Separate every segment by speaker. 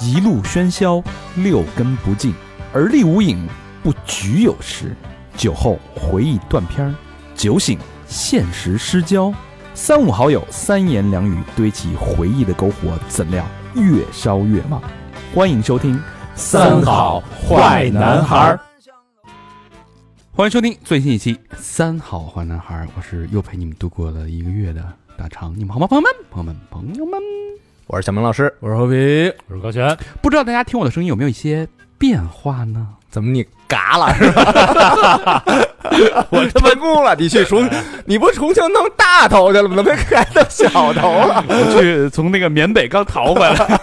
Speaker 1: 一路喧嚣，六根不净，而立无影，不局有时。酒后回忆断片儿，酒醒现实失焦。三五好友，三言两语堆起回忆的篝火，怎料越烧越旺。欢迎收听《
Speaker 2: 三好坏男孩儿》，
Speaker 3: 欢迎收听最新一期《三好坏男孩》，我是又陪你们度过了一个月的大长，你们好吗，朋友们？朋友们，朋友们，
Speaker 2: 我是小明老师。
Speaker 4: 我是何皮，
Speaker 5: 我是高璇，
Speaker 3: 不知道大家听我的声音有没有一些变化呢？
Speaker 2: 怎么你嘎了 是吧？我成功了，你去重，
Speaker 4: 哎
Speaker 2: 你不重庆弄大头去了吗？怎么改到小头啊了？
Speaker 3: 我去，从那个缅北刚逃回来，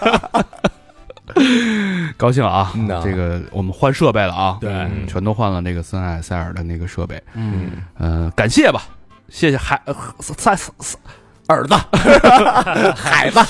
Speaker 3: 高兴啊
Speaker 2: 嗯呐！
Speaker 3: 这个我们换设备了啊，
Speaker 4: 对
Speaker 3: 嗯全都换了那个森海塞尔的那个设备，
Speaker 2: 嗯，
Speaker 3: 呃，感谢吧，谢谢海呃塞塞塞耳子海子，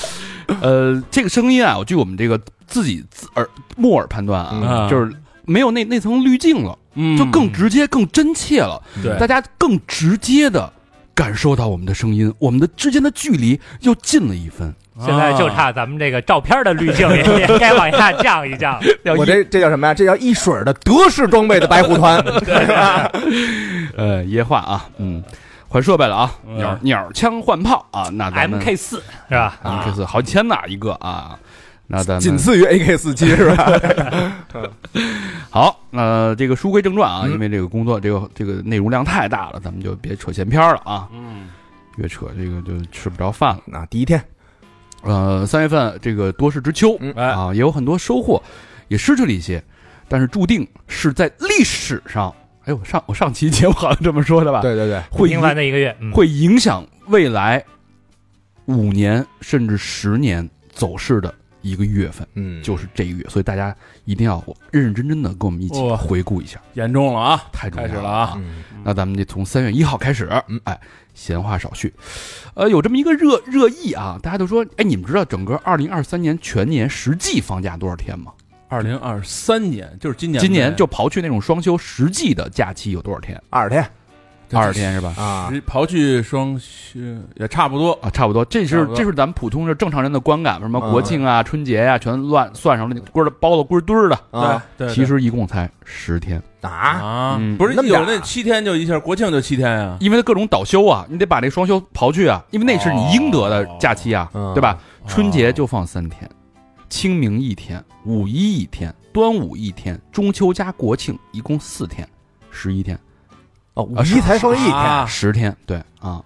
Speaker 3: 呃，这个声音啊，我据我们这个自己自耳木耳判断啊，
Speaker 4: 嗯
Speaker 3: 就是没有那那层滤镜了，
Speaker 4: 嗯
Speaker 3: 就更直接、更真切了，
Speaker 4: 对
Speaker 3: 大家更直接的感受到我们的声音，我们的之间的距离又近了一分。
Speaker 5: 现在
Speaker 4: 哦
Speaker 5: 就差咱们这个照片的滤镜 也也该往下降一降。
Speaker 2: 我这这叫什么呀？这叫一水儿的德式装备的白虎 团。
Speaker 3: 呃，夜话啊，嗯，换设备了啊，
Speaker 4: 嗯
Speaker 3: 鸟鸟枪换炮啊，那咱们
Speaker 5: MK 四是吧？
Speaker 3: 啊，这次好几千呢一个啊，那咱 们
Speaker 2: 仅次于 AK 四 七是吧？
Speaker 3: 好，那、这个书归正传啊，
Speaker 2: 嗯
Speaker 3: 因为这个工作这个这个内容量太大了，咱们就别扯闲篇儿了啊，
Speaker 4: 嗯，
Speaker 3: 越扯这个就吃不着饭了。
Speaker 2: 那第一天，
Speaker 3: 呃，三月份这个多事之秋、
Speaker 2: 嗯
Speaker 4: 哎
Speaker 3: 啊，也有很多收获，也失去了一些，但是注定是在历史上，哎，我上我上期节目好像这么说的
Speaker 4: 哎
Speaker 3: 吧？，
Speaker 2: 对对对，
Speaker 3: 会
Speaker 5: 英
Speaker 3: 影
Speaker 5: 完的一个月，嗯，
Speaker 3: 会影响未来五年甚至十年走势的一个月份，
Speaker 2: 嗯，
Speaker 3: 就是这个月，所以大家一定要认认真真的跟我们一起
Speaker 4: 哇
Speaker 3: 回顾一下，
Speaker 4: 严重了啊，
Speaker 3: 太重要
Speaker 4: 开始了啊，
Speaker 2: 嗯
Speaker 3: 那咱们就从三月一号开始，
Speaker 2: 嗯
Speaker 3: 哎，闲话少叙，呃，有这么一个热热议啊，大家都说，哎，你们知道整个二零二三年全年实际放假多少天吗？
Speaker 4: 二零二三年就是今年呗，
Speaker 3: 今年就刨去那种双休，实际的假期有多少天？
Speaker 2: 二十天
Speaker 4: 对
Speaker 3: 二十天是吧？
Speaker 2: 啊，
Speaker 4: 实刨去双休也差不多，
Speaker 3: 啊，差不多，这
Speaker 4: 差
Speaker 3: 是
Speaker 4: 不多
Speaker 3: 这是咱们普通的正常人的观感，什么
Speaker 2: 嗯
Speaker 3: 国庆啊、春节呀、全乱算上了，那归儿包了归堆儿的。
Speaker 2: 啊
Speaker 4: 对，对
Speaker 3: 其实一共才十天，
Speaker 2: 啊，
Speaker 4: 啊
Speaker 3: 嗯，
Speaker 4: 不是
Speaker 2: 那
Speaker 4: 有
Speaker 2: 么点儿
Speaker 4: 那七天就一下，国庆就七天呀，
Speaker 3: 因为它各种倒休啊，你得把那双休刨去啊，因为那是你应得的假期啊，
Speaker 2: 哦
Speaker 3: 对吧？春节
Speaker 4: 哦
Speaker 3: 就放三天，清明一天，五一一天，端午一天，中秋加国庆一共四天，十一天，
Speaker 2: 哦，五一才放一天，
Speaker 4: 啊
Speaker 3: 十天，对啊，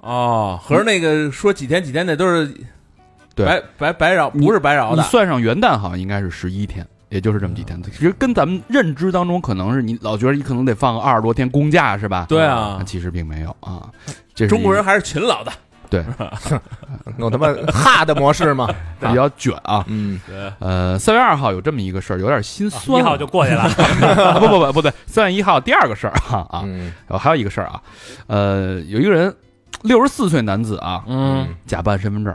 Speaker 4: 哦，合着那个说几天几天那都是
Speaker 3: 对
Speaker 4: 白白白扰，
Speaker 3: 你
Speaker 4: 不是白扰
Speaker 3: 你
Speaker 4: 的，
Speaker 3: 算上元旦好像应该是十一天，也就是这么几天。其实跟咱们认知当中，可能是你老觉得你可能得放个二十多天公假是吧？
Speaker 4: 对啊
Speaker 3: 那其实并没有啊，这是
Speaker 4: 中国人
Speaker 3: 一
Speaker 4: 还是勤劳的，
Speaker 2: 弄他妈哈的模式嘛，
Speaker 3: 个比较卷啊。
Speaker 2: 嗯，
Speaker 4: 对，
Speaker 3: 呃，三月二号有这么一个事儿，有点心酸
Speaker 5: 嗯一
Speaker 3: 啊。
Speaker 5: 号就过去 了，
Speaker 3: 啊不不不不对，三月一号第二个事儿哈啊，
Speaker 2: 嗯
Speaker 3: 然后还有一个事儿啊，呃，有一个人六十四岁男子啊，
Speaker 4: 嗯，，
Speaker 3: 假扮身份证，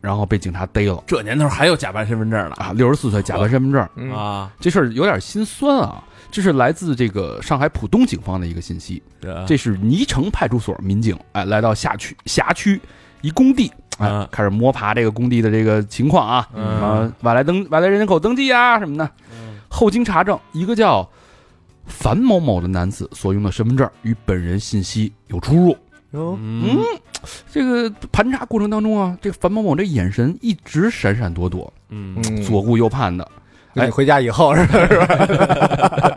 Speaker 3: 然后被警察逮了
Speaker 4: 这年头还有假扮身份证了
Speaker 3: 啊！六十四岁假扮身份证，
Speaker 2: 嗯
Speaker 4: 啊，
Speaker 3: 这事儿有点心酸啊。这是来自这个上海浦东警方的一个信息，
Speaker 4: 对
Speaker 3: 这是泥城派出所民警哎来到辖区辖区一工地哎
Speaker 4: 嗯
Speaker 3: 开始摸爬这个工地的这个情况啊，什
Speaker 4: 嗯
Speaker 3: 么外来登外来人口登记啊什么的。后经查证，一个叫樊某某的男子所用的身份证与本人信息有出入。
Speaker 2: 哟
Speaker 4: 嗯
Speaker 3: 这个盘查过程当中啊，这个樊某某这眼神一直闪闪躲躲，
Speaker 4: 嗯
Speaker 2: 嗯
Speaker 3: 左顾右盼的。
Speaker 2: 那你
Speaker 3: 哎
Speaker 2: 回家以后是吧？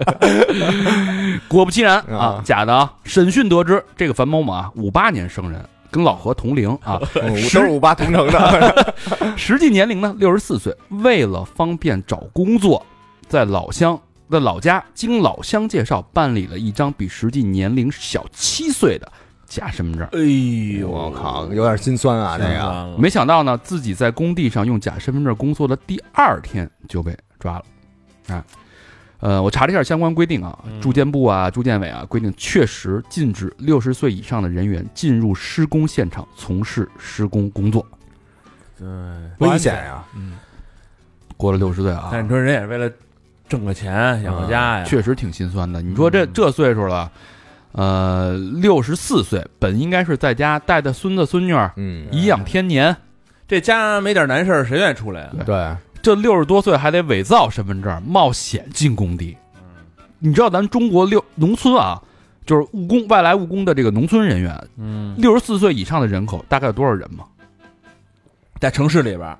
Speaker 3: 果不其然
Speaker 2: 啊
Speaker 3: 啊，假的啊！审讯得知，这个樊某某啊，五八年生人，跟老何同龄啊，
Speaker 2: 嗯都是哎五八同城的，
Speaker 3: 实际年龄呢六十四岁。为了方便找工作，在老乡在老家经老乡介绍办理了一张比实际年龄小七岁的假身份证。
Speaker 4: 哎呦
Speaker 2: 我靠，有点心酸啊，这个，
Speaker 3: 没想到呢，自己在工地上用假身份证工作的第二天就被抓了，啊，呃，我查了一下相关规定啊，
Speaker 4: 嗯
Speaker 3: 住建部啊、住建委啊规定，确实禁止六十岁以上的人员进入施工现场从事施工工作。
Speaker 4: 对，
Speaker 2: 危险啊呀，
Speaker 4: 嗯，
Speaker 3: 过了六十岁啊，
Speaker 4: 但你说人也是为了挣个钱养个家呀，
Speaker 3: 确实挺心酸的。你说这这岁数了，呃，六十四岁，本应该是在家带带孙子孙女儿，
Speaker 2: 嗯
Speaker 3: 颐养天年，
Speaker 4: 这家没点难事儿，谁愿意出来啊？
Speaker 3: 对
Speaker 2: 对，
Speaker 3: 这六十多岁还得伪造身份证，冒险进工地。你知道咱中国六农村啊，就是务工外来务工的这个农村人员，
Speaker 4: 嗯，
Speaker 3: 六十四岁以上的人口大概有多少人吗？
Speaker 4: 在城市里边儿，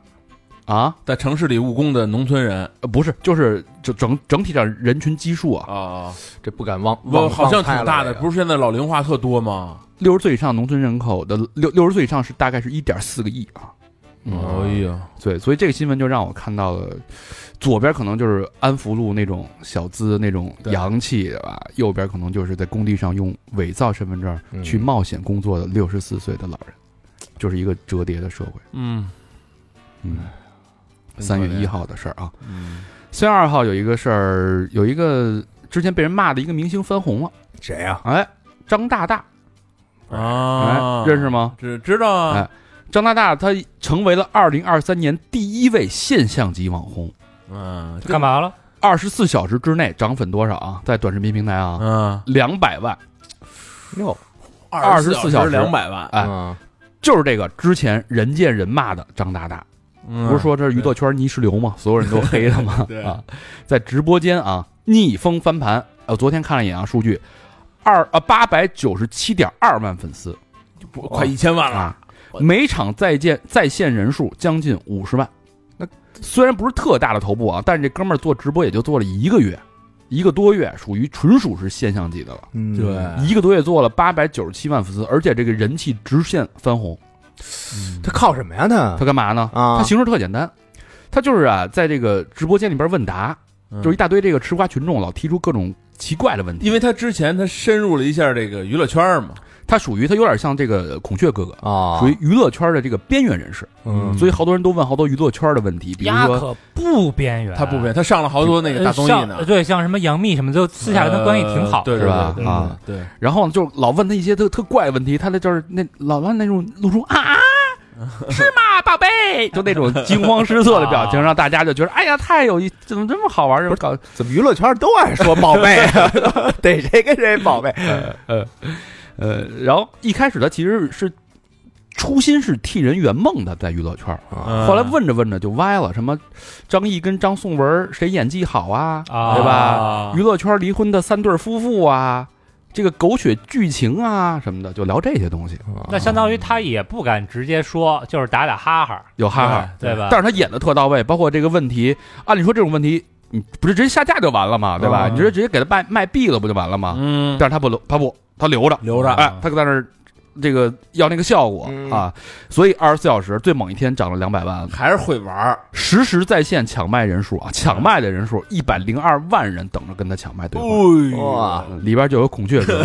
Speaker 3: 啊，
Speaker 4: 在城市里务工的农村人
Speaker 3: 呃不是，就是整整整体上人群基数啊，
Speaker 4: 啊，
Speaker 2: 这不敢忘，
Speaker 4: 我好像挺大的，
Speaker 2: 是
Speaker 4: 不是现在老龄化特多吗？
Speaker 3: 六十岁以上农村人口的六六十岁以上是大概是一点四个亿啊。
Speaker 4: 哎呀，
Speaker 3: 对，所以这个新闻就让我看到了，左边可能就是安福路那种小资那种
Speaker 4: 对
Speaker 3: 洋气，对吧？右边可能就是在工地上用伪造身份证
Speaker 2: 嗯
Speaker 3: 去冒险工作的六十四岁的老人，就是一个折叠的社会。
Speaker 4: 嗯，
Speaker 3: 嗯，
Speaker 4: 真
Speaker 3: 三
Speaker 4: 可
Speaker 3: 月一
Speaker 4: 怜
Speaker 3: 号的事儿啊，
Speaker 4: 嗯
Speaker 3: 三月二号有一个事儿，有一个之前被人骂的一个明星翻红了，
Speaker 2: 谁啊呀？
Speaker 3: 哎，张大大，
Speaker 4: 啊
Speaker 3: 哎，，认识吗？哎
Speaker 4: 知啊知道啊，
Speaker 3: 张大大他成为了二零二三年第一位现象级网红。
Speaker 4: 嗯，
Speaker 5: 干嘛了？
Speaker 3: 二十四小时之内涨粉多少啊？在短视频平台
Speaker 4: 跟？
Speaker 3: 啊，
Speaker 4: 嗯，
Speaker 3: 两百万，
Speaker 2: 哟，
Speaker 4: 24
Speaker 3: 24小时
Speaker 4: 两百万，
Speaker 3: 哎
Speaker 2: 嗯
Speaker 3: 就是这个之前人见人骂的张大大，
Speaker 4: 嗯？
Speaker 3: 不是说这是娱乐圈泥石流吗？所有人都黑他吗
Speaker 4: 对
Speaker 3: 啊，在直播间啊逆风翻盘，呃，昨天看了一眼啊数据，二呃八百九十七点二万粉丝
Speaker 4: 不快一千万了，
Speaker 3: 啊，每场在线在线人数将近五十万，那虽然不是特大的头部啊，但是这哥们儿做直播也就做了一个月，一个多月，属于纯属是现象级的了。
Speaker 2: 嗯，
Speaker 4: 哎
Speaker 3: 一个多月做了八百九十七万粉丝，而且这个人气直线翻红。
Speaker 2: 他靠什么呀？他
Speaker 3: 他干嘛呢？
Speaker 2: 啊
Speaker 3: 他形式特简单，他就是啊，在这个直播间里边问答，
Speaker 4: 嗯
Speaker 3: 就是一大堆这个吃瓜群众老提出各种奇怪的问题。
Speaker 4: 因为他之前他深入了一下这个娱乐圈嘛，
Speaker 3: 他属于他有点像这个孔雀哥哥，
Speaker 2: 啊，
Speaker 3: 属于娱乐圈的这个边缘人士，
Speaker 2: 嗯
Speaker 3: 所以好多人都问好多娱乐圈的问题，比如
Speaker 5: 丫
Speaker 3: 说
Speaker 5: 可不边缘，呃
Speaker 4: 他不变，他上了好多那个大综艺呢
Speaker 5: 像，对，像什么杨幂什么，就私下跟他关系挺好，
Speaker 4: 呃对
Speaker 3: 是吧
Speaker 4: 对？对
Speaker 3: 啊，
Speaker 4: 对对，
Speaker 3: 然后呢就老问他一些特特怪的问题，他那就是那老让那种露出 啊。是吗，宝贝？就那种惊慌失措的表情，
Speaker 5: 啊
Speaker 3: 让大家就觉得，哎呀，太有意，怎么这么好玩儿？这么搞
Speaker 2: 怎么娱乐圈都爱说宝贝， 逮谁跟谁宝贝，
Speaker 3: 呃，然后一开始他其实是初心是替人圆梦的，在娱乐圈儿，
Speaker 2: 啊
Speaker 4: 嗯
Speaker 3: 后来问着问着就歪了，什么张译跟张颂文儿谁演技好啊，
Speaker 5: 啊
Speaker 3: 对吧？
Speaker 4: 啊
Speaker 3: 娱乐圈离婚的三对夫妇啊，这个狗血剧情啊什么的，就聊这些东西，
Speaker 2: 啊
Speaker 5: 那相当于他也不敢直接说，就是打打哈哈，
Speaker 3: 有哈哈。
Speaker 5: 对吧？
Speaker 3: 但是他演的特到位，包括这个问题，按理说这种问题，你不是直接下架就完了嘛，对吧？
Speaker 4: 嗯
Speaker 3: 你直接直接给他卖卖币了不就完了吗？
Speaker 4: 嗯，
Speaker 3: 但是他不留，他不，他留着，
Speaker 4: 留着
Speaker 3: 哎，他在那儿这个要那个效果、
Speaker 2: 嗯
Speaker 3: 啊，所以二十四小时最猛一天涨了两百万，
Speaker 4: 还是会玩儿，
Speaker 3: 实时在线抢麦人数啊，抢麦的人数一百零二万人等着跟他抢麦
Speaker 4: 哎
Speaker 3: 对话，
Speaker 4: 哦
Speaker 3: 嗯
Speaker 2: 哇，
Speaker 3: 里边就有孔雀哥。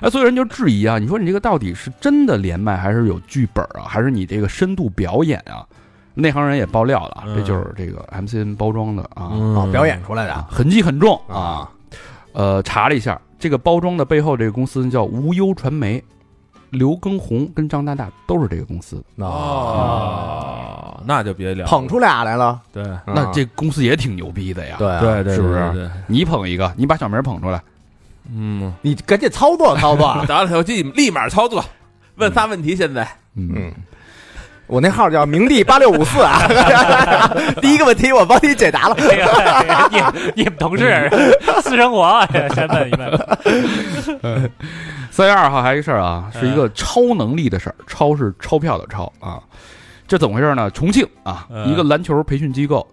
Speaker 3: 哎，所有人就质疑啊，你说你这个到底是真的连麦，还是有剧本啊，还是你这个深度表演啊？内行人也爆料了啊，
Speaker 4: 嗯
Speaker 3: 这就是这个 MCN 包装的啊，
Speaker 2: 啊
Speaker 4: 嗯
Speaker 2: 表演出来的
Speaker 3: 啊痕迹很重啊。
Speaker 2: 啊，
Speaker 3: 呃，查了一下，这个包装的背后这个公司叫无忧传媒，刘耕宏跟张大大都是这个公司的，啊
Speaker 4: 哦，那就别聊了，
Speaker 2: 捧出俩来了，嗯
Speaker 4: 对
Speaker 3: 那这公司也挺牛逼的呀。
Speaker 2: 对，啊
Speaker 4: 对对，
Speaker 3: 是不是
Speaker 4: 对？对
Speaker 3: 你捧一个，你把小明捧出 来，
Speaker 4: 嗯，
Speaker 2: 你赶紧操作啊操作，
Speaker 4: 打了条记，立马操作，问仨问题，现在
Speaker 3: 嗯，
Speaker 2: 嗯。我那号叫明帝八六五四啊， 第一个问题我帮你解答了。
Speaker 5: 这个你你们同事
Speaker 4: 嗯
Speaker 5: 私生活先问一问，
Speaker 3: 三月二号还有一个事儿啊，是一个超能力的事儿，超是钞票的超啊。这怎么回事呢？重庆啊，
Speaker 4: 嗯
Speaker 3: 一个篮球培训机构，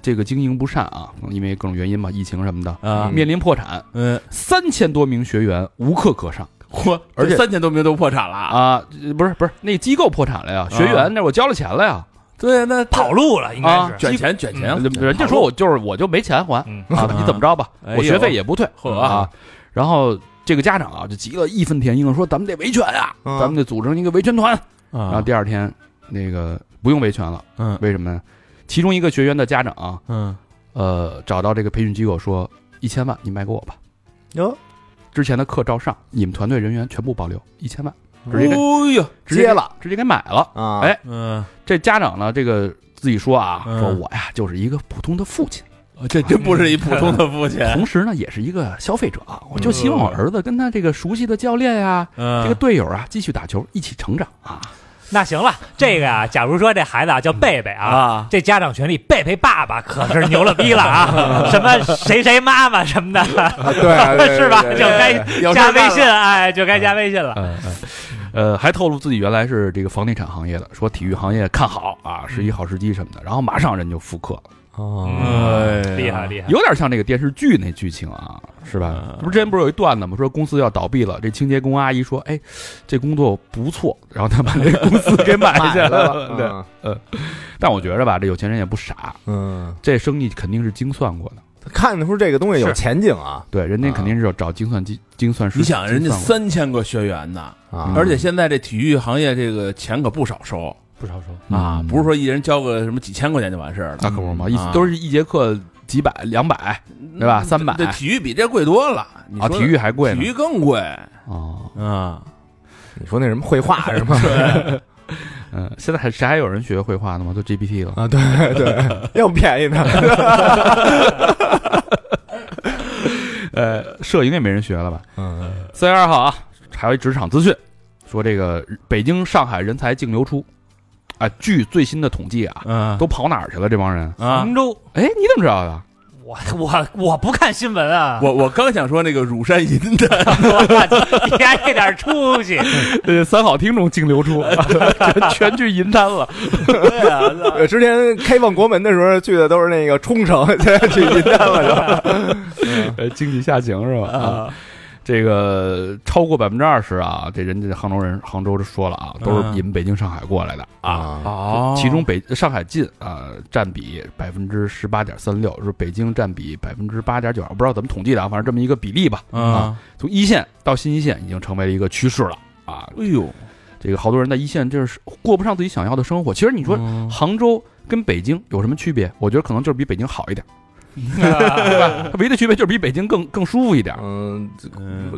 Speaker 3: 这个经营不善啊，因为各种原因嘛，疫情什么的，
Speaker 4: 啊，
Speaker 3: 面临破产，
Speaker 4: 嗯，
Speaker 3: 三千多名学员无课可上
Speaker 4: 嚯，
Speaker 3: 而且
Speaker 4: 这三千多名都破产了啊！
Speaker 3: 啊，不是不是，那机构破产了呀，学员那我交了钱了呀，
Speaker 4: 对，那嗯
Speaker 5: 跑路了应该
Speaker 3: 啊
Speaker 5: 是，
Speaker 4: 卷钱卷钱，
Speaker 3: 人家说我就是我就没钱还
Speaker 5: 嗯
Speaker 3: 啊，你怎么着吧，
Speaker 4: 哎呦
Speaker 3: 我学费也不退
Speaker 4: 嚯
Speaker 3: 啊。然后这个家长啊就急了，义愤填膺的说：“咱们得维权呀，
Speaker 2: 嗯
Speaker 3: 咱们得组成一个维权团。”然后
Speaker 4: 啊，
Speaker 3: 第二天那个不用维权了，
Speaker 4: 嗯
Speaker 3: 为什么呢？其中一个学员的家长啊，
Speaker 4: 嗯，
Speaker 3: 呃，找到这个培训机构说：“一千万你卖给我吧，
Speaker 2: 哟，
Speaker 3: 之前的课照上，你们团队人员全部保留一千万，直接给
Speaker 4: 哎呦，
Speaker 3: 直接
Speaker 2: 接了
Speaker 3: 直接给买了。”
Speaker 2: 啊！
Speaker 3: 哎
Speaker 4: 嗯，
Speaker 3: 这家长呢，这个自己说啊，
Speaker 4: 嗯啊
Speaker 3: 说我呀就是一个普通的父亲，
Speaker 4: 这真不是一普通的父亲，
Speaker 3: 同时呢也是一个消费者啊，我就希望我儿子跟他这个熟悉的教练呀、
Speaker 4: 嗯
Speaker 3: 这个队友啊继续打球，一起成长啊。
Speaker 5: 那行了，这个呀、假如说这孩子啊叫贝贝啊，
Speaker 4: 啊，
Speaker 5: 这家长群里贝贝爸爸可是牛了逼了啊，什么谁谁妈妈什么的，
Speaker 2: 对啊，对
Speaker 5: 是吧？
Speaker 2: 对
Speaker 5: 就
Speaker 2: 对
Speaker 5: 该
Speaker 4: 有事
Speaker 5: 加
Speaker 4: 儿
Speaker 5: 微
Speaker 4: 干
Speaker 5: 信，哎，就该加微信了。
Speaker 3: 嗯嗯，呃，还透露自己原来是这个房地产行业的，说体育行业看好啊，是一好时机什么的，然后马上人就复刻了，
Speaker 4: 哦
Speaker 5: 嗯
Speaker 4: 哎
Speaker 5: 厉害厉害，
Speaker 3: 有点像这个电视剧那剧情啊，是吧？这不是之前不是有一段子吗？说公司要倒闭了，这清洁工阿姨说：“哎，这工作不错。”然后他把这公司给 买
Speaker 2: 买
Speaker 3: 下来
Speaker 2: 了
Speaker 3: 对，
Speaker 2: 嗯
Speaker 3: 但我觉着吧，这有钱人也不傻，
Speaker 2: 嗯，
Speaker 3: 这生意肯定是精算过的。
Speaker 2: 看得出这个东西有前景啊
Speaker 3: 对，人家肯定是要找精算机、精算师。
Speaker 4: 你想人
Speaker 3: 精
Speaker 4: 家
Speaker 3: 算过
Speaker 4: 三千个学员呢，
Speaker 2: 啊！
Speaker 4: 而且现在这体育行业这个钱可不少收
Speaker 5: 不少说，
Speaker 3: 的
Speaker 4: 啊，
Speaker 3: 嗯
Speaker 4: 不是说一人交个什么几千块钱就完事儿了，
Speaker 3: 那可不嘛，
Speaker 4: 嗯
Speaker 3: 一
Speaker 4: 啊
Speaker 3: 都是一节课几百、两百对吧
Speaker 4: 嗯
Speaker 3: 三百
Speaker 4: 对，体育比这贵多了。你
Speaker 3: 啊，
Speaker 4: 说
Speaker 3: 体育还贵
Speaker 4: 体
Speaker 3: 呢
Speaker 4: 育更贵
Speaker 3: 哦，
Speaker 4: 啊，
Speaker 2: 你说那什么绘画是吗？
Speaker 3: 嗯，现在还谁还有人学绘画的吗？都 GPT 了。
Speaker 2: 啊，对 对，要不便宜呢。
Speaker 3: 呃，摄影也没人学了吧？
Speaker 2: 嗯，
Speaker 3: 三月二号啊，还有一职场资讯，说这个北京、上海人才净流出。啊，据最新的统计啊，
Speaker 4: 嗯
Speaker 3: 都跑哪儿去了？这帮人？
Speaker 4: 啊。
Speaker 5: 杭州，
Speaker 3: 哎，你怎么知道的？
Speaker 5: 我我我不看新闻啊，
Speaker 4: 我我刚想说那个乳山银 的，
Speaker 5: 我你还这点出息，
Speaker 3: 呃，三好听众净流 出，全全去银滩 了。
Speaker 4: 对啊，
Speaker 2: 呃之前开放国门的时候去的都是那个冲绳，现在去云南了就。嗯
Speaker 3: 呃，经济下行是吧？啊，这个超过百分之二十啊，这人家杭州人杭州就说了啊，都是
Speaker 4: 嗯
Speaker 3: 引北京、上海过来的啊。
Speaker 2: 啊，
Speaker 4: 哦
Speaker 3: 其中北上海近啊、呃占比百分之十八点三六，是北京占比百分之八点九，不知道怎么统计的啊，反正这么一个比例吧。啊，
Speaker 4: 啊，
Speaker 3: 从一线到新一线已经成为了一个趋势了啊。
Speaker 4: 哎呦，
Speaker 3: 这个好多人在一线就是过不上自己想要的生活。其实你
Speaker 4: 你
Speaker 3: 说杭州跟北京有什么区别？我觉得可能就是比北京好 一点，对吧？它唯一的区别就是比北京更更舒服一点。
Speaker 2: 嗯，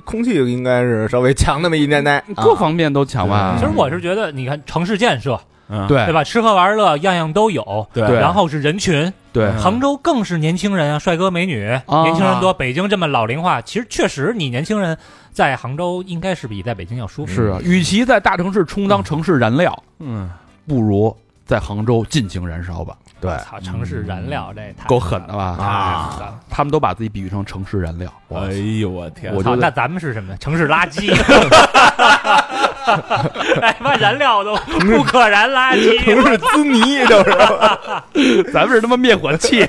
Speaker 2: 空气应该是稍微强那么一点点，
Speaker 3: 各方面都强吧。
Speaker 2: 嗯
Speaker 5: 其实我是觉得，你看城市建设，
Speaker 4: 对
Speaker 5: 对
Speaker 3: 对
Speaker 5: 吧？吃喝玩乐样样都有，
Speaker 4: 对
Speaker 3: 哎对
Speaker 5: 然后是人群，
Speaker 3: 对
Speaker 4: 嗯
Speaker 5: 杭州更是年轻人啊，帅哥美女，
Speaker 3: 啊
Speaker 5: 年轻人多。北京这么老龄化，其实确实你年轻人在杭州应该是比在北京要舒服。
Speaker 3: 是啊，与其在大城市充当城市燃料，
Speaker 4: 嗯，
Speaker 3: 不如在杭州尽情燃烧吧。
Speaker 2: 对
Speaker 5: 操，城市燃料这太
Speaker 3: 够狠的啊吧？
Speaker 5: 太狠了！
Speaker 3: 他们都把自己比喻成城市燃料。
Speaker 4: 哎呦我天，
Speaker 3: 我
Speaker 5: 操，
Speaker 3: 觉得
Speaker 5: 那咱们是什么呢？城市垃圾， 哎妈，燃料都不可燃垃圾，
Speaker 2: 都是滋泥，就是
Speaker 3: 咱们是他妈灭火器，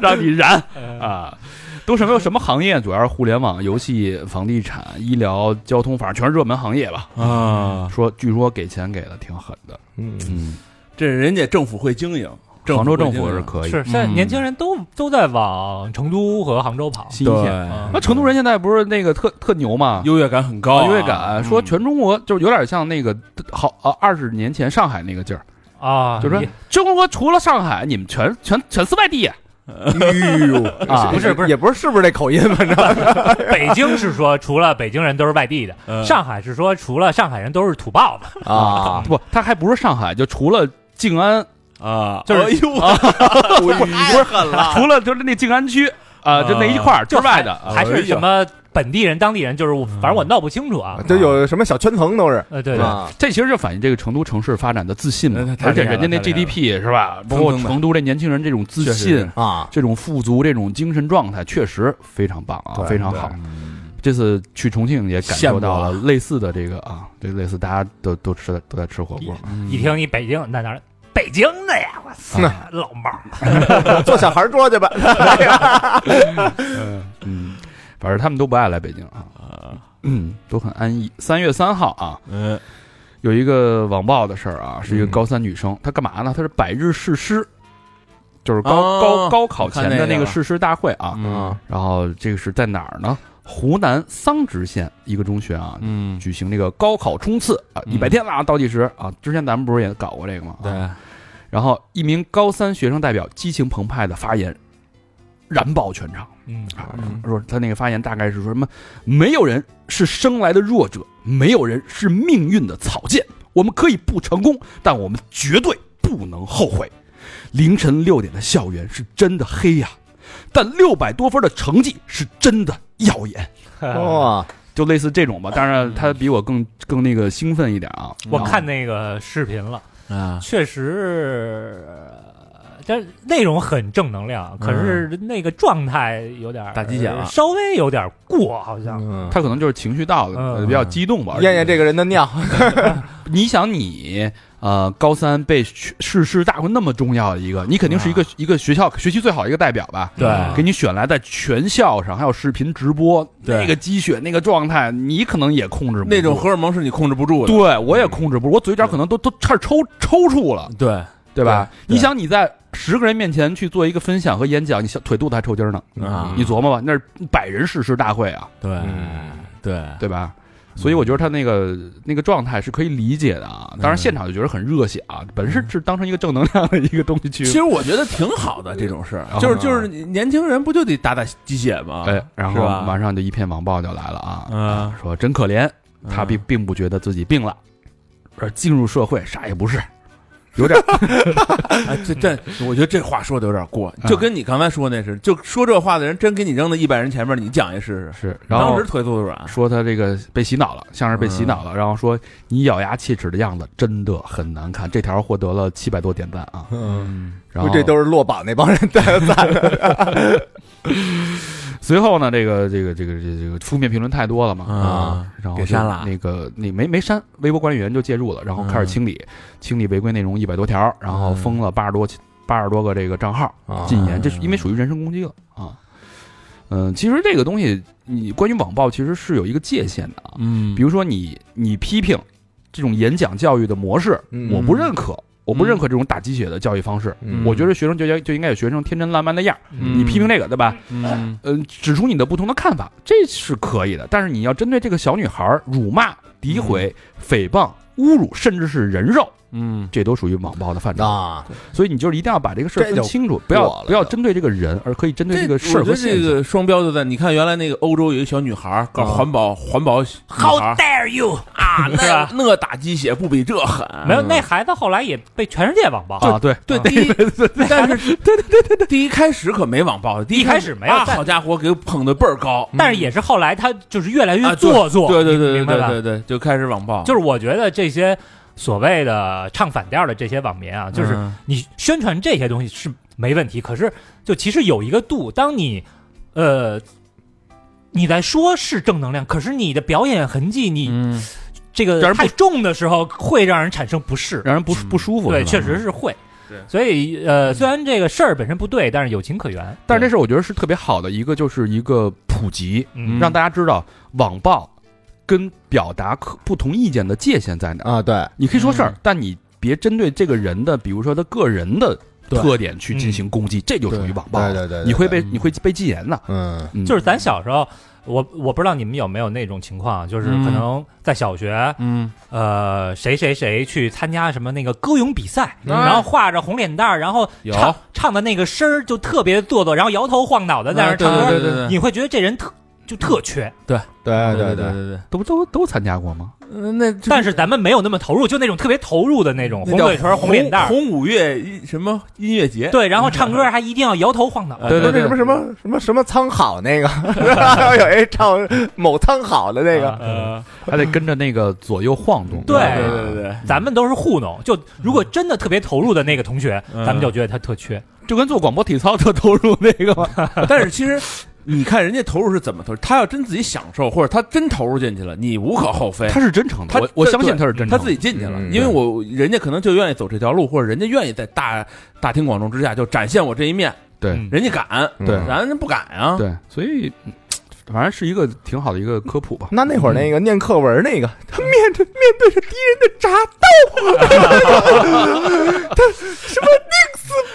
Speaker 3: 让你燃啊！都什么什么行业？主要是互联网、游戏、房地产、医疗、交通，反正全是热门行业吧。
Speaker 4: 啊，
Speaker 3: 说据说给钱给的挺狠的，
Speaker 2: 嗯
Speaker 3: 嗯，
Speaker 4: 这人家政府会经营，
Speaker 3: 杭州政
Speaker 4: 会
Speaker 3: 府
Speaker 4: 经
Speaker 3: 是
Speaker 4: 营
Speaker 3: 可以。
Speaker 5: 是现在年轻人都都在往成都和杭州跑。嗯
Speaker 3: 新鲜。
Speaker 4: 对
Speaker 3: 那成都人现在不是那个特特牛吗？
Speaker 4: 优越感很高啊，
Speaker 3: 优越感，说
Speaker 4: 嗯
Speaker 3: 全中国就是有点像那个好呃二十年前上海那个劲儿，
Speaker 4: 哎
Speaker 5: 啊，
Speaker 3: 就说
Speaker 5: 也
Speaker 3: 中国除了上海，你们全全全是外地
Speaker 2: 哎呦
Speaker 3: 啊
Speaker 5: 不是不是
Speaker 2: 也不是是不是这口音，反正
Speaker 5: 北京是说除了北京人都是外地的，
Speaker 4: 嗯
Speaker 5: 上海是说除了上海人都是土豹子，
Speaker 2: 啊，
Speaker 3: 不，他还不是上海，就除了静安，
Speaker 4: 啊，
Speaker 3: 就是
Speaker 4: 哎呦
Speaker 2: 不是狠
Speaker 4: 啊
Speaker 2: 了，
Speaker 3: 除了就是那静安区啊，就那一块儿之外的，啊
Speaker 5: 还是什么本地人、当地人，就是我
Speaker 3: 嗯
Speaker 5: 反正我闹不清楚啊。
Speaker 2: 这有什么小圈层都是
Speaker 5: 呃，对对，
Speaker 2: 啊，
Speaker 3: 这其实就反映这个成都城市发展的自信嘛
Speaker 4: 那那，太
Speaker 3: 而且
Speaker 4: 厉害
Speaker 3: 人家那
Speaker 4: 了太厉害
Speaker 3: GDP 是吧？包括
Speaker 4: 蹭蹭的
Speaker 3: 成都这年轻人这种自
Speaker 4: 确实
Speaker 3: 信
Speaker 4: 是。
Speaker 2: 啊，
Speaker 3: 这种富足、这种精神状态确实非常棒啊，
Speaker 2: 对
Speaker 3: 非常好。这次去重庆也感受到了类似的这个啊，这类似大家都都吃都在吃火锅，
Speaker 5: 一听你北京，那哪儿北京的呀？我操，老帽儿
Speaker 2: 坐小孩桌去吧，
Speaker 3: 嗯，反正他们都不爱来北京啊，嗯，都很安逸。三月三号啊，
Speaker 4: 嗯
Speaker 3: 有一个网暴的事儿啊，是一个
Speaker 2: 嗯
Speaker 3: 高三女生，她干嘛呢？她是百日誓师，就是高、
Speaker 4: 哦
Speaker 3: 高高考
Speaker 4: 我看
Speaker 3: 前的
Speaker 4: 那个
Speaker 3: 那个
Speaker 4: 了
Speaker 3: 誓师大会啊，
Speaker 2: 啊，
Speaker 3: 然后这个是在哪儿呢？湖南桑植县一个中学啊，
Speaker 4: 嗯，
Speaker 3: 举行这个高考冲刺啊，
Speaker 4: 嗯
Speaker 3: 一百天了啊，倒计时啊。之前咱们不是也搞过这个吗？
Speaker 4: 对
Speaker 3: 啊。，然后一名高三学生代表激情澎湃的发言，燃爆全场
Speaker 5: 嗯，
Speaker 3: 啊
Speaker 2: 嗯！
Speaker 3: 说他那个发言大概是说什么：没有人是生来的弱者，没有人是命运的草芥。我们可以不成功，但我们绝对不能后悔。凌晨六点的校园是真的
Speaker 2: 哎
Speaker 3: 黑呀、但六百多分的成绩是真的耀眼。
Speaker 2: 哇，
Speaker 3: 就类似这种吧。当然，他比我更更那个兴奋一点啊。
Speaker 5: 我看那个视频了，
Speaker 4: 嗯啊，
Speaker 5: 确实，呃但内容很正能量，可是那个状态有点
Speaker 4: 嗯打鸡血了
Speaker 5: 稍微有点过，好像。
Speaker 2: 嗯，
Speaker 3: 他可能就是情绪到了，
Speaker 5: 嗯
Speaker 3: 呃比较激动吧。
Speaker 2: 验验这
Speaker 3: 个，
Speaker 2: 个人的尿，
Speaker 3: 你想你呃高三被学誓师大会那么重要的一个，你肯定是一个一个学校学习最好一个代表吧？
Speaker 4: 啊对
Speaker 3: 给你选来在全校上，还有视频直播，
Speaker 4: 对
Speaker 3: 那个积雪那个状态，你可能也控制不住
Speaker 4: 那种荷嗯尔蒙是你控制不住的，
Speaker 3: 对我也控制不住，我嘴角可能都都差点抽抽搐了，
Speaker 4: 对
Speaker 3: 对吧？
Speaker 4: 对
Speaker 3: 你想你在十个人面前去做一个分享和演讲，你小腿肚子还抽筋呢，
Speaker 4: 啊，
Speaker 3: 你琢磨吧，那是百人誓师大会啊，
Speaker 4: 对
Speaker 2: 嗯
Speaker 4: 对，
Speaker 3: 对吧？所以我觉得他那个那个状态是可以理解的啊，
Speaker 4: 嗯
Speaker 3: 当然现场就觉得很热血啊，本身是当成一个正能量的一个东西去
Speaker 4: 其，实我觉得挺好的这种事儿，就是就是年轻人不就得打打鸡血吗？
Speaker 3: 嗯哎，然
Speaker 4: 是
Speaker 3: 后
Speaker 4: 吧
Speaker 3: 马上就一片网暴就来了啊，
Speaker 4: 嗯，
Speaker 3: 说真可怜，
Speaker 4: 嗯
Speaker 3: 他并并不觉得自己病了，而进入社会啥也不是，有点
Speaker 4: 哎这这，我觉得这话说的有点过，
Speaker 3: 嗯
Speaker 4: 就跟你刚才说那是，就说这话的人真给你扔到一百人前面，你讲一试试。
Speaker 3: 是，然后
Speaker 4: 当时嗯腿肚子软，
Speaker 3: 说他这个被洗脑了，像是被洗脑了，然后说你咬牙切齿的样子真的很难看。这条获得了七百多点赞啊，
Speaker 4: 嗯，
Speaker 3: 然后
Speaker 2: 这都是落榜那帮人带的赞，
Speaker 3: 随后呢，这个这个这个这个这个负面评论太多了嘛
Speaker 4: 啊
Speaker 3: 然后
Speaker 4: 给删了啊嗯
Speaker 3: 就那个你没没删，微博管理员就介入了，然后开始清理、清理违规内容一百多条，然后封了八十多八十多个这个账号，
Speaker 4: 嗯
Speaker 2: 嗯
Speaker 3: 禁言，这是因为属于人身攻击了啊。嗯，其实这个东西，你关于网暴其实是有一个界限的啊。
Speaker 4: 嗯
Speaker 3: 比如说你你批评这种演讲教育的模式，
Speaker 2: 嗯
Speaker 3: 我不认可，我不
Speaker 4: 嗯
Speaker 3: 认可这种打鸡血的教育方式。
Speaker 2: 嗯
Speaker 3: 我觉得学生就应就应该有学生天真烂漫的样儿，
Speaker 4: 嗯
Speaker 3: 你批评这个对吧？
Speaker 4: 嗯
Speaker 3: 嗯、指出你的不同的看法，这是可以的。但是你要针对这个小女孩儿辱骂、诋毁、诽谤、侮辱，甚至是人肉，
Speaker 4: 嗯
Speaker 3: 这都属于网暴的范畴。
Speaker 2: 啊，
Speaker 3: 所以你就是一定要把这个事儿
Speaker 2: 这
Speaker 3: 分
Speaker 2: 就
Speaker 3: 清楚，不
Speaker 2: 过
Speaker 3: 要
Speaker 2: 了
Speaker 3: 不要针对这个人，而可以针对
Speaker 4: 这
Speaker 3: 这个事儿
Speaker 4: 我
Speaker 3: 和
Speaker 4: 觉得这
Speaker 3: 现象。
Speaker 4: 个双标就在你看，原来那个欧洲有一小女孩
Speaker 5: 啊
Speaker 4: 儿搞环保，环保女孩
Speaker 5: How
Speaker 4: 儿
Speaker 5: dare you！
Speaker 4: 啊，
Speaker 5: 是
Speaker 4: 那
Speaker 5: 吧
Speaker 4: 那打鸡血不比这狠？
Speaker 5: 没有，那孩子后来也被全世界网暴。
Speaker 3: 啊，对，
Speaker 4: 对，第一，但是对对对对，第一开始可没网暴，第
Speaker 5: 一开始没有
Speaker 4: 啊，
Speaker 5: 但嗯
Speaker 4: 好家伙，给捧的倍儿高，
Speaker 5: 但是也是后来他就是越来
Speaker 4: 啊
Speaker 5: 越
Speaker 4: 对
Speaker 5: 做作，
Speaker 4: 对对
Speaker 5: 你
Speaker 4: 对对
Speaker 5: 明白吧
Speaker 4: 对对对，就开始网暴，
Speaker 5: 就是我觉得这些所谓的唱反调的这些网民啊，就是
Speaker 4: 嗯
Speaker 5: 你宣传这些东西是没问题，可是就其实有一个度，当你呃你在说是正能量，可是你的表演痕迹，你
Speaker 4: 嗯
Speaker 5: 这个
Speaker 3: 让人不
Speaker 5: 太重的时候，会让人产生不适。
Speaker 3: 让人
Speaker 4: 嗯
Speaker 3: 不不舒服。
Speaker 5: 对，
Speaker 3: 是吧
Speaker 5: 确实是会
Speaker 4: 对。
Speaker 5: 所以呃，虽然这个事儿本身不对，但是有情可原。
Speaker 3: 但是这事儿我觉得是特别好的一个，就是一个普及，
Speaker 5: 嗯
Speaker 3: 让大家知道网暴跟表达可不同意见的界限在哪儿。
Speaker 2: 啊，对，
Speaker 3: 你可以说事儿，但你别针对这个人的，比如说他个人的特点去进行攻击，这就属于网暴了。
Speaker 2: 对对对对
Speaker 3: 你会被
Speaker 4: 对
Speaker 3: 你会被禁言的。
Speaker 2: 嗯
Speaker 3: 嗯
Speaker 5: 就是咱小时候，我我不知道你们有没有那种情况，啊就是可能在小学，
Speaker 4: 嗯
Speaker 5: 呃，谁谁谁去参加什么那个歌咏比赛，
Speaker 4: 嗯
Speaker 5: 然后画着红脸蛋儿，然后
Speaker 4: 有
Speaker 5: 唱唱的那个声儿就特别做作，然后摇头晃脑的在那儿
Speaker 4: 啊嗯对
Speaker 5: 唱歌，
Speaker 4: 对对对对
Speaker 5: 你会觉得这人特就特缺。
Speaker 2: 对
Speaker 4: 对
Speaker 2: 对
Speaker 4: 对对对
Speaker 3: 都都都参加过吗？
Speaker 4: 呃，那这
Speaker 5: 但是咱们没有那么投入，就那种特别投入的那种红
Speaker 4: 那叫
Speaker 5: 嘴唇、红脸蛋儿，
Speaker 4: 红五月一什么音乐节，
Speaker 5: 对，然后唱歌还一定要摇头晃脑。
Speaker 4: 呃
Speaker 3: 对
Speaker 2: 就
Speaker 3: 对
Speaker 2: 那什么什么什么什么苍好那个， 有一唱某苍好的那
Speaker 5: 啊
Speaker 2: 个，
Speaker 5: 嗯
Speaker 4: 呃，
Speaker 3: 还得跟着那个左右晃动。
Speaker 5: 对
Speaker 4: 对对对对，
Speaker 5: 咱们都是糊弄，就如果真的特别投入的那个同学，
Speaker 4: 嗯
Speaker 5: 咱们就觉得他特缺。
Speaker 3: 就跟做广播体操特投入那个嘛。
Speaker 4: 但是其实。你看人家投入是怎么投入，他要真自己享受，或者他真投入进去了，你无可厚 非。
Speaker 3: 他是真诚的，
Speaker 4: 他
Speaker 3: 我我相信他是真诚的。
Speaker 4: 他自己进去了，
Speaker 2: 嗯
Speaker 4: 因为我人家可能就愿意走这条路，或者人家愿意在大大庭广众之下就展现我这一面，
Speaker 3: 对
Speaker 5: 嗯
Speaker 4: 人家敢，
Speaker 3: 对
Speaker 2: 嗯
Speaker 4: 咱不敢啊。
Speaker 3: 对，所以嗯反正是一个挺好的一个科 普吧。
Speaker 2: 那那会儿那个念课文那个，他面对面对着敌人的铡刀，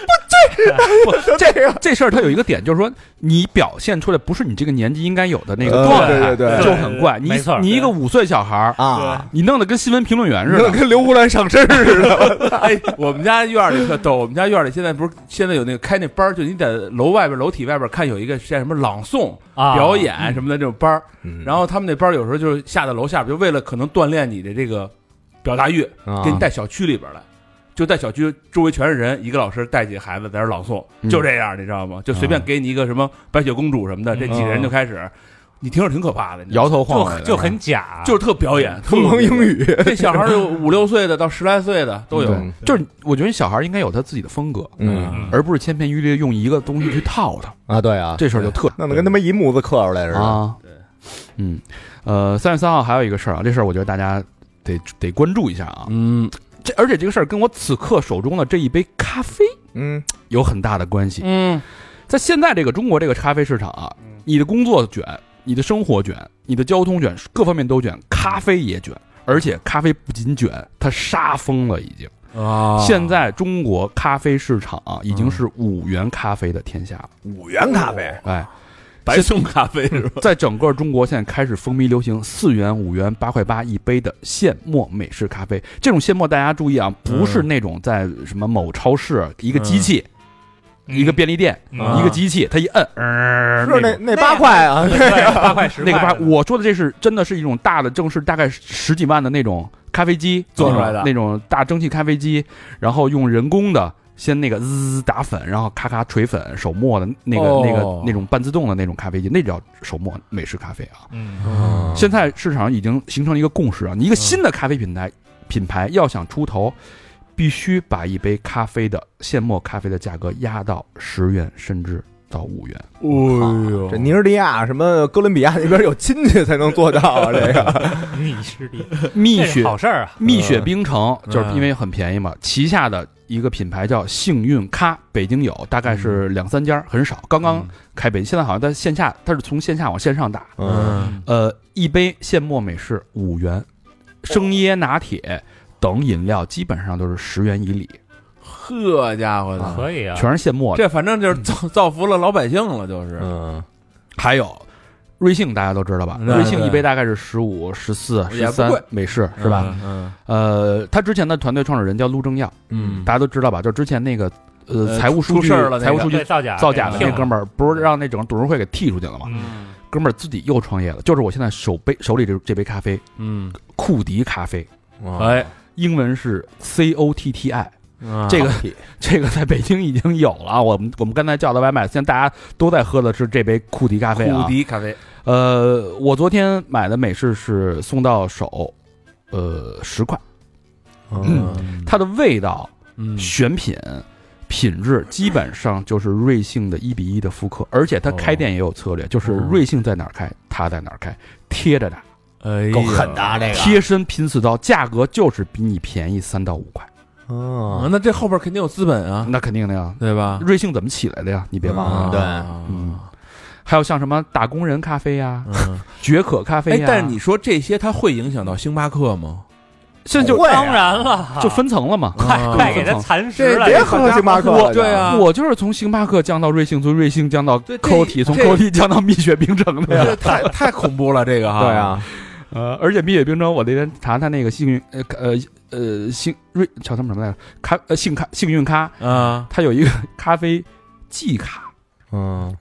Speaker 2: 他什么宁死不惧，这个
Speaker 3: 这事儿它有一个点，就是说你表现出来不是你这个年纪应该有的那个
Speaker 2: 呃
Speaker 3: 状态，
Speaker 2: 对对对
Speaker 3: 就很怪。你
Speaker 5: 没错
Speaker 3: 你一个五岁小孩儿，
Speaker 2: 啊，
Speaker 3: 你弄得跟新闻评论员似
Speaker 2: 跟
Speaker 3: 的，
Speaker 2: 跟刘胡兰上身似 的，
Speaker 4: 哎，我们家院儿里特逗，我们家院儿里现在不是现在有那个开那班儿，就你在楼外边楼体外边看有一个像什么朗诵
Speaker 5: 啊
Speaker 4: 表
Speaker 3: 嗯
Speaker 4: 演什么的这种班儿，然
Speaker 2: 后
Speaker 4: 后他们那班儿有时候就是下到楼下边，就为了可能锻炼你的这个表达欲，
Speaker 2: 啊
Speaker 4: 给你带小区里边来，就带小区周围全是人，一个老师带几个孩子在这儿朗诵，
Speaker 3: 嗯
Speaker 4: 啊嗯就这样，你知道吗？就随便给你一个什么白雪公主什么的，这几个人就开始。你听着挺可怕的，你知道
Speaker 3: 摇
Speaker 4: 吗
Speaker 3: 头晃
Speaker 5: 就
Speaker 3: 脑的
Speaker 5: 就很假，
Speaker 4: 就是特表演，
Speaker 2: 疯狂英语
Speaker 4: 这小孩儿有五六岁的到十来岁的都有，
Speaker 3: 对就是我觉得小孩应该有他自己的风格，
Speaker 2: 嗯
Speaker 5: 嗯
Speaker 3: 而不是千篇一律地用一个东西去套他，
Speaker 2: 啊，对啊，
Speaker 3: 这事儿就特
Speaker 2: 弄得跟他妈一模子刻出来似的。
Speaker 3: 啊，对，嗯，呃，三月三号还有一个事儿啊，这事儿我觉得大家得得关注一下啊。
Speaker 4: 嗯，
Speaker 3: 这而且这个事儿跟我此刻手中的这一杯咖啡
Speaker 2: 嗯
Speaker 3: 有很大的关系。
Speaker 4: 嗯，
Speaker 3: 在现在这个中国这个咖啡市场啊，
Speaker 2: 嗯
Speaker 3: 你的工作卷、你的生活卷、你的交通卷，各方面都卷，咖啡也卷。而且咖啡不仅卷，它杀疯了，已经。
Speaker 4: 啊
Speaker 3: 现在中国咖啡市场啊，已经是五元咖啡的天下了。
Speaker 2: 五元咖啡，
Speaker 3: 哎，
Speaker 4: 白送咖啡是吧？
Speaker 3: 在整个中国现在开始风靡流行四元、五元、八块八一杯的现磨美式咖啡。这种现磨大家注意啊，不是那种在什么某超市一个机器、
Speaker 5: 嗯
Speaker 3: 一个便利店、
Speaker 5: 嗯
Speaker 3: 一个机器，它一摁，呃、
Speaker 2: 是那
Speaker 3: 种
Speaker 2: 那八块啊，
Speaker 5: 对八块十
Speaker 3: 那个
Speaker 5: 块
Speaker 3: 吧，
Speaker 5: 的
Speaker 3: 我说的这是真的是一种大的正式，大概十几万的那种咖啡机
Speaker 4: 做出来的
Speaker 3: 那种大蒸汽咖啡机，然后用人工的先那个滋滋滋打粉，然后咔咔锤粉，手磨的那个、
Speaker 4: 哦
Speaker 3: 那个那种半自动的那种咖啡机，那叫手磨美式咖啡啊。
Speaker 5: 嗯
Speaker 2: 嗯
Speaker 3: 现在市场已经形成了一个共识啊，你一个新的咖啡品牌品牌要想出头，必须把一杯咖啡的现磨咖啡的价格压到十元甚至到五元。
Speaker 4: 哎呦
Speaker 2: 这尼日利亚、什么哥伦比亚那边有亲戚才能做到啊，这个
Speaker 5: 你是的，
Speaker 3: 蜜
Speaker 5: 这是
Speaker 3: 雪
Speaker 5: 好事儿啊，
Speaker 3: 蜜雪冰城
Speaker 4: 嗯
Speaker 3: 就是因为很便宜嘛，旗下的一个品牌叫幸运咖，北京有，大概是
Speaker 4: 嗯
Speaker 3: 两三家，很少，刚刚开北，现在好像在线下，它是从线下往线上打。
Speaker 2: 嗯
Speaker 3: 呃，一杯现磨美式五元，生椰拿铁等饮料基本上都是十元以里，
Speaker 4: 呵家伙的，
Speaker 5: 可以啊，
Speaker 3: 全是现磨的。
Speaker 4: 这反正就是造造福了老百姓了，就是
Speaker 2: 嗯，
Speaker 3: 还有瑞幸，大家都知道吧？
Speaker 4: 对
Speaker 3: 瑞幸
Speaker 4: 嗯对
Speaker 3: 一杯大概是十五、十四、
Speaker 4: 也
Speaker 3: 十
Speaker 4: 不
Speaker 3: 三
Speaker 4: 贵
Speaker 3: 美式，是吧？？
Speaker 4: 嗯
Speaker 3: 呃，他之前的团队创始人叫陆正耀，
Speaker 4: 嗯
Speaker 3: 大家都知道吧？就之前那个呃
Speaker 4: 呃
Speaker 3: 财务数
Speaker 4: 出
Speaker 3: 据
Speaker 4: 事儿了那个
Speaker 3: 财务数据
Speaker 5: 对造假
Speaker 3: 造假的
Speaker 5: 骗
Speaker 3: 那
Speaker 5: 了
Speaker 3: 哥们儿，不是让那整个董事会给踢出去了吗？
Speaker 5: 嗯
Speaker 3: 哥们儿自己又创业了，就是我现在手杯手里这这杯咖啡，
Speaker 4: 嗯，
Speaker 3: 库迪咖啡，
Speaker 2: 哇
Speaker 4: 哎，
Speaker 3: 英文是 C O T T I，
Speaker 4: 这
Speaker 3: 这个这个在北京已经有了啊。我们我们刚才叫的外卖，现在大家都在喝的是这杯库迪咖啡啊。
Speaker 4: 库迪咖啡，
Speaker 3: 呃，我昨天买的美式是送到手，呃，十块，
Speaker 4: 嗯
Speaker 3: 它的味道、
Speaker 4: 嗯
Speaker 3: 选品、品质基本上就是瑞幸的一比一的复刻，而且它
Speaker 4: 哦
Speaker 3: 开店也有策略，就是瑞幸在哪儿开，它在哪儿开，贴着打，
Speaker 4: 哎，
Speaker 2: 够狠的啊，这个。
Speaker 3: 贴身拼刺刀，价格就是比你便宜三到五块，
Speaker 4: 啊！
Speaker 2: 嗯，
Speaker 4: 那这后边肯定有资本啊，
Speaker 3: 那肯定的呀。
Speaker 4: 对吧？
Speaker 3: 瑞幸怎么起来的呀？你别忘了，
Speaker 2: 对
Speaker 3: 嗯，
Speaker 4: 哎
Speaker 3: 还有像什么打工人咖啡呀、
Speaker 4: 嗯，
Speaker 3: 绝可咖啡
Speaker 4: 哎
Speaker 3: 呀，，
Speaker 4: 但是你说这些，它会影响到星巴克吗？
Speaker 3: 现在就
Speaker 2: 会啊
Speaker 5: 当然了，
Speaker 3: 就分层了嘛。
Speaker 5: 快
Speaker 4: 啊
Speaker 5: 快给
Speaker 3: 分
Speaker 5: 他
Speaker 3: 层
Speaker 5: 蚕食
Speaker 2: 这
Speaker 5: 了，
Speaker 2: 别喝星巴克了，
Speaker 4: 对啊，
Speaker 3: 我就是从星巴克降到瑞幸，从瑞幸降到
Speaker 4: 对这
Speaker 3: Coty，从
Speaker 4: 这
Speaker 3: Coty 降到蜜雪冰城的呀。
Speaker 4: 这太太恐怖了，这个哈。
Speaker 2: 对，啊，
Speaker 3: 呃，而且蜜雪冰城，我那天查他那个幸运呃呃呃幸瑞叫他们什么来着？咖呃幸咖幸运咖，
Speaker 4: 啊，
Speaker 3: 它有一个咖啡季卡、
Speaker 2: 嗯，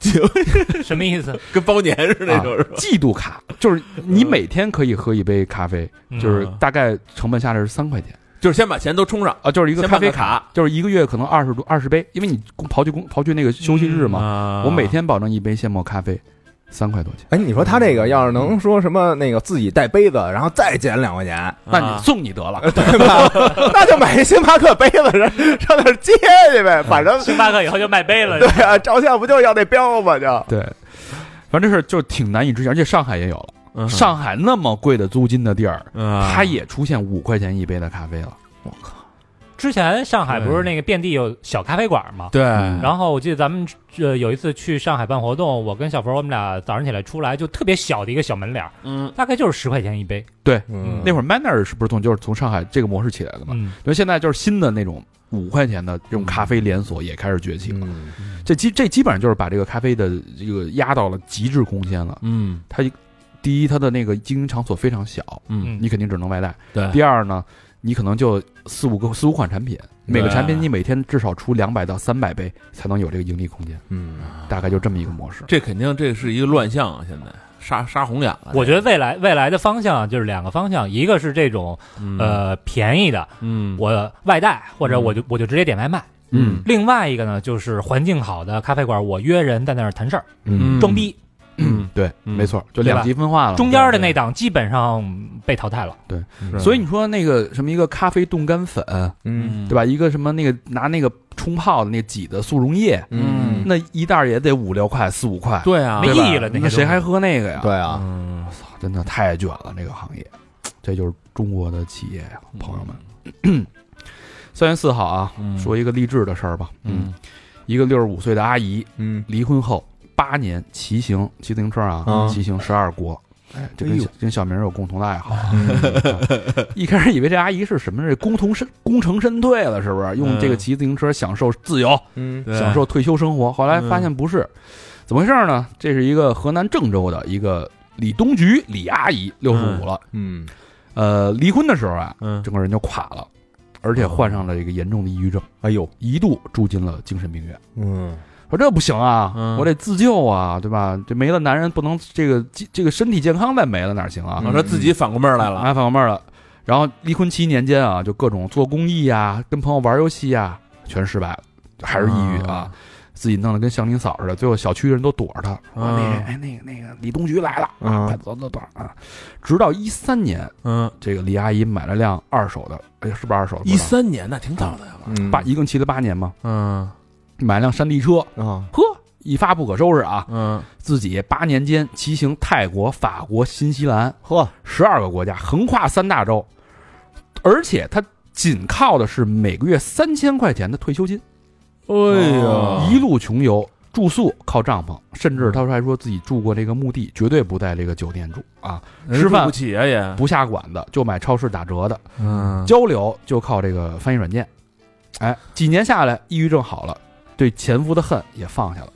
Speaker 5: 什么意思？
Speaker 4: 跟包年似的那种，是
Speaker 1: 啊
Speaker 4: 吧？
Speaker 3: 季度卡，就是你每天可以喝一杯咖啡，
Speaker 5: 嗯
Speaker 3: 就是大概成本下来是三块钱
Speaker 4: 啊就是先把钱都充上，
Speaker 3: 啊，就是一个
Speaker 4: 先
Speaker 3: 咖
Speaker 4: 办
Speaker 3: 啡
Speaker 4: 个
Speaker 3: 卡，
Speaker 4: 卡
Speaker 3: 就是一个月可能二十多二十杯，因为你工刨去工刨去那个休息日嘛，
Speaker 4: 嘛
Speaker 3: 我每天保证一杯现磨咖啡三块多钱，
Speaker 2: 哎，你说他这个要是能说什么那个自己带杯子，然后再减两块钱，
Speaker 3: 那你送你得了。
Speaker 2: 对吧？ 那就买一星巴克杯子，然后上那儿接去呗，反正
Speaker 5: 星巴克以后就卖杯了
Speaker 2: 对，啊，照相不就要那标吗？就
Speaker 3: 对，反正这事儿就挺难以置信，而且上海也有了。
Speaker 4: 你
Speaker 3: 上海那么贵的租金的地儿，它
Speaker 4: 他
Speaker 3: 也出现五块钱一杯的咖啡了。
Speaker 5: 之前上海不是那个遍地有小咖啡馆吗？
Speaker 4: 对，
Speaker 3: 嗯
Speaker 5: 然后我记得咱们呃有一次去上海办活动，我跟小佛我们俩早上起来出来就特别小的一个小门脸儿，
Speaker 4: 嗯
Speaker 5: 大概就是十块钱一杯。
Speaker 2: 嗯
Speaker 3: 那会儿 Manner 是不是从就是从上海这个模式起来的嘛？
Speaker 5: 嗯，
Speaker 3: 因为现在就是新的那种五块钱的这种咖啡连锁也开始崛起了。
Speaker 2: 嗯
Speaker 3: 这基这基本上就是把这个咖啡的这个压到了极致空间了。
Speaker 4: 嗯
Speaker 3: 它一第一，它的那个经营场所非常小，
Speaker 4: 嗯，
Speaker 3: 你肯定只能外带；
Speaker 4: 对，
Speaker 3: 第二呢，你可能就四五个四五款产品，每个
Speaker 4: 对
Speaker 3: 产品你每天至少出两百到三百杯才能有这个盈利空间，
Speaker 2: 嗯，
Speaker 3: 大概就这么一个模式。
Speaker 4: 这肯定这是一个乱象啊，现在杀杀红眼了。
Speaker 5: 我觉得未来未来的方向就是两个方向，一个是这种
Speaker 4: 嗯
Speaker 5: 呃便宜的，
Speaker 4: 嗯
Speaker 5: 我外带或者我就我就直接点外卖。
Speaker 3: 嗯
Speaker 5: 另外一个呢，就是环境好的咖啡馆，我约人在那儿谈事儿，
Speaker 4: 嗯
Speaker 5: 装逼。
Speaker 2: 嗯
Speaker 3: 对，
Speaker 2: 嗯
Speaker 3: 没错，就
Speaker 5: 对吧
Speaker 3: 两极分化了。
Speaker 5: 中间的那档基本上被淘汰了。
Speaker 2: 是
Speaker 3: 嗯所以你说那个什么一个咖啡冻干粉，
Speaker 2: 嗯
Speaker 3: 对吧？一个什么那个拿那个冲泡的那个挤的速溶液，
Speaker 2: 嗯，
Speaker 3: 那一袋儿也得五六块、四五块，
Speaker 4: 对啊
Speaker 5: 没
Speaker 3: 对吧
Speaker 5: 意义了那些
Speaker 3: 那谁
Speaker 5: 东西
Speaker 3: 还喝那个呀？
Speaker 2: 对啊，
Speaker 4: 嗯，
Speaker 3: 操，真的太卷了，这个行业，这就是中国的企业呀，朋友们。三月四号啊，
Speaker 4: 嗯
Speaker 3: 说一个励志的事儿吧。
Speaker 2: 嗯，
Speaker 3: 一个六十五岁的阿姨
Speaker 2: 嗯
Speaker 3: 离婚后八年骑行骑自行车啊，
Speaker 2: 啊
Speaker 3: 骑行十二国。哎，这
Speaker 4: 哎
Speaker 3: 跟
Speaker 4: 呦
Speaker 3: 小跟小明有共同的爱好
Speaker 2: 嗯
Speaker 3: 啊。一开始以为这阿姨是什么这功同身功成身退了，是不是？用这个
Speaker 4: 嗯
Speaker 3: 骑自行车享受自由，
Speaker 2: 嗯
Speaker 4: 对
Speaker 3: 享受退休生活。后来发现不是，怎么回事呢？这是一个河南郑州的一个李东菊李阿姨，六十五了，
Speaker 2: 嗯
Speaker 3: 呃，离婚的时候啊，
Speaker 4: 嗯
Speaker 3: 整个人就垮了，而且患上了一个严重的抑郁症，
Speaker 2: 哎呦，
Speaker 3: 一度住进了精神病院。
Speaker 2: 嗯
Speaker 3: 说这不行啊，
Speaker 4: 嗯
Speaker 3: 我得自救啊，对吧？这没了男人不能这个这个身体健康再没了哪儿行啊？
Speaker 4: 我说哦自己反过味儿来
Speaker 3: 啊，
Speaker 4: 了，
Speaker 3: 反过面了。然后离婚期年间啊，就各种做公益啊，跟朋友玩游戏啊，全失败了，还是抑郁啊，自己弄得跟祥林嫂似的。最后小区的人都躲着他，说
Speaker 4: 啊
Speaker 3: 那个哎那个那个李东菊来了啊，
Speaker 2: 啊
Speaker 3: 快走走走啊！直到一三年，
Speaker 4: 嗯，
Speaker 3: 这个李阿姨买了辆二手的，哎呀，是不是二手的？不
Speaker 4: 一
Speaker 3: 知道
Speaker 4: 三年那挺早的呀，
Speaker 2: 嗯
Speaker 3: 八一共骑了八年嘛，
Speaker 4: 嗯
Speaker 3: 买了辆山地车，
Speaker 2: 啊，
Speaker 3: 呵，一发不可收拾啊！
Speaker 4: 嗯，
Speaker 3: 自己八年间骑行泰国、法国、新西兰
Speaker 2: 呵，
Speaker 3: 十二个国家，横跨三大洲，而且他仅靠的是每个月三千块钱的退休金，
Speaker 4: 哎
Speaker 3: 一路穷游，住宿靠帐篷，甚至他说还说自己住过这个墓地，绝对不在这个酒店住啊，
Speaker 4: 呀，
Speaker 3: 吃饭
Speaker 4: 不起啊也，
Speaker 3: 不下馆子，就买超市打折的，
Speaker 4: 嗯，
Speaker 3: 交流就靠这个翻译软件。哎，几年下来，抑郁症好了，对前夫的恨也放下了。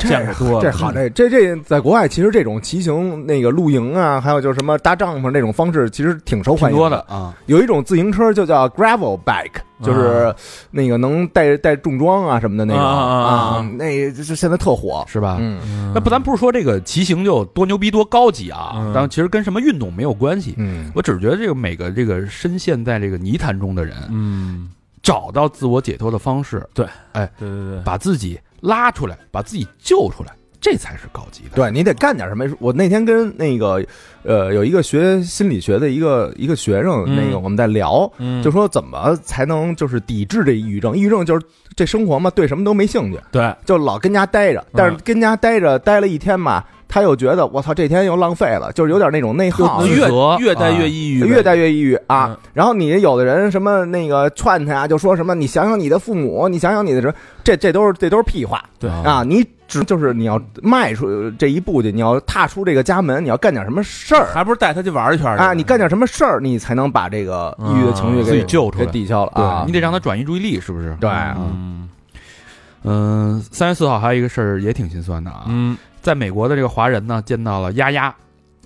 Speaker 4: 见识多了，
Speaker 2: 嗯这好，这这这在国外其实这种骑行那个露营啊，还有就是什么搭帐篷这种方式，其实挺受
Speaker 3: 挺
Speaker 2: 欢迎
Speaker 3: 多的。啊，
Speaker 2: 有一种自行车就叫 gravel bike，就是
Speaker 4: 啊
Speaker 2: 那个能带带重装啊什么的那种
Speaker 4: 啊啊啊啊
Speaker 2: 那就是现在特火。
Speaker 3: 是吧？
Speaker 2: 嗯
Speaker 3: 那不，咱不是说这个骑行就多牛逼多高级啊
Speaker 4: 嗯，
Speaker 3: 但其实跟什么运动没有关系。
Speaker 2: 嗯
Speaker 3: 我只是觉得这个每个这个深陷在这个泥潭中的人，
Speaker 4: 嗯，
Speaker 3: 找到自我解脱的方式，
Speaker 4: 对对对，
Speaker 3: 把自己拉出来，把自己救出来，这才是高级的。
Speaker 2: 对你得干点什么。我那天跟那个呃有一个学心理学的一个一个学生，
Speaker 4: 嗯
Speaker 2: 那个我们在聊，
Speaker 4: 嗯
Speaker 2: 就说怎么才能就是抵制这抑郁症。抑郁症就是这生活嘛，对什么都没兴趣，
Speaker 4: 对，嗯
Speaker 2: 就老跟家待着。但是跟家待着待了一天嘛，他又觉得我操这天又浪费了，就是有点那种内耗
Speaker 3: 就。自
Speaker 4: 越
Speaker 3: 责
Speaker 4: 越带越
Speaker 3: 啊
Speaker 4: 抑郁，
Speaker 2: 越带越抑郁啊！
Speaker 4: 嗯
Speaker 2: 然后你有的人什么那个劝他呀、就说什么你想想你的父母，你想想你的什么，这这都是这都是屁话。
Speaker 4: 对
Speaker 2: 啊，你只就是你要迈出这一步去，你要踏出这个家门，你要干点什么事儿
Speaker 4: 还不是带他去玩一圈儿去
Speaker 2: 啊！你干点什么事儿，你才能把这个抑郁的情绪
Speaker 4: 啊
Speaker 2: 给
Speaker 3: 自己救出来
Speaker 2: 给抵消了啊！
Speaker 3: 你得让他转移注意力，是不是？哎
Speaker 2: 对
Speaker 4: 嗯
Speaker 3: 嗯，三月四号还有一个事儿也挺心酸的啊，
Speaker 4: 嗯，
Speaker 3: 在美国的这个华人呢，见到了丫丫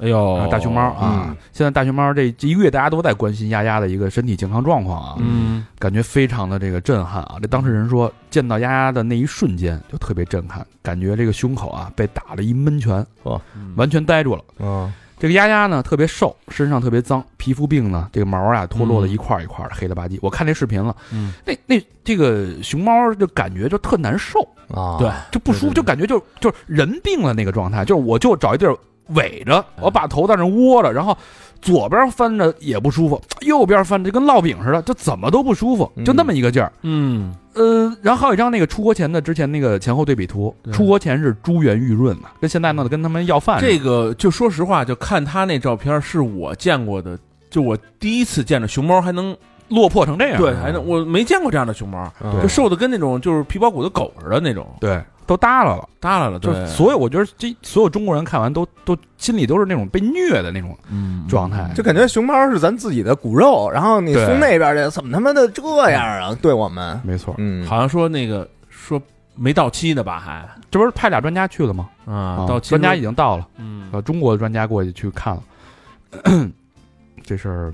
Speaker 4: 哎呦
Speaker 3: 啊，，大熊猫啊
Speaker 2: 嗯，
Speaker 3: 现在大熊猫这这一个月大家都在关心丫丫的一个身体健康状况啊，
Speaker 4: 嗯，
Speaker 3: 感觉非常的这个震撼啊！这当事人说，见到丫丫的那一瞬间就特别震撼，感觉这个胸口啊被打了一闷拳，
Speaker 4: 嗯，
Speaker 3: 完全呆住了。
Speaker 2: 嗯
Speaker 3: 这个丫丫呢特别瘦，身上特别脏，皮肤病呢这个毛啊脱落的
Speaker 4: 嗯
Speaker 3: 一块儿一块儿的，黑了吧唧。我看那视频了，
Speaker 4: 嗯
Speaker 3: 那那这个熊猫就感觉就特难受，
Speaker 2: 啊，
Speaker 4: 对，
Speaker 3: 就不舒服，
Speaker 4: 对对对
Speaker 3: 就感觉就就是人病了那个状态，就是我就找一地儿围着，
Speaker 4: 嗯
Speaker 3: 我把头在那窝着，然后左边翻着也不舒服，右边翻着就跟烙饼似的，就怎么都不舒服，就那么一个劲儿。
Speaker 4: 嗯，
Speaker 3: 呃，然后还有一张那个出国前的之前那个前后对比图，
Speaker 4: 对嗯
Speaker 3: 出国前是珠圆玉润的，跟现在弄得跟他们要饭似的。
Speaker 4: 这个就说实话，就看他那照片，是我见过的，就我第一次见着熊猫还能
Speaker 3: 落魄成这样，
Speaker 4: 对，还能我没见过这样的熊猫，
Speaker 2: 嗯
Speaker 4: 就瘦的跟那种就是皮包骨的狗似的那种，
Speaker 3: 对，都耷拉了。
Speaker 4: 耷拉了，
Speaker 3: 就
Speaker 4: 对
Speaker 3: 是，所有，我觉得这所有中国人看完都都心里都是那种被虐的那种
Speaker 4: 嗯
Speaker 3: 状态，
Speaker 2: 就感觉熊猫是咱自己的骨肉，然后你
Speaker 3: 对
Speaker 2: 送那边去，怎么他妈的这样啊？对我们，
Speaker 3: 没错。
Speaker 2: 嗯，
Speaker 4: 好像说那个说没到期呢吧，还
Speaker 3: 这不是派俩专家去了吗？
Speaker 2: 哦
Speaker 4: 啊，到期
Speaker 3: 专家已
Speaker 4: 也
Speaker 3: 经到了。
Speaker 4: 嗯
Speaker 3: 呃，中国的专家过去去看了 这事儿，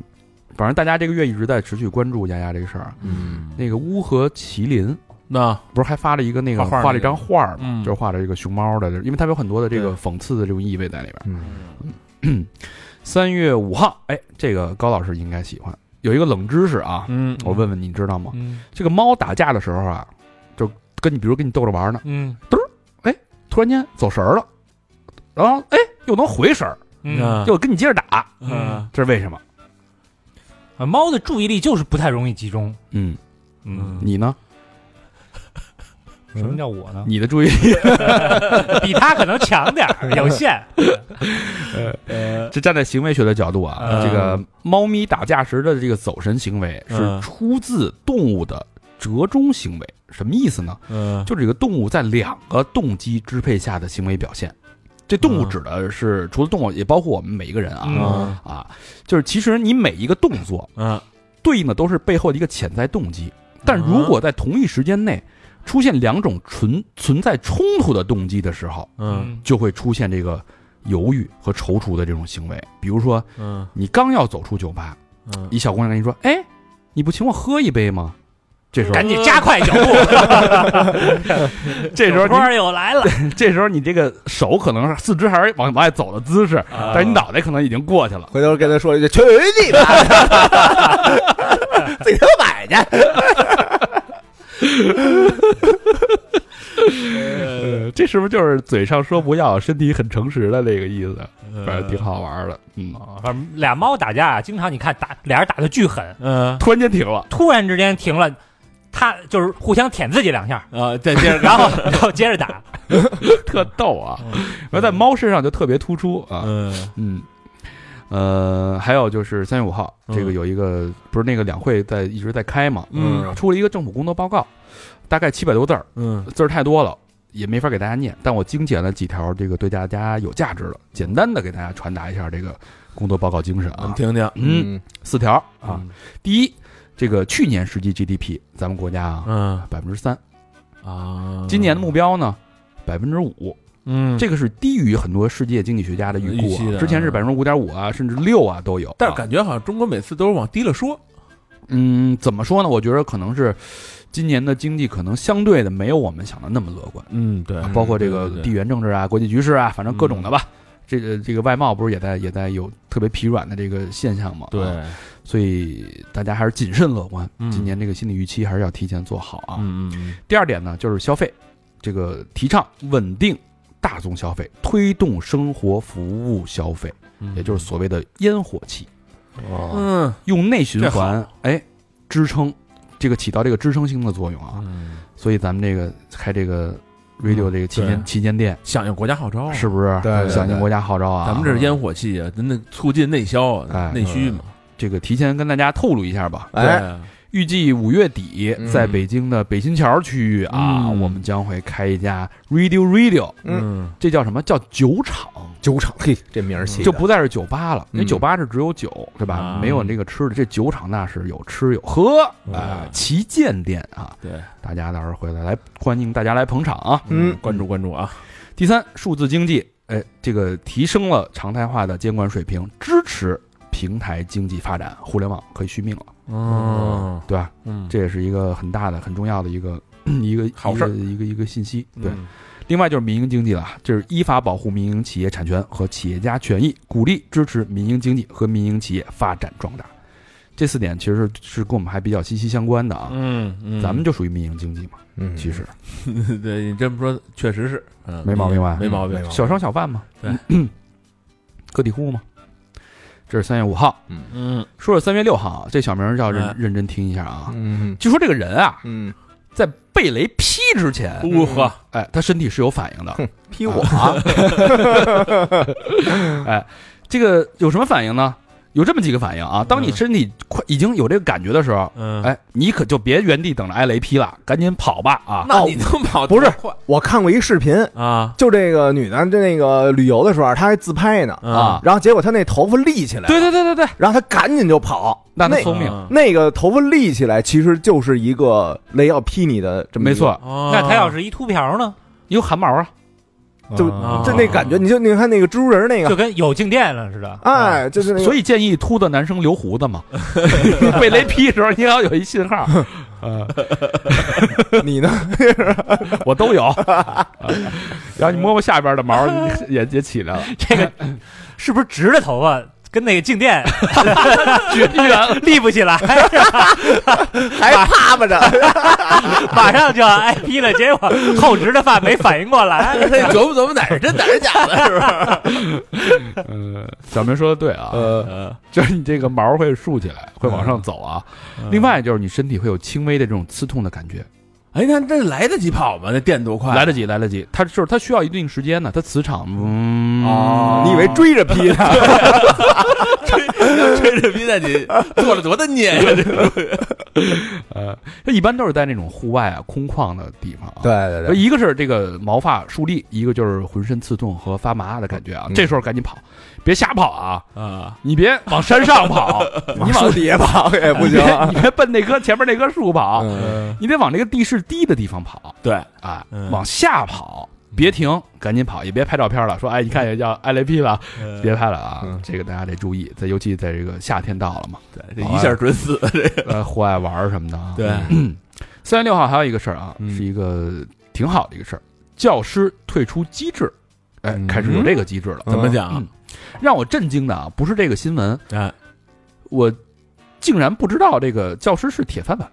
Speaker 3: 反正大家这个月一直在持续关注丫丫这个事儿啊。
Speaker 4: 嗯，
Speaker 3: 那个乌合麒麟
Speaker 4: 那
Speaker 3: 不是还发了一个那个
Speaker 4: 画画
Speaker 3: 画
Speaker 4: 那
Speaker 3: 了一张
Speaker 4: 个
Speaker 3: 画儿嘛，
Speaker 4: 嗯
Speaker 3: 就是画了这个熊猫的，因为它有很多的这个
Speaker 4: 对
Speaker 3: 讽刺的这种意味在里边儿。
Speaker 2: 嗯
Speaker 3: 三月五号，哎，这个高老师应该喜欢，有一个冷知识啊，
Speaker 4: 嗯，
Speaker 3: 我问问你知道吗？
Speaker 4: 嗯
Speaker 3: 这个猫打架的时候啊，就跟你比如跟你逗着玩儿呢，
Speaker 5: 嗯，
Speaker 3: 突然间走神儿了，然后哎又能回神儿，
Speaker 5: 嗯，
Speaker 3: 又跟你接着打，
Speaker 4: 嗯
Speaker 3: 这是为什么？
Speaker 5: 啊猫的注意力就是不太容易集中。
Speaker 3: 嗯，
Speaker 5: 嗯，
Speaker 3: 你呢？
Speaker 5: 什么叫我
Speaker 4: 嗯
Speaker 5: 呢？
Speaker 3: 你的注意力
Speaker 5: 比他可能强点儿，有限。
Speaker 4: 嗯
Speaker 3: 是站在行为学的角度啊，
Speaker 5: 嗯
Speaker 3: 这个猫咪打架时的这个走神行为是
Speaker 4: 嗯
Speaker 3: 出自动物的折中行为，什么意思呢？
Speaker 4: 嗯
Speaker 3: 就是这个动物在两个动机支配下的行为表现。这动物指的是除了动物，也包括我们每一个人啊、
Speaker 5: 嗯
Speaker 3: 啊，就是其实你每一个动作
Speaker 4: 嗯
Speaker 3: 对应的都是背后的一个潜在动机，但如果在同一时间内出现两种存存在冲突的动机的时候，
Speaker 4: 嗯
Speaker 3: 就会出现这个犹豫和踌躇的这种行为。比如说，
Speaker 4: 嗯
Speaker 3: 你刚要走出酒吧，
Speaker 4: 嗯，
Speaker 3: 一小姑娘跟你说：“哎，你不请我喝一杯吗？”这时候，
Speaker 5: 赶紧加快脚步，
Speaker 3: 这时候
Speaker 5: 花儿又来了。
Speaker 3: 你这时候你这个手可能是四肢还是往往外走的姿势，
Speaker 5: 啊
Speaker 3: 但是你脑袋可能已经过去了。
Speaker 2: 回头跟他说一句：“去你妈 的，自己他妈买去。
Speaker 3: 呃，这是不是就是嘴上说不要，身体很诚实的那个意思？反正挺好玩的。嗯，
Speaker 5: 嗯啊反正俩猫打架，经常你看打俩人打的巨狠，
Speaker 4: 嗯
Speaker 3: 突然间停了。
Speaker 5: 突然之间停了，它就是互相舔自己两下，
Speaker 4: 啊，再接着
Speaker 5: 然
Speaker 4: 干，
Speaker 5: 后然后接着打。嗯
Speaker 3: 特逗啊！然后在猫身上就特别突出啊，
Speaker 4: 嗯
Speaker 3: 嗯，呃，还有就是三月五号
Speaker 4: 嗯
Speaker 3: 这个有一个不是那个两会在一直在开嘛，
Speaker 4: 嗯
Speaker 3: 出了一个政府工作报告，大概七百多字儿，
Speaker 4: 嗯
Speaker 3: 字儿太多了。也没法给大家念，但我精简了几条这个对大家有价值的，简单的给大家传达一下这个工作报告精神
Speaker 4: 我们
Speaker 3: 啊。
Speaker 4: 听听”
Speaker 3: 嗯，四条啊。第一，这个去年实际 GDP 咱们国家啊
Speaker 4: 嗯
Speaker 3: 百分之三，
Speaker 4: 啊，
Speaker 3: 今年的目标呢百分之五，
Speaker 4: 嗯，
Speaker 3: 这个是低于很多世界经济学家的预估、
Speaker 4: 预期
Speaker 3: 啊，
Speaker 4: 的
Speaker 3: 之前是百分之五点五啊，甚至六啊都有啊。
Speaker 4: 但是感觉好像中国每次都是往低了说，
Speaker 3: 嗯，怎么说呢？我觉得可能是今年的经济可能相对的没有我们想的那么乐观，
Speaker 4: 嗯，对
Speaker 3: 啊包括这个
Speaker 4: 对对对
Speaker 3: 地缘政治啊、国际局势啊，反正各种的吧。这个这个外贸不是也在也在有特别疲软的这个现象嘛？啊，
Speaker 4: 对，
Speaker 3: 所以大家还是谨慎乐观。
Speaker 4: 嗯
Speaker 3: 今年这个心理预期还是要提前做好啊。
Speaker 4: 嗯嗯
Speaker 3: 第二点呢，就是消费，这个提倡稳定大宗消费，推动生活服务消费。
Speaker 4: 嗯
Speaker 3: 也就是所谓的烟火气，
Speaker 2: 哦，
Speaker 4: 嗯
Speaker 3: 用内循
Speaker 4: 这
Speaker 3: 环
Speaker 4: 好
Speaker 3: 哎支撑，这个起到这个支撑性的作用啊。
Speaker 4: 嗯，
Speaker 3: 所以咱们这个开这个 radio 这个旗舰
Speaker 4: 对嗯
Speaker 3: 旗舰店，
Speaker 4: 响应国家号召，啊
Speaker 3: 是不是
Speaker 2: 对对
Speaker 3: 响应国家号召啊？
Speaker 4: 咱们这是烟火气啊，那促进内销
Speaker 3: 哎
Speaker 4: 啊，内需嘛，
Speaker 3: 这个提前跟大家透露一下吧，
Speaker 2: 哎，
Speaker 3: 预计五月底
Speaker 2: 嗯
Speaker 3: 在北京的北新桥区域啊，
Speaker 4: 嗯
Speaker 3: 我们将会开一家 radio radio，
Speaker 4: 嗯
Speaker 3: 这叫什么叫酒厂？
Speaker 2: 酒厂，嘿，这名儿起
Speaker 3: 就不再是酒吧了，因为
Speaker 4: 嗯
Speaker 3: 酒吧是只有酒，对吧？
Speaker 4: 啊
Speaker 3: 没有这个吃的，这酒厂那是有吃有喝
Speaker 4: 嗯
Speaker 3: 啊，旗舰店啊，
Speaker 4: 对，
Speaker 3: 大家到时候回来来欢迎大家来捧场啊。
Speaker 2: 嗯
Speaker 4: 关注关注啊，
Speaker 3: 第三，数字经济，哎，这个提升了常态化的监管水平，支持平台经济发展，互联网可以续命了，
Speaker 4: 嗯
Speaker 3: 对啊吧？
Speaker 4: 嗯，
Speaker 3: 这也是一个很大的、很重要的一个 一个
Speaker 4: 好事儿
Speaker 3: 一个一个一个信息，对。
Speaker 4: 嗯
Speaker 3: 另外就是民营经济了啊，就是依法保护民营企业产权和企业家权益，鼓励支持民营经济和民营企业发展壮大。这四点其实是是跟我们还比较息息相关的啊，
Speaker 4: 嗯嗯，
Speaker 3: 咱们就属于民营经济嘛，
Speaker 2: 嗯
Speaker 3: 其实
Speaker 4: 对你这么说确实是，嗯，
Speaker 3: 没毛病吧？
Speaker 4: 没毛病，
Speaker 3: 小商小贩嘛，
Speaker 4: 对
Speaker 3: 嗯， 个体户嘛。这是三月五号，
Speaker 4: 嗯
Speaker 3: 说是三月六号啊，这小名儿要认
Speaker 4: 嗯
Speaker 3: 认真听一下啊。
Speaker 2: 嗯
Speaker 3: 据说这个人啊，
Speaker 2: 嗯，
Speaker 3: 在被雷劈之前，
Speaker 4: 呜呵，
Speaker 3: 哎，他身体是有反应的，
Speaker 2: 批我，
Speaker 3: 这个有什么反应呢？有这么几个反应啊，当你身体快已经有这个感觉的时候，
Speaker 4: 嗯，
Speaker 3: 哎，你可就别原地等着挨雷劈了，赶紧跑吧啊！
Speaker 4: 那你能 跑
Speaker 2: 不是
Speaker 4: 快
Speaker 2: 我看过一视频，
Speaker 4: 啊
Speaker 2: 就这个女的，就那个旅游的时候，她还自拍呢，
Speaker 3: 啊
Speaker 2: 然后结果她那头发立起来，
Speaker 3: 对，对对对对，
Speaker 2: 然后她赶紧就跑，
Speaker 3: 那
Speaker 2: 那
Speaker 3: 他聪明，
Speaker 4: 啊
Speaker 2: 那个头发立起来，其实就是一个雷要劈你的，这么一
Speaker 3: 没
Speaker 2: 个，
Speaker 3: 错，
Speaker 4: 哦
Speaker 5: 那它要是一秃瓢呢，
Speaker 3: 有汗毛啊，
Speaker 2: 就
Speaker 4: 啊
Speaker 2: 就那感觉，你就你看那个蜘蛛人那
Speaker 5: 就
Speaker 2: 个，
Speaker 5: 跟有静电了似的。啊
Speaker 2: 哎，就是那个，
Speaker 3: 所
Speaker 2: 以
Speaker 3: 以建议秃的男生留胡子嘛。被雷劈的时候，你要有一信号，呃，
Speaker 2: 你呢？
Speaker 3: 我都有。啊 然后你摸摸下边的毛，也也起来了。
Speaker 5: 这个是不是直的头发跟那个静电
Speaker 3: 绝缘，
Speaker 5: 立不起来，
Speaker 2: 还趴巴着，
Speaker 5: 马上就要挨批了。结果后直的发没反应过来，
Speaker 4: 琢磨琢磨哪是真哪是假的，是吧？
Speaker 3: 呃，小明说的对啊，
Speaker 2: 嗯
Speaker 5: 呃，
Speaker 3: 就是你这个毛会竖起来，会往上走啊。
Speaker 2: 嗯
Speaker 3: 另外就是你身体会有轻微的这种刺痛的感觉，
Speaker 4: 哎，那这来得及跑吗？那电多
Speaker 2: 嗯
Speaker 4: 快，
Speaker 3: 来得
Speaker 4: 得
Speaker 3: 及，来得及。它就是它需要一定时间呢，它磁场，嗯，
Speaker 2: 哦你以为追着劈呢？
Speaker 4: 吹着逼蛋，你做了多大孽呀？这
Speaker 3: 呃，它一般都是在那种户外啊、空旷的地方啊。
Speaker 2: 对对
Speaker 3: 一个是这个毛发竖立，一个就是浑身刺痛和发麻的感觉啊。
Speaker 2: 嗯
Speaker 3: 这时候赶紧跑，别瞎跑啊！
Speaker 4: 啊，
Speaker 3: 你别往山上跑，
Speaker 2: 对，你往底下跑 也 不行啊
Speaker 3: 别。你别奔那棵前面那棵树跑，
Speaker 4: 呃
Speaker 2: 嗯
Speaker 3: 你得往那个地势低的地方跑
Speaker 4: 对，
Speaker 3: 啊，
Speaker 4: 嗯
Speaker 3: 往下跑，
Speaker 2: 嗯
Speaker 3: 别停，赶紧跑，也别拍照片了。说哎，你看也叫挨雷劈了，
Speaker 4: 呃
Speaker 3: 别拍了啊！
Speaker 2: 嗯
Speaker 3: 这个大家得注意，在尤其在这个夏天到 了嘛，
Speaker 4: 对，这一下准死，这
Speaker 3: 呃，户外玩儿什么的啊。
Speaker 4: 对，
Speaker 3: 三月六号还有一个事儿啊，
Speaker 2: 嗯
Speaker 3: 是一个挺好的一个事儿，教师退出机制，哎，
Speaker 2: 嗯
Speaker 3: 开始有这个机制了。
Speaker 2: 嗯
Speaker 4: 怎么讲
Speaker 3: 嗯让我震惊的啊，不是这个新闻，
Speaker 2: 哎
Speaker 4: 啊？
Speaker 3: 我竟然不知道这个教师是铁饭碗。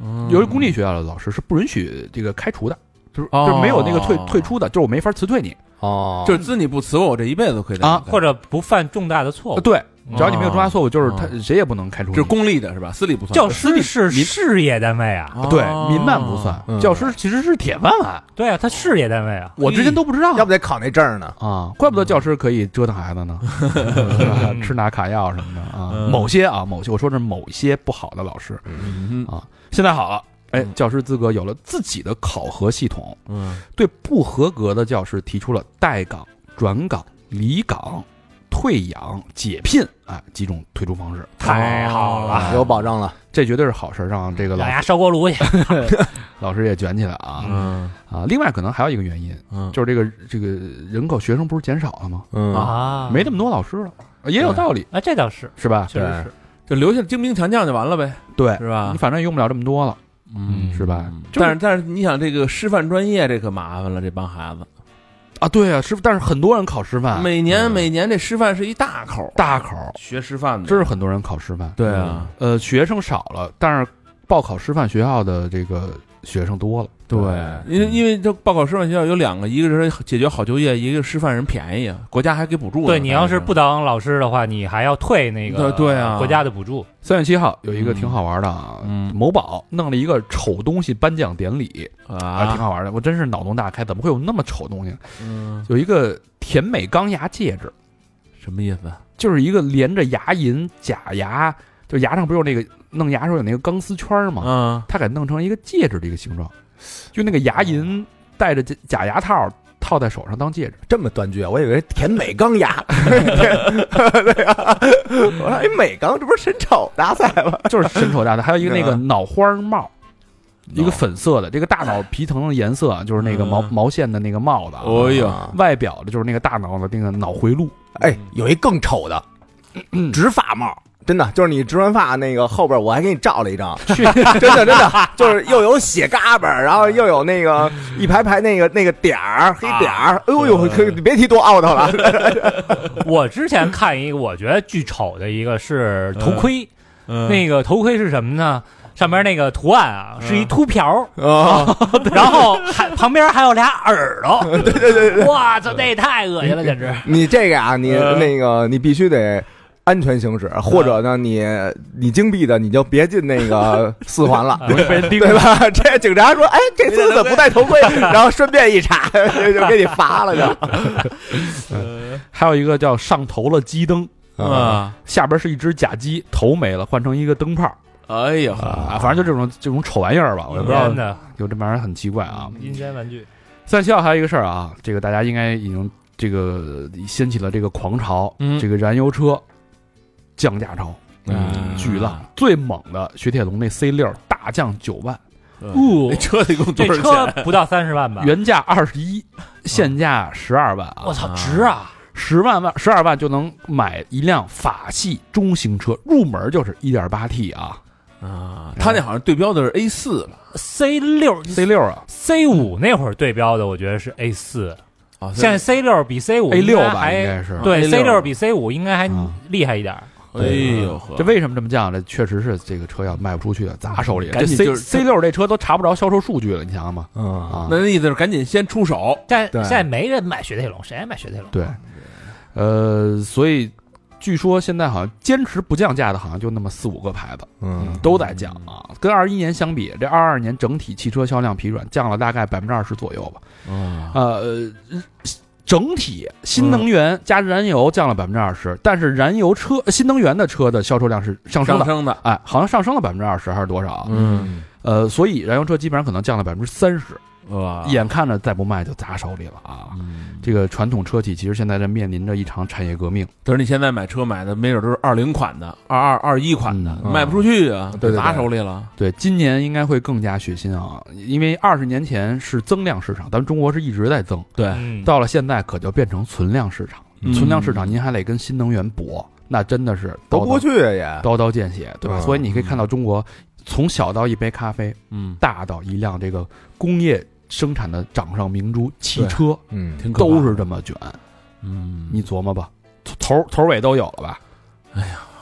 Speaker 4: 嗯
Speaker 3: 有些公立学校的老师是不允许这个开除的，就是
Speaker 4: 哦
Speaker 3: 就是没有那个退退出的，就是我没法辞退你。
Speaker 2: 哦，
Speaker 4: 就是滋你不辞我，我这一辈子亏待
Speaker 3: 啊
Speaker 4: 你
Speaker 5: 或者不犯重大的错
Speaker 3: 呃
Speaker 5: 误。
Speaker 3: 对，只要你没有重大错误，就是他
Speaker 4: 哦
Speaker 3: 谁也不能开除你。
Speaker 4: 这是公立的是吧？私立不算，
Speaker 5: 教
Speaker 3: 私立
Speaker 5: 师是
Speaker 3: 民
Speaker 5: 事业单位啊，
Speaker 4: 哦
Speaker 3: 对民办不算
Speaker 2: 嗯，
Speaker 3: 教师其实是铁饭碗。
Speaker 5: 对啊，他事业单位啊，
Speaker 3: 我之前都不知道
Speaker 2: 要不得考那证呢？
Speaker 3: 啊，怪不得教师可以折腾孩子呢，是 吧吃拿卡药什么的啊。
Speaker 4: 嗯
Speaker 3: 某些啊，某些我说是某些不好的老师
Speaker 4: 嗯
Speaker 3: 啊，现在好了。哎，
Speaker 4: 嗯
Speaker 3: 教师资格有了自己的考核系统，
Speaker 4: 嗯
Speaker 3: 对不合格的教师提出了带岗、转岗、离岗、退养、解聘啊几种退出方式。
Speaker 5: 太好了，
Speaker 2: 啊有保障了，
Speaker 3: 这绝对是好事，让这个哦老
Speaker 5: 咬牙烧锅炉去。
Speaker 3: 老师也卷起来啊
Speaker 4: 嗯
Speaker 3: 啊！另外，可能还有一个原因，
Speaker 4: 嗯，
Speaker 3: 就是这个这个人口学生不是减少了吗？
Speaker 2: 嗯
Speaker 5: 啊，
Speaker 3: 没那么多老师了，也有道理，
Speaker 5: 啊，这倒是，
Speaker 3: 是吧？
Speaker 5: 确实是。
Speaker 4: 就留下精兵强将就完了呗，
Speaker 3: 对，
Speaker 4: 是吧
Speaker 3: 你？反正也用不了这么多了，
Speaker 4: 嗯
Speaker 3: 是吧？就是
Speaker 4: 但是但是你想这个师范专业这可麻烦了，这帮孩子
Speaker 3: 啊，对啊，师，但是很多人考师范，
Speaker 4: 每年每年这师范是一大口儿，
Speaker 3: 啊大口，
Speaker 4: 学师范的，
Speaker 3: 真是很多人考师范。
Speaker 4: 对啊，
Speaker 3: 呃，学生少了，但是报考师范学校的这个学生多了。
Speaker 4: 对，因为因为这报考师范学校有两个，一个是解决好就业，一个是师范人便宜啊，国家还给补助呢。
Speaker 5: 对你要是不
Speaker 4: 当
Speaker 5: 当老师的话，你还要退那个
Speaker 4: 对对啊
Speaker 5: 国家的补助。
Speaker 3: 三月七号有一个挺好玩的啊，
Speaker 4: 嗯嗯
Speaker 3: 某宝弄了一个丑东西颁奖典礼啊，挺
Speaker 4: 啊，
Speaker 3: 好玩的。我真是脑洞大开，怎么会有那么丑东西？
Speaker 4: 嗯，
Speaker 3: 有一个甜美钢牙戒指，
Speaker 4: 什么意思？
Speaker 3: 就是一个连着牙龈、假牙，就牙上不是有那个弄牙时候有那个钢丝圈吗？
Speaker 4: 啊，
Speaker 3: 它给弄成一个戒指的一个形状，就那个牙龈带着假假牙套套在手上当戒指。
Speaker 2: 这么断句啊？我以为甜美钢 牙，对啊， 我说哎，美钢这不是神丑大赛吗？
Speaker 3: 就是神丑大的，还有一个那个脑花帽，一个粉色的，这个大脑皮层的颜色啊，就是那个毛
Speaker 4: 哦嗯
Speaker 3: 毛线的那个帽子啊，
Speaker 4: 哦哎呦
Speaker 2: 啊
Speaker 3: 外表的就是那个大脑的那个脑回路，
Speaker 2: 哎，有一更丑 的，直发帽。真的，就是你植完发那个后边，我还给你照了一 张，真的真 的，就是又有血嘎巴，然后又有那 个一排排那个那个点儿黑点儿，哎呦呦，可别提多 out 了，
Speaker 5: 我之前看一个我觉得巨丑的一个是头盔，
Speaker 4: 那
Speaker 5: 那个头盔是什么呢？上面那个图案啊，是一秃瓢儿，
Speaker 2: 啊，
Speaker 5: 然后还旁边还有俩耳朵。对对对对，哇操，那也太恶心了，简直！
Speaker 2: 你这个啊，你那个你必须得安全行驶，或者呢，你你金币的你就别进那个四环 了。
Speaker 3: 容易被盯
Speaker 2: 对吧？ 这警察说：“哎，这孙子不戴头 盔，然后顺便一查， 就就给你罚了就。
Speaker 3: 还有一个叫上头了鸡灯，
Speaker 2: 嗯
Speaker 4: 啊，
Speaker 3: 下边是一只假鸡，头没了，换成一个灯泡
Speaker 4: 哎呀，
Speaker 3: 啊，反正就这种这种丑玩意儿吧，我也不知道
Speaker 5: 真，的
Speaker 3: 有这玩意儿很奇怪啊。
Speaker 5: 阴间玩具，
Speaker 3: 三七号还有一个事儿啊，这个大家应该已经这个呃掀起了这个狂潮，
Speaker 4: 嗯
Speaker 3: 这个燃油车降价潮。
Speaker 4: 嗯
Speaker 3: 巨浪，最猛的雪铁龙那 C 六大降九万，
Speaker 5: 哦
Speaker 4: 那车得共多
Speaker 5: 这
Speaker 4: 少
Speaker 5: 车
Speaker 4: 钱？
Speaker 5: 不到三十万吧？
Speaker 3: 原价二十一，现价十二万啊
Speaker 5: 我！操，值啊！
Speaker 3: 十万万十二万就能买一辆法系中型车，入门就是一点八 T 啊
Speaker 4: 啊，他那好像对标的是 A 四吧？
Speaker 5: C 六、
Speaker 4: 哦
Speaker 3: ，C 六啊，
Speaker 5: C 五那会儿对标的，我觉得是 A 四，
Speaker 4: 啊，
Speaker 5: 现在 C 六比 C 五
Speaker 4: 哦
Speaker 3: A 六吧，应
Speaker 5: 还
Speaker 3: 该是。
Speaker 5: 对
Speaker 4: A6
Speaker 5: C 六比 C 五应该还
Speaker 3: 啊
Speaker 5: 厉害一点儿。
Speaker 4: 哎呦呵，
Speaker 3: 这为什么这么讲呢？确实是这个车要卖不出去，砸手里。
Speaker 4: 赶
Speaker 3: 这
Speaker 4: 紧
Speaker 3: C
Speaker 4: 就是
Speaker 3: C 六这车都查不着销售数据了，你想想吧。
Speaker 2: 嗯，
Speaker 3: 啊，
Speaker 4: 那那意思是赶紧先出手，
Speaker 5: 但
Speaker 2: 对
Speaker 5: 现在没人买雪铁龙，谁还买雪铁龙？
Speaker 3: 对，呃，所以据说现在好像坚持不降价的，好像就那么四五个牌子
Speaker 2: 嗯
Speaker 3: 都在降啊。跟二一年相比，这二二年整体汽车销量疲软，降了大概百分之二十左右吧。
Speaker 4: 啊，
Speaker 3: 呃，整体新能源加燃油降了百分之二十，但是燃油车呃新能源的车的销售量是上升
Speaker 4: 上
Speaker 3: 的。
Speaker 4: 升的，
Speaker 3: 哎，好像上升了百分之二十还是多少？
Speaker 2: 嗯，
Speaker 3: 呃，所以燃油车基本上可能降了百分之三十，
Speaker 4: 嗯哇，
Speaker 3: 眼看着再不卖就砸手里了啊！
Speaker 4: 啊嗯
Speaker 3: 这个传统车企其实现在在面临着一场产业革命。
Speaker 4: 等你现在买车买的，没准都是二零款的、二二二一款的，
Speaker 2: 嗯
Speaker 4: 卖不出去啊，
Speaker 2: 对对对
Speaker 4: 砸手里了。
Speaker 3: 对，今年应该会更加血腥啊，因为二十年前是增量市场，咱们中国是一直在增，
Speaker 4: 对
Speaker 5: 嗯，
Speaker 3: 到了现在可就变成存量市场。
Speaker 4: 嗯
Speaker 3: 存量市场您还得跟新能源搏，那真的是
Speaker 2: 都
Speaker 3: 刀
Speaker 2: 不过
Speaker 3: 刀
Speaker 2: 去也，
Speaker 3: 刀刀见血，对吧？
Speaker 2: 嗯
Speaker 3: 所以你可以看到中国从小到一杯咖啡，
Speaker 4: 嗯，
Speaker 3: 大到一辆这个工业生产的掌上明珠汽
Speaker 4: 对
Speaker 3: 车，
Speaker 2: 嗯，
Speaker 4: 挺可怕的
Speaker 3: 都是这么卷。
Speaker 4: 嗯，
Speaker 3: 你琢磨吧，头头头尾都有了吧？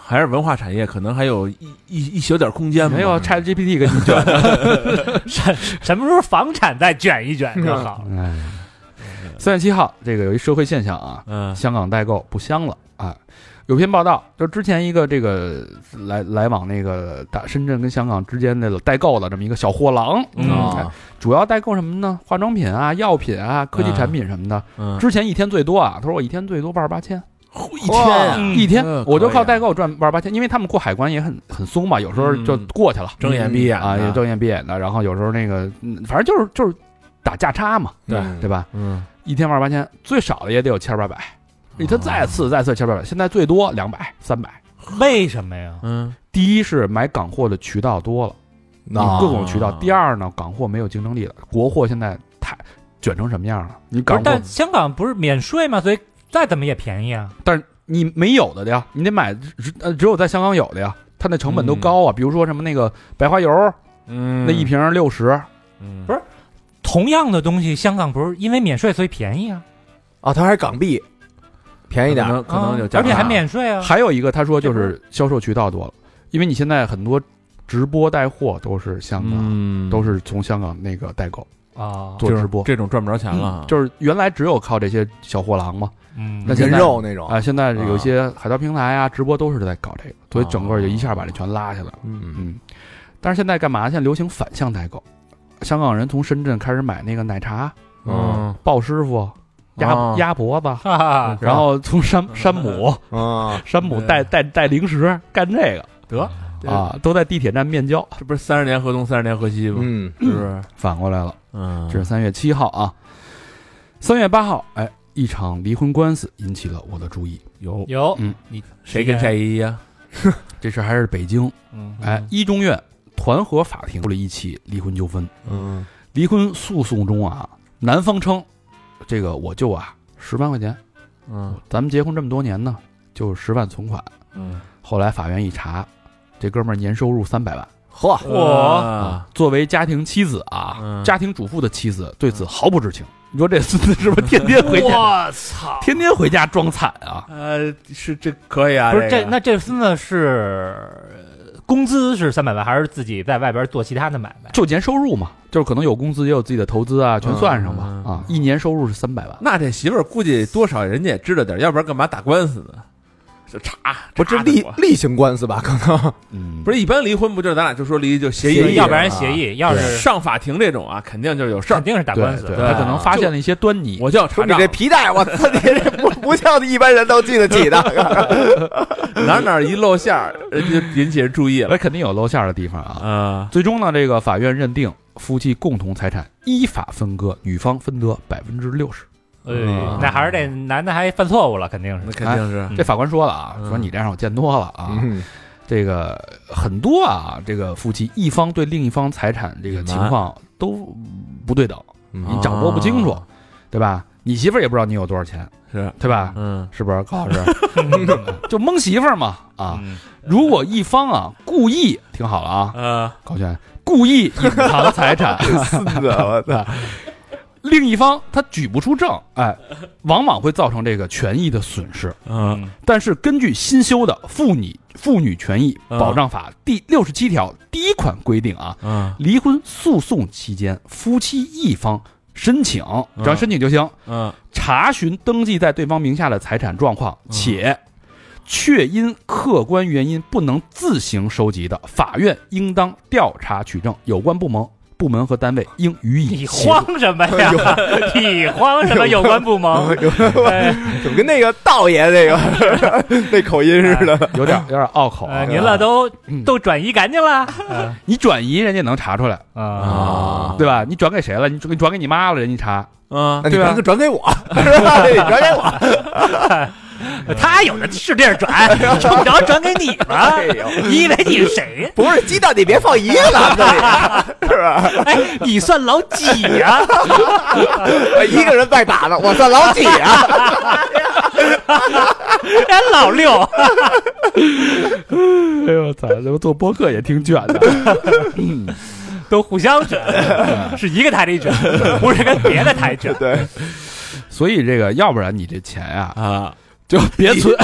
Speaker 4: 还是文化产业，可能还有一一一小点空间吧。
Speaker 3: 没有 Chat GPT 给你卷 的。
Speaker 5: 什 什么时候房产再卷一卷就好了。
Speaker 3: 哎，三月七号，这个有一社会现象啊，
Speaker 4: 嗯，
Speaker 3: 香港代购不香了啊。有篇报道，就之前一个这个来来往那个大深圳跟香港之间的代购的这么一个小货郎，
Speaker 5: 嗯
Speaker 3: 哎
Speaker 4: 哦
Speaker 3: 主要代购什么呢？化妆品啊、药品啊、科技产品什么的。
Speaker 4: 嗯，
Speaker 3: 之前一天最多啊，他说我一天最多万八千，
Speaker 4: 一天啊
Speaker 5: 嗯
Speaker 3: 一天
Speaker 4: 嗯
Speaker 3: 我就
Speaker 4: 可以啊
Speaker 3: 靠代购赚万八千，因为他们过海关也很很松嘛，有时候就
Speaker 4: 嗯
Speaker 3: 过去了，
Speaker 4: 睁眼闭眼
Speaker 3: 啊，也
Speaker 4: 的
Speaker 3: 睁眼闭眼的，然后有时候那个，嗯反正就是就是打价差嘛，
Speaker 2: 对
Speaker 3: 对吧？
Speaker 4: 嗯，
Speaker 3: 一天万八千，最少的也得有千八百，你他再次再次千八百，现在最多两百、三百。
Speaker 5: 为什么呀？
Speaker 4: 嗯，
Speaker 3: 第一是买港货的渠道多了，
Speaker 2: 那
Speaker 3: 各种渠道；
Speaker 4: 啊
Speaker 3: 第二呢，港货没有竞争力了，国货现在太卷成什么样了？你
Speaker 5: 不
Speaker 3: 嗯港货，
Speaker 5: 是，但香港不是免税吗？所以再怎么也便宜啊。
Speaker 3: 但是你没有的呀，你得买，只呃只有在香港有的呀，它那成本都高啊。比如说什么那个白花油，
Speaker 4: 嗯，
Speaker 3: 那一瓶六十，
Speaker 4: 嗯，
Speaker 5: 不是同样的东西，香港不是因为免税所以便宜啊，
Speaker 2: 啊，它还是港币，便宜点
Speaker 4: 可
Speaker 2: 儿，
Speaker 4: 能可能有
Speaker 5: 啊
Speaker 4: 加
Speaker 5: 而
Speaker 4: 价，
Speaker 5: 且还免税啊。
Speaker 3: 还有一个，他说嗯就是销售渠道多了，因为你现在很多直播带货都是香港，
Speaker 4: 嗯，
Speaker 3: 都是从香港那个代购
Speaker 5: 啊，
Speaker 3: 做直播。
Speaker 4: 这种赚不着
Speaker 3: 嗯
Speaker 4: 钱了，
Speaker 3: 就是原来只有靠这些小货郎嘛，
Speaker 5: 嗯
Speaker 3: 那，
Speaker 2: 人
Speaker 3: 现在
Speaker 2: 肉那种，
Speaker 3: 啊，现在有些海淘平台啊、直播都是在搞这个，所以整个就一下把这全拉下来了。
Speaker 2: 嗯
Speaker 3: 嗯，但是现在干嘛？现在流行反向代购，香港人从深圳开始买那个奶茶，
Speaker 4: 嗯
Speaker 3: 鲍师傅、鸭、
Speaker 4: 哦
Speaker 3: 鸭脖子，
Speaker 5: 哈哈，
Speaker 3: 然后从山山姆、
Speaker 2: 啊，
Speaker 3: 山姆带带带零食干这
Speaker 4: 得，
Speaker 3: 个啊，都在地铁站面交。
Speaker 4: 这不是三十年河东三十年河西吗？
Speaker 2: 嗯，
Speaker 4: 是不是？
Speaker 3: 反过来了，
Speaker 4: 嗯，
Speaker 3: 这是三月七号啊，三月八号，哎，一场离婚官司引起了我的注意。
Speaker 4: 有
Speaker 5: 有
Speaker 3: 嗯
Speaker 5: 你
Speaker 4: 谁跟？谁呀？
Speaker 3: 这事儿还是北京，
Speaker 5: 嗯，
Speaker 3: 哎，一中院团和法庭处理一起离婚纠纷。
Speaker 2: 嗯，
Speaker 3: 离婚诉讼中啊，男方称，这个我就啊十万块钱，
Speaker 4: 嗯
Speaker 3: 咱们结婚这么多年呢，就十万存款。
Speaker 4: 嗯，
Speaker 3: 后来法院一查，这哥们儿年收入三百万
Speaker 2: 嚯，
Speaker 5: 嚯
Speaker 4: 啊，
Speaker 3: 作为家庭妻子啊，
Speaker 4: 嗯
Speaker 3: 家庭主妇的妻子对此毫不知情。你说这孙子是不是天天回 家，
Speaker 5: 操！
Speaker 3: 天天回家装惨啊？
Speaker 4: 呃，是这可以啊，
Speaker 5: 不是这
Speaker 4: 个
Speaker 5: 那这孙子是呃工资是三百万，还是自己在外边做其他的买卖？
Speaker 3: 就年收入嘛，就是可能有工资，也有自己的投资啊，全算上吧。
Speaker 4: 嗯
Speaker 3: 啊，一年收入是三百万，
Speaker 4: 那这媳妇儿估计多少人家也知道点儿，要不然干嘛打官司呢？就查，
Speaker 2: 不是
Speaker 4: 查
Speaker 2: 例
Speaker 4: 着我
Speaker 2: 例行官司吧？可能
Speaker 3: 嗯，
Speaker 4: 不
Speaker 3: 是
Speaker 4: 是一般离婚不就是咱俩就说离就协
Speaker 2: 协议
Speaker 4: 议，
Speaker 5: 要不然协议，要是
Speaker 4: 上法庭这种啊，肯定就是有事
Speaker 5: 肯
Speaker 4: 儿，
Speaker 5: 定是打
Speaker 3: 对
Speaker 5: 官司
Speaker 3: 对，
Speaker 5: 的。哎
Speaker 3: 他可能发现了一些端倪。
Speaker 4: 啊我就要查
Speaker 2: 说你
Speaker 4: 账
Speaker 2: 这。皮带，我操，你这不不像一般人都记得起的，
Speaker 4: 哪哪一露馅儿，人家就引起人注意了
Speaker 3: 那肯定有露馅儿的地方啊。
Speaker 4: 啊。
Speaker 3: 最终呢，这个法院认定夫妻共同财产依法分割，女方分得百分之六十。
Speaker 5: 哎
Speaker 4: 嗯，
Speaker 5: 那还是这男的还犯错误了，肯定
Speaker 4: 那
Speaker 5: 是。
Speaker 4: 肯定是
Speaker 5: 嗯
Speaker 3: 这法官说了啊，
Speaker 4: 嗯
Speaker 3: 说你这让我见多了啊，
Speaker 2: 嗯
Speaker 3: 这个很多啊，这个夫妻一方对另一方财产这个情况都不对等，你掌握不清楚
Speaker 4: 啊，
Speaker 3: 对吧？你媳妇儿也不知道你有多少钱，
Speaker 4: 是，
Speaker 3: 对吧？
Speaker 4: 嗯
Speaker 3: 是不是高老师？ 就蒙媳妇儿嘛啊！
Speaker 5: 嗯
Speaker 3: 如果一方啊故意，听好了啊，
Speaker 4: 呃
Speaker 3: 高轩故意隐藏财产，
Speaker 2: 孙子，我操，
Speaker 3: 另一方他举不出证，哎，往往会造成这个权益的损失。
Speaker 4: 嗯
Speaker 3: 但是根据新修的《妇女妇女权益保障法》第六十七条第一款规定啊，
Speaker 4: 嗯
Speaker 3: 离婚诉讼期间，夫妻一方申请，只要申请就行，
Speaker 4: 嗯
Speaker 3: 查询登记在对方名下的财产状况，且确因客观原因不能自行收集的，法院应当调查取证，有关部门部门和单位应予以
Speaker 5: 你
Speaker 3: 协助。
Speaker 5: 慌什么呀？你慌什么？有关部门？哎
Speaker 2: 怎么跟那个道爷那个那口音似的？
Speaker 3: 有点有点拗口啊、
Speaker 5: 呃您了都
Speaker 3: 嗯
Speaker 5: 都转移干净了
Speaker 3: 你转移人家能查出来，
Speaker 5: 啊？
Speaker 3: 对吧？你转给谁了？你转你转给你妈了，人家查。
Speaker 4: 嗯
Speaker 2: 那你
Speaker 3: 对吧
Speaker 2: 转给转给我，是吧？你转给我，
Speaker 5: 他有的是地儿转，用不着转给你吗
Speaker 2: 哎呦？
Speaker 5: 你以为你是谁呀？
Speaker 2: 不是鸡蛋，你别放一个篮子里，啊是吧？
Speaker 5: 哎，你算老几 呀？
Speaker 2: 哎一个人在打呢，我算老几啊？
Speaker 5: 哎，老六，
Speaker 3: 哎呦我操！这做播客也挺卷的。
Speaker 5: 都互相卷，是一个台里卷，不是跟别的台卷。
Speaker 2: 对，
Speaker 3: 所以这个，要不然你这钱啊，
Speaker 4: 啊
Speaker 3: 就别 存，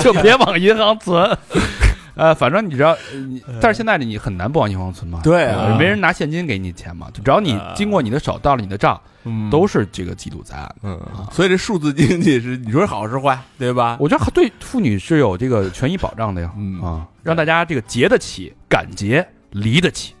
Speaker 3: 就别往银行存。呃，反正你知道，你但是现在你很难不往银行存嘛，
Speaker 4: 对啊
Speaker 3: 吧没人拿现金给你钱嘛，就只要你
Speaker 4: 啊
Speaker 3: 经过你的手到了你的账，都是这个缉毒在案。
Speaker 2: 嗯，
Speaker 4: 所以这数字经济是你说好是坏，对吧？
Speaker 3: 我觉得对妇女是有这个权益保障的呀，
Speaker 2: 嗯
Speaker 3: 啊，让大家这个结得起，敢结，离得起，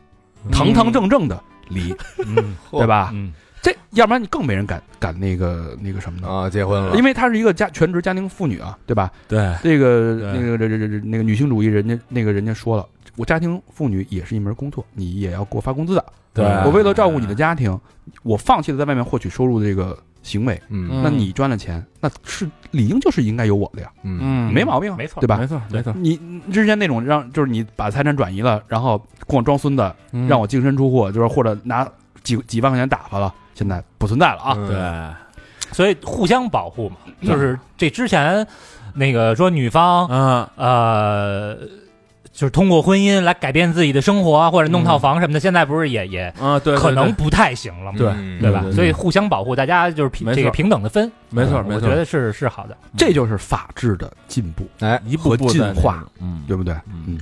Speaker 3: 堂堂正正的离，
Speaker 5: 嗯
Speaker 3: 对吧？
Speaker 5: 嗯
Speaker 3: 这要不然你更没人敢敢那个那个什么的，
Speaker 2: 啊，结婚了
Speaker 3: 因，为她是一个家全职家庭妇女啊，对吧？
Speaker 4: 对，
Speaker 3: 这个
Speaker 4: 对
Speaker 3: 那个这这这这那个女性主义，人家那个人家说了，我家庭妇女也是一门工作，你也要给我发工资的。
Speaker 4: 对
Speaker 3: 我为了照顾你的家庭，我放弃了在外面获取收入的这个行为。
Speaker 2: 嗯
Speaker 3: 那你赚了钱，那是理应就是应该有我的呀，
Speaker 2: 嗯
Speaker 4: 嗯
Speaker 3: 没毛病啊，
Speaker 5: 没错
Speaker 3: 对吧？
Speaker 4: 没错没错，
Speaker 3: 你你之前那种让就是你把财产转移了，然后跟我装孙子，让
Speaker 4: 我
Speaker 3: 我净身出户，就是或者拿几几万块钱打发了，现在不存在了啊。
Speaker 4: 对
Speaker 2: 对，
Speaker 5: 所以互相保护嘛，就是这之前那个说女方
Speaker 4: 啊
Speaker 5: 呃，就是通过婚姻来改变自己的生活啊，或者弄套房什么的，现在不是也也
Speaker 4: 啊对，对
Speaker 5: 可能
Speaker 4: 对
Speaker 5: 不太行了嘛，
Speaker 4: 对
Speaker 5: 对吧
Speaker 4: 对？对
Speaker 5: 所以互相保护，大家就是平
Speaker 4: 没错
Speaker 5: 这个平等的分，
Speaker 4: 没错
Speaker 5: 嗯
Speaker 4: 没
Speaker 5: 我
Speaker 4: 错
Speaker 5: 觉，得是是好的。
Speaker 3: 这就是法治的进步，
Speaker 2: 哎，
Speaker 4: 一步步
Speaker 3: 和进
Speaker 4: 在那
Speaker 3: 化
Speaker 4: 种，嗯，
Speaker 3: 对不对？
Speaker 4: 嗯，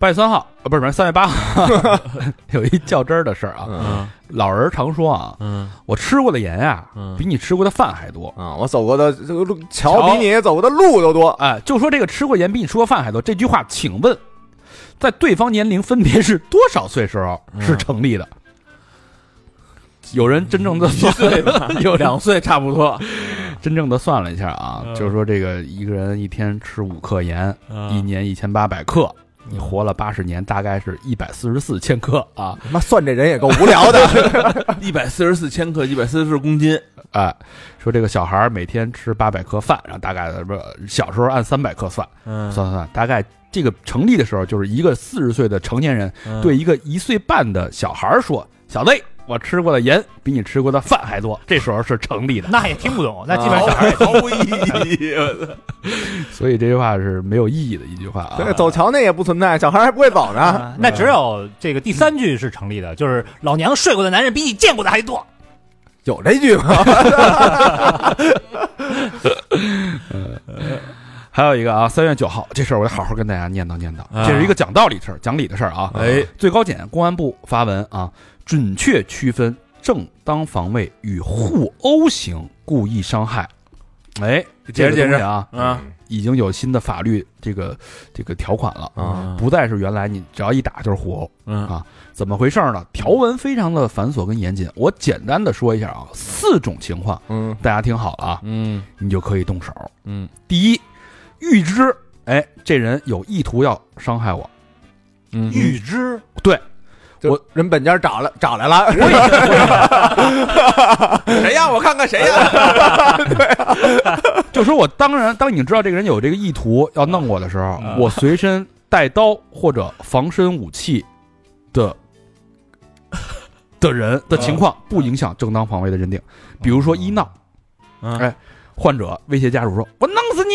Speaker 3: 八月三号啊，不是不是三月八号， 有一较真儿的事儿啊。
Speaker 2: 嗯
Speaker 4: 嗯
Speaker 3: 老人常说啊，
Speaker 4: 嗯
Speaker 3: 我吃过的盐啊，
Speaker 4: 嗯
Speaker 3: 比你吃过的饭还多。
Speaker 2: 啊，我走过的这个路桥比你走过的路都多，
Speaker 3: 哎，就说这个吃过盐比你吃过饭还多这句话，请问，在对方年龄分别是多少岁时候
Speaker 4: 嗯
Speaker 3: 是成立的？有人真正的算， 有人
Speaker 4: 嗯两岁差不多，
Speaker 3: 真正的算了一下啊，
Speaker 4: 嗯
Speaker 3: 就是说这个一个人一天吃五克盐，一年一千八百克，你活了八十年，大概是一百四十四千克啊。
Speaker 2: 妈算这人也够无聊的，
Speaker 4: 一百四十四千克，一百四十四公斤，
Speaker 3: 哎，说这个小孩儿每天吃八百克饭，然后大概呃不是小时候按三百克算，
Speaker 4: 嗯
Speaker 3: 算算算，大概这个成立的时候，就是一个四十岁的成年人
Speaker 4: 嗯
Speaker 3: 对一个一岁半的小孩儿说：“小子，我吃过的盐比你吃过的饭还 多。”这时候是成立的，
Speaker 5: 那也听不懂，那基本
Speaker 2: 哦
Speaker 5: 上小孩也
Speaker 4: 毫无意义，我操
Speaker 3: 所以这句话是没有意义的一句话啊
Speaker 2: 对，。 走桥那也不存在，小孩还不会走呢，
Speaker 5: 啊那只有这个第三句是成立的，就是老娘睡过的男人比你见过的还多。
Speaker 2: 有这句吗？
Speaker 3: 还有一个啊，三月九号这事儿我得好好跟大家念叨念叨，
Speaker 4: 啊
Speaker 3: 这是一个讲道理事儿、讲理的事儿啊。
Speaker 4: 哎，
Speaker 3: 最高检、公安部发文啊，准确区分正当防卫与互殴型故意伤害。哎，
Speaker 4: 解
Speaker 3: 这
Speaker 4: 释解
Speaker 3: 个
Speaker 4: 释
Speaker 3: 东西啊，
Speaker 4: 啊
Speaker 3: 已经有新的法律这个这个条款了，
Speaker 2: 啊，
Speaker 3: 不再是原来你只要一打就是互殴。
Speaker 4: 嗯
Speaker 3: 怎么回事呢？条文非常的繁琐跟严谨，我简单的说一下啊，四种情况，
Speaker 2: 嗯
Speaker 3: 大家听好了啊，
Speaker 4: 嗯
Speaker 3: 你就可以动手。
Speaker 4: 嗯
Speaker 3: 第一，预知，哎，这人有意图要伤害我，
Speaker 4: 嗯
Speaker 5: 预知
Speaker 3: 对
Speaker 2: 就
Speaker 3: 我
Speaker 2: 人本家找来找来了，
Speaker 4: 谁呀？我看看谁呀？
Speaker 3: 就说我当然，当你知道这个人有这个意图要弄我的时候，
Speaker 5: 嗯
Speaker 3: 我随身带刀或者防身武器的的人的情况，不影响正当防卫的认定。比如说医闹
Speaker 4: 嗯
Speaker 3: 哎患者威胁家属说：“我弄死你！”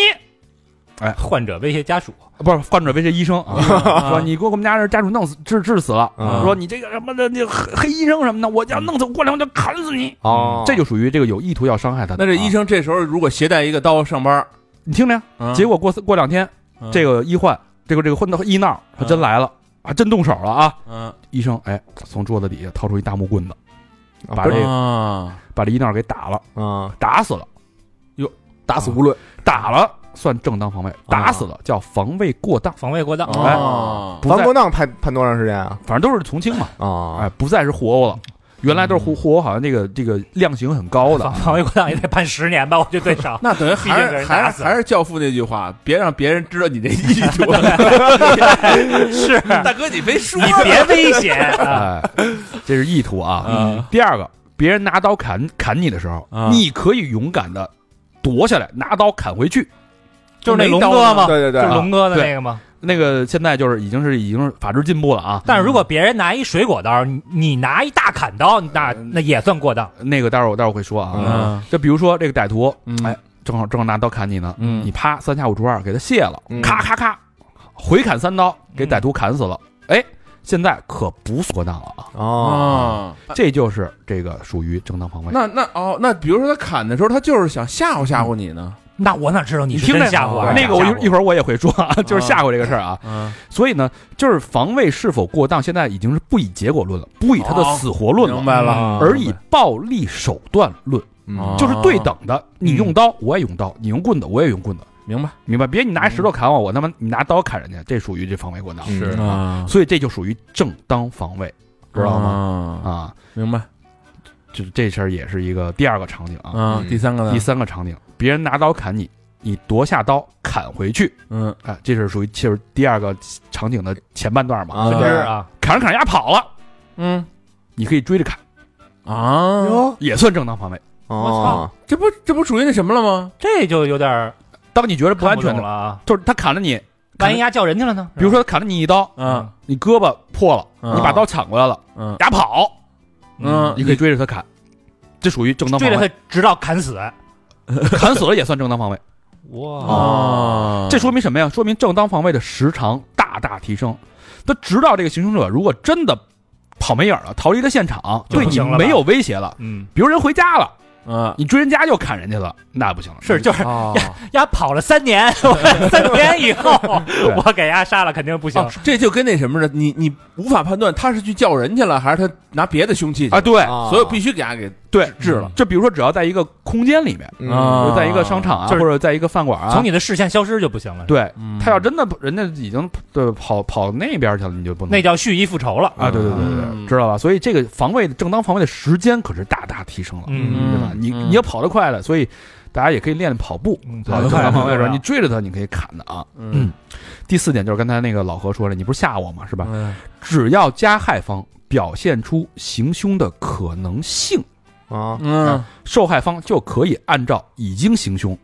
Speaker 3: 哎
Speaker 5: 患者威胁家属，
Speaker 3: 呃不是患者威胁医生啊，
Speaker 4: 嗯
Speaker 3: 说你给我们家人家属弄死致致死了，
Speaker 2: 嗯
Speaker 3: 说你这个什么的那黑黑医生什么的，我要弄死，过两天我就砍死你。
Speaker 2: 哦，
Speaker 3: 这就属于这个有意图要伤害他的。
Speaker 4: 嗯那这
Speaker 3: 啊
Speaker 4: 医生这时候如果携带一个刀上班，
Speaker 3: 你听着呀，
Speaker 4: 嗯
Speaker 3: 结果过过两天，
Speaker 4: 嗯
Speaker 3: 这个医患，这个这个混到医闹，他真来了啊，真动手了啊！
Speaker 4: 嗯，
Speaker 3: 医生哎，从桌子底下掏出一大木棍子，把
Speaker 2: 不
Speaker 3: 这
Speaker 2: 是
Speaker 4: 啊，
Speaker 3: 把这医闹给打了，
Speaker 2: 啊，
Speaker 3: 打死了，
Speaker 2: 打死无论
Speaker 3: 打了算正当
Speaker 4: 啊
Speaker 3: 防卫，打死了叫防卫过当，
Speaker 5: 防卫过当。
Speaker 3: 哎
Speaker 4: 哦，。
Speaker 3: 不
Speaker 2: 防
Speaker 3: 再
Speaker 2: 国难判判多长时间啊？
Speaker 3: 反正都是从轻嘛，
Speaker 2: 啊，
Speaker 3: 哎，不再是活活了。原来都是活活，好像这个这个量刑很高的
Speaker 5: 防，防卫过当也得判十年吧，我觉得最少
Speaker 4: 那等于还
Speaker 5: 毕竟给
Speaker 4: 是
Speaker 5: 人打
Speaker 4: 还是
Speaker 5: 死
Speaker 4: 还是教父那句话，别让别人知道你这啊意 图。
Speaker 5: 是
Speaker 4: 大哥，你没说
Speaker 5: 你别危险 啊！
Speaker 3: 哎，这是意图啊。
Speaker 4: 嗯
Speaker 3: 第二个，别人拿刀砍砍你的时候，
Speaker 4: 啊
Speaker 3: 你可以勇敢的躲下来，拿刀砍回去。
Speaker 5: 就是那龙哥吗？
Speaker 2: 对对
Speaker 5: 就是
Speaker 2: 对，
Speaker 5: 龙哥的
Speaker 3: 对
Speaker 5: 那个吗？
Speaker 3: 那个现在就是已经是已经是法制进步了啊。
Speaker 5: 但是如果别人拿一水果刀，你你拿一大砍刀，那那也算过当。
Speaker 3: 那个待会儿我待会儿会说啊。
Speaker 4: 嗯
Speaker 3: 就比如说这个歹徒，
Speaker 4: 嗯
Speaker 3: 哎，正好正好拿刀砍你呢，
Speaker 4: 嗯
Speaker 3: 你啪三下五除二给他卸了
Speaker 2: 嗯，
Speaker 3: 咔咔咔，回砍三刀给歹徒砍死了。哎，现在可不妥当了啊，
Speaker 2: 哦，
Speaker 4: 啊，
Speaker 3: 这就是这个属于正当防卫。
Speaker 4: 那那哦，那比如说他砍的时候，他就是想吓唬吓唬你呢。
Speaker 5: 那我哪知道你是
Speaker 3: 听
Speaker 5: 真
Speaker 3: 着
Speaker 5: 吓唬
Speaker 2: 啊
Speaker 5: 我？
Speaker 3: 那个我
Speaker 5: 假吓唬
Speaker 3: 一一会儿我也会说啊，就是吓唬这个事儿啊。
Speaker 4: 嗯，
Speaker 3: 所以呢，就是防卫是否过当，现在已经是不以结果论了，不以他的死活论
Speaker 4: 明
Speaker 3: 了，
Speaker 4: 白了，啊
Speaker 3: 而以暴力手段论，
Speaker 2: 嗯
Speaker 3: 就是对等的。你用刀，我也用刀；你用棍子，我也用棍子。
Speaker 4: 明白
Speaker 3: 明白？别你拿石头砍我，我他妈你拿刀砍人家，这属于这防卫过当，
Speaker 2: 是
Speaker 4: 啊，
Speaker 3: 所以这就属于正当防卫，知道吗？啊，
Speaker 4: 吗？明白
Speaker 3: 这这事儿也是一个第二个场景啊。
Speaker 4: 啊
Speaker 2: 嗯
Speaker 4: 第三个呢？
Speaker 3: 第三个场景，别人拿刀砍你，你夺下刀砍回去，
Speaker 4: 嗯，
Speaker 3: 哎，这是属于就是第二个场景的前半段嘛，
Speaker 2: 啊
Speaker 5: 分支啊，
Speaker 3: 砍着砍着丫跑了，
Speaker 4: 嗯
Speaker 3: 你可以追着砍，
Speaker 4: 啊，
Speaker 2: 哟，
Speaker 3: 也算正当防卫。
Speaker 2: 哦，
Speaker 4: 这不这不属于那什么了吗？
Speaker 5: 这就有点儿
Speaker 3: 当你觉得不
Speaker 5: 看
Speaker 3: 安
Speaker 5: 不
Speaker 3: 全
Speaker 5: 懂
Speaker 3: 的，
Speaker 5: 了啊。
Speaker 3: 就是他砍了你，砍
Speaker 5: 万一丫叫人去了呢？
Speaker 3: 比如说砍了你一刀，
Speaker 4: 嗯
Speaker 3: 你胳膊破了，
Speaker 4: 嗯
Speaker 3: 你把刀抢过来了，
Speaker 4: 嗯
Speaker 3: 俩跑，
Speaker 4: 嗯，
Speaker 3: 你可以追着他砍，这属于正当
Speaker 5: 追
Speaker 3: 防
Speaker 5: 着
Speaker 3: 卫。
Speaker 5: 他直到砍死，
Speaker 3: 砍死了也算正当防卫，
Speaker 5: 哇，啊
Speaker 4: 哦，
Speaker 3: 这说明什么呀？说明正当防卫的时长大大提升。他直到这个行凶者如果真的跑没影儿了，逃离了现场，
Speaker 5: 就
Speaker 3: 对
Speaker 5: 不
Speaker 3: 你
Speaker 5: 行了吧
Speaker 3: 没有威胁了，
Speaker 5: 嗯，
Speaker 3: 比如人回家了，
Speaker 4: 啊
Speaker 3: 你追人家又砍人家了，那不行了。
Speaker 5: 是就是
Speaker 3: 哦
Speaker 4: 啊，
Speaker 5: 丫跑了三年， 我三年以后 我给丫杀了肯定不行
Speaker 4: 哦。这就跟那什么似的，你你无法判断他是去叫人去了，还是他拿别的凶器去
Speaker 3: 啊，
Speaker 4: 了，
Speaker 3: 对
Speaker 4: 所以必须给他给
Speaker 3: 对，嗯
Speaker 4: 治了
Speaker 3: 就比如说，只要在一个空间里面，
Speaker 4: 啊
Speaker 3: 比
Speaker 2: 啊，
Speaker 3: 如在一个商场啊，
Speaker 5: 就是
Speaker 3: 或者在一个饭馆啊，
Speaker 5: 从你的视线消失就不行了，
Speaker 3: 对
Speaker 4: 嗯
Speaker 3: 他要真的人家已经对跑跑那边去了，你就不能
Speaker 5: 那叫蓄意复仇了。
Speaker 3: 啊，对对对对，
Speaker 4: 嗯
Speaker 3: 知道吧？所以这个防卫正当防卫的时间可是大大提升了，
Speaker 5: 嗯
Speaker 3: 对吧？
Speaker 4: 嗯
Speaker 3: 你
Speaker 4: 嗯
Speaker 3: 你要跑得快了，所以大家也可以练练跑步。
Speaker 5: 嗯，
Speaker 3: 跑
Speaker 5: 跑得
Speaker 3: 得
Speaker 5: 快
Speaker 3: 快防卫的时候，
Speaker 5: 跑得快
Speaker 3: 你追着他，你可以砍的啊。
Speaker 4: 嗯
Speaker 3: 第四点就是刚才那个老何说的，你不是吓我吗？是吧？
Speaker 4: 嗯
Speaker 3: 只要加害方表现出行凶的可能性，
Speaker 2: 啊，
Speaker 4: 嗯
Speaker 3: 受害方就可以按照已经行凶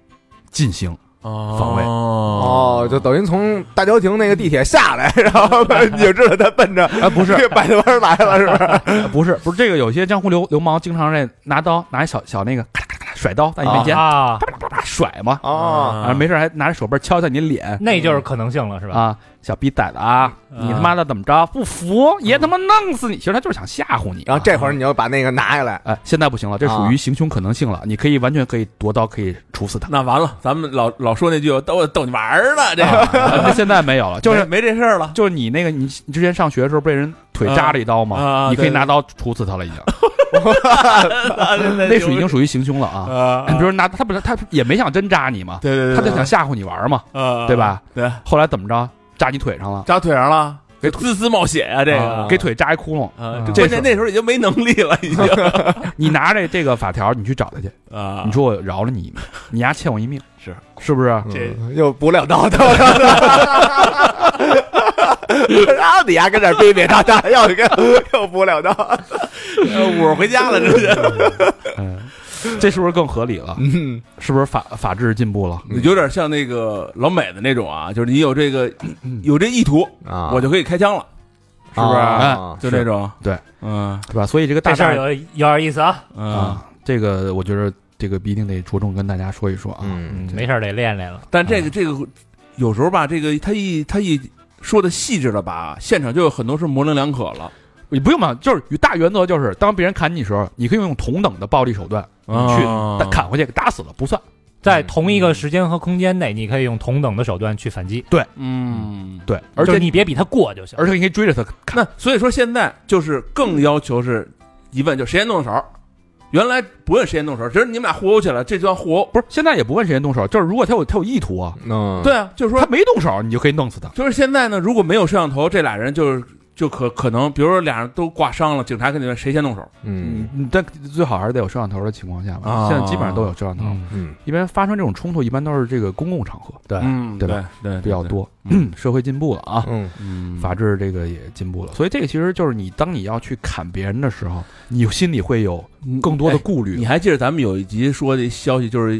Speaker 3: 进行
Speaker 4: 防
Speaker 3: 卫
Speaker 2: 哦，就等于从大郊亭那个地铁下来，然后你就知道他奔着
Speaker 3: 啊，不是，
Speaker 2: 这百乐湾来了，是不是？
Speaker 3: 呃不是，不是，这个有些江湖流流氓经常这拿刀，拿一小小那个咔咔咔咔甩刀在你面前，
Speaker 5: 啊，
Speaker 3: 啪啪啪啪甩嘛，
Speaker 2: 哦，
Speaker 3: 啊，没事还拿着手背敲一下你脸
Speaker 5: 那就是可能性了，是吧？
Speaker 3: 哎嗯啊，小逼崽子啊，你他妈的怎么着？不服，爷他妈弄死你！其实他就是想吓唬你啊。
Speaker 2: 然后这会儿你就把那个拿下来，
Speaker 3: 哎，现在不行了，这
Speaker 4: 啊
Speaker 3: 属于行凶可能性了，你可以完全可以夺刀可以处死他。
Speaker 4: 那完了，咱们老老说那句逗逗你玩儿呢， 这个
Speaker 3: 啊现在没有了，就是
Speaker 4: 没没这事儿了。
Speaker 3: 就是你那个你你之前上学的时候被人腿扎了一刀
Speaker 4: 啊
Speaker 3: 嘛，
Speaker 4: 啊
Speaker 3: 你可以
Speaker 4: 对
Speaker 3: 拿刀处死他了，已 经，
Speaker 4: 那
Speaker 3: 那属于已经属于行凶了啊。
Speaker 4: 啊
Speaker 3: 比如拿他不是他也没想真扎你嘛，
Speaker 4: 对对对，
Speaker 3: 他就想吓唬你玩嘛。
Speaker 4: 想
Speaker 3: 对吧？
Speaker 4: 对，啊
Speaker 3: 后来怎么着？扎你腿上了，
Speaker 4: 扎腿上了，
Speaker 3: 给腿
Speaker 4: 滋滋冒血啊，这个
Speaker 5: 啊
Speaker 3: 给腿扎一窟 窿。
Speaker 4: 啊，
Speaker 5: 这
Speaker 4: 关
Speaker 3: 时候
Speaker 4: 键那时候已经没能力了，已经
Speaker 3: 你拿着这个法条，你去找他去，
Speaker 4: 啊
Speaker 3: 你说我饶了你一命，你丫欠我一命，
Speaker 4: 是
Speaker 3: 是不是？
Speaker 4: 这
Speaker 2: 嗯又补两刀，刀刀刀然后你丫跟这儿逼逼叨叨，又跟又补两刀，
Speaker 4: 五呃儿回家了，这是
Speaker 3: 嗯，这是不是更合理了？
Speaker 2: 嗯，
Speaker 3: 是不是法法治进步了？
Speaker 4: 有点像那个老美的那种啊，就是你有这个有这意图，
Speaker 2: 啊
Speaker 4: 我就可以开枪了，
Speaker 2: 是不是
Speaker 3: 啊
Speaker 4: 就那种
Speaker 3: 对，
Speaker 4: 嗯
Speaker 3: 对吧？所以这个大
Speaker 5: 这事
Speaker 3: 大
Speaker 5: 儿有有点意思啊，
Speaker 4: 嗯，
Speaker 3: 啊，这个我觉得这个一定得着重跟大家说一说啊。
Speaker 2: 嗯
Speaker 5: 没事儿得练练了。
Speaker 4: 啊但这个这个有时候吧，这个他一他一说的细致了吧，现场就有很多是模棱两可了。
Speaker 3: 你不用嘛，就是有大原则就是，当别人砍你的时候，你可以用同等的暴力手段去
Speaker 4: 啊
Speaker 3: 打砍回去，给打死了不算。
Speaker 5: 在同
Speaker 3: 嗯
Speaker 5: 一个时间和空间内，你可以用同等的手段去反击，
Speaker 4: 嗯，
Speaker 3: 对，而
Speaker 5: 就是
Speaker 3: 且
Speaker 5: 你别比他过就行。
Speaker 3: 而且你可以追着他砍
Speaker 4: 那。所以说现在就是更要求是一问就谁先动手，原来不问谁先动手，只是你们俩互殴起来，这就叫互殴。
Speaker 3: 不是，现在也不问谁先动手，就是如果他有他有意图啊，
Speaker 2: 嗯，
Speaker 4: 对啊，就是说
Speaker 3: 他没动手，你就可以弄死他。
Speaker 4: 就是现在呢，如果没有摄像头，这俩人就是就可可能，比如说俩人都挂伤了，警察肯定问谁先动手。
Speaker 2: 嗯
Speaker 3: 嗯，但最好还是得有摄像头的情况下吧。
Speaker 4: 啊
Speaker 3: 现在基本上都有摄像头，
Speaker 5: 嗯，
Speaker 2: 嗯
Speaker 3: 一般发生这种冲突，一般都是这个公共场合
Speaker 4: 嗯
Speaker 3: 对
Speaker 4: 对
Speaker 3: 吧
Speaker 4: 对
Speaker 3: 比较，多。嗯
Speaker 4: 对对
Speaker 3: 社会进步了啊，
Speaker 2: 嗯，
Speaker 4: 嗯，
Speaker 3: 法治这个也进步了，所以这个其实就是你当你要去砍别人的时候，你心里会有更多的
Speaker 4: 哎
Speaker 3: 顾虑。
Speaker 4: 你还记得咱们有一集说的消息，就是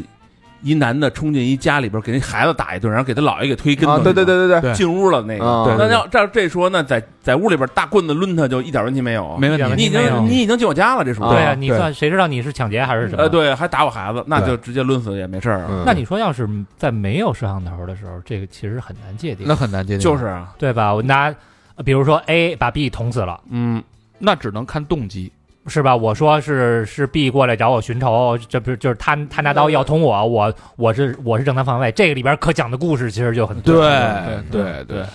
Speaker 4: 一男的冲进一家里边给那孩子打一顿，然后给他姥爷给推一跟头、
Speaker 2: 啊，对对，对对对，
Speaker 3: 对
Speaker 4: 进屋了那个。
Speaker 2: 啊
Speaker 3: 对
Speaker 4: 那要照这说，那在在屋里边大棍子抡他就一点问题没有啊。
Speaker 3: 没问
Speaker 5: 一
Speaker 3: 题，
Speaker 5: 点问题
Speaker 4: 你已
Speaker 5: 没有
Speaker 4: 经你已经进我家了，这属于
Speaker 2: 啊
Speaker 5: 对呀，你
Speaker 3: 对
Speaker 5: 算谁知道你是抢劫还是什么？
Speaker 4: 呃，对，还打我孩子，那
Speaker 3: 对
Speaker 4: 就直接抡死也没事儿啊。
Speaker 2: 嗯
Speaker 5: 那你说，要是在没有摄像头的时候，这个其实很难界定
Speaker 3: 那，很难界定。
Speaker 4: 就是啊，
Speaker 5: 对吧？我拿，呃比如说 A 把 B 捅死了，
Speaker 4: 嗯，
Speaker 3: 那只能看动机。
Speaker 5: 是吧？我说是是 B 过来找我寻仇，这不是就是他他拿刀要捅我，我我是我是正当防卫，这个里边可讲的故事其实就很多。
Speaker 3: 对
Speaker 4: 对
Speaker 3: 对嗯
Speaker 4: 对
Speaker 3: 对
Speaker 4: 对，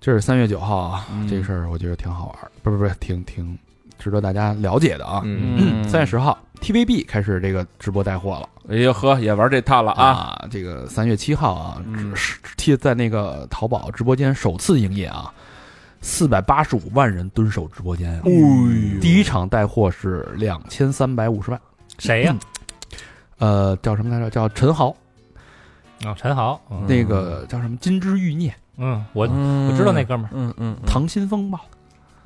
Speaker 3: 这是三月九号啊，
Speaker 4: 嗯
Speaker 3: 这事儿我觉得挺好玩儿，不是不是，挺挺值得大家了解的啊。
Speaker 2: 嗯
Speaker 3: 三月十号，TVB 开始这个直播带货了
Speaker 4: 哎呦呵，也玩这套了啊。
Speaker 3: 啊！这个三月七号啊，
Speaker 4: 嗯
Speaker 3: 是贴在那个淘宝直播间首次营业啊，四百八十五万人蹲守直播间啊。第一场带货是两千三百五十万，
Speaker 5: 谁呀？
Speaker 3: 呃，叫什么来着？叫陈豪，
Speaker 5: 啊，陈豪，嗯
Speaker 3: 那个叫什么《金枝欲孽
Speaker 5: 嗯，我
Speaker 4: 我
Speaker 5: 我知道那哥们儿，
Speaker 4: 嗯嗯，》，
Speaker 3: 溏心风暴，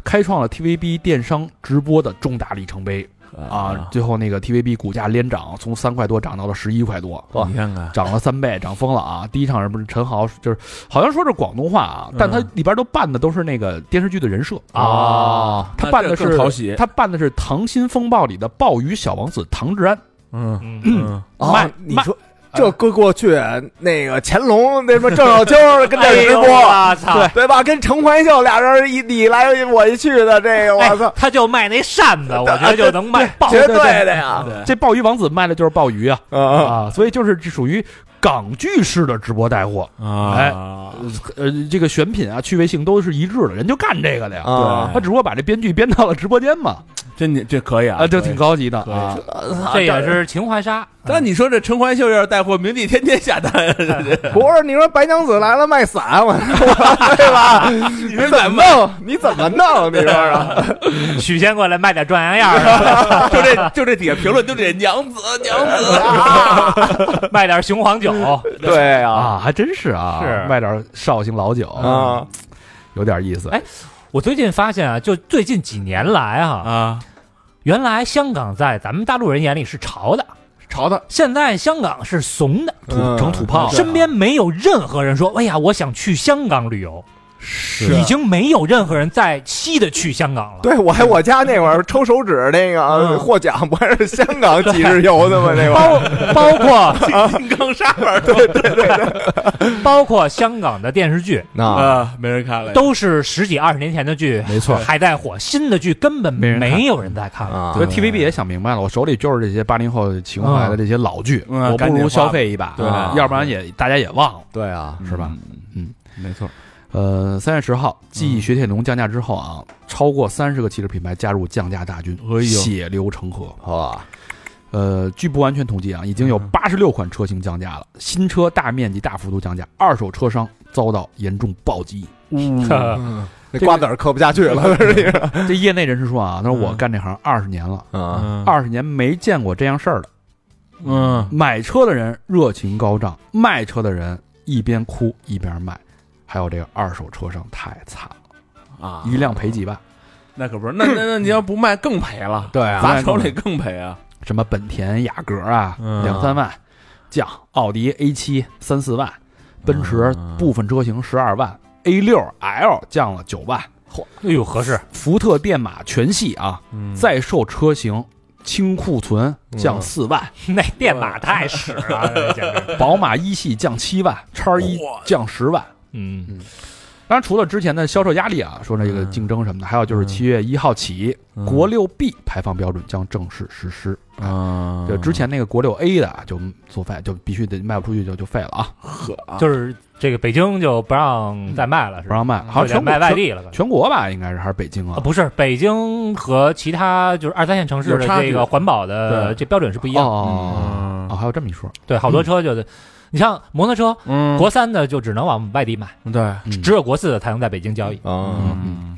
Speaker 3: 开创了 TVB 电商直播的重大里程碑。
Speaker 4: 嗯
Speaker 3: 啊，，最后那个 TVB 股价连涨，从三块多涨到了十一块多，
Speaker 2: 哇
Speaker 4: 你看看，
Speaker 3: 涨了三倍，涨疯了啊！第一场人不是陈豪，就是好像说是广东话啊，
Speaker 4: 嗯
Speaker 3: 但他里边都扮的都是那个电视剧的人设
Speaker 5: 啊，
Speaker 3: 他扮的
Speaker 4: 那这
Speaker 3: 是
Speaker 4: 更讨喜
Speaker 3: 他扮的是《溏心风暴》里的鲍鱼小王子唐志安，
Speaker 4: 嗯
Speaker 5: 嗯，
Speaker 2: 哦
Speaker 3: 卖，
Speaker 2: 你说这搁过去那个乾隆那什么郑少秋跟这直播，
Speaker 5: 我操！
Speaker 2: 对对吧？跟陈怀秀俩人一你来我一去的，这个
Speaker 5: 哎
Speaker 2: 我操，
Speaker 5: 他就卖那扇子，我觉得就能卖爆。
Speaker 2: 绝
Speaker 3: 对对
Speaker 2: 的呀！
Speaker 4: 对
Speaker 3: 这鲍鱼王子卖的就是鲍鱼啊
Speaker 2: 啊，
Speaker 3: 啊，所以就是这属于港剧式的直播带货，
Speaker 4: 啊，
Speaker 3: 哎
Speaker 4: 哎，
Speaker 3: 呃，这个选品啊、趣味性都是一致的，人就干这个的呀。
Speaker 2: 啊
Speaker 3: 他只不过把这编剧编到了直播间嘛，
Speaker 4: 真的这可以啊
Speaker 3: 啊，就挺高级的
Speaker 4: 可以
Speaker 3: 啊。
Speaker 5: 这也是情怀杀。
Speaker 4: 但你说这陈怀秀要是带货，明帝天天下 单，
Speaker 2: 不是你说白娘子来了卖伞，我对吧？你怎么弄？你怎么弄？你说说，
Speaker 5: 许仙过来卖点壮阳药是吧，
Speaker 4: 就这就这底下评论都得娘子娘子，
Speaker 5: 卖点雄黄酒，
Speaker 2: 对呀，
Speaker 3: 啊，还真是啊，
Speaker 5: 是
Speaker 3: 卖点绍兴老酒，
Speaker 2: 啊，
Speaker 3: 有点意思。
Speaker 5: 哎我最近发现啊，就最近几年来啊，
Speaker 4: 啊，
Speaker 5: 原来香港在咱们大陆人眼里是潮的，
Speaker 4: 朝他
Speaker 5: 现在香港是怂的，
Speaker 3: 土
Speaker 2: 嗯
Speaker 3: 成土炮了，
Speaker 5: 身边没有任何人说，哎呀，我想去香港旅游，
Speaker 3: 是
Speaker 5: 已经没有任何人再稀的去香港了。
Speaker 2: 对我还我家那会儿抽手指那个
Speaker 5: 嗯
Speaker 2: 获奖，不还是香港几日游的吗？那会
Speaker 5: 包
Speaker 2: 儿
Speaker 5: 包括
Speaker 4: 金刚砂玩
Speaker 5: 包括香港的电视剧，
Speaker 2: 啊，
Speaker 4: 啊，没人看了，
Speaker 5: 都是十几二十年前的剧，
Speaker 3: 没错。
Speaker 5: 还在火，新的剧根本
Speaker 3: 没人看
Speaker 5: 没有人在看了。
Speaker 2: 啊
Speaker 3: 所以 TVB 也想明白了，我手里就是这些八零后情怀的这些老剧，
Speaker 4: 嗯
Speaker 3: 我不
Speaker 4: 赶紧
Speaker 3: 如
Speaker 4: 花
Speaker 3: 消费一把，啊嗯
Speaker 2: 对
Speaker 3: 要不然也大家也忘了，
Speaker 2: 对啊，
Speaker 3: 是吧？
Speaker 4: 没错，
Speaker 3: 呃，三月十号，
Speaker 4: 嗯
Speaker 3: 继雪铁龙降价之后啊，超过三十个汽车品牌加入降价大军
Speaker 4: 哎，呦啊
Speaker 3: 血流成河。
Speaker 2: 好吧，
Speaker 3: 呃，据不完全统计啊，已经
Speaker 4: 嗯
Speaker 3: 有八十六款车型降价了，新车大面积、大幅度降价，二手车商遭到严重暴 击。嗯
Speaker 2: 嗯那瓜子儿嗑不下去了，这是
Speaker 3: 这业内人士说啊，他说我
Speaker 4: 嗯
Speaker 3: 干这行二十年了，
Speaker 2: 啊，
Speaker 4: 嗯
Speaker 3: 二十年没见过这样事儿的。
Speaker 4: 嗯
Speaker 3: 买车的人热情高涨，卖车的人一边哭一边卖，还有这个二手车商太惨了，
Speaker 4: 啊，
Speaker 3: 一辆赔几万。
Speaker 4: 那可不 是，那那那你要不卖更赔了，
Speaker 2: 对啊，
Speaker 4: 砸手里更赔啊，
Speaker 3: 什么本田雅阁啊，
Speaker 4: 嗯
Speaker 3: 两三万降，奥迪 A 七三四万，奔驰部分车型十二万，A 六 L 降了九万，
Speaker 5: 哎呦，合适，
Speaker 3: 福特电马全系啊，
Speaker 4: 嗯
Speaker 3: 在售车型清库存降四万，
Speaker 5: 那电马太屎了，那简 直。
Speaker 3: 宝马一系降七万，叉一降十万。
Speaker 5: 嗯
Speaker 3: 当然，除了之前的销售压力啊，说那个
Speaker 2: 嗯
Speaker 3: 竞争什么的，还有就是七月一号起，
Speaker 2: 嗯
Speaker 3: 国六 B 排放标准将正式实施。
Speaker 4: 嗯
Speaker 2: 啊
Speaker 3: 就之前那个国六 A 的啊就作废，就必须得卖不出去就就废了啊，
Speaker 5: 就是这个北京就不让再卖了，是
Speaker 3: 不
Speaker 5: 吧？
Speaker 3: 让嗯卖，好像
Speaker 5: 就得
Speaker 3: 全国
Speaker 5: 卖外
Speaker 3: 全
Speaker 5: 地了。可能
Speaker 3: 全国吧，应该是还是北京
Speaker 5: 啊，
Speaker 3: 啊。
Speaker 5: 不是北京和其他就是二三线城市的
Speaker 3: 有差距
Speaker 5: 这个环保的这标准是不一样的。
Speaker 3: 哦
Speaker 4: 嗯
Speaker 3: 哦，还有这么一说，
Speaker 5: 对，好多车就得，你像摩托车，
Speaker 4: 嗯
Speaker 5: 国三的就只能往外地买，
Speaker 4: 对，
Speaker 3: 嗯
Speaker 5: 只有国四的才能在北京交易。
Speaker 2: 啊，
Speaker 3: 嗯，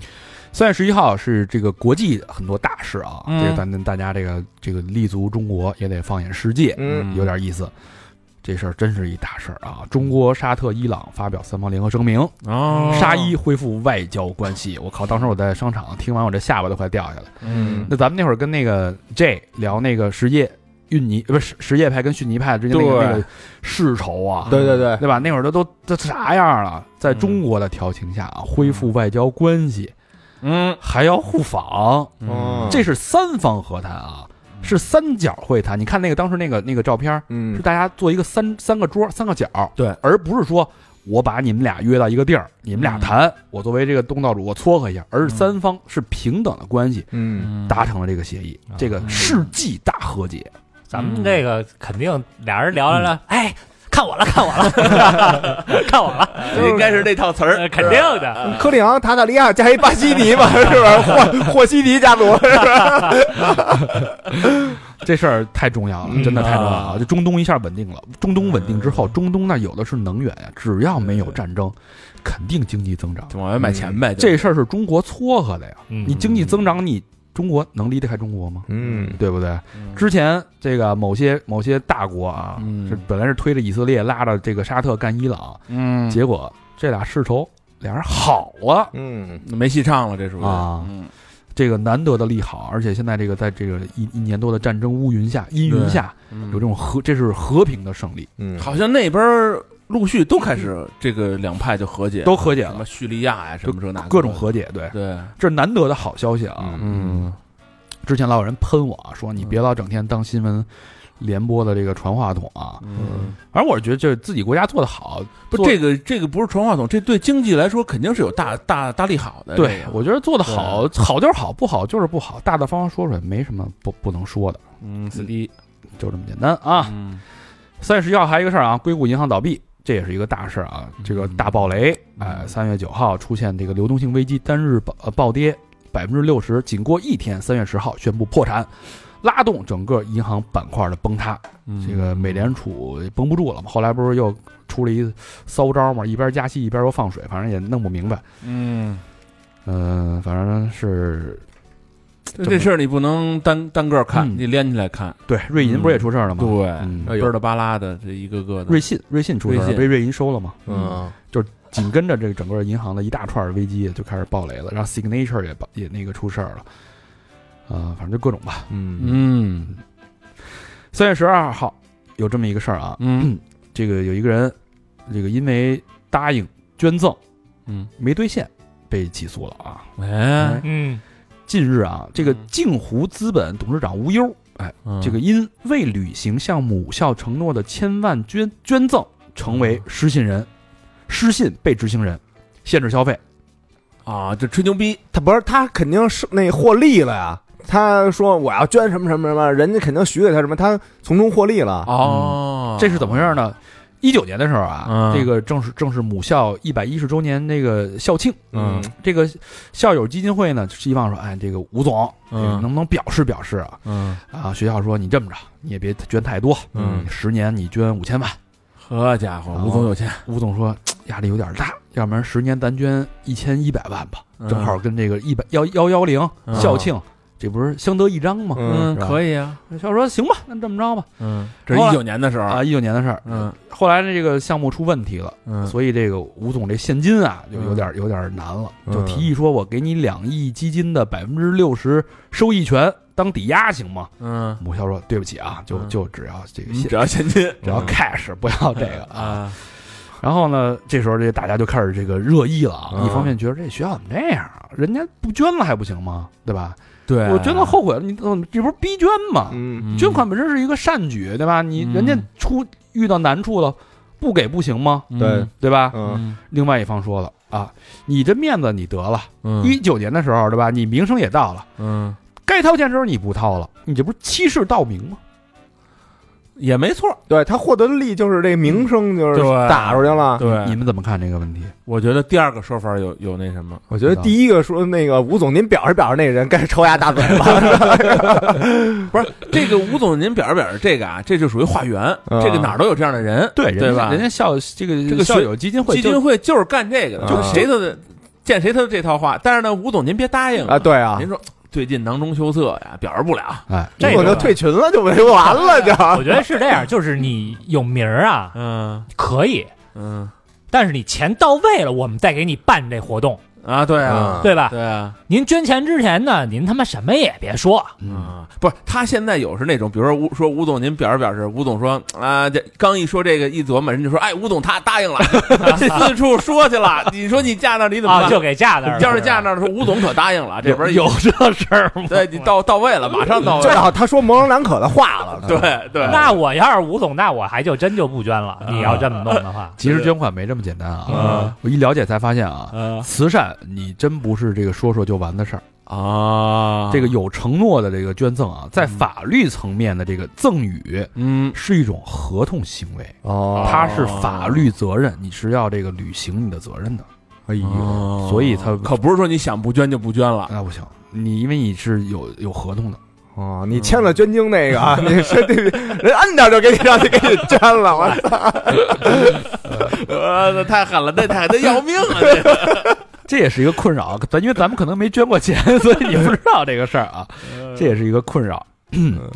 Speaker 3: 三月十一号是这个国际很多大事啊，
Speaker 4: 嗯
Speaker 3: 这个咱们大家这个这个立足中国，也得放眼世界，
Speaker 2: 嗯
Speaker 3: 有点意思。这事儿真是一大事儿啊！中国、沙特、伊朗发表三方联合声明，
Speaker 4: 哦
Speaker 3: 沙伊恢复外交关系。我靠！当时我在商场听完，我这下巴都快掉下来了。
Speaker 2: 嗯
Speaker 3: 那咱们那会儿跟那个 J 聊那个什叶运尼，不是什叶派跟逊尼派之间那个
Speaker 4: 对
Speaker 3: 那个世仇啊，
Speaker 2: 嗯对对对，
Speaker 3: 对吧？那会儿都都都啥样了？在
Speaker 2: 嗯
Speaker 3: 中国的调情下啊，恢复外交关系，
Speaker 4: 嗯，
Speaker 3: 还要互访，
Speaker 2: 嗯
Speaker 3: 这是三方和谈啊，是三角会谈。你看那个当时那个那个照片，
Speaker 2: 嗯
Speaker 3: 是大家做一个三三个桌三个角，
Speaker 4: 对，
Speaker 3: 而不是说我把你们俩约到一个地儿，你们
Speaker 2: 嗯
Speaker 3: 俩谈，我作为这个东道主我撮合一下，而是三方是平等的关系，
Speaker 2: 嗯啊
Speaker 3: 达成了这个协议，这个世纪大和解。
Speaker 5: 咱们
Speaker 3: 嗯
Speaker 5: 这个肯定俩人聊来了，哎，看我了，看我 了，看我了，
Speaker 4: 嗯应该是那套词
Speaker 5: 呃
Speaker 4: 儿，
Speaker 5: 肯定的。
Speaker 3: 啊
Speaker 2: 科里昂、塔塔利亚加一巴西尼嘛，是 吧？霍霍西尼家族是吧？
Speaker 3: 这事儿太重要了，真的太重要了。就中东一下稳定了，中东稳定之后，中东那有的是能源呀，只要没有战争，肯定经济增长。
Speaker 4: 就往外卖钱呗，
Speaker 3: 这事儿是中国撮合的呀，
Speaker 5: 嗯
Speaker 3: 你经济增长，你中国能离得开中国吗？
Speaker 2: 嗯
Speaker 3: 对不对？之前这个某些某些大国啊，
Speaker 4: 嗯
Speaker 3: 是本来是推着以色列，拉着这个沙特干伊朗，
Speaker 4: 嗯，
Speaker 3: 结果这俩世仇俩人好了，
Speaker 2: 嗯
Speaker 4: 没戏唱了，这属于
Speaker 3: 啊
Speaker 4: 嗯
Speaker 3: 这个难得的利好，而且现在这个在这个一一年多的战争乌云下、阴云下，
Speaker 4: 嗯
Speaker 3: 有这种和这是和平的胜利，
Speaker 2: 嗯，
Speaker 4: 好像那边儿陆续都开始这个两派就和解，
Speaker 3: 都和解
Speaker 4: 什
Speaker 3: 了
Speaker 4: 么，叙利亚呀，什么这那个
Speaker 3: 各种，和解，对，
Speaker 4: 对，
Speaker 3: 这是难得的好消息啊！
Speaker 4: 嗯
Speaker 3: 之前老有人喷我啊说你别老整天当新闻联播的这个传话筒啊，
Speaker 4: 嗯，
Speaker 3: 反正我是觉得就是自己国家做的好，
Speaker 4: 不，
Speaker 3: 做
Speaker 4: 这个这个不是传话筒，这对经济来说肯定是有大大大利好的，
Speaker 3: 对
Speaker 4: 这个
Speaker 3: 我觉得做的好，好就是好，不好就是不好，大大方方说出来，没什么不不能说的，
Speaker 4: 嗯，死敌
Speaker 3: 就这么简单啊。
Speaker 4: 嗯
Speaker 3: 三月十一号还有一个事儿啊，硅谷银行倒闭，这也是一个大事儿啊，这个大暴雷，
Speaker 4: 嗯
Speaker 3: 哎，三月九号出现这个流动性危机，单日暴呃暴跌百分之六十，仅过一天，三月十号宣布破产，拉动整个银行板块的崩塌。
Speaker 4: 嗯
Speaker 3: 这个美联储绷不住了嘛，后来不是又出了一骚招嘛，一边加息一边又放水，反正也弄不明白。
Speaker 4: 嗯，
Speaker 3: 嗯、反正是
Speaker 4: 这这事儿你不能单单个儿看，
Speaker 3: 嗯
Speaker 4: 你连起来看，
Speaker 3: 对瑞银不是也出事儿了吗？
Speaker 4: 对，
Speaker 3: 嗯
Speaker 2: 哎呦
Speaker 4: 倍儿的巴拉的这一个个的，
Speaker 3: 瑞信瑞信出事儿
Speaker 4: 瑞
Speaker 3: 了，
Speaker 4: 信
Speaker 3: 被瑞银收了嘛？
Speaker 2: 嗯
Speaker 3: 紧跟着这个整个银行的一大串危机就开始暴雷了，然后 Signature 也暴也那个出事儿了，呃，反正就各种吧。
Speaker 2: 嗯
Speaker 4: 嗯
Speaker 3: 三月十二号有这么一个事儿啊，
Speaker 4: 嗯
Speaker 3: 这个有一个人，这个因为答应捐赠
Speaker 4: 嗯，
Speaker 3: 没兑现被起诉了啊。
Speaker 4: 哎，
Speaker 5: 嗯，
Speaker 3: 近日啊，这个
Speaker 4: 嗯
Speaker 3: 镜湖资本董事长吴优，哎，
Speaker 4: 嗯
Speaker 3: 这个因未履行向母校承诺的千万捐捐赠，成为
Speaker 4: 嗯
Speaker 3: 失信人，失信被执行人，限制消费。
Speaker 4: 啊，这吹牛逼，
Speaker 2: 他不是他肯定是那获利了呀。他说我要捐什么什么什么，人家肯定许给他什么，他从中获利了。
Speaker 4: 哦，
Speaker 3: 嗯这是怎么回事呢？一九年的时候啊，
Speaker 4: 嗯
Speaker 3: 这个正是正是母校一百一十周年那个校庆，
Speaker 2: 嗯，
Speaker 3: 这个校友基金会呢希望说，哎，这个吴总，这个
Speaker 4: 嗯
Speaker 3: 能不能表示表示啊？
Speaker 4: 嗯，
Speaker 3: 啊，学校说你这么着，你也别捐太多，
Speaker 4: 嗯，
Speaker 3: 十年你捐五千万。
Speaker 4: 好家伙，
Speaker 3: 哦
Speaker 4: 吴总有钱，
Speaker 3: 吴总说嘖压力有点大，要不然十年咱捐一千一百万吧，
Speaker 4: 嗯
Speaker 3: 哦正好跟这个一百幺幺幺零
Speaker 4: 嗯
Speaker 3: 校庆，这不是相得益彰吗？
Speaker 2: 嗯
Speaker 4: 嗯，
Speaker 3: 是吧
Speaker 4: 可以啊，
Speaker 3: 校友说行吧，那这么着吧。
Speaker 4: 嗯，这是
Speaker 3: 后
Speaker 4: 一
Speaker 3: 来
Speaker 4: 九年的时候，
Speaker 3: 啊，一九年的事儿，
Speaker 4: 嗯
Speaker 3: 后来这个项目出问题了。
Speaker 4: 嗯，
Speaker 3: 所以这个吴总这现金啊，就有点有点难了，就提议说，我给你两亿基金的百分之六十收益权当抵押行吗？
Speaker 4: 嗯，
Speaker 3: 母校说对不起啊，就就只要这个
Speaker 4: 你
Speaker 3: 现，
Speaker 4: 只要现金，
Speaker 3: 只要 cash，不要这个啊。
Speaker 4: 啊，
Speaker 3: 然后呢，这时候这大家就开始这个热议了啊。
Speaker 2: 嗯
Speaker 3: 一方面觉得这学校怎么这样啊，人家不捐了还不行吗？对吧？
Speaker 4: 对
Speaker 3: 我捐了后悔了，你嗯这不是逼捐吗？
Speaker 2: 嗯，
Speaker 4: 嗯
Speaker 3: 捐款本身是一个善举，对吧？你
Speaker 4: 嗯
Speaker 3: 人家出遇到难处了，不给不行吗？
Speaker 4: 嗯
Speaker 2: 对
Speaker 3: 对吧？
Speaker 2: 嗯
Speaker 3: 另外一方说了啊，你这面子你得了，
Speaker 4: 嗯
Speaker 3: 一九年的时候，对吧？你名声也到了，
Speaker 4: 嗯
Speaker 3: 该掏钱的时候你不掏了，你这不是欺世盗名吗？
Speaker 4: 也没错，
Speaker 2: 对他获得的利益就是这名声，就是
Speaker 4: 对
Speaker 2: 打出去
Speaker 3: 啊
Speaker 2: 了。
Speaker 4: 对，
Speaker 3: 你们怎么看这个问题？
Speaker 4: 我觉得第二个说法有有那什么，
Speaker 2: 我觉得第一个说那个吴总，您表示表示那人该抽压大嘴巴。
Speaker 4: 不是这个吴总，您表示表示这个啊，这就属于化缘，
Speaker 2: 嗯
Speaker 4: 这个哪儿都有这样的人，
Speaker 3: 对人
Speaker 4: 啊对
Speaker 3: 家
Speaker 4: 吧？
Speaker 3: 人家校这个
Speaker 4: 这个
Speaker 3: 校
Speaker 4: 学
Speaker 3: 友基金会
Speaker 4: 基
Speaker 3: 就
Speaker 4: 金会就是干这个的，
Speaker 2: 嗯
Speaker 4: 就是谁他的见谁他的这套话。但是呢，吴总您别答应
Speaker 2: 啊，，对啊
Speaker 4: 您，说最近囊中羞涩呀，表示不了，
Speaker 3: 哎，
Speaker 5: 这个
Speaker 2: 我就退群了，就没完了，就
Speaker 5: 我觉得是这样，就是你有名儿啊，
Speaker 4: 嗯
Speaker 5: 可以，
Speaker 4: 嗯
Speaker 5: 但是你钱到位了，我们再给你办这活动，
Speaker 4: 啊，对啊，
Speaker 5: 对吧？
Speaker 4: 对啊，
Speaker 5: 您捐钱之前呢，您他妈什么也别说，
Speaker 3: 嗯，
Speaker 4: 啊，不是他现在有是那种，比如说吴说吴总您表示表示，吴总说啊，这刚一说这个一琢磨，人就说哎，吴总他答 应了，四处说去了，你说你架那里怎么
Speaker 5: 啊，
Speaker 4: 办？
Speaker 5: 就给架那儿了。
Speaker 4: 要是架那儿说吴总可答应了，这边
Speaker 3: 有这事儿吗？
Speaker 4: 对你到到位了，马 上到
Speaker 2: 最
Speaker 4: 位，
Speaker 2: 好啊他说模棱两可的话了。
Speaker 4: 对对，
Speaker 5: 那我要是吴总，那我还就真就不捐了。你要这么弄的话，
Speaker 3: 其实捐款没这么简单啊
Speaker 4: 嗯！
Speaker 3: 我一了解才发现啊，
Speaker 4: 嗯
Speaker 3: 慈善你真不是这个说说就完的事儿，
Speaker 4: 啊，
Speaker 3: 这个有承诺的这个捐赠啊，在法律层面的这个赠与
Speaker 4: 嗯
Speaker 3: 是一种合同行为，
Speaker 2: 哦
Speaker 3: 它是法律责任，你是要这个履行你的责任的。
Speaker 2: 哎呦，
Speaker 4: 哦
Speaker 3: 嗯所以他
Speaker 4: 可不是说你想不捐就不 捐了。
Speaker 3: 那不行，你因为你是有有合同的，
Speaker 2: 哦，你签了捐精那个啊，你是这人摁点就给你让你给你捐了，我操！
Speaker 4: 呃，那太狠了，那太那要命啊！这个
Speaker 3: 这也是一个困扰。啊咱因为咱们可能没捐过钱， 所以你不知道这个事儿啊，这也是一个困扰。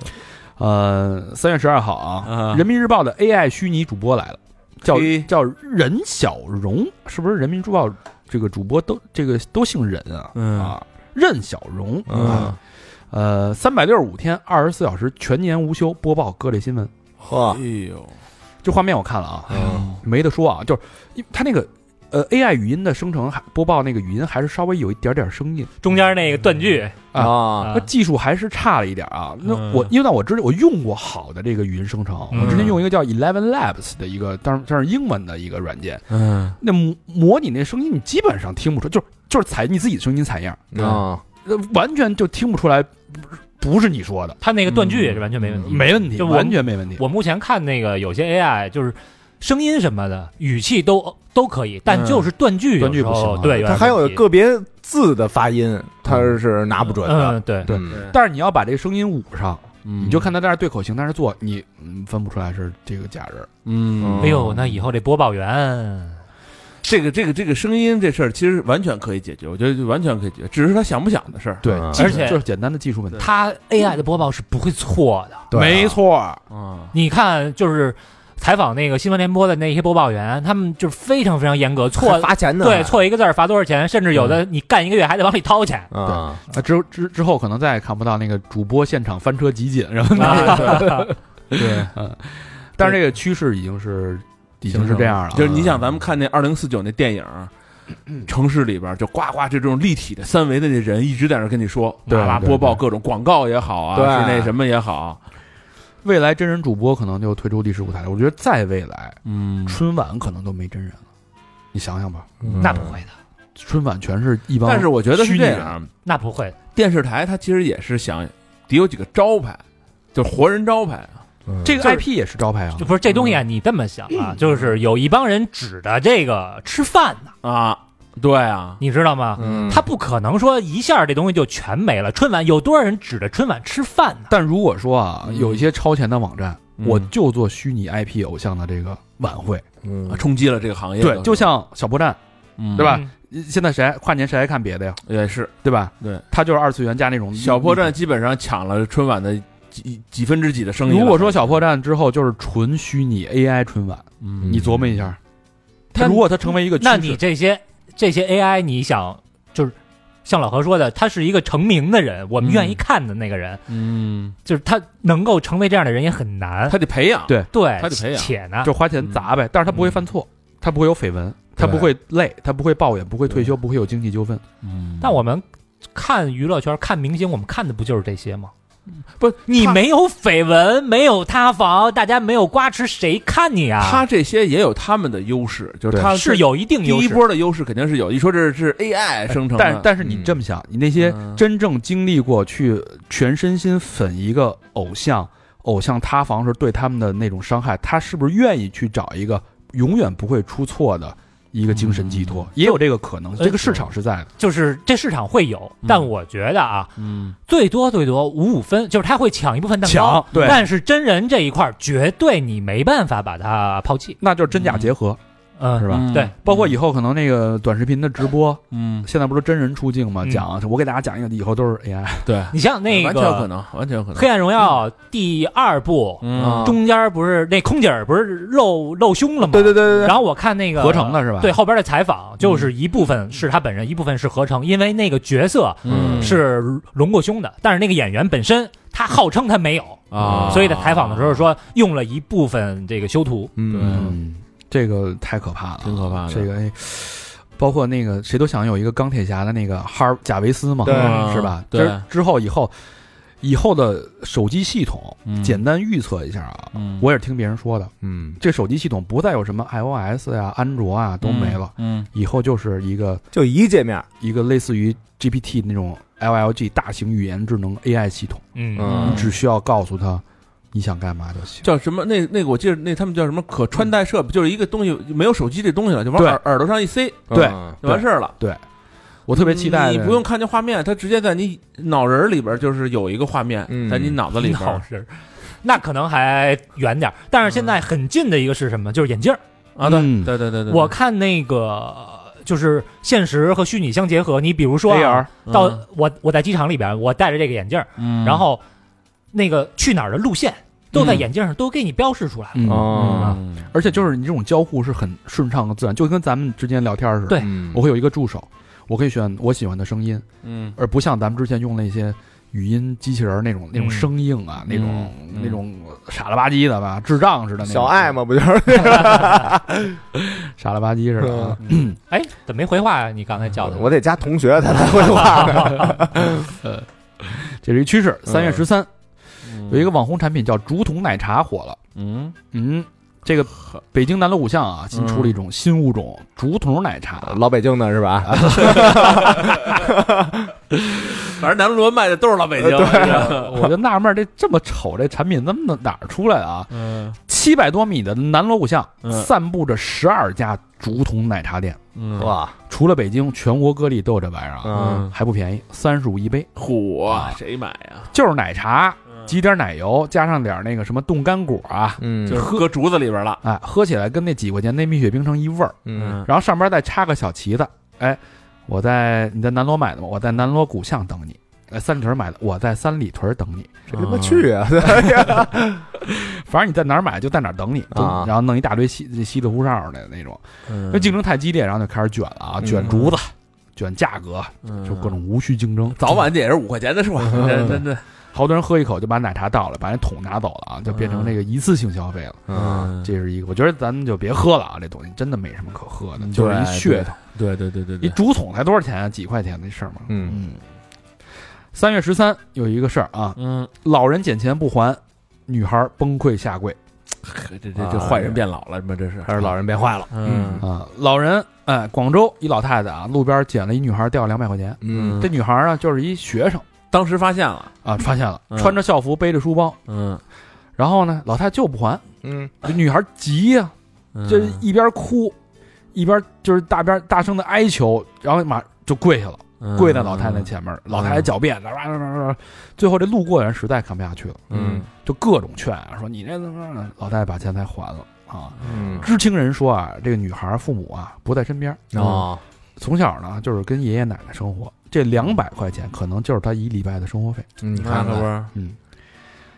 Speaker 3: 呃，三月十二号啊，
Speaker 4: 嗯
Speaker 3: 人民日报》的 AI 虚拟主播来了，叫
Speaker 4: 嘿
Speaker 3: 叫任小荣，是不是？《人民日报》这个主播都这个都姓任啊、
Speaker 4: 嗯
Speaker 3: 啊，任小荣
Speaker 2: 嗯
Speaker 3: 啊，呃，三百六十五天，二十四小时，全年无休播报各类新闻。
Speaker 2: 呵
Speaker 4: 哎，呦，
Speaker 3: 这画面我看了啊，
Speaker 2: 嗯
Speaker 3: 没得说啊，就是因为它那个呃 AI 语音的生成还播报那个语音还是稍微有一点点声音，
Speaker 5: 中间那个断句，
Speaker 2: 啊，
Speaker 5: 啊
Speaker 3: 它技术还是差了一点啊。那
Speaker 4: 嗯
Speaker 3: 我因为呢，我之前我用过好的这个语音生成，
Speaker 5: 嗯
Speaker 3: 我之前用一个叫 Eleven Labs 的一个，当然这是英文的一个软件，
Speaker 4: 嗯
Speaker 3: 那模模拟那声音你基本上听不出，就是就是采你自己的声音采样，
Speaker 2: 啊，
Speaker 3: 呃完全就听不出来不是不是你说的，
Speaker 5: 他那个断句也是完全没问题。
Speaker 3: 嗯没问题，
Speaker 5: 嗯就我
Speaker 3: 完全没问题。
Speaker 5: 我目前看那个有些 AI 就是声音什么的，语气都都可以，但就是断句有时候，
Speaker 3: 断句不行啊
Speaker 5: 对，
Speaker 2: 他
Speaker 5: 点
Speaker 2: 还有
Speaker 5: 问题
Speaker 2: 个别字的发音，他是拿不准的。
Speaker 5: 嗯，对，
Speaker 3: 对
Speaker 2: 嗯
Speaker 3: 但是你要把这个声音捂上，
Speaker 4: 你
Speaker 3: 你
Speaker 5: 嗯
Speaker 3: 就看他在那儿对口型，在那儿做，你嗯分不出来是这个假人。
Speaker 4: 嗯
Speaker 5: 哎呦，那以后这播报员，
Speaker 4: 这个这个这个声音这事儿，其实完全可以解决，我觉得就完全可以解决，只是他想不想的事儿。
Speaker 3: 对，
Speaker 2: 嗯
Speaker 3: 技术
Speaker 5: 而且
Speaker 3: 就是简单的技术问题。
Speaker 5: 他 AI 的播报是不会错的。
Speaker 2: 对啊
Speaker 3: 没错儿，
Speaker 4: 啊，
Speaker 5: 你看，就是采访那个新闻联播的那些播报员，他们就是非常非常严格，错
Speaker 2: 还罚钱呢，
Speaker 5: 对错一个字儿罚多少钱，甚至有的你干一个月还得往里掏钱。
Speaker 2: 啊，
Speaker 3: 啊，之之之后可能再也看不到那个主播现场翻车集锦什么的。
Speaker 5: 啊
Speaker 4: 对，
Speaker 3: 但是这个趋势已经是已经是这样了啊，
Speaker 4: 就是你想，咱们看那二零四九那电影，城市里边就呱呱这种立体的三维的那人一直在那跟你说，
Speaker 3: 对
Speaker 4: 哇啦
Speaker 3: 对
Speaker 4: 播报
Speaker 3: 对
Speaker 4: 各种广告也好啊，
Speaker 2: 对
Speaker 4: 是那什么也好，
Speaker 3: 未来真人主播可能就退出历史舞台了。我觉得再未来，
Speaker 4: 嗯
Speaker 3: 春晚可能都没真人了。你想想吧，
Speaker 2: 嗯
Speaker 5: 那不会的，
Speaker 3: 春晚全是一帮，
Speaker 4: 但是我觉得
Speaker 3: 虚
Speaker 4: 是
Speaker 3: 拟啊
Speaker 4: 这
Speaker 3: 人
Speaker 4: 样，
Speaker 5: 那不会的。
Speaker 4: 电视台它其实也是想得有几个招牌，就是活人招牌啊。
Speaker 2: 嗯
Speaker 3: 这个
Speaker 4: 就是
Speaker 3: IP 也是招牌啊
Speaker 5: 就。不是这东西啊，你这么想啊，就是有一帮人指着这个吃饭呢，
Speaker 4: 啊，对啊，
Speaker 5: 你知道吗？
Speaker 2: 嗯
Speaker 5: 他不可能说一下这东西就全没了。春晚有多少人指着春晚吃饭呢？
Speaker 3: 但如果说啊，
Speaker 4: 嗯
Speaker 3: 有一些超前的网站，
Speaker 4: 嗯
Speaker 3: 我就做虚拟 IP 偶像的这个晚会，
Speaker 2: 嗯
Speaker 4: 冲击了这个行业，
Speaker 3: 对，就像小破站，对吧
Speaker 5: 嗯？
Speaker 3: 现在谁跨年谁还看别的呀？
Speaker 4: 也是
Speaker 3: 对吧？
Speaker 4: 对，
Speaker 3: 它就是二次元加那种
Speaker 4: 小破站基本上抢了春晚的几几分之几的生意了。
Speaker 3: 如果说小破站之后就是纯虚拟 AI 春晚，
Speaker 4: 嗯，
Speaker 3: 你琢磨一下，它
Speaker 5: 那
Speaker 3: 如果它成为一个趋势，
Speaker 5: 那你这些这些 AI，你想就是像老何说的，他是一个成名的人，我们
Speaker 4: 嗯
Speaker 5: 愿意看的那个人，
Speaker 4: 嗯，
Speaker 5: 就是他能够成为这样的人也很难。
Speaker 4: 他得培养，
Speaker 3: 对
Speaker 5: 对，
Speaker 4: 他得培养
Speaker 5: 且呢，
Speaker 3: 嗯就花钱砸呗，但是它不会犯错，他不会有绯闻，他不会累，他不会抱怨，不会退休，不会有经济纠纷。
Speaker 1: 嗯
Speaker 5: 但我们看娱乐圈、看明星，我们看的不就是这些吗？
Speaker 3: 不，
Speaker 5: 你
Speaker 3: 他
Speaker 5: 没有绯闻，没有塌房，大家没有瓜吃，谁看你啊？
Speaker 4: 他这些也有他们的优势，就是
Speaker 3: 对
Speaker 4: 他
Speaker 5: 是有一定
Speaker 4: 第
Speaker 5: 优
Speaker 4: 一
Speaker 5: 势，
Speaker 4: 波的优势肯定是有。一说这是 AI 生成的，
Speaker 3: 但但是你这么想，你那些
Speaker 4: 嗯
Speaker 3: 真正经历过去全身心粉一个偶像，偶像塌房时候对他们的那种伤害，他是不是愿意去找一个永远不会出错的一个精神寄托？也有这个可能，
Speaker 5: 呃
Speaker 3: 这个市场是在的。
Speaker 5: 就是这市场会有，
Speaker 4: 嗯
Speaker 5: 但我觉得啊，
Speaker 4: 嗯，
Speaker 5: 最多最多五五分，就是他会抢一部分蛋糕
Speaker 3: 抢，对
Speaker 5: 但是真人这一块儿绝对你没办法把它抛弃，
Speaker 3: 那就是真假结合，
Speaker 5: 嗯，
Speaker 3: 是吧？
Speaker 4: 嗯
Speaker 5: 对，
Speaker 3: 包括以后可能那个短视频的直播，
Speaker 4: 嗯，
Speaker 3: 现在不是真人出镜吗？
Speaker 5: 嗯
Speaker 3: 讲啊我给大家讲一个，以后都是哎 AI。
Speaker 4: 对，
Speaker 5: 你像那
Speaker 4: 完全有可
Speaker 5: 个《
Speaker 4: 能，完全有可能。
Speaker 5: 黑暗荣耀》第二部，
Speaker 4: 嗯，
Speaker 5: 中间不是那空姐儿不是露露胸了吗？
Speaker 2: 啊对对对对对
Speaker 5: 然后我看那个
Speaker 3: 合成的是吧
Speaker 5: 对，后边的采访就是一部分是他本人，一部分是合成，因为那个角色
Speaker 4: 嗯
Speaker 5: 是隆过胸的，但是那个演员本身他号称他没有
Speaker 4: 啊
Speaker 5: 所以在采访的时候说用了一部分这个修图，
Speaker 2: 嗯，
Speaker 3: 嗯，这个太可怕了，
Speaker 4: 挺可怕的
Speaker 3: 这个哎，包括那个谁都想有一个钢铁侠的那个哈尔贾维斯嘛，
Speaker 2: 对
Speaker 3: 是吧？
Speaker 4: 对
Speaker 3: 之之后以后以后的手机系统，
Speaker 4: 嗯
Speaker 3: 简单预测一下啊，
Speaker 4: 嗯
Speaker 3: 我也是听别人说的，
Speaker 2: 嗯，
Speaker 3: 这手机系统不再有什么 iOS 呀、安卓啊都没了，，
Speaker 4: 嗯
Speaker 3: 以后就是一个
Speaker 2: 就一界面，
Speaker 3: 一个类似于 GPT 那种 LLG 大型语言智能 AI 系统，
Speaker 5: 嗯，
Speaker 4: 嗯
Speaker 2: 嗯
Speaker 3: 你只需要告诉他你想干嘛就行。
Speaker 4: 叫什么？那那个我记得那他们叫什么可穿戴设备，就是一个东西没有手机这东西了，就往
Speaker 3: 对
Speaker 4: 耳耳朵上一塞
Speaker 3: 对
Speaker 2: 嗯
Speaker 4: 就完事儿了。
Speaker 3: 我特别期待
Speaker 4: 你
Speaker 3: 的
Speaker 4: 不用看见画面，它直接在你脑仁儿里边就是有一个画面
Speaker 2: 嗯
Speaker 4: 在你脑子里边
Speaker 5: 老师，那可能还远点儿，但是现在很近的一个是什么？就是眼镜儿。
Speaker 4: 啊，对
Speaker 3: 嗯
Speaker 4: 对对对对，
Speaker 5: 我看那个。就是现实和虚拟相结合，你比如说啊
Speaker 3: AR
Speaker 5: 到
Speaker 4: 嗯
Speaker 5: 我我在机场里边，我戴着这个眼镜儿，
Speaker 4: 嗯
Speaker 5: 然后那个去哪儿的路线都在
Speaker 4: 嗯
Speaker 5: 眼镜上都给你标示出来了。
Speaker 3: 嗯
Speaker 2: 哦，
Speaker 4: 嗯
Speaker 3: 而且就是你这种交互是很顺畅和自然，就跟咱们之间聊天似的。
Speaker 5: 对
Speaker 2: 嗯
Speaker 3: 我会有一个助手，我可以选我喜欢的声音，
Speaker 4: 嗯
Speaker 3: 而不像咱们之前用那些语音机器人儿那种那种生硬啊，那种、
Speaker 4: 嗯
Speaker 3: 那种傻了吧唧的吧，智障似的那种。
Speaker 2: 小爱嘛，不就是
Speaker 3: 傻了吧唧似的啊。
Speaker 5: 哎，怎么没回话呀、你刚才叫的
Speaker 4: 嗯
Speaker 2: 我得加同学才来回话呢。
Speaker 3: 这是一趋势。三月十三、
Speaker 4: 嗯
Speaker 3: 有一个网红产品叫竹筒奶茶火了，
Speaker 4: 嗯
Speaker 3: 嗯。这个北京南锣鼓巷啊，新出了一种新物种——竹筒奶茶。
Speaker 2: 老北京的是吧？
Speaker 4: 反正南锣卖的都是老北京，
Speaker 5: 呃
Speaker 4: 哎
Speaker 3: 我就纳闷儿，这这么丑，这产品怎么哪儿出来的啊？
Speaker 4: 嗯
Speaker 3: 七百多米的南锣鼓巷，
Speaker 4: 嗯
Speaker 3: 散布着十二家竹筒奶茶店，
Speaker 4: 嗯
Speaker 2: 哇，
Speaker 3: 除了北京，全国各地都有这玩意儿啊，
Speaker 2: 嗯，
Speaker 3: 还不便宜，三十五一杯，
Speaker 4: 虎啊，谁买呀？
Speaker 3: 就是奶茶，
Speaker 4: 嗯
Speaker 3: 挤点奶油，加上点那个什么冻干果啊，
Speaker 2: 嗯
Speaker 4: 就是搁竹子里边了。
Speaker 3: 哎，喝起来跟那几块钱那蜜雪冰城一味儿，
Speaker 2: 嗯，
Speaker 3: 然后上边再插个小旗子，哎，我在你在南锣买的吗？我在南锣鼓巷等你。哎，三里屯买的，我在三里屯等你。
Speaker 2: 这他妈去啊！
Speaker 3: 反正你在哪儿买就在哪儿等你，都
Speaker 2: 啊
Speaker 3: 然后弄一大堆稀稀里糊哨的那种。
Speaker 4: 嗯
Speaker 3: 因
Speaker 4: 哎
Speaker 3: 为竞争太激烈，然后就开始卷了啊，
Speaker 2: 嗯
Speaker 3: 卷竹子，卷价格，
Speaker 4: 争
Speaker 3: 就各种无序竞争。
Speaker 4: 嗯早晚这也是五块钱的是吧？ 真真真，
Speaker 3: 好多人喝一口就把奶茶倒了，把那桶拿走了啊，就变成这个一次性消费了。
Speaker 2: 嗯，
Speaker 3: 这是一个，我觉得咱们就别喝了啊，这东西真的没什么可喝的，
Speaker 4: 嗯
Speaker 3: 就是一
Speaker 4: 对
Speaker 3: 噱头。
Speaker 4: 对对对对
Speaker 3: 一，竹筒才多少钱啊？几块钱那事儿嘛。
Speaker 2: 嗯，
Speaker 3: 三月十三有一个事儿啊，
Speaker 4: 嗯，
Speaker 3: 老人捡钱不还，女孩崩溃下跪
Speaker 4: 这这这坏人变老了吗？这是
Speaker 2: 还是老人变坏了。
Speaker 4: 啊嗯
Speaker 3: 啊。老人哎，广州一老太太啊，路边捡了一女孩掉两百块钱，
Speaker 2: 嗯
Speaker 3: 这女孩呢就是一学生
Speaker 4: 当时发现了，
Speaker 3: 啊，发现了，
Speaker 4: 嗯
Speaker 3: 穿着校服背着书包。
Speaker 4: 嗯，
Speaker 3: 然后呢，老太太就不还，
Speaker 2: 嗯
Speaker 3: 这女孩急呀、
Speaker 4: 嗯
Speaker 3: 就是一边哭，一边就是大边大声的哀求，然后马就跪下了，
Speaker 4: 嗯
Speaker 3: 跪在老太太，前面，老太太狡辩，哇哇哇哇最后这路过人实在看不下去了，
Speaker 4: 嗯
Speaker 3: 就各种劝啊，说你这怎么着呢？老太太把钱才还了啊。
Speaker 2: 嗯
Speaker 3: 知情人说啊，这个女孩父母啊不在身边，
Speaker 2: 哦，
Speaker 3: 从小呢就是跟爷爷奶奶生活，这两百块钱可能就是她一礼拜的生活费，
Speaker 2: 你
Speaker 4: 你看
Speaker 2: 看
Speaker 4: 可不
Speaker 2: 看，
Speaker 4: 是。
Speaker 3: 嗯，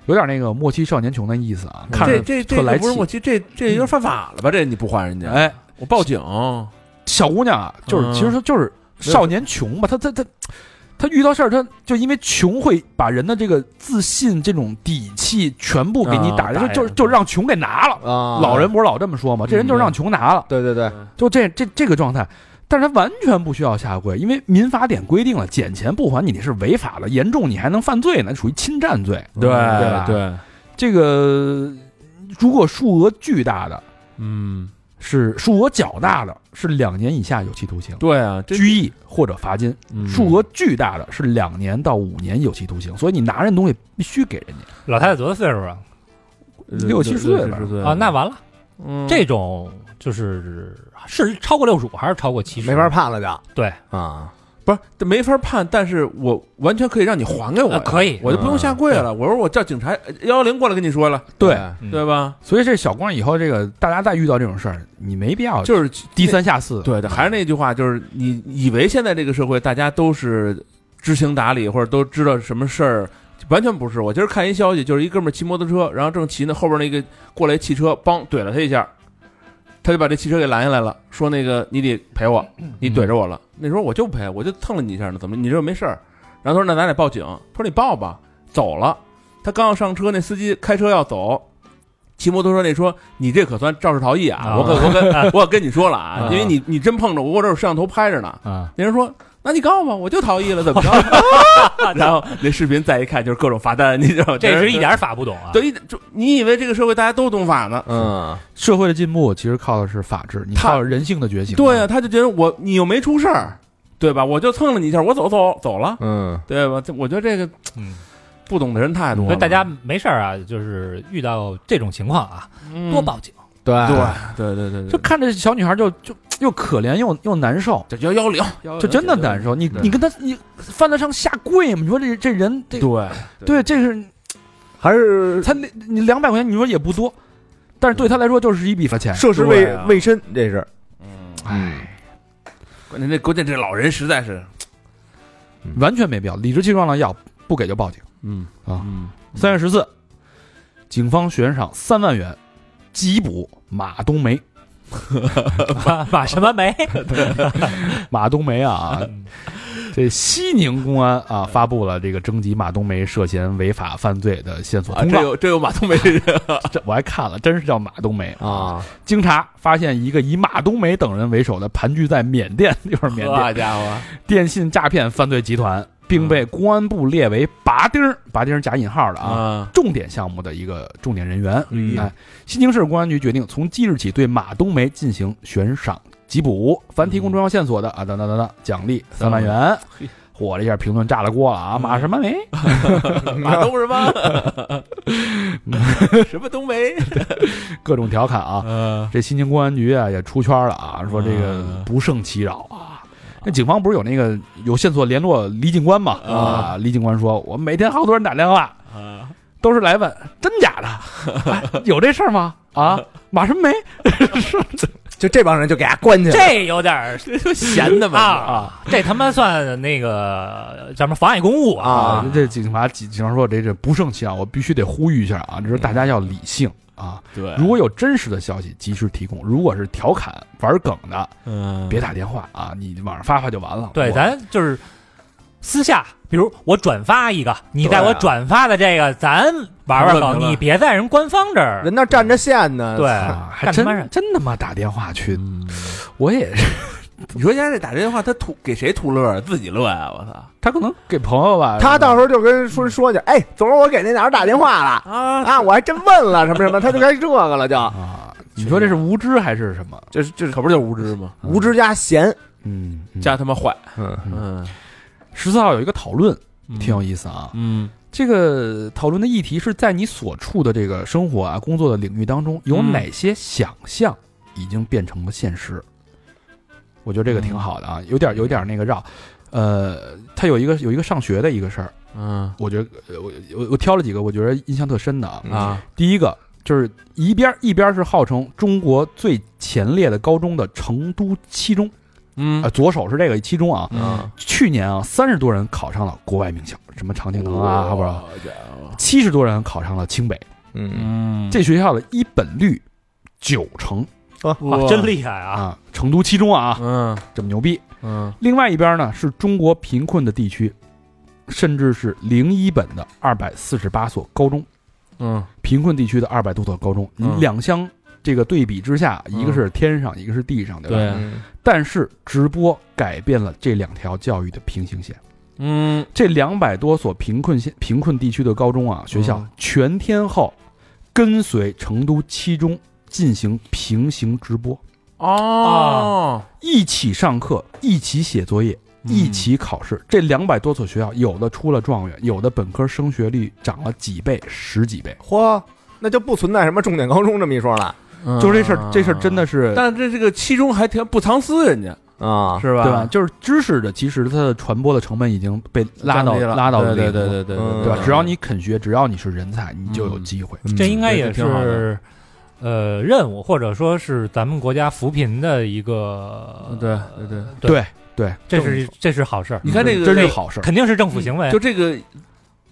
Speaker 3: 有点那个莫欺少年穷的意思啊，看着
Speaker 4: 这这
Speaker 3: 特
Speaker 4: 这
Speaker 3: 来
Speaker 4: 不是
Speaker 3: 气
Speaker 4: 我，这这这有点犯法了吧？这你不还人家，
Speaker 3: 哎，
Speaker 4: 我报警。
Speaker 3: 小姑娘啊，就是、
Speaker 4: 嗯
Speaker 3: 其实她就是少年穷吧，她她她他遇到事儿，他就因为穷会把人的这个自信、这种底气全部给你
Speaker 5: 啊
Speaker 3: 打，
Speaker 5: 打
Speaker 3: 就就
Speaker 5: 下来
Speaker 3: 就让穷给拿了。
Speaker 2: 啊，
Speaker 3: 老人不是老这么说吗？这人就是
Speaker 5: 嗯
Speaker 3: 让穷拿了，
Speaker 2: 对对对，
Speaker 3: 就这这这个状态。但是他完全不需要下跪，因为民法典规定了，捡钱不还你这是违法的，严重你还能犯罪呢，属于侵占罪。
Speaker 5: 对
Speaker 4: 嗯
Speaker 3: 吧
Speaker 5: 对，
Speaker 3: 这个如果数额巨大的，
Speaker 4: 嗯，
Speaker 3: 是数额较大的，是两年以下有期徒刑、
Speaker 4: 对啊，这
Speaker 3: 拘役或者罚金；
Speaker 4: 嗯
Speaker 3: 数额巨大的是两年到五年有期徒刑。所以你拿人东西必须给人家。
Speaker 5: 老太太多大岁数啊？
Speaker 4: 呃
Speaker 3: 六七十岁吧
Speaker 4: 六七十岁
Speaker 5: 啊，那完了，
Speaker 4: 嗯
Speaker 5: 这种就是是超过六十五还是超过七十？
Speaker 2: 没法判了就，
Speaker 5: 对
Speaker 2: 啊，
Speaker 4: 不是这没法判，但是我完全可以让你还给我呀，
Speaker 5: 啊可以
Speaker 4: 我就不用下跪了。我说我叫警察呃幺幺零过来跟你说了，
Speaker 3: 对，
Speaker 5: 嗯
Speaker 4: 对吧？
Speaker 3: 所以这小光以后这个大家再遇到这种事儿，你没必要
Speaker 4: 就是
Speaker 3: 低三下四。嗯
Speaker 4: 对的，还是那句话，就是你以为现在这个社会大家都是知行达理，或者都知道什么事儿，完全不是。我今儿看一消息，就是一哥们儿骑摩托车，然后正骑呢，后边那个过来汽车，梆怼了他一下，他就把这汽车给拦下来了，说那个你得赔我，你怼着我了。那时候我就赔，我就蹭了你一下呢，怎么你这又没事儿？然后他说那咱得报警，他说你报吧，走了。他刚要上车，那司机开车要走，骑摩托车那说：“你这可算肇事逃逸啊！
Speaker 5: 啊
Speaker 4: 我可 我跟我可跟你说了啊
Speaker 5: 啊，
Speaker 4: 因为你你真碰着我，我这有摄像头拍着呢。
Speaker 5: 啊，”
Speaker 4: 那人说：“那你告吧，我就逃逸了，怎么着？” 然后那视频再一看，就是各种罚单，你知道吗？
Speaker 5: 这是一点法不懂啊。
Speaker 4: 对，一就你以为这个社会大家都懂法呢？
Speaker 2: 嗯，
Speaker 3: 社会的进步其实靠的是法治，你
Speaker 4: 他
Speaker 3: 靠人性的觉醒。
Speaker 4: 对啊，，他就觉得我你又没出事儿，对吧？我就蹭了你一下，我走走走了，
Speaker 2: 嗯，
Speaker 4: 对吧？这我觉得这个
Speaker 5: 嗯，
Speaker 4: 不懂的人太多
Speaker 5: 所
Speaker 4: 了，
Speaker 5: 以大家没事儿啊，就是遇到这种情况啊，
Speaker 4: 嗯
Speaker 5: 多报 警。
Speaker 2: 对
Speaker 4: 对对对对对，
Speaker 3: 就看着小女孩就就又可怜又又难受。
Speaker 4: 这幺幺零，
Speaker 3: 就真的难受，你
Speaker 4: 对
Speaker 3: 你跟他你犯得上下跪吗？你说这这人这
Speaker 4: 对
Speaker 3: 对，这是
Speaker 2: 还是
Speaker 3: 他那你两百块钱，你说也不多，但是对他来说就是一笔罚钱。
Speaker 2: 涉世
Speaker 4: 对
Speaker 2: 未
Speaker 4: 啊
Speaker 2: 未深，这是，
Speaker 4: 嗯，
Speaker 2: 嗯，
Speaker 4: 关键这关键这老人实在是，
Speaker 3: 完全没必要，理直气壮的要不给就报警。
Speaker 4: 嗯
Speaker 3: 啊
Speaker 4: 嗯
Speaker 3: 三月十四，警方悬赏三万元缉捕马冬梅。
Speaker 5: 马马什么 梅？
Speaker 3: 马冬梅 啊，这西宁公安啊发布了这个征集马冬梅涉嫌违法犯罪的线索
Speaker 4: 啊，
Speaker 3: 通
Speaker 4: 这
Speaker 3: 告。
Speaker 4: 有这有马冬梅 这人，
Speaker 3: 这我还看了，真是叫马冬梅。
Speaker 2: 啊，
Speaker 3: 经查发现，一个以马冬梅等人为首的盘踞在缅甸，又是缅甸
Speaker 4: 好啊家伙，
Speaker 3: 电信诈骗犯罪集团，并被公安部列为拔钉儿拔钉儿加引号的啊。
Speaker 4: 啊，
Speaker 3: 重点项目的一个重点人员，
Speaker 2: 嗯
Speaker 3: 哎，西宁市公安局决定从即日起对马冬梅进行悬赏缉捕，凡提供重要线索的啊，等等等等，奖励三万元
Speaker 4: 嘿。
Speaker 3: 火了一下，评论炸了锅了啊！马什么梅？
Speaker 4: 马冬什么？什么冬梅？
Speaker 3: 各种调侃啊！
Speaker 4: 嗯
Speaker 3: 这西宁公安局啊也出圈了啊，说这个
Speaker 4: 嗯
Speaker 3: 不胜其扰啊。那警方不是有那个有线索联络李警官嘛？啊，李警官说，我每天好多人打电话，
Speaker 4: 啊，
Speaker 3: 都是来问真假的，哎有这事儿吗？啊，马什么梅
Speaker 2: 就这帮人就给他关起来，
Speaker 5: 这有点儿
Speaker 4: 这闲的嘛，
Speaker 5: 啊，这他妈算那个叫什么妨碍公务啊？
Speaker 2: 啊，
Speaker 3: 这警察警警察说这这不胜其扰，我必须得呼吁一下啊，就是大家要理性啊，
Speaker 4: 对
Speaker 3: 如果有真实的消息及时提供，如果是调侃玩梗的，
Speaker 4: 嗯
Speaker 3: 别打电话啊，你网上发发就完了。
Speaker 5: 对，
Speaker 3: 我
Speaker 5: 咱就是私下，比如我转发一个，你在我转发的这个，咱玩玩
Speaker 4: 啊评论
Speaker 5: 好，
Speaker 4: 评论
Speaker 5: 你别在人官方这儿
Speaker 2: 人那站着线呢，
Speaker 5: 对
Speaker 3: 啊，还
Speaker 5: 干他妈事
Speaker 3: 真真他妈打电话去，
Speaker 4: 嗯
Speaker 3: 我也是，
Speaker 4: 你说人家这打这电话，他图给谁图乐啊？自己乐啊！我操
Speaker 3: 他可能给朋友吧，啊
Speaker 2: 他到
Speaker 3: 时
Speaker 2: 时候就跟说说去，哎，昨儿我给那哪儿打电话了
Speaker 4: 啊！
Speaker 2: 啊，我还真问了什么什么，他就该这个了，就
Speaker 3: 候啊，你说这是无知还是什么？
Speaker 2: 就是就是
Speaker 4: 可不是就是无知吗？
Speaker 2: 无知加闲，
Speaker 3: 嗯，
Speaker 4: 加他妈坏，
Speaker 2: 嗯
Speaker 4: 嗯，
Speaker 3: 十四号有一个讨论，挺有
Speaker 4: 意
Speaker 3: 意思啊，
Speaker 4: 嗯
Speaker 3: 这个讨论的议题是在你所处的这个生活啊、工作的领域当中，有
Speaker 4: 嗯
Speaker 3: 哪些想象已经变成了现实？我觉得这个挺好的啊，有点有点那个绕。呃，他有一个有一个上学的一个事儿，
Speaker 4: 嗯
Speaker 3: 我觉得呃我我我挑了几个我觉得印象特深的啊。
Speaker 2: 嗯
Speaker 4: 啊
Speaker 3: 第一个就是一边一边是号称中国最前列的高中的成都七中，
Speaker 4: 嗯
Speaker 3: 呃，左手是这个七中啊，
Speaker 4: 嗯，
Speaker 3: 去年啊三十多人考上了国外名校，什么常青藤
Speaker 5: 哦
Speaker 3: 啊，好不好？
Speaker 4: 好家伙，
Speaker 3: 七十多人考上了清北，
Speaker 2: 嗯，
Speaker 4: 嗯，
Speaker 3: 这学校的一本率九成
Speaker 5: 哇真厉害啊！
Speaker 3: 啊，成都七中啊，
Speaker 4: 嗯
Speaker 3: 这么牛逼。
Speaker 4: 嗯
Speaker 3: 另外一边呢，是中国贫困的地区，甚至是零一本的二百四十八所高中，
Speaker 4: 嗯
Speaker 3: 贫困地区的二百多所高中，你
Speaker 4: 嗯
Speaker 3: 两相这个对比之下，
Speaker 4: 嗯
Speaker 3: 一个是天上，一个是地上，对吧？
Speaker 4: 对
Speaker 2: 嗯
Speaker 3: 但是直播改变了这两条教育的平行线。
Speaker 4: 嗯
Speaker 3: 这两百多所贫困县、贫困地区的高中啊，学校、
Speaker 4: 嗯
Speaker 3: 全天候跟随成都七中进行平行直播，
Speaker 4: 哦，
Speaker 3: 一起上课，一起写作业，一起考试。这两百多所学校，有的出了状元，有的本科升学率涨了几倍、十几倍。
Speaker 2: 嚯，那就不存在什么重点高中这么一说了
Speaker 4: 嗯
Speaker 3: 就是这事儿，这事儿真的是，
Speaker 4: 但这这个其中还挺不藏私，人家
Speaker 2: 啊。
Speaker 4: 是吧？
Speaker 3: 对吧？就是知识的，其实它的传播的成本已经被拉到
Speaker 4: 降低了
Speaker 3: 拉到
Speaker 4: 对对
Speaker 3: 零
Speaker 4: 对
Speaker 3: 了
Speaker 4: 对对
Speaker 2: 嗯
Speaker 3: 对吧？
Speaker 2: 嗯
Speaker 3: 只要你肯学，只要你是人才，你就有
Speaker 4: 嗯
Speaker 3: 机会。
Speaker 5: 这应该也
Speaker 4: 这挺好的
Speaker 5: 是呃任务，或者说是咱们国家扶贫的一个
Speaker 4: 对对对，
Speaker 5: 对
Speaker 3: 对对，
Speaker 5: 这是这是好事儿，
Speaker 4: 你看这个
Speaker 3: 真是好事儿。
Speaker 5: 肯定是政府行为
Speaker 3: 哎
Speaker 4: 就。这个，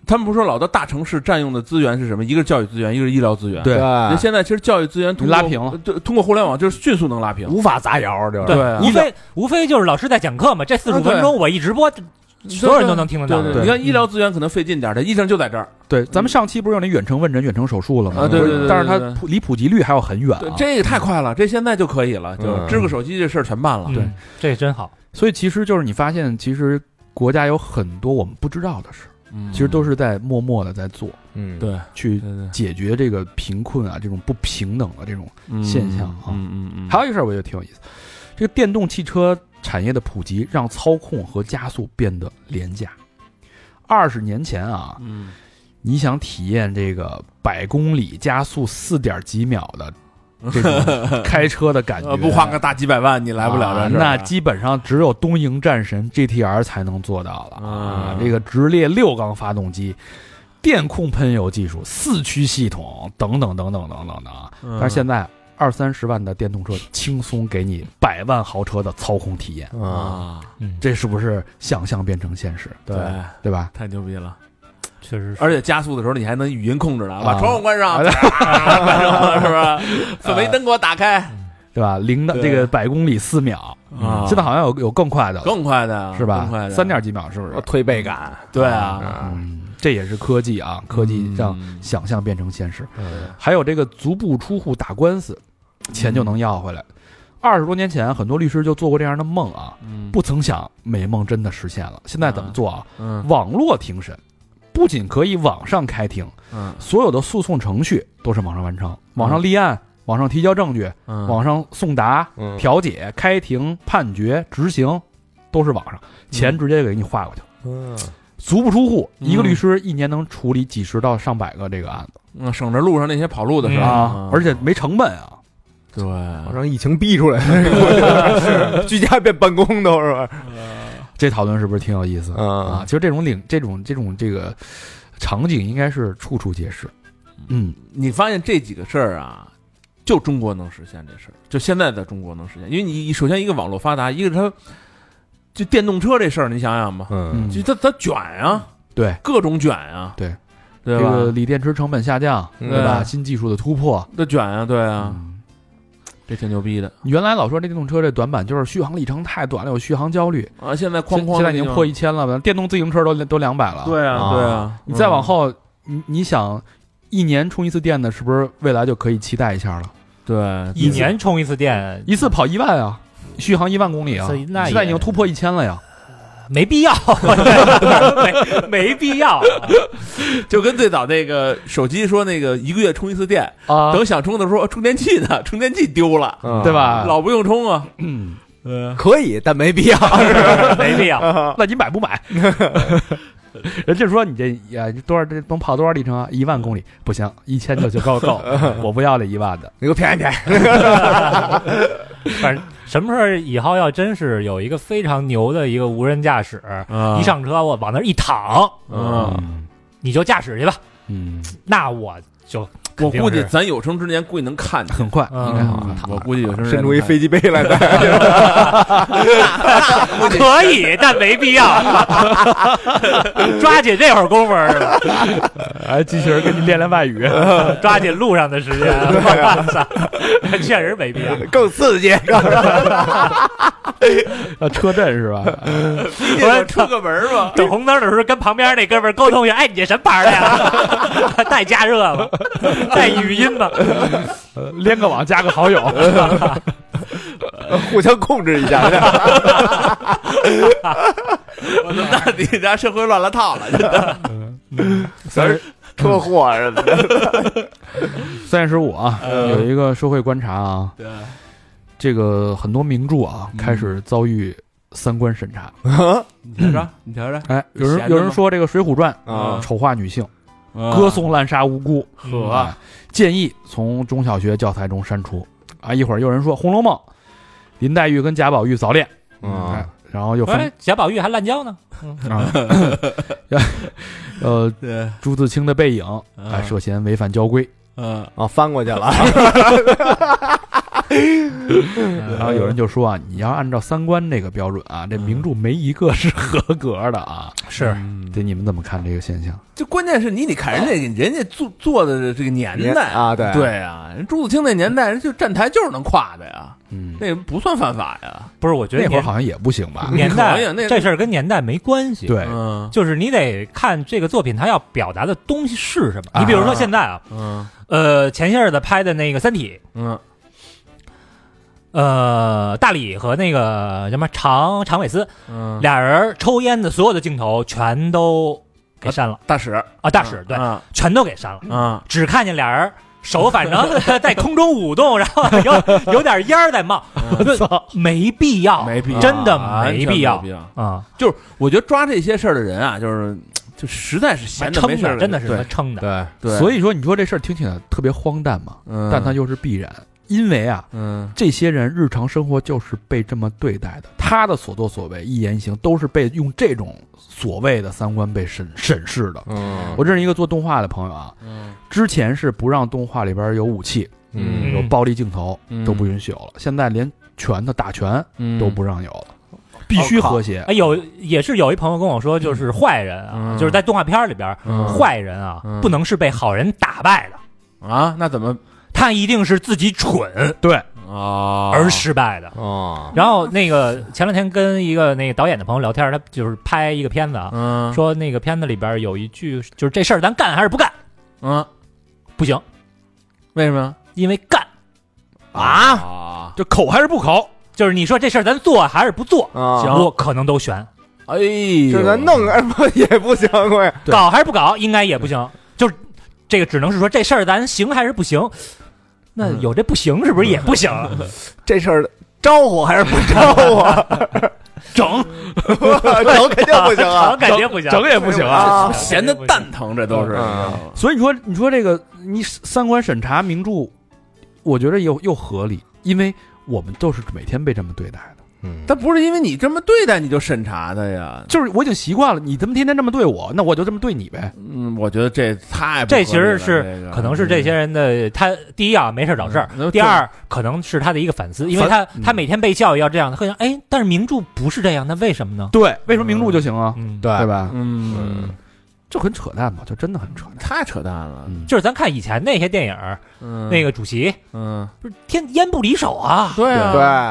Speaker 4: 他们不是说老到大城市占用的资源是什么？一个是教育资源，一个是医疗资源。
Speaker 3: 对
Speaker 4: 那
Speaker 2: 嗯
Speaker 4: 现在其实教育资源通过
Speaker 3: 拉平了，
Speaker 4: 对，通过互联网就是迅速能拉平。
Speaker 2: 无法杂谣，就是
Speaker 4: 对啊
Speaker 5: 无非无非就是老师在讲课嘛，这四十
Speaker 4: 啊
Speaker 5: 五
Speaker 4: 对
Speaker 5: 分钟我一直播，所有人都能听得到
Speaker 4: 对
Speaker 3: 对
Speaker 4: 你看医疗资源可能费劲点儿，但医生就在这儿。
Speaker 3: 对，咱们上期不是有那远程问诊、远程手术了吗？
Speaker 4: 啊对对对
Speaker 3: 不是
Speaker 4: 对
Speaker 3: 但是它
Speaker 4: 对对
Speaker 3: 普离普及率还有很远
Speaker 4: 对
Speaker 3: 啊，。
Speaker 4: 这个太快了，这现在就可以了，就
Speaker 2: 嗯
Speaker 4: 支个手机这事儿全办了。
Speaker 5: 嗯，这真好。
Speaker 3: 所以其实就是你发现，其实国家有很多我们不知道的事，
Speaker 4: 嗯，
Speaker 3: 其实都是在默默的在做，
Speaker 2: 嗯，
Speaker 4: 对
Speaker 3: 去
Speaker 4: 对对
Speaker 3: 解决这个贫困啊这种不平等的这种。
Speaker 4: 嗯
Speaker 3: 现象啊
Speaker 4: 嗯嗯嗯，
Speaker 3: 还有一个事儿，我觉得挺有意思，这个电动汽车产业的普及让操控和加速变得廉价。二十年前啊，
Speaker 4: 嗯
Speaker 3: 你想体验这个百公里加速四点几秒的这 种开车的感觉，
Speaker 4: 呃不花个大几百万你来不了
Speaker 3: 啊
Speaker 4: 这事儿
Speaker 3: 那基本上只有东瀛战神 GTR 才能做到了
Speaker 4: 啊
Speaker 3: 这个直列六缸发动机、电控喷油技术、四驱系统等等等等等等等啊。
Speaker 4: 嗯
Speaker 3: 但是现在二三十万的电动车轻松给你百万豪车的操控体验，
Speaker 2: 啊，
Speaker 4: 啊，
Speaker 5: 嗯，
Speaker 3: 这是不是想象变成现实？
Speaker 4: 对，
Speaker 3: 对吧？
Speaker 4: 太牛逼了。
Speaker 5: 确实是。
Speaker 4: 而且加速的时候你还能语音控制呢，
Speaker 3: 啊
Speaker 4: 把窗户关 上，
Speaker 3: 啊
Speaker 4: 啪关上了是吧？氛围灯给我打开
Speaker 3: 对吧？零的
Speaker 4: 对
Speaker 3: 这个百公里四秒，
Speaker 4: 啊
Speaker 3: 现在好像有有更快的了，
Speaker 4: 更快的
Speaker 3: 是吧
Speaker 4: 更啊快？的啊
Speaker 3: 三点几秒是不是？
Speaker 2: 推背感，
Speaker 4: 对啊，
Speaker 3: 嗯，这也是科技啊，科技让
Speaker 4: 嗯
Speaker 3: 想象变成现实。还有这个足不出户打官司，钱就能要回来。二十多年前，很多律师就做过这样的梦啊，
Speaker 4: 嗯
Speaker 3: 不曾想美梦真的实现了。现在怎么做啊？
Speaker 4: 嗯
Speaker 3: 网络庭审，不仅可以网上开庭，
Speaker 4: 嗯
Speaker 3: 所有的诉讼程序都是网上完成，网上立案，网上提交证据，
Speaker 4: 嗯
Speaker 3: 网上送达，
Speaker 2: 嗯
Speaker 3: 调解、开庭、判决、执行，都是网上，钱直接给你划过去了，
Speaker 2: 嗯
Speaker 3: 足不出户。
Speaker 4: 嗯
Speaker 3: 一个律师一年能处理几十到上百个这个案子
Speaker 4: 嗯省着路上那些跑路的时候
Speaker 5: 嗯
Speaker 3: 啊，而且没成本啊。
Speaker 4: 对，
Speaker 2: 好让疫情逼出来的， 居家变办公都是吧？
Speaker 3: 这讨论是不是挺有意思
Speaker 2: 嗯
Speaker 3: 啊？其实这种领这种这种这个场景应该是处处皆是。嗯，
Speaker 4: 你发现这几个事儿啊，就中国能实现这事儿，就现在的中国能实现，因为你首先一个网络发达，一个是它就电动车这事儿，你想想吧，
Speaker 2: 嗯
Speaker 4: 就它它卷啊，
Speaker 3: 对，
Speaker 4: 各种卷啊，
Speaker 3: 对
Speaker 4: 对
Speaker 3: 这
Speaker 4: 吧？
Speaker 3: 个锂电池成本下降，
Speaker 2: 嗯
Speaker 3: 对吧？
Speaker 4: 对
Speaker 3: 新技术的突破
Speaker 4: 那卷啊，对啊，
Speaker 3: 嗯
Speaker 4: 这挺牛逼的
Speaker 3: 原来老说这电动车这短板就是续航里程太短了，有续航焦虑。
Speaker 4: 啊！现在哐
Speaker 3: 现
Speaker 4: 哐
Speaker 3: 现在已
Speaker 4: 的
Speaker 3: 经
Speaker 4: 就
Speaker 3: 破一千了，电动自行车都都两百了。
Speaker 4: 对啊，
Speaker 2: 啊
Speaker 4: 对啊，
Speaker 3: 你再往
Speaker 4: 嗯
Speaker 3: 后，你你想一年充一次电的，是不是未来就可以期待一下了？
Speaker 4: 对
Speaker 5: 一年充一次电，
Speaker 3: 一次跑一万啊，续航一万公里啊
Speaker 5: 所以，那也
Speaker 3: 现在已经突破一千了呀。
Speaker 5: 没必要， 没没必要。
Speaker 4: 就跟最早那个手机说那个一个月充一次电，
Speaker 3: 啊，
Speaker 4: 等想充的时候哦充电器呢，充电器丢了，
Speaker 2: 嗯
Speaker 3: 对？吧？
Speaker 4: 老不用充啊，
Speaker 3: 嗯
Speaker 4: 嗯，
Speaker 2: 可以，但没必要。
Speaker 5: 没必要。
Speaker 3: 那你买不买？ 人家说你这呀多少这能跑多少里程啊？一万公里不行，一千就就够 够，我不要这一万的。
Speaker 2: 你给我便宜便宜，
Speaker 5: 反正什么时候以后要真是有一个非常牛的一个无人驾驶，一上车我
Speaker 1: 啊
Speaker 5: 往那儿一躺，
Speaker 4: 啊嗯
Speaker 5: 你就驾驶去吧，
Speaker 3: 嗯，
Speaker 5: 那我就
Speaker 4: 我估计
Speaker 5: 肯定是
Speaker 4: 咱有生之年估计能看见，
Speaker 1: 很快，
Speaker 5: 嗯
Speaker 1: 应该好像
Speaker 4: 我估计有生之
Speaker 2: 伸
Speaker 4: 年
Speaker 2: 出一飞
Speaker 4: 能看见
Speaker 2: 机杯来的，
Speaker 4: 嗯
Speaker 5: 可以，但没必 要。抓紧这会儿功夫儿是吧？
Speaker 3: 哎，机器人跟你练练外语，
Speaker 5: 抓紧路上的时间，我操，确实没必要。
Speaker 2: 更刺激。
Speaker 3: 呃，车震是吧？
Speaker 5: 我出个门吧。等红灯的时候跟旁边那哥们儿沟通一下，哎，你这什么牌儿的呀？ 带加热吧，带语音吧。
Speaker 3: 呃连个网加个好友，
Speaker 2: 互相控制一 下。
Speaker 4: 那你家社会乱了套了，真的。
Speaker 3: 三十
Speaker 2: 车祸什么的，
Speaker 3: 三十五啊，有一个社会观察啊，
Speaker 4: 对，
Speaker 3: 这个很多名著啊开始遭遇三观审查。
Speaker 4: 你瞧瞧，你瞧瞧，
Speaker 3: 哎，有
Speaker 4: 闲
Speaker 3: 人
Speaker 4: 着
Speaker 3: 有人
Speaker 4: 吗
Speaker 3: 说这个《水浒传
Speaker 4: 啊》
Speaker 3: 丑化女性，歌颂嗯滥杀无辜，啊
Speaker 4: 和
Speaker 3: 建议从中小学教材中删除。啊，一会儿有人说《红楼梦》，林黛玉跟贾宝玉早恋，哎，然后又分
Speaker 5: 哎，贾宝玉还滥交呢，
Speaker 3: 啊，呃，
Speaker 4: 对，
Speaker 3: 朱自清的背影啊，
Speaker 4: 嗯
Speaker 3: 涉嫌违反交规。
Speaker 4: 嗯，
Speaker 2: 啊，翻过去 了，
Speaker 3: 然后有人就说啊，你要按照三观这个标准啊，这名著没一个是合格的啊。
Speaker 5: 是
Speaker 4: 嗯
Speaker 3: 对，你们怎么看这个现象？
Speaker 4: 就关键是你得看人家，人家做做的这个年代，
Speaker 2: 啊，对，
Speaker 4: 对啊，人朱自清那年代，人就站台就是能跨的呀，
Speaker 3: 嗯，
Speaker 4: 那不算犯法呀。
Speaker 5: 不是？我觉得
Speaker 3: 那会儿
Speaker 5: 年
Speaker 3: 好像也不行吧？
Speaker 5: 年代
Speaker 4: 可以那
Speaker 5: 这事儿跟年代没关系。，
Speaker 3: 对，
Speaker 4: 嗯
Speaker 5: 就是你得看这个作品它要表达的东西是什么。你比如说现在啊，
Speaker 4: 嗯
Speaker 5: 呃，前些日子拍的那个《三体》，
Speaker 4: 嗯
Speaker 5: 呃，大理和那个什么常常伟思
Speaker 4: 嗯，
Speaker 5: 俩人抽烟的所有的镜头全都给删了
Speaker 4: 大使，
Speaker 5: 啊，大使对，
Speaker 4: 啊
Speaker 5: 全都给删了，
Speaker 4: 啊，
Speaker 5: 只看见俩人手反 正在空中舞动，然后有有点烟儿在冒，我操，没必要，
Speaker 4: 没必要，
Speaker 5: 真的
Speaker 4: 完
Speaker 5: 没
Speaker 4: 全
Speaker 5: 必
Speaker 4: 必
Speaker 5: 要啊，
Speaker 4: 就是我觉得抓这些事儿的人啊，就是就实在是闲着
Speaker 5: 撑
Speaker 4: 没事儿
Speaker 5: 的
Speaker 4: 了
Speaker 5: 真的是他妈
Speaker 4: 对
Speaker 5: 撑的，
Speaker 2: 对，
Speaker 4: 对，
Speaker 3: 所
Speaker 4: 以
Speaker 3: 以说你说这事儿听起来特别荒诞嘛，嗯但它又是必然，因为啊，
Speaker 4: 嗯
Speaker 3: 这些人日常生活就是被这么对待的，他的所作所为、一言一行都是被用这种所谓的三观被审审视的。
Speaker 2: 嗯
Speaker 3: 我认识一个做动画的朋友啊，
Speaker 4: 嗯
Speaker 3: 之前是不让动画里边有武器、
Speaker 2: 嗯
Speaker 3: 有暴力镜头
Speaker 4: 嗯
Speaker 3: 都不允许有了，现在连拳头打拳
Speaker 4: 嗯
Speaker 3: 都不让有了，必须和谐。
Speaker 5: 哎，有也是有一朋友跟我说，就是坏人啊，
Speaker 4: 嗯
Speaker 5: 就是在动画片里边，
Speaker 4: 嗯
Speaker 5: 坏人啊、
Speaker 4: 嗯
Speaker 5: 不能是被好人打败的，
Speaker 4: 啊，那怎么
Speaker 5: 他一定是自己蠢
Speaker 3: 对，
Speaker 4: 啊
Speaker 5: 而失败的。
Speaker 2: 哦，
Speaker 5: 然后那个前两天跟一个那个导演的朋友聊天，他就是拍一个片子啊，
Speaker 4: 嗯
Speaker 5: 说那个片子里边有一句，就是这事儿咱干还是不干？
Speaker 4: 嗯，
Speaker 5: 不行，
Speaker 4: 为什么
Speaker 5: 因为干
Speaker 2: 啊，
Speaker 4: 啊？
Speaker 3: 就口还是不口？
Speaker 5: 就是你说这事儿咱做还是不做，
Speaker 2: 啊
Speaker 4: 行
Speaker 5: 我可能都悬，
Speaker 4: 哎
Speaker 2: 就是
Speaker 4: 呦，
Speaker 2: 咱弄什么也不行，我
Speaker 3: 对
Speaker 5: 搞还是不搞，应该也不行，就是这个只能是说这事儿咱行还是不行。那有这不行是不是也不行？啊
Speaker 2: 这事儿招呼还是不招呼啊？
Speaker 5: 整
Speaker 2: 整肯定不行啊！
Speaker 5: 感觉不行，
Speaker 3: 整也不行啊！
Speaker 2: 啊，
Speaker 4: 闲的蛋疼，这都是
Speaker 2: 嗯
Speaker 3: 所以你说，你说这个你三观审查名著，我觉得又又合理，因为我们都是每天被这么对待的。
Speaker 4: 但不是因为你这么对待你就审查他呀？
Speaker 3: 就是我已经习惯了，你他妈天天这么对我，那我就这么对你呗。
Speaker 4: 嗯，我觉得这太不合
Speaker 5: 这
Speaker 4: 理了
Speaker 5: 其实
Speaker 4: 这
Speaker 5: 是
Speaker 4: 个
Speaker 5: 可能是这些人的他第一啊没事找事儿
Speaker 4: 嗯，
Speaker 5: 第二可能是他的一个反思，因为他
Speaker 3: 反嗯
Speaker 5: 他每天被教育要这样，他会想哎，但是名著不是这样，那为什么呢？
Speaker 3: 对，为什么名著就行啊？
Speaker 5: 嗯，
Speaker 3: 对吧？
Speaker 4: 嗯，
Speaker 3: 这很扯淡嘛，这真的很扯淡。
Speaker 4: 太扯淡了。
Speaker 3: 嗯，
Speaker 5: 就是咱看以前那些电影，
Speaker 4: 嗯，
Speaker 5: 那个主席
Speaker 4: 嗯，
Speaker 5: 不是天烟不离手啊，
Speaker 4: 对 啊，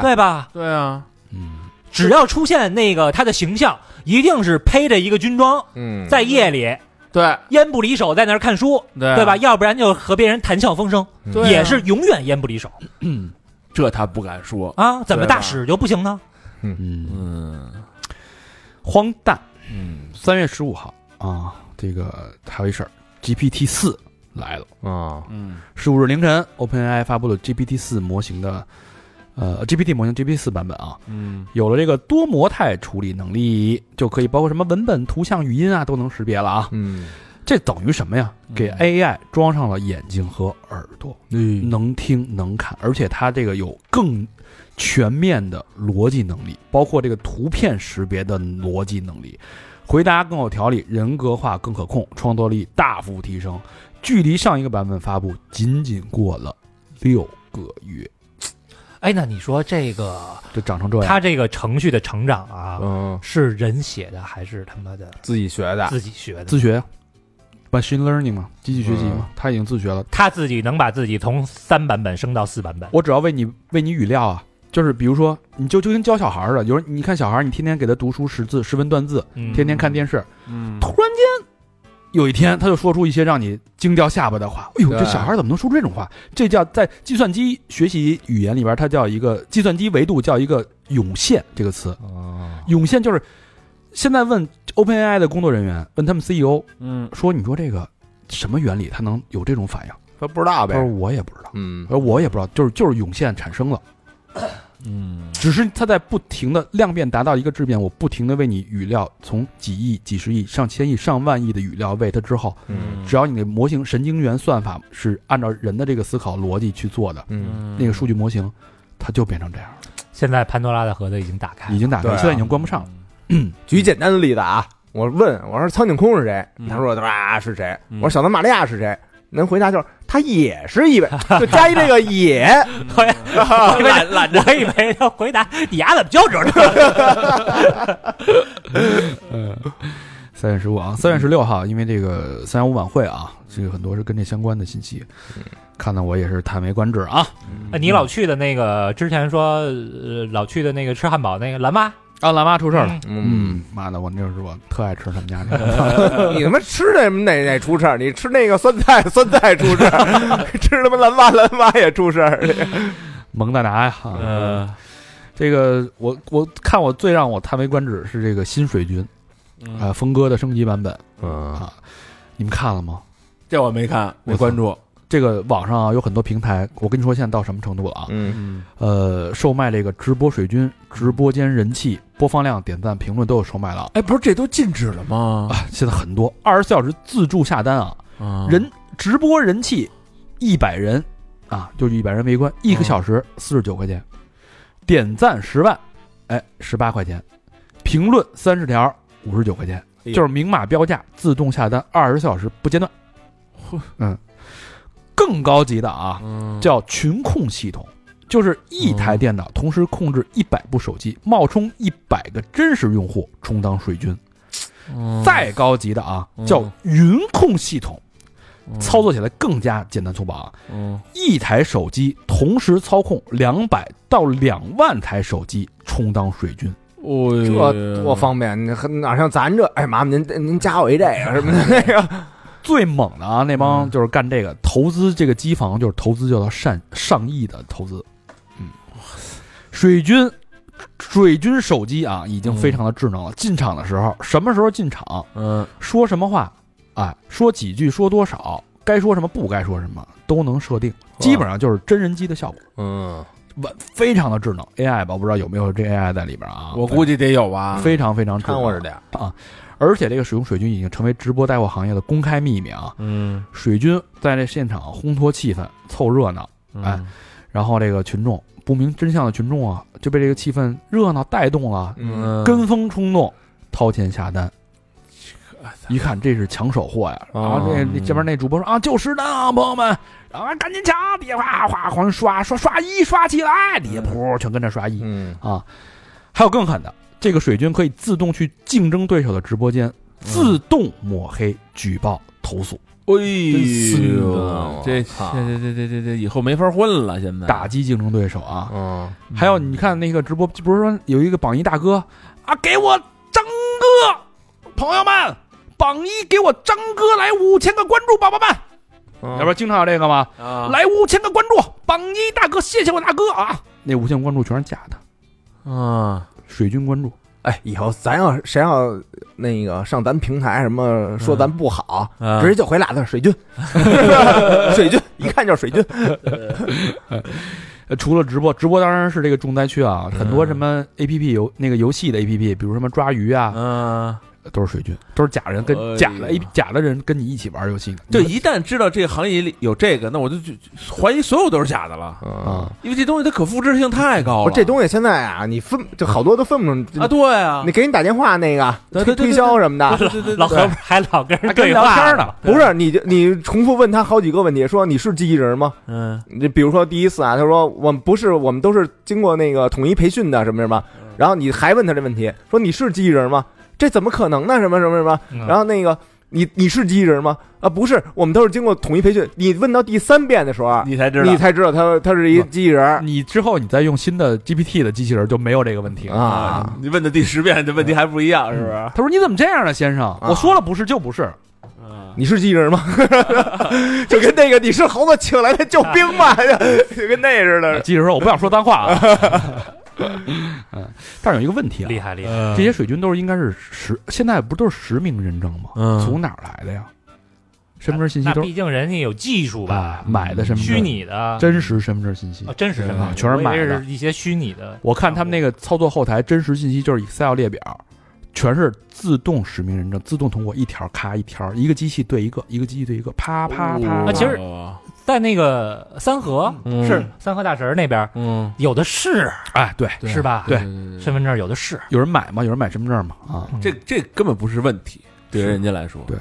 Speaker 2: 对，
Speaker 5: 对吧？
Speaker 4: 对啊，
Speaker 3: 嗯，
Speaker 5: 只要出现那个他的形象，一定是披着一个军装，
Speaker 2: 嗯，
Speaker 5: 在夜里
Speaker 4: 对
Speaker 5: 烟不离手在那儿看书，
Speaker 4: 对
Speaker 5: 对
Speaker 4: 对
Speaker 5: 吧？？要不然就和别人谈笑风生，
Speaker 4: 对啊
Speaker 5: 也是永远烟不离手
Speaker 4: 这他不敢说。
Speaker 5: 啊！怎么
Speaker 4: 对吧
Speaker 5: 大使就不行呢？
Speaker 3: 嗯，
Speaker 4: 嗯
Speaker 3: 荒诞。
Speaker 2: 嗯
Speaker 3: 三月十五号啊，这个还有一事儿，GPT 四来了。
Speaker 2: 啊，
Speaker 4: 嗯
Speaker 3: 十五日凌晨，OpenAI 发布了 GPT 四模型的呃 GPT 模型 GPT 四版本啊，
Speaker 4: 嗯
Speaker 3: 有了这个多模态处理能力，就可以包括什么文本、图像、语音啊都能识别了啊。
Speaker 2: 嗯，
Speaker 3: 这等于什么呀？给 AI 装上了眼睛和耳朵，
Speaker 4: 嗯
Speaker 3: 能听能看，而且它这个有更全面的逻辑能力，包括这个图片识别的逻辑能力回答更有条理，人格化更可控，创作力大幅提升，距离上一个版本发布仅仅过了六个月，
Speaker 5: 哎，那你说这个
Speaker 3: 就长成这样。
Speaker 5: 他这个程序的成长啊，
Speaker 2: 嗯，啊
Speaker 5: 是人写的还是他妈的
Speaker 2: 自己学的，
Speaker 5: 自己学的？
Speaker 3: 自学呀，machine learning 嘛，机器学习嘛，他已经自学了。
Speaker 5: 他自己能把自己从三版本升到四版本，
Speaker 3: 我只要为你为你语料啊，就是比如说，你就就跟教小孩儿似的，有人你看小孩儿，你天天给他读书识字、识文断字，
Speaker 5: 嗯
Speaker 3: 天天看电视，
Speaker 4: 嗯
Speaker 3: 突然间有一天，他就说出一些让你惊掉下巴的话。哎呦，
Speaker 2: 对
Speaker 3: 这小孩怎么能说出这种话？这叫在计算机学习语言里边，它叫一个计算机维度叫一个涌现这个词。
Speaker 2: 哦，
Speaker 3: 涌现就是现在问 OpenAI 的工作人员，问他们 CEO
Speaker 4: 嗯，
Speaker 3: 说：“你说这个什么原理，它能有这种反应
Speaker 2: 他不知道？”
Speaker 3: 他
Speaker 2: 呗
Speaker 3: 说：“，我也不知道，
Speaker 2: 嗯
Speaker 3: 他，说我也不知道，就是就是涌现产生了。”
Speaker 4: 嗯，
Speaker 3: 只是它在不停的量变达到一个质变，我不停的为你语料从几亿、几十亿、上千亿、上万亿的语料喂它之后，
Speaker 2: 嗯
Speaker 3: 只要你的模型神经元算法是按照人的这个思考逻辑去做的，
Speaker 2: 嗯，
Speaker 3: 那个数据模型它就变成这样了，
Speaker 5: 现在潘多拉的盒子已经打开
Speaker 3: 已
Speaker 5: 了，
Speaker 3: 经打开
Speaker 2: 对
Speaker 3: 了，
Speaker 2: 啊
Speaker 3: 现在已经关不上了。
Speaker 2: 举简单的例子啊，我问我说苍井空是谁
Speaker 4: 嗯？
Speaker 2: 他说哇是谁？
Speaker 4: 嗯
Speaker 2: 我说小南玛利亚是谁？能回答就是他也是一位， 就加一这个也，
Speaker 5: 我以为懒着，我以为他回答你丫怎么就知道？
Speaker 3: 嗯，三月十五啊，三月十六号，因为这个三幺五晚会啊，这个很多是跟这相关的信息，看得我也是叹为观止啊。
Speaker 5: 哎你老去的那个之前说呃老去的那个吃汉堡那个蓝妈
Speaker 3: 啊，蓝妈出事儿了，，
Speaker 2: 嗯，
Speaker 3: 嗯，妈的，我那是我特爱吃他们家那 个。
Speaker 2: 你他妈吃那哪哪出事儿？你吃那个酸菜，酸菜出事 儿；吃他妈蓝蛙，蓝蛙也出事儿。
Speaker 3: 蒙大拿呀、啊
Speaker 4: 呃，
Speaker 3: 这个我我看我最让我叹为观止是这个新水军啊、
Speaker 4: 嗯
Speaker 3: 峰哥的升级版本
Speaker 2: 嗯
Speaker 3: 啊，你们看了吗？
Speaker 4: 这我没看，没
Speaker 3: 我操
Speaker 4: 关注。
Speaker 3: 这个网上啊有很多平台，我跟你说现在到什么程度了啊？
Speaker 2: 嗯
Speaker 4: 嗯
Speaker 3: 呃，售卖这个直播水军、直播间人气、播放量、点赞、评论都有售卖了啊！
Speaker 4: 哎，不是这都禁止了吗？
Speaker 3: 啊现在很多二十四小时自助下单啊，
Speaker 4: 啊
Speaker 3: 人直播人气一百人啊，就是一百人围观，一个
Speaker 4: 嗯
Speaker 3: 小时四十九块钱，点赞十万，哎，十八块钱，评论三十条五十九块钱，
Speaker 2: 哎呦
Speaker 3: 就是明码标价，自动下单，二十四小时不间断
Speaker 4: 嚯。
Speaker 3: 嗯，更高级的啊，
Speaker 4: 嗯
Speaker 3: 叫群控系统。就是一台电脑同时控制一百部手机，冒充一百个真实用户充当水军。
Speaker 4: 嗯
Speaker 3: 再高级的啊，叫云控系统，操作起来更加简单粗暴啊！
Speaker 4: 嗯
Speaker 3: 一台手机同时操控两百到两万台手机，充当水军。
Speaker 4: 哦
Speaker 2: 这多方便，你很哪像咱这？哎，麻烦您您加我一这个什么的那个。
Speaker 3: 最猛的啊，那帮
Speaker 4: 嗯
Speaker 3: 就是干这个投资这个机房，就是投资就到上上亿的投资。嗯，水军水军手机啊，已经非常的智能了。进场的时候，什么时候进场，
Speaker 4: 嗯
Speaker 3: 说什么话，哎，说几句，说多少，该说什么，不该说什么，都能设定，
Speaker 4: 啊
Speaker 3: 基本上就是真人机的效果。
Speaker 2: 嗯，
Speaker 3: 完非常的智能 AI 吧，我不知道有没有这 AI 在里边啊？
Speaker 4: 我估计得有吧。
Speaker 3: 非常非常智
Speaker 2: 掺和着
Speaker 3: 能，啊
Speaker 2: 点儿。
Speaker 3: 而且这个使用水军已经成为直播带货行业的公开秘密啊！
Speaker 4: 嗯，
Speaker 3: 水军在这现场烘托气氛、凑热闹，
Speaker 4: 嗯
Speaker 3: 哎，然后这个群众不明真相的群众啊，就被这个气氛热闹带动了，
Speaker 2: 嗯，
Speaker 3: 跟风冲动，掏钱下单。
Speaker 4: 哎
Speaker 3: 一看这是抢手货呀，然后这
Speaker 4: 嗯
Speaker 3: 这边那主播说啊，就十单啊，朋友们，然后啊赶紧抢，底下哗哗狂刷刷刷一刷起来，底下噗全跟着刷一，
Speaker 2: 嗯，
Speaker 3: 啊，还有更狠的，这个水军可以自动去竞争对手的直播间，自动抹黑、举报、投诉，
Speaker 4: 哎
Speaker 2: 孙子
Speaker 4: 呦
Speaker 2: 我，
Speaker 4: 这
Speaker 2: 操
Speaker 4: 这这这这这以后没法混了，现在
Speaker 3: 打击竞争对手啊。
Speaker 2: 嗯，
Speaker 3: 还有，你看那个直播，不是说有一个榜一大哥啊，给我张哥，朋友们，榜一给我张哥来五千个关注，宝宝们，
Speaker 2: 要
Speaker 3: 要不然经常有这个吗？
Speaker 4: 啊，
Speaker 3: 来五千个关注，榜一大哥，谢谢我大哥啊！那五千关注全是假的，
Speaker 4: 啊，
Speaker 3: 水军关注。
Speaker 2: 哎，以后咱要谁要那个上咱平台什么说咱不好，
Speaker 4: 啊
Speaker 2: 直接就回俩字儿水 军，水军，一看就是水军。
Speaker 3: 呃，除了直播，直播当然嗯是这个重灾区啊，很多什么 A P P 游那个游戏的 A P P，比如什么抓鱼啊，
Speaker 4: 嗯
Speaker 3: 都是水军，都是假人跟
Speaker 4: 哎呀
Speaker 3: 假的假的人跟你一起玩游戏呢。
Speaker 4: 就一旦知道这个行业里有这个，那我就就就怀疑所有都是假的了，
Speaker 2: 啊
Speaker 3: 啊，，
Speaker 4: 因为这东西它可复制性太高
Speaker 2: 不
Speaker 3: 哦
Speaker 4: 了。
Speaker 2: 是这东西现在啊，你分就好多都分不
Speaker 4: 啊，
Speaker 2: 出，
Speaker 4: 对啊
Speaker 2: 你，给你打电话那个
Speaker 4: 对
Speaker 2: 推
Speaker 4: 对对
Speaker 2: 推销什么的，
Speaker 4: 对对对，
Speaker 5: 老
Speaker 4: 对
Speaker 5: 何不是还老跟人
Speaker 3: 还跟
Speaker 5: 对
Speaker 3: 人聊
Speaker 5: 话
Speaker 3: 天呢，
Speaker 2: 不是你就你重复问他好几个问题，说你是机器人吗？
Speaker 4: 嗯，
Speaker 2: 你比如说第一次啊，他说我们不是，我们都是经过那个统一培训的什么什么，然后你还问他这问题，说你是机器人吗？这怎么可能呢？什么什么什么？
Speaker 5: 嗯
Speaker 2: 然后那个你你是机器人吗？啊，不是，我们都是经过统一培训。你问到第三遍的时候，啊
Speaker 4: 你才知道
Speaker 2: 你才知道他他是一机器人
Speaker 3: 你之后你再用新的 GPT 的机器人就没有这个问
Speaker 1: 嗯
Speaker 3: 题了。
Speaker 2: 啊。，
Speaker 4: 你问的第十遍，这问题还不一样，是不是？
Speaker 3: 他说：“你怎么这样呢，先生？
Speaker 4: 啊
Speaker 3: 我说了不是就不是，
Speaker 4: 嗯，
Speaker 2: 你是机器人吗？就跟那个你是猴子请来的救兵吗？就跟那似的。
Speaker 3: 机器人说我不想说脏话啊。” 嗯，但是有一个问题啊，
Speaker 5: 厉害厉害，
Speaker 4: 这
Speaker 3: 这些水军都是应该是实，现在不都是实名认证吗？
Speaker 4: 嗯
Speaker 3: 从哪儿来的呀？身份证信息
Speaker 5: 那
Speaker 3: 都
Speaker 5: 毕竟人家有技术吧
Speaker 3: 啊，买的身份证
Speaker 5: 虚拟的，
Speaker 3: 真实身份证信息
Speaker 5: 哦。真实身份证
Speaker 3: 啊全是买的啊
Speaker 5: 我以为是一些虚拟的，
Speaker 3: 我看他们那个操作后台真实信息就是 Excel 列表，全是自动实名认证，自动通过一条咔一条，一个机器对一个，一个机器对一个，啪啪啪。
Speaker 5: 那
Speaker 3: 啪
Speaker 5: 其实在那个三河
Speaker 4: 嗯
Speaker 5: 是三河大神那边
Speaker 4: 嗯，
Speaker 5: 有的是，
Speaker 3: 哎，对，
Speaker 5: 是吧？
Speaker 3: 对
Speaker 5: 身份证有的是，
Speaker 3: 有人买吗？有人买身份证吗？啊，
Speaker 4: 这这根本不是问题，对
Speaker 3: 是
Speaker 4: 人家来说，
Speaker 3: 对。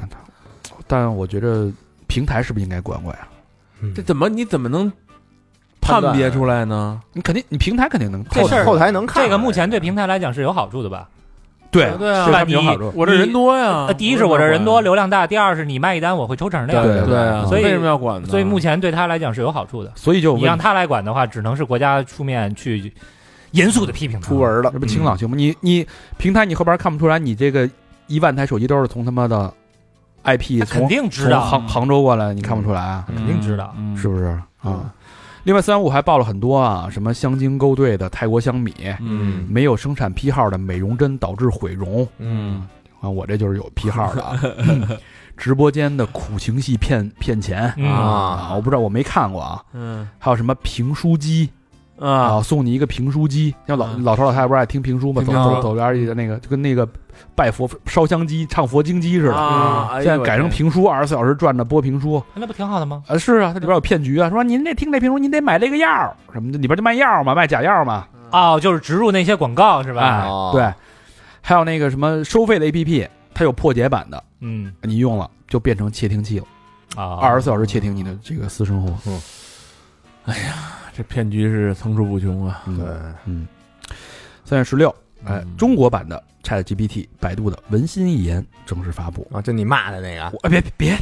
Speaker 3: 但我觉得平台是不是应该管管啊呀？
Speaker 4: 这怎么你怎么能判别出来呢？
Speaker 3: 你肯定，你平台肯定能
Speaker 5: 这事儿
Speaker 2: 后台能看
Speaker 5: 这个目前对平台来讲是有好处的吧？
Speaker 3: 对
Speaker 4: 对啊
Speaker 3: 对他
Speaker 5: 吧？
Speaker 3: 们
Speaker 5: 你
Speaker 3: 有好处。
Speaker 4: 我这人多呀
Speaker 5: 呃，，第一是我这人多，流量大；第二是你卖一单我会抽成的呀。
Speaker 3: 对
Speaker 4: 对啊，
Speaker 5: 所以
Speaker 4: 为什么要管呢？
Speaker 5: 所以目前对他来讲是有好处的。
Speaker 3: 所嗯以就
Speaker 5: 你
Speaker 3: 问
Speaker 5: 让他来管的话，只能是国家出面去严肃的批评他。
Speaker 2: 出文了
Speaker 3: 这，不清朗行吗？你你平台你后边看不出来，你这个一万台手机都是从他妈的 IP
Speaker 5: 他肯
Speaker 3: 从
Speaker 5: 定知
Speaker 3: 从
Speaker 5: 道，
Speaker 3: 杭杭州过来，你看不出来啊？
Speaker 5: 肯定知道。
Speaker 4: 嗯
Speaker 3: 是，不是啊？另外，三五还报了很多啊，什么香精勾兑的泰国香米，
Speaker 4: 嗯
Speaker 3: 没有生产批号的美容针导致毁容
Speaker 2: 嗯，
Speaker 3: 啊，我这就是有批号的 啊。嗯直播间的苦情戏骗骗钱
Speaker 5: 嗯
Speaker 3: 啊，我不知道，我没看过啊。
Speaker 4: 嗯
Speaker 3: 还有什么评书机
Speaker 4: 啊
Speaker 3: 啊，送你一个评书机，像老
Speaker 4: 嗯
Speaker 3: 老头老太太不是爱听评书吗？走
Speaker 4: 听啊评
Speaker 3: 走
Speaker 4: 书
Speaker 3: 走边儿去的那个，就跟那个拜佛烧香机、唱佛经机似的。
Speaker 4: 啊，哎
Speaker 3: 嗯现
Speaker 4: 呦
Speaker 3: 在改成评书，二十四小时转着播评书。
Speaker 5: 那不挺好的吗？
Speaker 3: 啊，是啊，它里边有骗局啊，说您这听这评书，您得买这个药儿什么的，里边就卖药嘛，卖假药嘛，
Speaker 5: 哦，就是植入那些广告是吧？
Speaker 3: 哎，
Speaker 2: 哦
Speaker 3: 对，还有那个什么收费的 APP，它有破解版的，
Speaker 5: 嗯
Speaker 3: 你用了就变成窃听器了，
Speaker 5: 啊，
Speaker 3: 二十四小时窃听你的这个私生活。
Speaker 4: 我这骗局是层出不穷啊！
Speaker 3: 嗯
Speaker 2: 对，
Speaker 3: 嗯，三月十六，哎
Speaker 4: 嗯，
Speaker 3: 中国版的 ChatGPT，百度的文心一言正式发布。
Speaker 2: 啊，就你骂的那个，
Speaker 3: 我哎别别，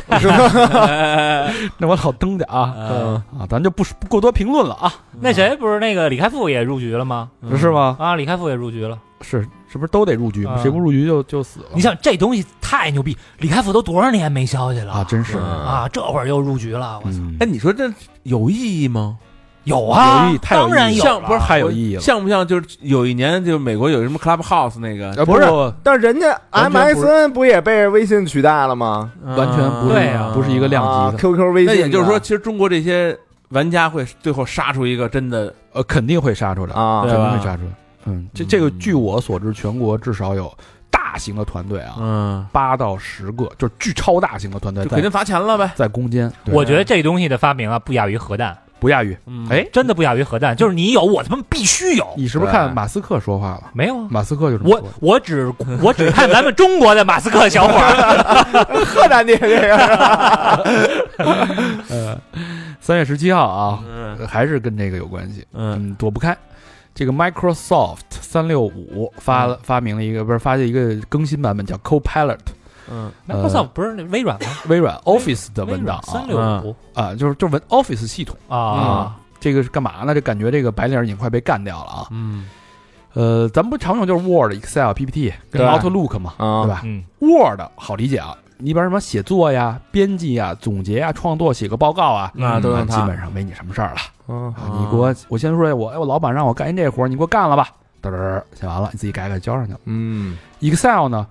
Speaker 3: 那我老登点啊
Speaker 4: 嗯
Speaker 3: 啊，咱就不不过多评论了啊，
Speaker 5: 那谁不是那个李开复也入局了吗？
Speaker 3: 是？吗？
Speaker 5: 啊，李开复也入局了。
Speaker 3: 是是不是都得入局吗？
Speaker 5: 啊
Speaker 3: 谁不入局就就死了
Speaker 5: 你像这东西太牛逼，李开复都多少年没消息了
Speaker 3: 啊，真是。
Speaker 2: 嗯
Speaker 5: 啊，这会儿又入局了，我操！
Speaker 3: 嗯
Speaker 4: 哎，你说这有意义吗？
Speaker 5: 有啊，
Speaker 3: 有意义太有
Speaker 5: 当然
Speaker 3: 意义
Speaker 5: 有
Speaker 4: 像
Speaker 5: 了
Speaker 4: 不是
Speaker 3: 太有意义了
Speaker 4: 像不像就是有一年就美国有什么 Clubhouse 那个，
Speaker 3: 呃
Speaker 2: 不是
Speaker 3: 过
Speaker 2: 但是人家
Speaker 3: 完全不是
Speaker 2: MSN 不也被微信取代了吗？
Speaker 3: 完全
Speaker 4: 嗯
Speaker 3: 不是、
Speaker 5: 对啊
Speaker 3: 不是一个量
Speaker 2: 啊
Speaker 3: 级的，啊
Speaker 2: QQ 微信
Speaker 4: 那
Speaker 2: 的，
Speaker 4: 也就是说，其实中国这些玩家会最后杀出一个真的
Speaker 3: 呃，肯定会杀出来，
Speaker 2: 啊
Speaker 3: 肯
Speaker 4: 对吧
Speaker 3: 定会杀出来。嗯，这这个
Speaker 4: 嗯
Speaker 3: 据我所知，全国至少有大型的团队啊，
Speaker 4: 嗯，
Speaker 3: 八到十个，就是巨超大型的团队
Speaker 4: 就肯
Speaker 3: 在
Speaker 4: 定罚钱了呗。
Speaker 3: 在攻坚，对
Speaker 5: 我觉得这东西的发明啊，不亚于核弹，
Speaker 3: 不亚于。
Speaker 4: 嗯
Speaker 3: 哎，
Speaker 5: 真的不亚于核弹。就是你有，我他妈必须有。
Speaker 3: 你是不是看马斯克说话了？
Speaker 5: 没有啊，
Speaker 3: 马斯克就这么
Speaker 5: 我
Speaker 3: 说的。
Speaker 5: 我只我只看咱们中国的马斯克小伙儿。
Speaker 2: 特难听这个，
Speaker 3: 呃，三月十七号啊，
Speaker 4: 嗯
Speaker 3: 呃还是跟这个有关系，
Speaker 4: 嗯
Speaker 3: 嗯，躲不开。这个 Microsoft 三六五发了发明了一个，不是发现一个更新版本叫 Copilot，
Speaker 4: 嗯
Speaker 5: 那不算不是那微软吗？
Speaker 3: 微软 Office 的文档
Speaker 5: 三
Speaker 3: 啊
Speaker 5: 六五
Speaker 3: 啊，就是就是文 Office 系统。
Speaker 5: 啊，
Speaker 3: 这个是干嘛呢？这感觉这个白领已经快被干掉了啊。
Speaker 4: 嗯
Speaker 3: 呃，咱们不常用就是 Word、Excel、PPT 跟
Speaker 2: 对
Speaker 3: Outlook 嘛，
Speaker 2: 啊
Speaker 3: 对吧
Speaker 5: 嗯，
Speaker 3: ？Word 好理解啊，你比如什么写作呀、编辑呀、总结呀、创作、写个报告啊，
Speaker 4: 那都用
Speaker 3: 基
Speaker 4: 它哦
Speaker 3: 本上没你什么事儿了。
Speaker 2: 嗯
Speaker 3: 啊你给我，我先说，我哎我老板让我干一这活儿，你给我干了吧。嘚儿写完了，你自己改改交上去了。
Speaker 2: 嗯，
Speaker 3: Excel 呢，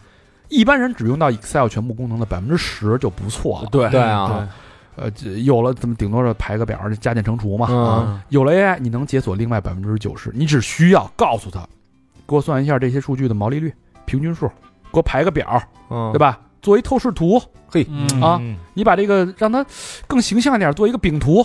Speaker 3: 一般人只用到 Excel 全部功能的百分之十就不错了。
Speaker 4: 对
Speaker 2: 对啊，
Speaker 3: 呃，这有了怎么顶多是排个表儿，加减乘除嘛。
Speaker 2: 嗯
Speaker 3: 啊，有了 AI，你能解锁另外百分之九十。你只需要告诉他，给我算一下这些数据的毛利率、平均数、给我排个表，
Speaker 2: 嗯
Speaker 3: 对吧？做一透视图，
Speaker 5: 嗯
Speaker 3: 啊，你把这个让它更形象一点，做一个饼图，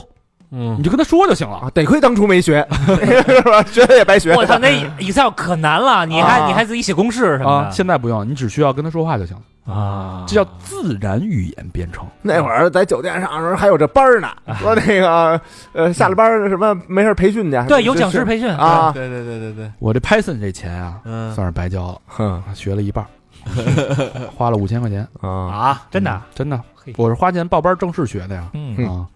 Speaker 4: 嗯
Speaker 3: 你就跟他说就行了。
Speaker 2: 啊，得亏当初没 学，是吧？学也白学。
Speaker 5: 我操，那 Excel 可难了，你还
Speaker 2: 啊
Speaker 5: 你还自己写公式什
Speaker 3: 啊，
Speaker 5: 么
Speaker 3: 现在不用，你只需要跟他说话就行了，
Speaker 5: 的啊
Speaker 3: 这叫自然语言编程。
Speaker 2: 那会儿在酒店上的时候还有这班儿呢， 说那个呃下了班儿什么没事儿培训去，
Speaker 5: 对，有讲
Speaker 2: 就
Speaker 5: 师
Speaker 2: 是
Speaker 5: 培训，
Speaker 2: 啊，
Speaker 4: 对对对对
Speaker 5: 哎
Speaker 4: 对，
Speaker 3: 我这 Python 这钱啊，
Speaker 4: 嗯，
Speaker 3: 算是白交了，啊
Speaker 2: 哼
Speaker 3: 学了一半儿，花了五千块钱，嗯
Speaker 2: 啊，
Speaker 5: 啊， 真的，
Speaker 3: 真的
Speaker 5: 嘿，
Speaker 3: 我是花钱报班正式学的 呀。
Speaker 5: 嗯
Speaker 2: 嗯
Speaker 3: 啊，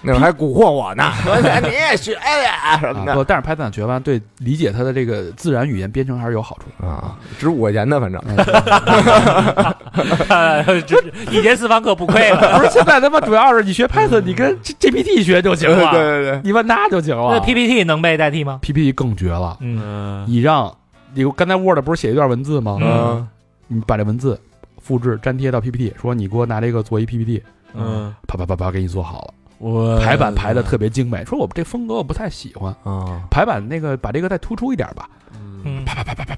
Speaker 2: 那会儿还蛊惑我呢，说你也学呀什么
Speaker 3: 啊
Speaker 2: 的
Speaker 3: 不，但是 Python 学完对理解它的这个自然语言编程还是有好 处的。
Speaker 2: 啊，只我言的，反正
Speaker 5: 嗯 这一节私房课不 亏了。
Speaker 3: 不是现在他妈主要是你学 Python，你跟 G- GPT 学就 行
Speaker 2: 对
Speaker 3: 了，
Speaker 2: 对对，
Speaker 3: 你问他就行
Speaker 5: 那
Speaker 3: 了。
Speaker 5: PPT 能被代替吗？
Speaker 3: PPT 更绝了，
Speaker 5: 嗯，
Speaker 4: 嗯
Speaker 3: 你让你刚才 Word 不是写一段文字吗？
Speaker 2: 嗯
Speaker 3: 你把这文字复制粘贴到 PPT，说你给我拿这个做一 PPT，
Speaker 4: 嗯，
Speaker 3: 啪啪啪啪给你做好了，
Speaker 4: 我
Speaker 3: 排版排的特别精美。说我这风格我不太喜欢，
Speaker 2: 啊，
Speaker 3: 排版那个把这个再突出一点吧，
Speaker 4: 嗯
Speaker 5: 嗯，
Speaker 3: 啪啪啪啪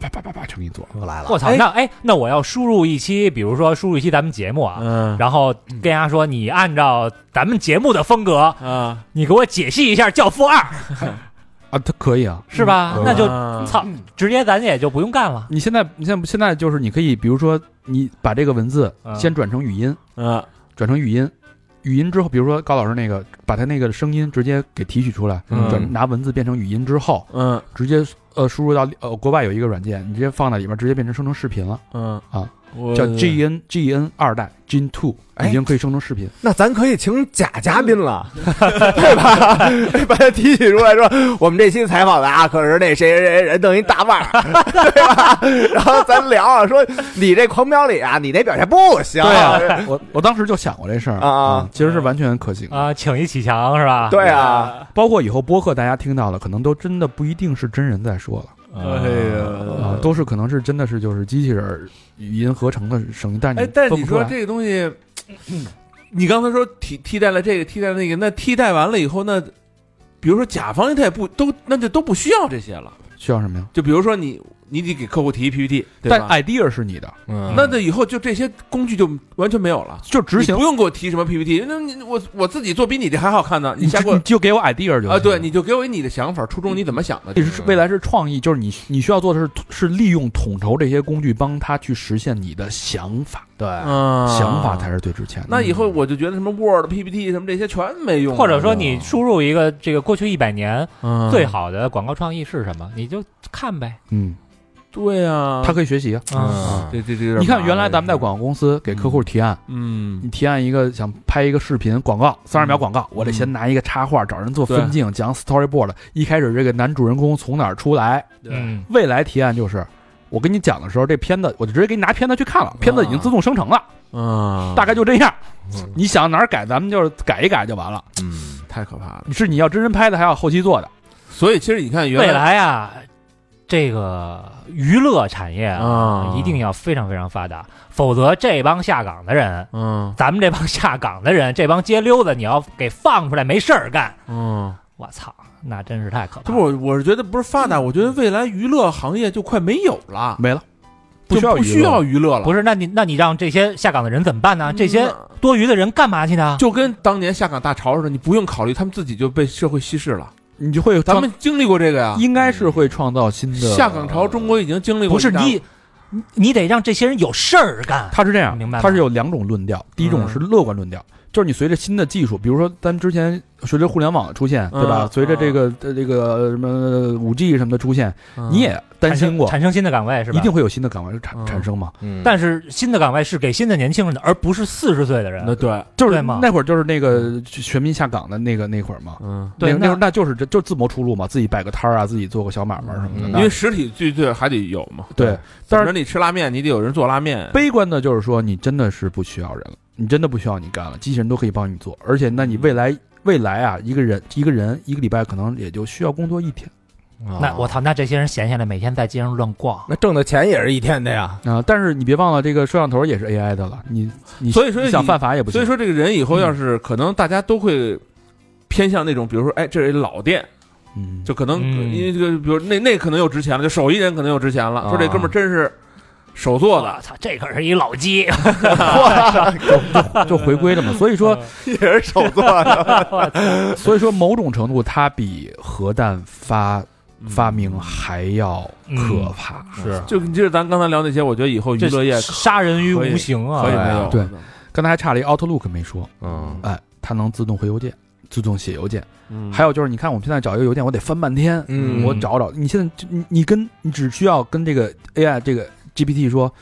Speaker 3: 全给你做了。
Speaker 2: 又来了，
Speaker 5: 我操，那哎，那我要输入一期，比如说输入一期咱们节目啊，
Speaker 4: 嗯
Speaker 5: 然后跟大家说，你按照咱们节目的风格，
Speaker 4: 啊，
Speaker 5: 你给我解析一下《教父二》，
Speaker 3: 啊，它可以啊。
Speaker 5: 是吧？那就
Speaker 4: 啊
Speaker 5: 操，直接咱也就不用干了。
Speaker 3: 你现在你现在现在就是你可以，比如说你把这个文字
Speaker 5: 嗯
Speaker 3: 先转成语音，
Speaker 4: 啊
Speaker 3: 转成语音，语音之后，比如说高老师那个，把他那个声音直接给提取出来，
Speaker 2: 嗯
Speaker 3: 转拿文字变成语音之后，
Speaker 4: 嗯
Speaker 3: 直接呃输入到呃国外有一个软件，你直接放在里面，直接变成生成视频了，
Speaker 4: 嗯
Speaker 3: 啊，
Speaker 4: 我
Speaker 3: 叫 GN GN 二代 Gen Two，
Speaker 2: 哎
Speaker 3: 已经可以生成视频。
Speaker 2: 那咱可以请假嘉宾了，对吧？把他提取出来说，我们这期采访的啊，可是那谁谁谁人弄一大腕儿，对吧？然后咱聊啊，说你这狂飙里啊，你那表现不行，
Speaker 3: 啊，
Speaker 4: 哎
Speaker 3: 我我当时就想过这事儿
Speaker 2: 啊啊
Speaker 3: 嗯其实是完全可行的。
Speaker 5: 啊，请一启强是吧？
Speaker 2: 对啊，
Speaker 3: 包括以后播客大家听到了，可能都真的不一定是真人在说了。
Speaker 4: 哎
Speaker 3: 啊
Speaker 4: 呀，，
Speaker 3: 都是可能是真的是就是机器人儿语音合成的声音，但是
Speaker 4: 哎
Speaker 3: 你，
Speaker 4: 但是
Speaker 3: 分
Speaker 4: 你
Speaker 3: 不出
Speaker 4: 说
Speaker 3: 来
Speaker 4: 这个东西， 你刚才说替替代了这个，替代了那个，那替代完了以后，那比如说甲方他也不都，那就都不需要这些了。
Speaker 3: 需要什么呀？
Speaker 4: 就比如说你，你得给客户提 PPT，对
Speaker 3: 但
Speaker 4: 吧？
Speaker 3: idea 是你的，
Speaker 2: 嗯
Speaker 4: 那那以后就这些工具就完全没有了，
Speaker 3: 就执行
Speaker 4: 你不，用给我提什么 PPT，那你我我自己做比你这还好看呢，
Speaker 3: 你
Speaker 4: 下
Speaker 3: 就
Speaker 4: 给我
Speaker 3: 你就给我 idea 就行
Speaker 4: 啊，对，你就给我你的想法，初衷你怎么想的？
Speaker 3: 你是未来是创意，就是你你需要做的是是利用统筹这些工具帮他去实现你的想法，对，
Speaker 4: 啊，
Speaker 3: 想法才是最值钱的。
Speaker 4: 那以后我就觉得什么 Word、PPT 什么这些全没用
Speaker 5: 嗯
Speaker 4: 了，
Speaker 5: 或者说你输入一个这个过去一百年
Speaker 4: 嗯
Speaker 5: 最好的广告创意是什么，你就看呗。
Speaker 3: 嗯，
Speaker 4: 对啊，
Speaker 3: 他可以学习啊。
Speaker 5: 啊，
Speaker 2: 嗯
Speaker 4: 这这这有点
Speaker 3: 你看，
Speaker 4: 麻
Speaker 3: 原来
Speaker 4: 烦
Speaker 3: 咱们在广告公司给客户提案，
Speaker 4: 嗯
Speaker 3: 你提案一个想拍一个视频广告，三十秒广告，我得
Speaker 4: 嗯
Speaker 3: 先拿一个插画，找人做分镜，讲 storyboard。一开始这个男主人公从哪儿出来？
Speaker 5: 嗯
Speaker 3: 未来提案就是，我跟你讲的时候，这片子我就直接给你拿片子去看了，片子已经自动生成了，
Speaker 4: 啊，
Speaker 3: 大概就这样。
Speaker 2: 嗯
Speaker 3: 你想哪儿改，咱们就是改一改就完了。
Speaker 2: 嗯，
Speaker 4: 太可怕了。
Speaker 3: 是你要真人拍的，还要后期做的。
Speaker 4: 所以其实你看，原
Speaker 5: 未来啊，这个娱乐产业
Speaker 4: 啊
Speaker 5: 一定要非常非常发达，否则这帮下岗的人。
Speaker 4: 嗯
Speaker 5: 咱们这帮下岗的人，这帮街溜子，你要给放出来没事儿干，
Speaker 4: 嗯，
Speaker 5: 我操，那真是太可怕
Speaker 4: 这不
Speaker 5: 了。
Speaker 4: 我我是觉得不是发达，我觉得未来娱乐行业就快没有了，
Speaker 3: 没了，
Speaker 4: 就
Speaker 3: 需要
Speaker 4: 不需要娱乐了，
Speaker 5: 不是，那你那你让这些下岗的人怎么办呢？这些
Speaker 4: 嗯
Speaker 5: 多余的人干嘛去呢？
Speaker 4: 就跟当年下岗大潮似的，你不用考虑，他们自己就被社会稀释了。
Speaker 3: 你就会
Speaker 4: 嗯咱
Speaker 3: 创
Speaker 4: 们经历过这个呀，
Speaker 3: 应该是会创造新的
Speaker 4: 下岗潮，中国已经经历过
Speaker 5: 不
Speaker 4: 一大。
Speaker 5: 是你，你你得让这些人有事儿干。
Speaker 3: 它是这样
Speaker 5: 明白，吗
Speaker 3: 它是有两种论调，第一
Speaker 4: 嗯
Speaker 3: 种是乐观论调，就是你随着新的技术，比如说咱们之前随着互联网的出现，对吧
Speaker 4: 嗯？
Speaker 3: 随着这个呃这个什么五 G 什么的出现，
Speaker 4: 嗯
Speaker 3: 你也担心过，
Speaker 5: 产生新的岗位是吧？
Speaker 3: 一定会有新的岗位产
Speaker 4: 嗯
Speaker 3: 产生嘛？
Speaker 5: 但是新的岗位是给新的年轻人的，而不是四十岁的人
Speaker 4: 那。对，
Speaker 3: 就是
Speaker 5: 对嘛
Speaker 3: 那会儿就是那个全民下岗的那个那会儿嘛，
Speaker 4: 嗯，
Speaker 5: 对
Speaker 3: 那
Speaker 5: 那
Speaker 3: 那会儿那就是这就自谋出路嘛，自己摆个摊儿啊，自己做个小买卖什么的。
Speaker 2: 嗯
Speaker 4: 因为
Speaker 3: 那
Speaker 4: 实体最最还得有嘛。
Speaker 3: 对，
Speaker 4: 怎
Speaker 3: 但
Speaker 4: 么
Speaker 3: 是
Speaker 4: 着你吃拉面，你得有人做拉面。
Speaker 3: 悲观的就是说，你真的是不需要人了，你真的不需要你干了，机器人都可以帮你做，而且那你未来未来啊，一个人一个人一个礼拜可能也就需要工作一天
Speaker 5: 那我操，那这些人闲下来每天在街上乱逛，
Speaker 2: 那挣的钱也是一天的呀，
Speaker 3: 啊、但是你别忘了，这个摄像头也是 AI 的了，你你
Speaker 4: 所以说
Speaker 3: 你
Speaker 4: 你
Speaker 3: 想犯法也不行，
Speaker 4: 所以说，这个人以后要是可能，大家都会偏向那种，比如说，哎，这是一老店，
Speaker 3: 嗯，
Speaker 4: 就可能
Speaker 5: 嗯
Speaker 4: 因为这个，比如那那可能又值钱了，就手艺人可能又值钱了。
Speaker 2: 啊
Speaker 4: 说这哥们儿真是手做的，
Speaker 5: 我操，这可是一老鸡，
Speaker 3: 就回归了嘛。所以 说，
Speaker 2: 也是手做的，
Speaker 3: 所以说某种程度，它比核弹发
Speaker 4: 嗯
Speaker 3: 发明还要可怕。
Speaker 5: 是
Speaker 4: 就你就是咱刚才聊那些，我觉得以后 娱
Speaker 5: 这
Speaker 4: 乐业
Speaker 5: 杀人于无形啊
Speaker 4: 可以！没有
Speaker 3: 对刚才还差了一 Outlook 没说，
Speaker 2: 嗯
Speaker 3: 哎，它能自动回邮件。自动写邮件，
Speaker 4: 嗯
Speaker 3: 还有就是，你看我们现在找一个邮件，我得翻半天，
Speaker 2: 嗯
Speaker 3: 我找找。你现在就你你跟你只需要跟这个 AI 这个 GPT 说，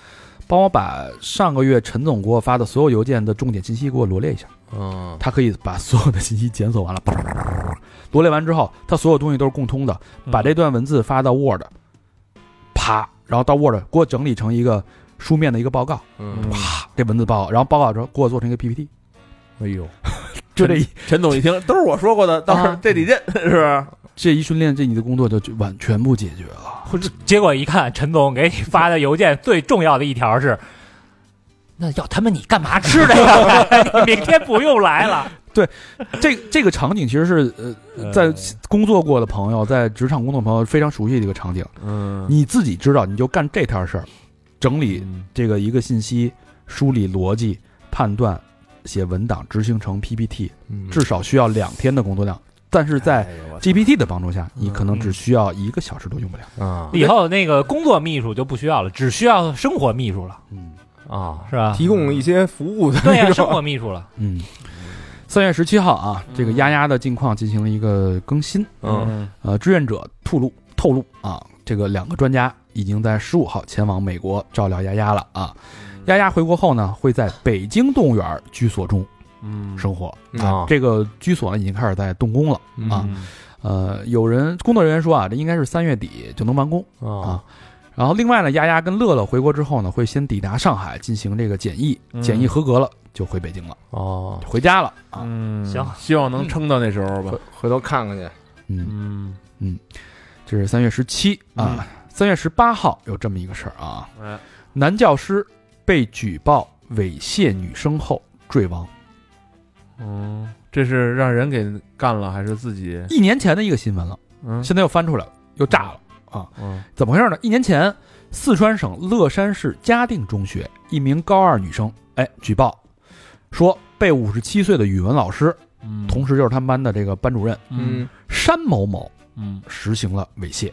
Speaker 3: 帮我把上个月陈总给我发的所有邮件的重点信息给我罗列一下，
Speaker 2: 嗯
Speaker 3: 它可以把所有的信息检索完了，叭叭叭叭叭叭罗列完之后，它所有东西都是共通的，
Speaker 1: 嗯
Speaker 3: 把这段文字发到 Word，啪，然后到 Word 给我整理成一个书面的一个报告，
Speaker 2: 嗯，
Speaker 3: 啪，这文字报告，然后报告之后给我做成一个 PPT，
Speaker 1: 哎呦，
Speaker 3: 就这一
Speaker 4: 陈总一听都是我说过的，到时候
Speaker 3: 啊
Speaker 4: 这得认是不是？
Speaker 3: 这一训练，这你的工作就就完全部解决了。
Speaker 5: 或者结果一看，陈总给你发的邮件最重要的一条是：那要他妈你干嘛吃的呀？ 你明天不用来了。
Speaker 3: 这个这个场景其实是呃，在工作过的朋友，在职场工作的朋友非常熟悉的一个场景。
Speaker 4: 嗯，
Speaker 3: 你自己知道，你就干这摊事儿，整理这个一个信息，梳理逻辑，判断，写文档，执行成 PPT，至少需要两天的工作量。但是在
Speaker 2: 哎呦我
Speaker 3: GPT 的帮助下，你可能
Speaker 5: 嗯
Speaker 3: 只需要一个小时都用不了。
Speaker 2: 啊
Speaker 5: 以后那个工作秘书就不需要了，只需要生活秘书了，
Speaker 3: 嗯
Speaker 2: 啊，
Speaker 5: 是吧？
Speaker 2: 提供一些服务的
Speaker 5: 对呀、
Speaker 2: 那
Speaker 5: 生
Speaker 2: 种，
Speaker 5: 活秘 书了。
Speaker 3: 嗯。三月十七号啊，这个丫丫的近况进行了一个更新。
Speaker 2: 嗯
Speaker 3: 呃，志愿者透露透露啊，这个两个专家已经在十五号前往美国照料丫丫了啊。丫丫回国后呢，会在北京动物园居所中
Speaker 4: 嗯
Speaker 3: 生活
Speaker 2: 啊
Speaker 3: 这个居所呢，已经开始在动工了啊。呃，有人工作人员说啊，这应该是三月底就能完工。
Speaker 2: 啊
Speaker 3: 然后另外呢，丫丫跟乐乐回国之后呢，会先抵达上海进行这个检疫，
Speaker 4: 嗯
Speaker 3: 检疫合格了就回北京了，
Speaker 2: 哦，
Speaker 3: 回家了啊。
Speaker 4: 嗯，
Speaker 5: 行
Speaker 4: 希望能撑到那时候吧
Speaker 2: 回。回头看看去，
Speaker 3: 嗯，
Speaker 4: 嗯，
Speaker 3: 这是三月十七啊，三月十八号有这么一个事儿啊，
Speaker 4: 哎
Speaker 3: 男教师被举报猥亵女生后坠亡，
Speaker 4: 嗯，这是让人给干了还是自己？
Speaker 3: 一年前的一个新闻了，
Speaker 4: 嗯
Speaker 3: 现在又翻出来了，又炸了。
Speaker 4: 嗯
Speaker 3: 怎么回事呢？一年前，四川省乐山市嘉定中学一名高二女生，哎，举报说被五十七岁的语文老师，
Speaker 4: 嗯
Speaker 3: 同时就是他们班的这个班主任
Speaker 4: 嗯
Speaker 3: 山某某
Speaker 4: 嗯
Speaker 3: 实行了猥亵。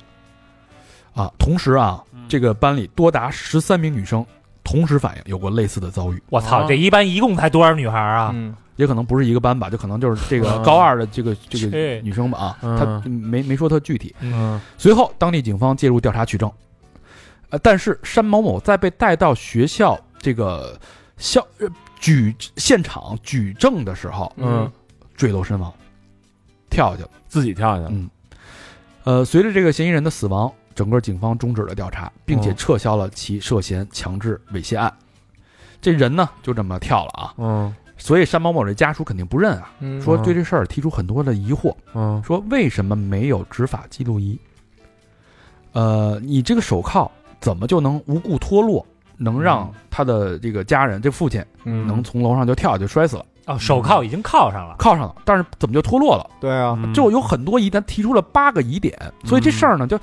Speaker 3: 啊，同时啊
Speaker 4: 嗯，
Speaker 3: 这个班里多达十三名女生同时反映有过类似的遭遇，
Speaker 5: 我操，
Speaker 4: 啊
Speaker 5: 这一班一共才多少女孩啊？
Speaker 2: 哦嗯
Speaker 3: 也可能不是一个班吧，就可能就是这个
Speaker 4: 啊
Speaker 3: 高二的这个这个
Speaker 5: 切
Speaker 3: 女生吧啊，
Speaker 4: 嗯
Speaker 3: 她没没说她具体。
Speaker 4: 嗯
Speaker 3: 随后，当地警方介入调查取证。呃，但是山某某在被带到学校这个校呃举现场举证的时候，
Speaker 4: 嗯，
Speaker 3: 坠楼身亡，跳下去了。
Speaker 4: 自己跳下去了。
Speaker 3: 呃，随着这个嫌疑人的死亡，整个警方终止了调查，并且
Speaker 4: 哦
Speaker 3: 撤销了其涉嫌强制猥亵案。这人呢，就这么跳了啊！
Speaker 4: 嗯
Speaker 3: 所以山某某这家属肯定不认啊，
Speaker 2: 嗯
Speaker 3: 说对这事儿提出很多的疑惑。
Speaker 4: 嗯
Speaker 3: 说为什么没有执法记录仪？呃，你这个手铐怎么就能无故脱落，能让他的这个家人，这父亲
Speaker 2: 嗯
Speaker 3: 能从楼上就跳下去摔死了，
Speaker 5: 哦，手铐已经铐上了。
Speaker 3: 铐上了，但是怎么就脱落了？
Speaker 2: 对啊，
Speaker 4: 嗯
Speaker 3: 就有很多疑点，提出了八个疑点，所以这事儿呢，就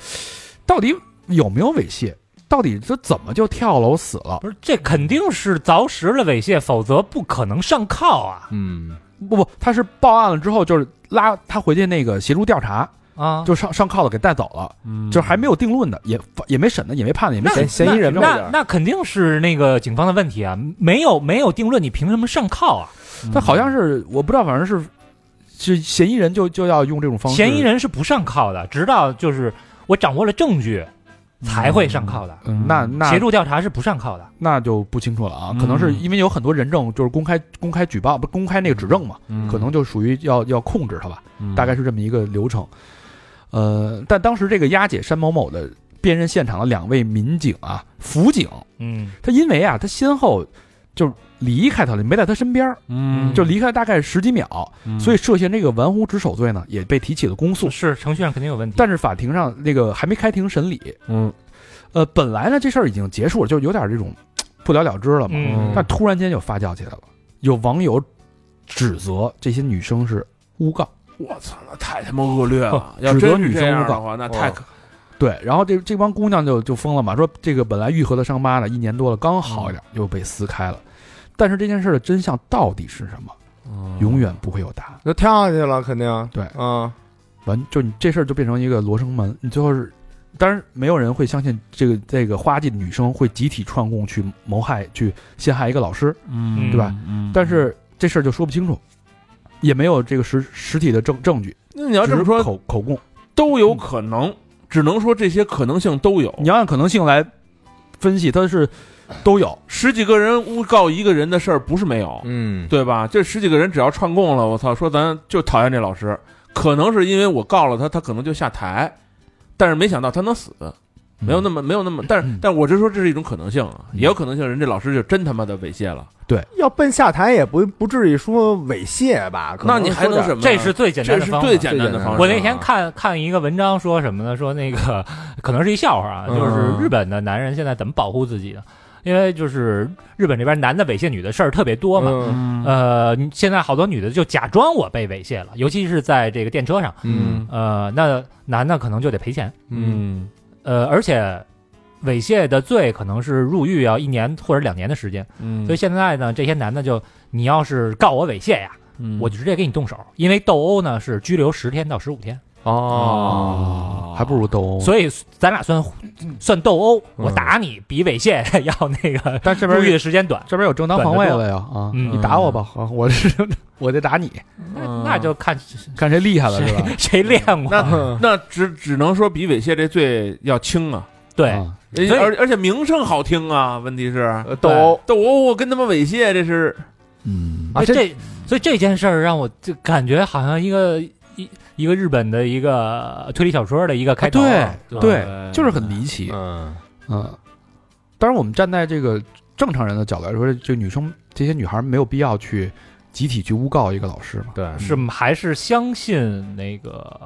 Speaker 3: 到底有没有猥亵？到底这怎么就跳楼死了？
Speaker 5: 不是，这肯定是凿实了猥亵，否则不可能上铐啊
Speaker 2: 嗯
Speaker 3: 不不，他是报案了之后，就是拉他回去那个协助调查，
Speaker 5: 啊！
Speaker 3: 就上上铐子给带走了，
Speaker 4: 嗯
Speaker 3: 就是还没有定论的，也也没审的，也没判的，也没
Speaker 5: 那
Speaker 3: 审
Speaker 2: 嫌嫌疑人吧有
Speaker 5: 那
Speaker 2: 点
Speaker 5: 那肯定是那个警方的问题啊，没有没有定论，你凭什么上铐啊？
Speaker 3: 他好像是我不知道，反正是是嫌疑人就就要用这种方式。
Speaker 5: 嫌疑，人是不上铐的，直到就是我掌握了证据才会上铐的。
Speaker 3: 嗯，那
Speaker 5: 协
Speaker 3: 那
Speaker 5: 助调查是不上铐的。
Speaker 3: 那就不清楚了啊，
Speaker 4: 嗯
Speaker 3: 可能是因为有很多人证，就是公开公开举报，不是公开那个指证嘛，
Speaker 5: 嗯
Speaker 4: 嗯
Speaker 3: 可能就属于要要控制他吧，大概是这么一个流程。呃，但当时这个押解山某某的辨认现场的两位民警啊，辅警，
Speaker 5: 嗯，
Speaker 3: 他因为啊，他先后就离开他了，没在他身边儿，
Speaker 4: 嗯
Speaker 3: 就离开大概十几秒，
Speaker 5: 嗯
Speaker 3: 所以涉嫌这个玩忽职守罪呢，也被提起了公诉。
Speaker 5: 是程序上肯定有问题。
Speaker 3: 但是法庭上那个还没开庭审理，
Speaker 4: 嗯
Speaker 3: 呃，本来呢这事儿已经结束了，就有点这种嘖不了了之了嘛。
Speaker 5: 嗯
Speaker 3: 但突然间就发酵起来了，有网友指责这些女生是诬告，
Speaker 4: 我操，那太他妈恶劣了！
Speaker 3: 呵
Speaker 4: 要
Speaker 3: 指责
Speaker 4: 真是
Speaker 3: 女
Speaker 4: 这
Speaker 3: 生
Speaker 4: 样
Speaker 3: 的
Speaker 4: 的话，那
Speaker 2: 哦
Speaker 4: 太可
Speaker 3: 对，然后这这帮姑娘就就疯了嘛，说这个本来愈合的伤疤呢，一年多了刚好一点，又被撕开了。但是这件事的真相到底是什么，
Speaker 4: 哦
Speaker 3: 嗯
Speaker 4: 嗯
Speaker 3: 永远不会有答案。
Speaker 2: 就跳下去了，肯定。
Speaker 3: 对
Speaker 2: 嗯，
Speaker 3: 完，就你这事儿就变成一个罗生门，你最后是，当然没有人会相信这个这个花季的女生会集体串供去谋害、去陷害一个老师，
Speaker 4: 嗯
Speaker 5: 对
Speaker 3: 吧？但是这事儿就说不清楚，也没有这个实实体的证证据，
Speaker 4: 那你要这么
Speaker 3: 只
Speaker 4: 说，
Speaker 3: 口口供，
Speaker 4: 都有可能，只能说这些可能性都有。
Speaker 3: 你要按可能性来分析，它是都有。
Speaker 4: 十几个人诬告一个人的事儿不是没有，
Speaker 2: 嗯，
Speaker 4: 对吧？这十几个人只要串供了，我操，说咱就讨厌这老师，可能是因为我告了他，他可能就下台，但是没想到他能死，
Speaker 3: 嗯
Speaker 4: 没有那么没有那么，但是但我就说这是一种可能性啊，
Speaker 3: 嗯
Speaker 4: 也有可能性人这老师就真他妈的猥亵了，
Speaker 2: 要奔下台也不不至于说猥亵吧？可
Speaker 4: 那你还
Speaker 2: 说
Speaker 4: 能
Speaker 2: 点
Speaker 4: 什
Speaker 5: 嗯
Speaker 4: 么呢？
Speaker 5: 这是最简单
Speaker 4: 这
Speaker 5: 的
Speaker 4: 是
Speaker 5: 方法。
Speaker 4: 最简单的方式啊。
Speaker 5: 我那天看看一个文章说什么呢？说那个 可能是一笑话啊，
Speaker 2: 嗯
Speaker 5: 就是日本的男人现在怎么保护自己呢？因为就是日本这边男的猥亵女的事儿特别多嘛。
Speaker 2: 嗯
Speaker 5: 呃，现在好多女的就假装我被猥亵了，尤其是在这个电车上。
Speaker 2: 嗯
Speaker 5: 呃，那男的可能就得赔钱。
Speaker 2: 嗯
Speaker 4: 嗯
Speaker 5: 呃，而且猥亵的罪可能是入狱要一年或者两年的时间。
Speaker 4: 嗯
Speaker 5: 所以现在呢，这些男的就你要是告我猥亵呀，
Speaker 4: 嗯
Speaker 5: 我就直接给你动手，因为斗殴呢是拘留十天到十五天，
Speaker 4: 哦
Speaker 3: 还不如斗殴。
Speaker 5: 所以咱俩算算斗殴，我打你比猥亵要那个
Speaker 3: 但嗯 这
Speaker 5: 入狱
Speaker 3: 边
Speaker 5: 的时间短，
Speaker 3: 这边有正当防卫了呀啊！
Speaker 5: 嗯
Speaker 3: 你打我嗯吧，啊我是 我得打你，
Speaker 5: 那那就看
Speaker 3: 看谁厉害了是吧？
Speaker 5: 谁练过。
Speaker 2: 嗯
Speaker 4: 那只只能说比猥亵这罪要轻啊，
Speaker 5: 对，
Speaker 3: 啊
Speaker 5: 以
Speaker 4: 而而且名声好听啊，问题是
Speaker 2: 呃斗殴
Speaker 4: 斗殴我跟他们猥亵，这是
Speaker 3: 嗯
Speaker 2: 啊，这
Speaker 5: 所以这所以这件事儿让我就感觉好像一个一一个日本的一个推理小说的一个开头啊、
Speaker 3: 啊对对，就是很离奇。
Speaker 2: 嗯
Speaker 3: 嗯，当然我们站在这个正常人的角度来说，这女生这些女孩没有必要去集体去诬告一个老师嘛。
Speaker 2: 对，
Speaker 5: 是
Speaker 4: 嗯
Speaker 5: 还是相信那个。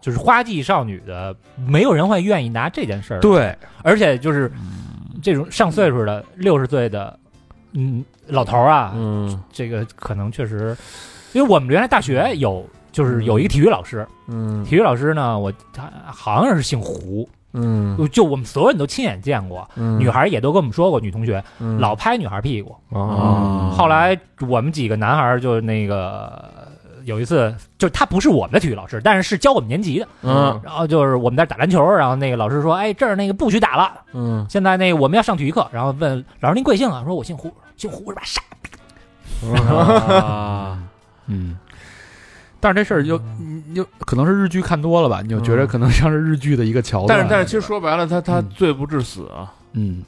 Speaker 5: 就是花季少女的，没有人会愿意拿这件事儿
Speaker 3: 对，
Speaker 5: 而且就是
Speaker 4: 嗯
Speaker 5: 这种上岁数的六十岁的，嗯，老头儿啊，
Speaker 4: 嗯
Speaker 5: 这个可能确实，因为我们原来大学有就是有一个体育老师，
Speaker 4: 嗯
Speaker 5: 体育老师呢，我他好像是姓胡，
Speaker 4: 嗯
Speaker 5: 就我们所有人都亲眼见过，女孩儿也都跟我们说过，女同学
Speaker 4: 嗯
Speaker 5: 老拍女孩儿屁股。
Speaker 2: 哦
Speaker 5: 后来我们几个男孩儿就那个。有一次，就是他不是我们的体育老师，但是是教我们年级的。
Speaker 4: 嗯
Speaker 5: 然后就是我们在打篮球，然后那个老师说：“哎，这儿那个不许打了，
Speaker 4: 嗯
Speaker 5: 现在那个我们要上体育课，然后问老师您贵姓啊？说我姓胡，姓胡是吧？傻。
Speaker 4: 啊，
Speaker 3: 嗯。但是这事儿就你你就可能是日剧看多了吧，你就觉得可能像是日剧的一个桥段。
Speaker 4: 但是但是其实说白了，他他
Speaker 3: 嗯
Speaker 4: 罪不至死啊，
Speaker 3: 嗯，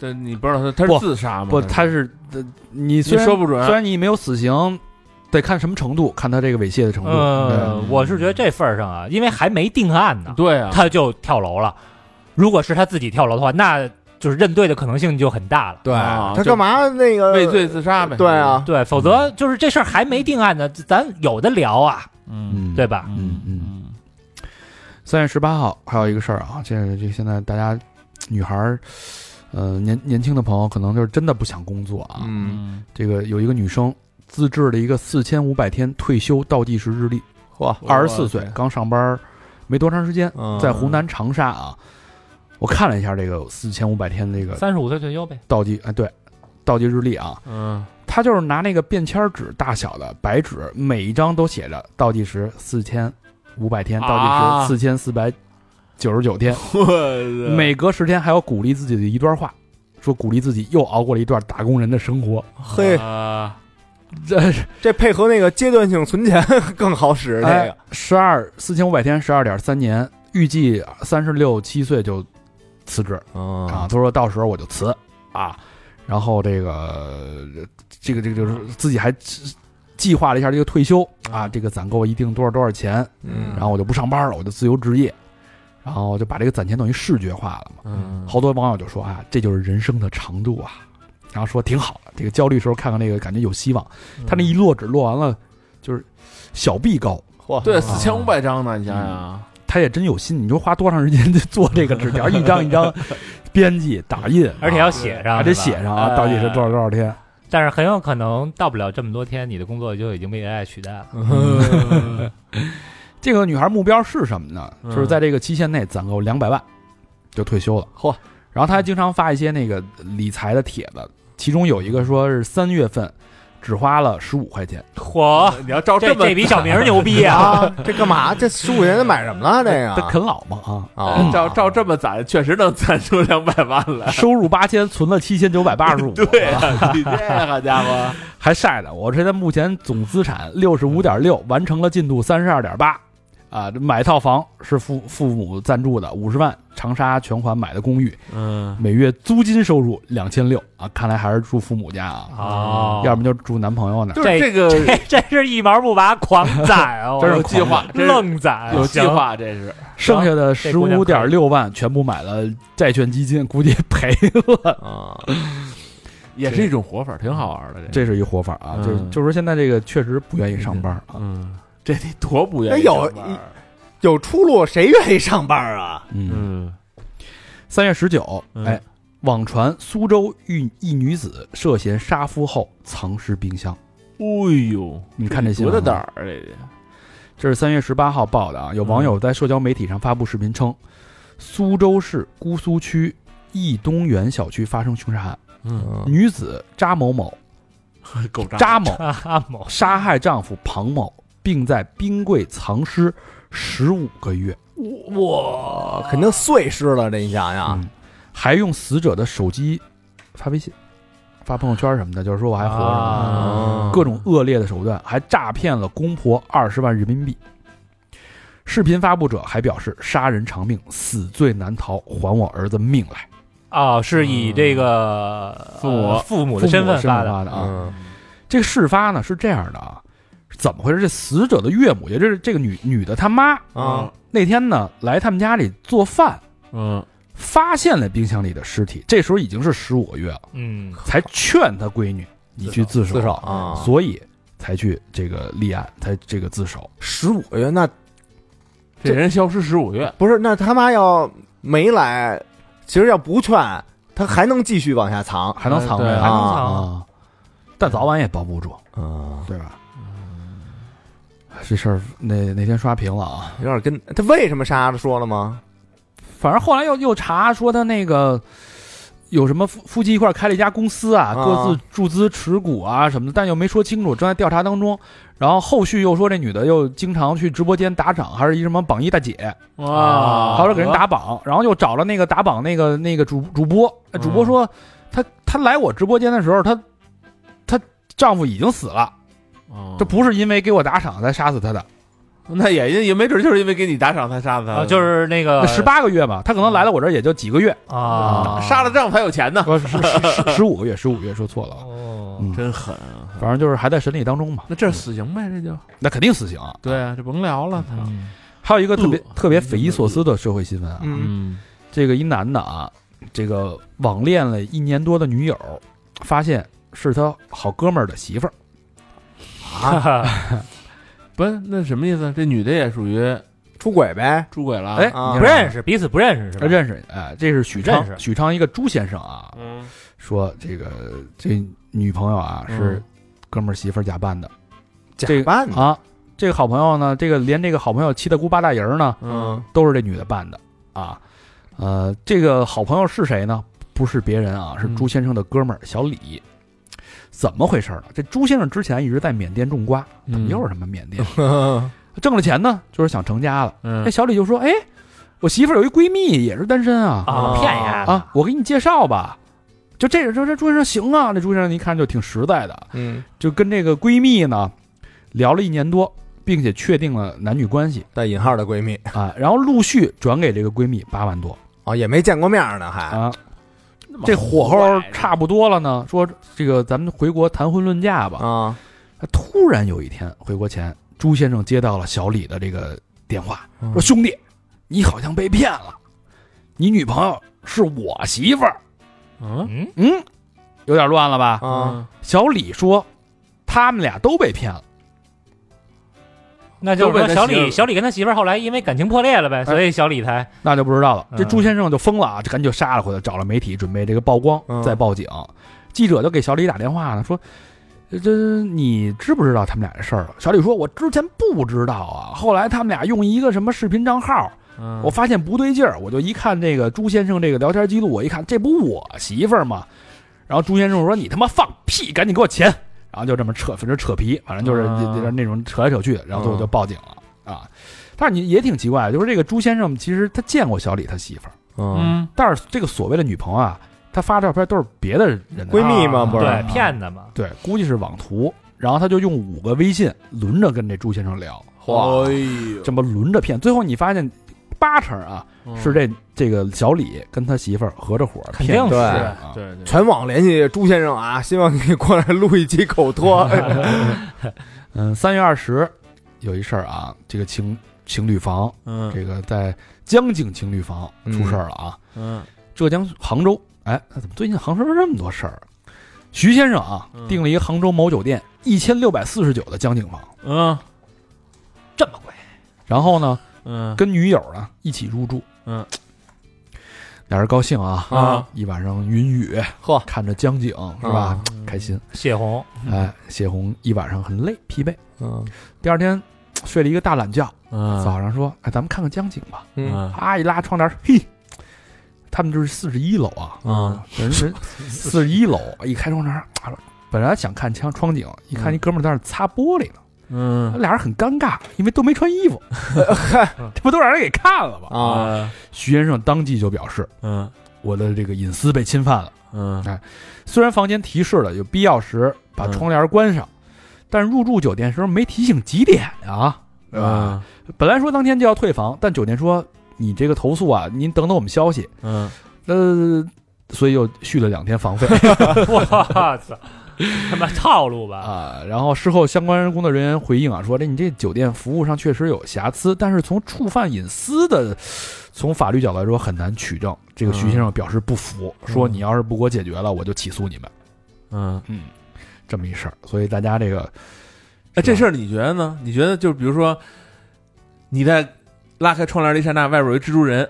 Speaker 4: 但你不知道他他
Speaker 3: 不
Speaker 4: 是自杀吗？
Speaker 3: 不，他是呃你
Speaker 4: 你
Speaker 3: 虽然
Speaker 4: 说不准，
Speaker 3: 虽然你没有死刑，得看什么程度，看他这个猥亵的程度。
Speaker 5: 呃，我是觉得这份儿上啊，因为还没定案呢，
Speaker 4: 对啊，
Speaker 5: 他就跳楼了。如果是他自己跳楼的话，那就是认罪的可能性就很大了。
Speaker 2: 对
Speaker 4: 啊
Speaker 2: 他
Speaker 4: 就
Speaker 2: 干嘛那个
Speaker 4: 畏罪自杀呗。
Speaker 2: 对，啊，
Speaker 5: 对，否则就是这事儿还没定案呢，咱有的聊啊，
Speaker 4: 嗯
Speaker 3: 嗯，
Speaker 5: 对吧？
Speaker 3: 嗯嗯。
Speaker 4: 嗯
Speaker 3: 三月十八号还有一个事儿啊，这这现在大家女孩儿，呃，年年轻的朋友可能就是真的不想工作啊。
Speaker 2: 嗯，
Speaker 4: 嗯，
Speaker 3: 这个有一个女生自制了一个四千五百天退休倒计时日历，
Speaker 2: 嚯，
Speaker 3: 二十四岁，刚上班儿没多长时间，
Speaker 2: 嗯
Speaker 3: 在 湖南长沙啊。我看了一下这个四千五百天这个
Speaker 5: 三十五岁退休呗。
Speaker 3: 倒计，哎，对，倒计日历啊，
Speaker 4: 嗯
Speaker 3: 他就是拿那个便签纸大小的白纸，每一张都写着倒计时四千五百天，
Speaker 4: 啊
Speaker 3: 倒计时四千四百九十九天，每隔十天还要鼓励自己的一段话，说鼓励自己又熬过了一段打工人的生活。
Speaker 2: 嘿，
Speaker 4: 啊
Speaker 3: 这
Speaker 2: 这配合那个阶段性存钱更好使，这个
Speaker 3: 哎十二四千五百天，十二点三年，预计三十六七岁就辞职
Speaker 4: 嗯
Speaker 3: 啊。
Speaker 2: 啊
Speaker 3: 他说到时候我就辞啊，然后这个这个这个就是自己还计计划了一下这个退休啊，这个攒够一定多少多少钱，
Speaker 2: 嗯
Speaker 3: 然后我就不上班了，我就自由职业，然后就把这个攒钱等于视觉化了嘛。
Speaker 4: 嗯
Speaker 3: 好多网友就说啊，这就是人生的长度啊，然后说挺好的，这个焦虑时候看看这个，感觉有希望。
Speaker 4: 嗯
Speaker 3: 他那一摞纸摞完了，就是小臂高，
Speaker 2: 嚯，
Speaker 4: 对四千五百张呢，你想想，
Speaker 3: 他也真有心。你说花多长时 间做这个纸条，一张一张编辑打印，啊
Speaker 5: 而且要写上，
Speaker 3: 把这写
Speaker 5: 是吧。
Speaker 3: 上
Speaker 5: 呃
Speaker 3: 啊，
Speaker 4: 哎
Speaker 3: 到底是多少多少天？
Speaker 5: 但是很有可能到不了这么多天，你的工作就已经被 AI 取代了。
Speaker 3: 这个女孩目标是什么呢？
Speaker 4: 嗯
Speaker 3: 就是在这个期限内攒够两百万，就退休了。
Speaker 2: 嚯！
Speaker 3: 然后她还经常发一些那个理财的帖子，其中有一个说是三月份只花了十五块钱，
Speaker 5: 嚯，
Speaker 4: 你要照
Speaker 5: 这
Speaker 4: 么
Speaker 5: 这比小明儿牛逼 啊！
Speaker 2: 啊，这干嘛？这十五元能买什么了？这
Speaker 3: 她
Speaker 2: 个
Speaker 3: 啃老嘛啊，
Speaker 2: 啊，
Speaker 4: 照照这么攒，确实能攒出两百万 来。
Speaker 3: 收入八千，存了七千九百八十五，
Speaker 4: 对啊，你这好家伙，
Speaker 3: 还晒的。我现在目前总资产六十五点六，完成了进度三十二点八。啊，这买套房是父父母赞助的五十万，长沙全款买的公寓，
Speaker 4: 嗯
Speaker 3: 每月租金收入两千六啊，看来还是住父母家啊，
Speaker 5: 哦
Speaker 3: 要么就住男朋友那儿。
Speaker 4: 就是这个
Speaker 5: 这这是一毛不拔狂攒啊！我
Speaker 3: 真是
Speaker 4: 有计划，这 是
Speaker 5: 愣攒，
Speaker 4: 有计
Speaker 5: 行。
Speaker 4: 划，这是
Speaker 3: 剩下的
Speaker 5: 这
Speaker 3: 十
Speaker 5: 姑娘
Speaker 3: 五
Speaker 5: 可
Speaker 3: 点
Speaker 5: 以
Speaker 3: 六万全部买了债券基金， 估计赔
Speaker 5: 嗯
Speaker 3: 了。
Speaker 2: 啊，
Speaker 4: 也是一种活法，挺好玩的。
Speaker 3: 这是一活法啊，
Speaker 4: 嗯
Speaker 3: 就是就是说现在这个确实不愿意上班啊，
Speaker 4: 嗯，这得多不愿意
Speaker 2: 那有
Speaker 4: 上班儿
Speaker 2: 有出路，谁愿意上班啊？
Speaker 3: 嗯，
Speaker 4: 嗯
Speaker 3: 三月十九，
Speaker 4: 嗯
Speaker 3: 哎，网传苏州一一女子涉嫌杀夫后藏尸冰箱，
Speaker 4: 哎呦，
Speaker 3: 你看这新
Speaker 4: 多
Speaker 3: 闻
Speaker 4: 大胆
Speaker 3: 啊
Speaker 4: 儿，这得
Speaker 3: 这是三月十八号报的啊，有网友在社交媒体上发布视频称，苏州市姑苏区益东园小区发生凶杀案，
Speaker 4: 嗯，
Speaker 3: 女子查某某、
Speaker 4: 狗
Speaker 3: 查某
Speaker 5: 阿某
Speaker 3: 杀害丈夫庞某，并在冰柜藏尸十五个月，
Speaker 2: 哇，啊肯定碎尸了，这你想想，
Speaker 3: 嗯还用死者的手机发微信、发朋友圈什么的，就是说我还活着
Speaker 4: 嗯
Speaker 3: 呢，
Speaker 2: 啊
Speaker 3: 各种恶劣的手段，还诈骗了公婆二十万人民币。视频发布者还表示，杀人偿命，死罪难逃，还我儿子命来。
Speaker 5: 哦，是以这个
Speaker 4: 父母
Speaker 5: 呃父母的身份
Speaker 3: 父母
Speaker 5: 发
Speaker 3: 发
Speaker 5: 的，
Speaker 3: 的啊。这个事发呢是这样的啊，是怎么回事？这死者的岳母，也就是这个女女的她妈，
Speaker 2: 啊，
Speaker 3: 那天呢来他们家里做饭，
Speaker 4: 嗯
Speaker 3: 发现了冰箱里的尸体。这时候已经是十五个月了，
Speaker 5: 嗯，
Speaker 3: 才劝她闺女你去自首，
Speaker 2: 自首啊，
Speaker 3: 所以才去这个立案，才这个自首。
Speaker 2: 十五个月那
Speaker 4: 这人消失十五月，
Speaker 2: 不是那他妈要没来，其实要不劝他还能继续往下藏
Speaker 3: 还能藏
Speaker 4: 哎
Speaker 3: 着
Speaker 4: 对
Speaker 3: 呀
Speaker 5: 还能
Speaker 2: 啊
Speaker 5: 藏，
Speaker 3: 啊，但早晚也保不住，
Speaker 2: 啊，
Speaker 3: 对吧？这事儿那那天刷屏了啊，
Speaker 2: 有点跟他为什么杀了说了吗？
Speaker 3: 反正后来又又查说他那个有什么夫夫妻一块儿开了一家公司啊，
Speaker 2: 啊
Speaker 3: 各自注资持股啊什么的，但又没说清楚，正在调查当中。然后后续又说这女的又经常去直播间打赏，还是一什么榜一大姐，
Speaker 5: 啊
Speaker 4: 哇，
Speaker 3: 还说给人打榜，然后又找了那个打榜那个那个主主播，呃主播说她她来我直播间的时候，她她丈夫已经死了，
Speaker 4: 哦，
Speaker 3: 这不是因为给我打赏才杀死她的，
Speaker 4: 那也也没准就是因为给你打赏才杀的他
Speaker 5: 啊，
Speaker 4: 的，
Speaker 5: 就是那个
Speaker 3: 那十八个月嘛，她可能来了我这儿也就几个月，
Speaker 5: 啊，
Speaker 4: 杀了丈夫才有钱呢，
Speaker 3: 不是十十十五个月，十五个月说错了啊。
Speaker 5: 哦
Speaker 3: 嗯
Speaker 4: 啊真狠啊！
Speaker 3: 反正就是还在审理当中嘛，
Speaker 4: 那这死刑呗，这就
Speaker 3: 那肯定死刑啊。
Speaker 4: 对啊，这甭聊了，操，
Speaker 5: 嗯
Speaker 3: 还有一个特别
Speaker 4: 呃
Speaker 3: 特别匪夷所思的社会新闻啊，
Speaker 2: 嗯
Speaker 4: 嗯
Speaker 3: 这个一男的啊，这个网恋了一年多的女友，发现是他好哥们儿的媳妇儿，
Speaker 5: 哈哈
Speaker 4: 不是，那什么意思？这女的也属于
Speaker 2: 出轨呗，
Speaker 4: 出轨了？
Speaker 3: 哎，
Speaker 2: 啊
Speaker 3: 你
Speaker 5: 不
Speaker 3: 看
Speaker 5: 认识，彼此不认识是吧？
Speaker 3: 认识，哎，这是许
Speaker 5: 认识
Speaker 3: 昌，许昌一个朱先生啊，
Speaker 4: 嗯，
Speaker 3: 说这个这女朋友啊
Speaker 4: 嗯
Speaker 3: 是哥们儿媳妇儿假扮的
Speaker 2: 假
Speaker 3: 这个
Speaker 5: 嗯
Speaker 2: 扮的，
Speaker 3: 啊，这个好朋友呢，这个连这个好朋友七大姑八大姨儿呢，
Speaker 4: 嗯，
Speaker 3: 都是这女的扮的啊。呃，这个好朋友是谁呢？不是别人啊，是
Speaker 4: 嗯
Speaker 3: 朱先生的哥们儿小李。怎么回事呢？这朱先生之前一直在缅甸种瓜，
Speaker 4: 嗯
Speaker 3: 怎么又是什么缅甸？挣了钱呢，就是想成家了。这
Speaker 4: 嗯
Speaker 3: 小李就说：“哎，我媳妇儿有一闺蜜也是单身啊
Speaker 5: 啊，骗呀
Speaker 3: 啊，我给你介绍吧。”就这个，这这朱先生行啊，这朱先生一看就挺实在的，
Speaker 2: 嗯，
Speaker 3: 就跟这个闺蜜呢聊了一年多，并且确定了男女关系
Speaker 2: 带引号的闺蜜
Speaker 3: 啊，然后陆续转给这个闺蜜八万多
Speaker 2: 哦，也没见过面呢，还
Speaker 3: 啊，这火候差不多了呢，说这个咱们回国谈婚论嫁吧。
Speaker 2: 啊，
Speaker 3: 突然有一天回国前，朱先生接到了小李的这个电话，
Speaker 2: 嗯
Speaker 3: 说兄弟，你好像被骗了，你女朋友是我媳妇儿。
Speaker 4: 嗯
Speaker 5: 嗯，
Speaker 3: 嗯，有点乱了吧？
Speaker 2: 啊，
Speaker 3: 小李说，他们俩都被骗了。
Speaker 5: 那就是说
Speaker 4: 都问他
Speaker 5: 小
Speaker 4: 媳妇
Speaker 5: 李
Speaker 4: 儿
Speaker 5: 小李跟他媳妇儿后来因为感情破裂了呗，所以小李才
Speaker 3: 那就不知道了。这
Speaker 5: 嗯
Speaker 3: 朱先生就疯了啊，就赶紧就杀了回来，找了媒体准备这个曝光，
Speaker 2: 嗯
Speaker 3: 再报警。记者就给小李打电话呢，说：“呃这你知不知道他们俩的事儿了？啊小李说：“我之前不知道啊，后来他们俩用一个什么视频账号，
Speaker 4: 嗯
Speaker 3: 我发现不对劲儿，我就一看这个朱先生这个聊天记录，我一看这不我媳妇儿吗？然后朱先生说：“你他妈放屁，赶紧给我钱！”然后就这么扯，反正扯皮，反正就是
Speaker 4: 啊
Speaker 3: 有点那种扯来扯去，然后最后
Speaker 4: 嗯
Speaker 3: 就报警了啊。但是你也挺奇怪，就是这个朱先生其实他见过小李他媳妇儿，
Speaker 4: 嗯
Speaker 5: 嗯，
Speaker 3: 但是这个所谓的女朋友啊，他发照片都是别的人的
Speaker 2: 闺蜜嘛，
Speaker 4: 啊
Speaker 2: 不是？
Speaker 5: 对，骗子嘛，
Speaker 3: 对，估计是网图。然后他就用五个微信轮着跟这朱先生聊，
Speaker 2: 哇
Speaker 4: 哎呦，
Speaker 3: 这么轮着骗，最后你发现八成啊
Speaker 4: 嗯
Speaker 3: 是这这个小李跟他媳妇儿合着伙儿
Speaker 5: 肯
Speaker 3: 骗
Speaker 5: 定
Speaker 3: 的
Speaker 5: 是
Speaker 2: 对
Speaker 3: 啊
Speaker 4: 对对，
Speaker 2: 全网联系朱先生啊，希望你过来录一期口托。
Speaker 3: 嗯，三月二十有一事儿啊，这个情情侣房，
Speaker 4: 嗯
Speaker 3: 这个在江景情侣房出事儿了啊。
Speaker 4: 嗯
Speaker 3: 浙江杭州，哎，那怎么最近杭州这么多事儿啊？徐先生啊，
Speaker 4: 嗯
Speaker 3: 订了一个杭州某酒店一千六百四十九的江景房，
Speaker 4: 嗯
Speaker 5: 这么贵，
Speaker 3: 然后呢，
Speaker 4: 嗯
Speaker 3: 跟女友呢一起入住，
Speaker 4: 嗯，
Speaker 3: 俩人高兴啊，
Speaker 4: 啊
Speaker 3: 一晚上云雨，
Speaker 2: 呵
Speaker 3: 看着江景是吧？开心。
Speaker 5: 泄洪，
Speaker 3: 哎，谢红一晚上很累疲惫，
Speaker 2: 嗯
Speaker 3: 第二天睡了一个大懒觉，
Speaker 4: 嗯
Speaker 3: 早上说，哎，咱们看看江景吧。
Speaker 2: 嗯，
Speaker 3: 啊，一拉窗帘，嘿，他们这是四十一楼啊，
Speaker 4: 嗯，
Speaker 3: 人人四十一楼，一开窗帘，啊，本来想看窗窗景，一看
Speaker 4: 嗯
Speaker 3: 一哥们儿在那儿擦玻璃呢，
Speaker 4: 嗯
Speaker 3: 俩人很尴尬，因为都没穿衣服，这不都让人给看了吗？
Speaker 2: 啊，
Speaker 3: 徐先生当即就表示，
Speaker 4: 嗯
Speaker 3: 我的这个隐私被侵犯了。
Speaker 4: 嗯
Speaker 3: 虽然房间提示了有必要时把
Speaker 4: 嗯
Speaker 3: 窗帘关上，但入住酒店时候没提醒几点啊。是吧
Speaker 4: 嗯
Speaker 3: 本来说当天就要退房，但酒店说你这个投诉啊，您等等我们消息。
Speaker 4: 嗯
Speaker 3: 呃，所以又续了两天房费
Speaker 5: 我操，他妈套路吧，
Speaker 3: 啊。然后事后相关工作人员回应啊，说这你这酒店服务上确实有瑕疵，但是从触犯隐私的，从法律角度来说很难取证。这个徐先生表示不服，说你要是不给我解决了，我就起诉你们。
Speaker 4: 嗯，
Speaker 3: 嗯，这么一事儿，所以大家这个
Speaker 4: 哎，这事儿你觉得呢？你觉得就比如说你在拉开窗帘的一刹那，外边有一蜘蛛人，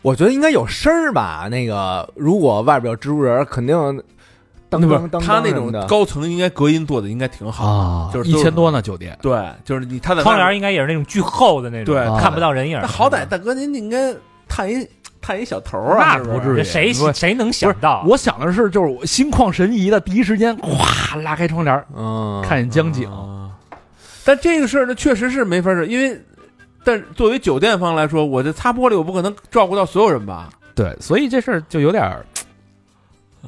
Speaker 2: 我觉得应该有声儿吧。那个，如果外边有植物人儿，肯定当
Speaker 4: 那不
Speaker 2: 当
Speaker 4: 是
Speaker 2: 当
Speaker 4: 他那
Speaker 2: 当
Speaker 4: 种
Speaker 2: 什么的
Speaker 4: 高层应该隔音做的应该挺好，
Speaker 3: 啊
Speaker 4: 就是
Speaker 3: 一
Speaker 4: 都是
Speaker 3: 千多呢酒店。
Speaker 4: 对，就是你他在
Speaker 5: 窗
Speaker 4: 外
Speaker 5: 帘
Speaker 4: 边
Speaker 5: 应该也是那种巨厚的那种，
Speaker 4: 对
Speaker 5: 看不到人影
Speaker 4: 那。好歹大哥您应该探一探一小头儿啊，
Speaker 5: 那
Speaker 4: 是不
Speaker 3: 不至于
Speaker 5: 这
Speaker 4: 是？
Speaker 5: 谁
Speaker 3: 不是
Speaker 5: 谁能想到？
Speaker 3: 我想的是，就是我心旷神怡的第一时间，哗拉开窗帘儿，
Speaker 2: 嗯，
Speaker 3: 看见江景，
Speaker 4: 啊但这个事儿呢，确实是没法儿，因为。但是作为酒店方来说，我这擦玻璃，我不可能照顾到所有人吧？
Speaker 3: 对，所以这事儿就有点儿，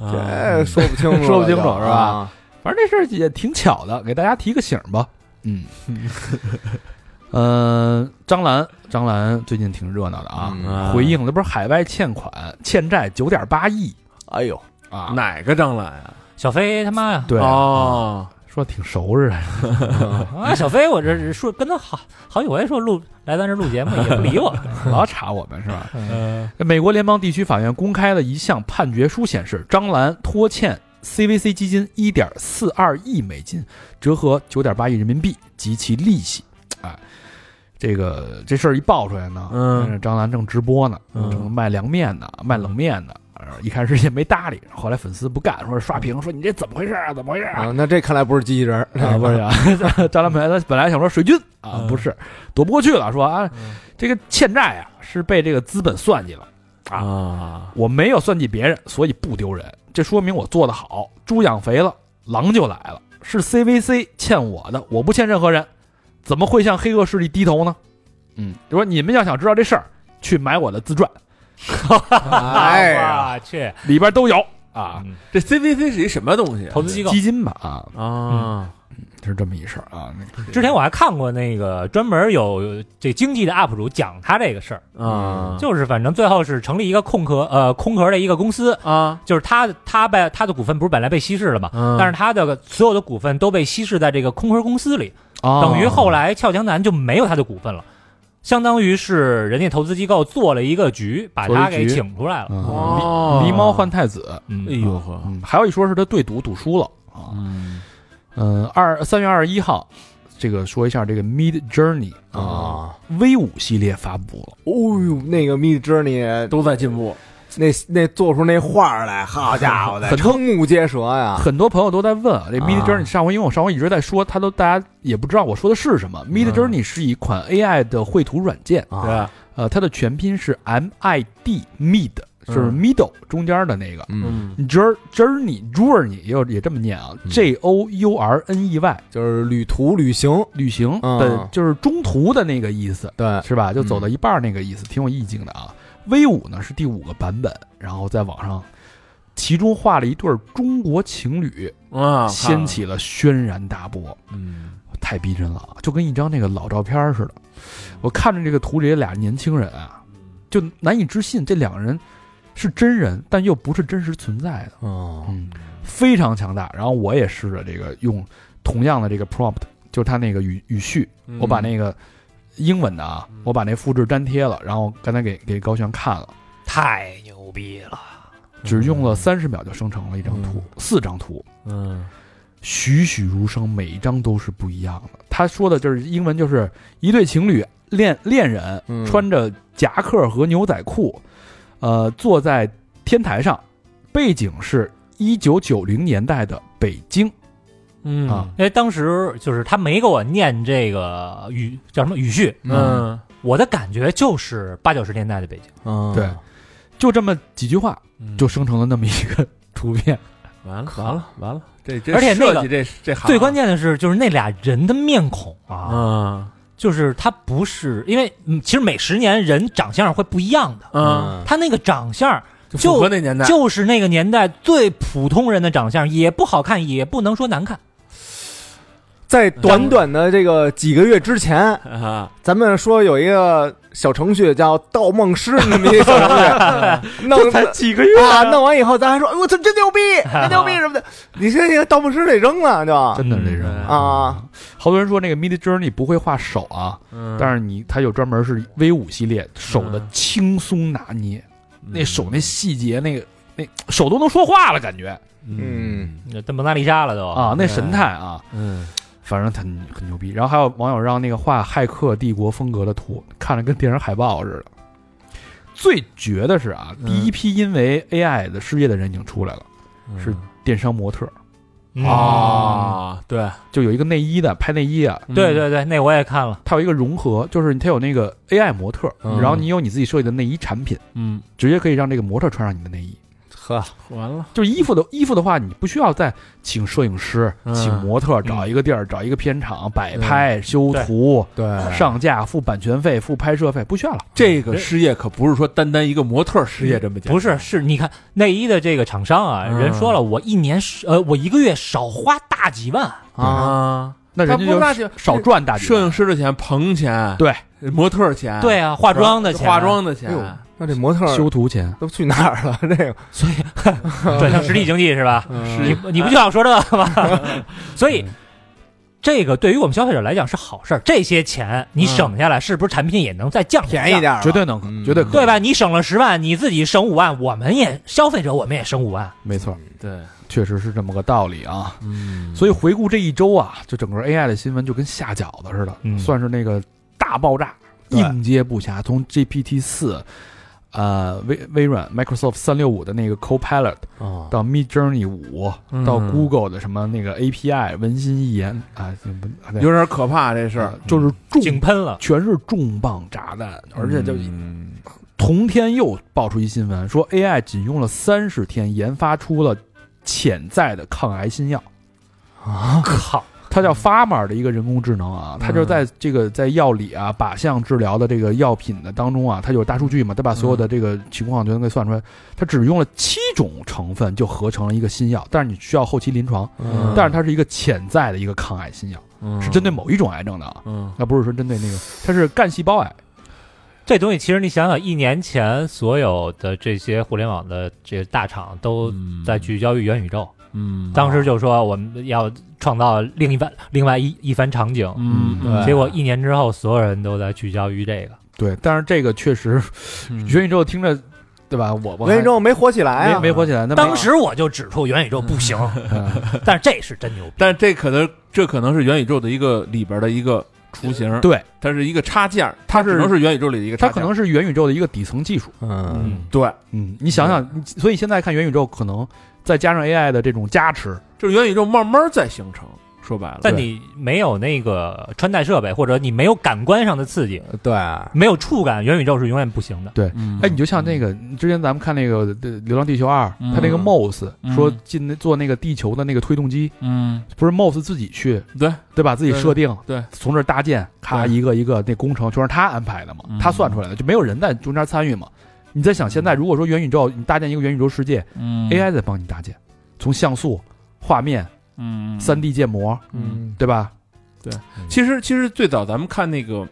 Speaker 4: 啊
Speaker 2: 这哎说不清楚了就，
Speaker 3: 说不清楚是吧
Speaker 2: 啊？
Speaker 3: 反正这事儿也挺巧的，给大家提个醒儿吧。 嗯，呃，张兰，张兰最近挺热闹的啊，
Speaker 2: 嗯
Speaker 4: 啊
Speaker 3: 回应了不是海外欠款欠债九点八亿
Speaker 2: 哎呦，
Speaker 3: 啊，
Speaker 4: 哪个张兰呀？
Speaker 5: 小飞他妈呀！
Speaker 3: 对，啊
Speaker 4: 哦，
Speaker 3: 说挺熟似的，
Speaker 5: 啊，小飞，我这说跟他好好几回说录来咱这录节目也不理我，
Speaker 3: 老查我们是吧？
Speaker 4: 嗯
Speaker 3: 美国联邦地区法院公开了一项判决书，显示张兰拖欠 CVC 基金一点四二亿美金，折合九点八亿人民币及其利息。哎，这个这事儿一爆出来呢，
Speaker 4: 嗯
Speaker 3: 但是张兰正直播呢，
Speaker 4: 嗯
Speaker 3: 正卖凉面呢，卖冷面呢。呃一开始也没搭理，后来粉丝不干，说刷
Speaker 4: 嗯
Speaker 3: 屏，说你这怎么回事啊？怎么回事啊？
Speaker 2: 啊，那这看来不是机器人儿，
Speaker 3: 啊，不是啊， 张兰本来本来想说水军啊，
Speaker 4: 嗯
Speaker 3: 不是，躲不过去了，说啊
Speaker 4: 嗯，
Speaker 3: 这个欠债啊是被这个资本算计了。
Speaker 4: 啊，
Speaker 3: 我没有算计别人，所以不丢人。这说明我做得好，猪养肥了，狼就来了。是 CVC 欠我的，我不欠任何人，怎么会向黑恶势力低头呢？嗯，就说你们要想知道这事儿，去买我的自传，
Speaker 2: 哎呀，
Speaker 5: 我去
Speaker 3: 里边都有啊，，
Speaker 5: 嗯
Speaker 4: 这 CVC 是一什么东西啊？
Speaker 5: 投资机构。
Speaker 3: 基金吧啊，
Speaker 4: 啊，
Speaker 3: 是这么一事儿啊。那个
Speaker 5: 之前我还看过那个专门有这经济的 UP 主讲他这个事儿，
Speaker 4: 啊，
Speaker 5: 就是反正最后是成立一个空壳呃空壳的一个公司，
Speaker 4: 啊，嗯
Speaker 5: 就是他他被他的股份不是本来被稀释了嘛，但是他的所有的股份都被稀释在这个空壳公司里，
Speaker 4: 哦
Speaker 3: 啊
Speaker 5: 等于后来俏江南就没有他的股份了，相当于是人家投资机构做了一个局，把
Speaker 3: 做了
Speaker 5: 他
Speaker 3: 一
Speaker 5: 给
Speaker 3: 局
Speaker 5: 请出来了。
Speaker 3: 嗯
Speaker 4: 哦，
Speaker 3: 狸狸猫换太子，
Speaker 5: 嗯
Speaker 4: 哎呦
Speaker 2: 哦
Speaker 4: 呵，
Speaker 3: 嗯，还有一说是他对赌赌输了啊。
Speaker 4: 嗯
Speaker 3: 嗯，二三月二十一号，这个说一下这个 Mid Journey
Speaker 2: 啊，
Speaker 3: V 五系列发布了。
Speaker 2: 哦呦，那个 Mid Journey
Speaker 4: 都在进步，
Speaker 2: 那那做出那画儿来，好家伙的，
Speaker 3: 很
Speaker 2: 瞠目结舌呀！
Speaker 3: 很多朋友都在问啊，这 Mid Journey 上回，因为我上回一直在说，他都大家也不知道我说的是什么。Mid Journey 是一款 AI 的绘图软件，
Speaker 2: 啊
Speaker 4: 对，
Speaker 3: 呃，它的全拼是 M I D Mid，就是
Speaker 4: 嗯
Speaker 3: middle 中间的那个。
Speaker 2: 嗯，
Speaker 4: 嗯
Speaker 3: Jour- Journey Journey 也有也这么念啊
Speaker 2: 嗯
Speaker 3: ，J O U R N E Y
Speaker 2: 就是旅途旅行，
Speaker 3: 旅行
Speaker 2: 嗯
Speaker 3: 的，就是中途的那个意思，
Speaker 2: 对，
Speaker 3: 是吧？就走到一半儿那个意思，挺有意境的啊。V 五呢是第五个版本，然后在网上，其中画了一对儿中国情侣，
Speaker 4: 啊，
Speaker 3: 掀起了轩然大波，
Speaker 2: 嗯，
Speaker 3: 太逼真了啊，就跟一张那个老照片儿似的。我看着这个图里这俩年轻人啊，就难以置信，这两个人是真人，但又不是真实存在的，
Speaker 2: 哦，
Speaker 3: 嗯，非常强大。然后我也试着这个用同样的这个 prompt，就是他那个语语序，
Speaker 4: 看
Speaker 3: 我把那个英文的啊，我把那复制粘贴了，然后刚才给给高璇看了，
Speaker 5: 太牛逼了，
Speaker 3: 只用了三十秒就生成了一张图，四张图，
Speaker 4: 嗯
Speaker 3: 栩栩如生，每一张都是不一样的。他说的就是英文，就是一对情侣恋恋人
Speaker 2: 嗯
Speaker 3: 穿着夹克和牛仔裤，呃，坐在天台上，背景是一九九零年代的北京。
Speaker 4: 嗯
Speaker 3: 啊
Speaker 5: 因为哎当时就是他没给我念这个语叫什么语序，
Speaker 4: 嗯
Speaker 5: 我的感觉就是八九十年代的北京，
Speaker 2: 嗯，
Speaker 3: 对，就这么几句话
Speaker 4: 嗯
Speaker 3: 就生成了那么一个 图片。
Speaker 4: 完了完了完了，这这
Speaker 5: 而且那个
Speaker 4: 设计这这行
Speaker 5: 最关键的是就是那俩人的面孔啊，
Speaker 4: 啊
Speaker 5: 就是他不是因为嗯其实每十年人长相会不一样的，
Speaker 4: 嗯，
Speaker 5: 他那个长相
Speaker 4: 就符合那年代
Speaker 5: 就是那个年代最普通人的长相，也不好看，也不能说难看。
Speaker 2: 在短短的这个几个月之前，
Speaker 4: 啊，
Speaker 2: 咱们说有一个小程序叫“盗梦师”那么一个小程 序，弄
Speaker 3: 几个月
Speaker 2: 啊，弄完以后咱还说，哎我操，真牛逼，真牛逼什么的，你这个盗梦师得扔了就
Speaker 3: 真的这人
Speaker 4: 嗯
Speaker 2: 啊，
Speaker 3: 好多人说那个 Mid Journey 不会画手啊，但是你它有专门是 V 五系列手的
Speaker 4: 嗯
Speaker 3: 轻松拿捏，那
Speaker 4: 嗯
Speaker 3: 手那细节那个。那手都能说话了，感觉
Speaker 2: 嗯
Speaker 5: 这蒙娜丽莎了都
Speaker 3: 啊，那神态啊，
Speaker 4: 哦嗯
Speaker 3: 反正很很牛逼。然后还有网友让那个画《骇客帝国》风格的图，看着跟电影海报似的。最绝的是啊，
Speaker 4: 嗯
Speaker 3: 第一批因为 AI 的失业的人已经出来了，是电商模特，
Speaker 5: 嗯
Speaker 4: 啊，对
Speaker 3: 就有一个内衣的拍内衣啊，
Speaker 5: 对对对，那我也看了，
Speaker 3: 它有一个融合，就是它有那个 AI 模特，
Speaker 4: 嗯
Speaker 3: 然后你有你自己设计的内衣产品，
Speaker 4: 嗯，
Speaker 3: 直接可以让这个模特穿上你的内衣。
Speaker 2: 呵，
Speaker 4: 完了，
Speaker 3: 就是衣服的衣服的话，你不需要再请摄影师、
Speaker 4: 嗯
Speaker 3: 请模特，找一个地儿、找一个片场摆拍、修图、
Speaker 2: 对，
Speaker 3: 上架、付版权费、付拍摄费，不需要了。
Speaker 4: 这个失业可不是说单单一个模特失业这么简单，
Speaker 5: 不是，是你看内衣的这个厂商啊，
Speaker 4: 嗯
Speaker 5: 人说了，我一年是呃，我一个月少花大几万，
Speaker 2: 啊，
Speaker 4: 啊，
Speaker 3: 那人
Speaker 4: 他不
Speaker 3: 家
Speaker 4: 那
Speaker 3: 就
Speaker 4: 就
Speaker 3: 少赚大几
Speaker 4: 摄
Speaker 3: 万
Speaker 4: 影师的钱、棚钱、
Speaker 3: 对
Speaker 4: 模特钱，
Speaker 5: 对啊，化妆的钱，
Speaker 4: 化，妆的
Speaker 2: 哎
Speaker 4: 钱，
Speaker 2: 呦，那这模特儿
Speaker 3: 修图钱，
Speaker 2: 都去哪儿了？ 这个
Speaker 5: 所以转向实体经济 是吧？
Speaker 3: 嗯
Speaker 4: 是
Speaker 5: 你你不就想说这个吗？ 所以。这个对于我们消费者来讲是好事儿，这些钱你省下来，是不是产品也能再降
Speaker 2: 便宜
Speaker 5: 点？
Speaker 2: 点儿吧，
Speaker 3: 绝对能，
Speaker 2: 嗯
Speaker 3: 绝对可以
Speaker 5: 对？吧？你省了十万，你自己省五万，我们也消费者我们也省五万。
Speaker 3: 没错，
Speaker 4: 对，
Speaker 3: 确实是这么个道理啊。
Speaker 4: 嗯
Speaker 3: 所以回顾这一周啊，就整个 AI 的新闻就跟下饺子似的，
Speaker 5: 嗯
Speaker 3: 算是那个大爆炸，
Speaker 2: 对
Speaker 3: 应接不暇。从 GPT 四，呃，微微软 Microsoft 三六五的那个 Copilot
Speaker 2: 啊，
Speaker 3: 到 Mid Journey 五，到
Speaker 4: 嗯
Speaker 3: Google 的什么那个 API 文心一言啊，行不啊对呃
Speaker 4: 有点可怕这事儿，
Speaker 3: 就是
Speaker 5: 井
Speaker 3: 重
Speaker 5: 喷了，
Speaker 3: 全是重磅炸弹，而且就
Speaker 4: 嗯
Speaker 3: 同天又爆出一新闻，说 AI 仅用了三十天研发出了潜在的抗癌新药，
Speaker 5: 靠！
Speaker 3: 它叫 Farmer 的一个人工智能啊，它就在这个在药理啊靶向治疗的这个药品的当中啊，它有大数据嘛，它把所有的这个情况全都给算出来，它只用了七种成分就合成了一个新药，但是你需要后期临床，
Speaker 4: 嗯
Speaker 3: 但是它是一个潜在的一个抗癌新药，是针对，某一种癌症的啊，
Speaker 4: 嗯
Speaker 3: 那不是说针对那个，它是干细胞癌，
Speaker 5: 这东西其实你想想，一年前所有的这些互联网的这些大厂都
Speaker 4: 嗯
Speaker 5: 在聚焦于元宇宙，
Speaker 4: 嗯，
Speaker 5: 当时就说我们要创造另一番另外一一番场景。
Speaker 4: 嗯，
Speaker 2: 对
Speaker 5: 结果一年之后，所有人都在聚焦于这个。
Speaker 3: 对，但是这个确实
Speaker 4: 对，
Speaker 3: 元宇宙听着，对吧？我我
Speaker 2: 元宇宙没火起来
Speaker 3: 没
Speaker 2: 啊，
Speaker 3: 没火起来，那没
Speaker 5: 当时我就指出元宇宙不行，
Speaker 3: 嗯
Speaker 5: 但是这是真牛逼。
Speaker 4: 但这可能这可能是元宇宙的一个里边的一个雏形，
Speaker 3: 对，
Speaker 4: 它是一个插件儿，它
Speaker 3: 是
Speaker 4: 只能是元宇宙里的一个插
Speaker 3: 它
Speaker 4: 件
Speaker 3: 可
Speaker 4: 儿，
Speaker 3: 能是元宇宙的一个底层技术。
Speaker 2: 嗯，
Speaker 5: 嗯，
Speaker 4: 对，
Speaker 3: 嗯，你想想，你所以现在看元宇宙，可能再加上 AI 的这种加持，
Speaker 4: 就是元宇宙慢慢在形成。说白了，
Speaker 5: 但你没有那个穿戴设备，或者你没有感官上的刺激，
Speaker 3: 嗯
Speaker 2: 对，
Speaker 5: 没有触感，元宇宙是永远不行的。
Speaker 4: 嗯
Speaker 3: 哎，你就像那个之前咱们看那个呃《流浪地球二》，它那个
Speaker 4: 嗯
Speaker 3: MOS
Speaker 4: 嗯
Speaker 3: 说进那做那个地球的那个推动机，
Speaker 4: 嗯，
Speaker 3: 不是 MOS 自己去
Speaker 4: 对，
Speaker 3: 对吧？自己
Speaker 4: 对
Speaker 3: 设定，
Speaker 4: 对
Speaker 3: 从这儿搭建，咔
Speaker 4: 对
Speaker 3: 一个一个那工程全是他安排的嘛，
Speaker 4: 嗯
Speaker 3: 他算出来的，就没有人在中间参与嘛。你在想，现在如果说元宇宙，你搭建一个元宇宙世界
Speaker 4: 嗯
Speaker 3: ，AI 在帮你搭建，从像素、画面、
Speaker 4: 嗯
Speaker 3: 三 D 建模，
Speaker 4: 嗯，
Speaker 3: 对吧？
Speaker 4: 其实其实最早咱们看那个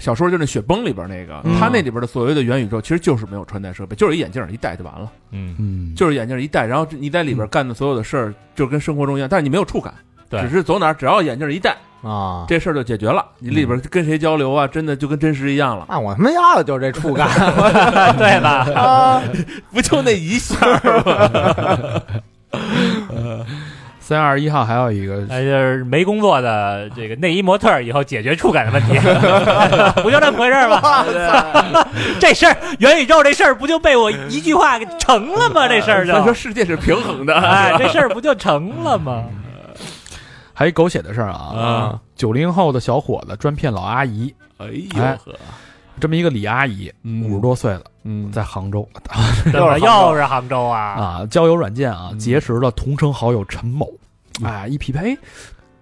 Speaker 4: 小说，就是那雪崩里边那个，
Speaker 3: 嗯
Speaker 4: 它那里边的所谓的元宇宙，其实就是没有穿戴设备，就是一眼镜儿一戴就完了，
Speaker 5: 嗯，
Speaker 3: 嗯，
Speaker 4: 就是眼镜儿一戴，然后你在里边干的所有的事儿，就跟生活中一样，但是你没有触感。
Speaker 5: 对
Speaker 4: 只是走哪儿，只要眼镜儿一戴，
Speaker 2: 啊，
Speaker 4: 这事儿就解决了。你里边跟谁交流啊，真的就跟真实一样了，
Speaker 2: 那我他妈要的就是这触感
Speaker 5: 对吧？
Speaker 2: 啊，
Speaker 4: 不就那一下儿吗？
Speaker 3: 三二一号还有一个
Speaker 5: 呃，就是没工作的这个内衣模特儿以后解决触感的问题，不就这么回事儿吗？这事儿元宇宙这事儿不就被我一句话给成了吗？这事儿
Speaker 4: 所以说
Speaker 5: 就，
Speaker 4: 世界是平衡的，
Speaker 5: 哎，这事儿不就成了吗？
Speaker 3: 还有一狗血的事儿 啊，九零后的小伙子专骗老阿姨，
Speaker 4: 哎
Speaker 3: 哎
Speaker 4: 呦呵，
Speaker 3: 这么一个李阿姨，五十
Speaker 4: 嗯
Speaker 3: 多岁了，
Speaker 4: 嗯，
Speaker 3: 在杭州
Speaker 5: 怎么又是杭州啊？
Speaker 3: 啊，交友软件啊，
Speaker 4: 嗯
Speaker 3: 结识了同城好友陈某，哎，一匹配，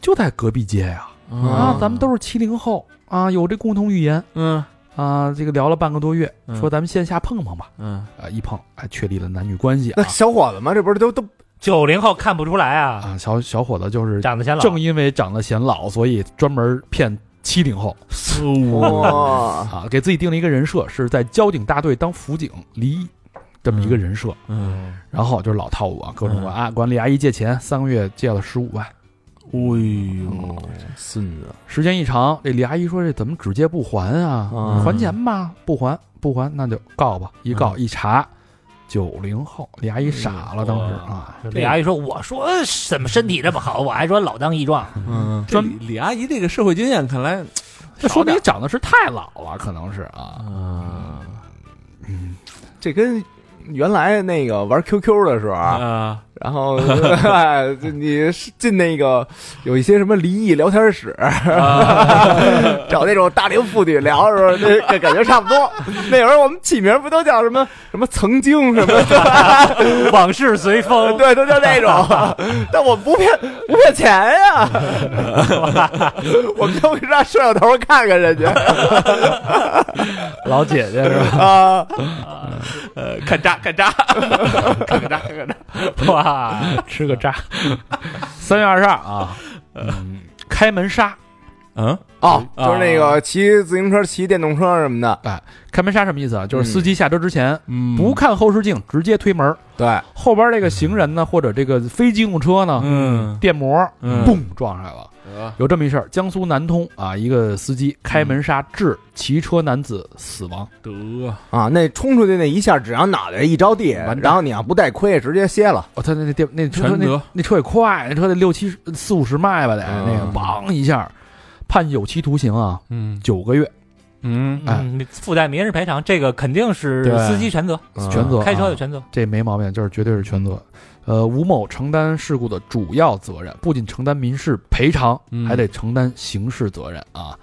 Speaker 3: 就在隔壁街呀，啊，咱们都是七零后啊，有这共同语言
Speaker 4: 嗯
Speaker 3: 啊，这个聊了半个多月，
Speaker 4: 嗯
Speaker 3: 说咱们线下碰碰吧，
Speaker 4: 嗯
Speaker 3: 啊，一碰，哎，确立了男女关系
Speaker 2: 那
Speaker 3: 啊，
Speaker 2: 小伙子嘛，这不是都都
Speaker 5: 九零后看不出来啊，
Speaker 3: 啊，小小伙子就是
Speaker 5: 长得显老。
Speaker 3: 正因为长得显老，所以专门骗七零后。嗯
Speaker 2: 哇，
Speaker 3: 啊，给自己定了一个人设，是在交警大队当辅警，离这么一个人设。
Speaker 4: 嗯，
Speaker 3: 然后就是老套路啊，各种管啊，管李阿姨借钱，三个月借了十五万。
Speaker 4: 哎
Speaker 2: 孙子，
Speaker 3: 时间一长，这李阿姨说：“这怎么只借不还啊？
Speaker 2: 嗯
Speaker 3: 还钱吧，不还不还，那就告吧。”一告一查，九零后，李阿姨傻了，当时
Speaker 5: 哇
Speaker 3: 啊，
Speaker 5: 李阿姨说：“我说怎么身体这么好？我还说老当益壮。
Speaker 4: 呦，嗯，这李李阿姨这个社会经验看来
Speaker 3: 这说明
Speaker 4: 少
Speaker 3: 长得是太老了，可能是啊。
Speaker 4: 啊
Speaker 2: 这跟原来那个玩 QQ 的时候啊，
Speaker 4: 啊，
Speaker 2: 然后 哎就你是进那个有一些什么离异聊天室，
Speaker 5: 啊
Speaker 2: 找那种大龄妇女聊的时候，那感感觉差不 多。那会儿我们起名不都叫什么什么曾经什么，
Speaker 5: 往事随风，
Speaker 2: 对，都叫那 种。但我不骗不骗钱呀、 我就让摄像头看看人家
Speaker 3: 老姐姐是吧？
Speaker 2: 啊，
Speaker 4: 呃，看渣看渣，看看渣看看渣，
Speaker 5: 哇！
Speaker 3: 吃个渣。三月二十二啊，嗯，开门杀，
Speaker 4: 嗯，
Speaker 2: 哦，
Speaker 5: 啊
Speaker 2: 就是那个骑自行车、骑电动车什么的，
Speaker 3: 开门杀什么意思啊？就是司机下车之前
Speaker 4: 嗯
Speaker 3: 不，看后视镜，直接推门儿，
Speaker 2: 对，
Speaker 3: 后边这个行人呢，或者这个非机动车呢，
Speaker 4: 嗯，
Speaker 3: 电摩
Speaker 4: 嗯
Speaker 3: 嘣撞上来了。有这么一事儿，江苏南通啊，一个司机开门杀致骑车男子死亡，
Speaker 4: 得
Speaker 2: 啊，那冲出去那一下，只要脑袋一着地
Speaker 3: 完蛋，
Speaker 2: 然后你要不带盔，直接歇了。
Speaker 3: 哦，他那那电那车
Speaker 4: 全
Speaker 3: 那
Speaker 4: 责
Speaker 3: 那车也快，那车得六七十四五十迈吧得，
Speaker 2: 嗯
Speaker 3: 那个梆一下，判有期徒刑啊，
Speaker 4: 嗯
Speaker 3: 九个月
Speaker 4: 嗯
Speaker 3: 哎
Speaker 5: 嗯，附带民事赔偿，这个肯定是
Speaker 3: 对
Speaker 5: 司机全责，
Speaker 3: 全责，
Speaker 5: 开车
Speaker 3: 啊
Speaker 5: 的全责。
Speaker 3: 这没毛病，就是绝对是全责。呃，吴某承担事故的主要责任，不仅承担民事赔偿，
Speaker 4: 嗯
Speaker 3: 还得承担刑事责任啊。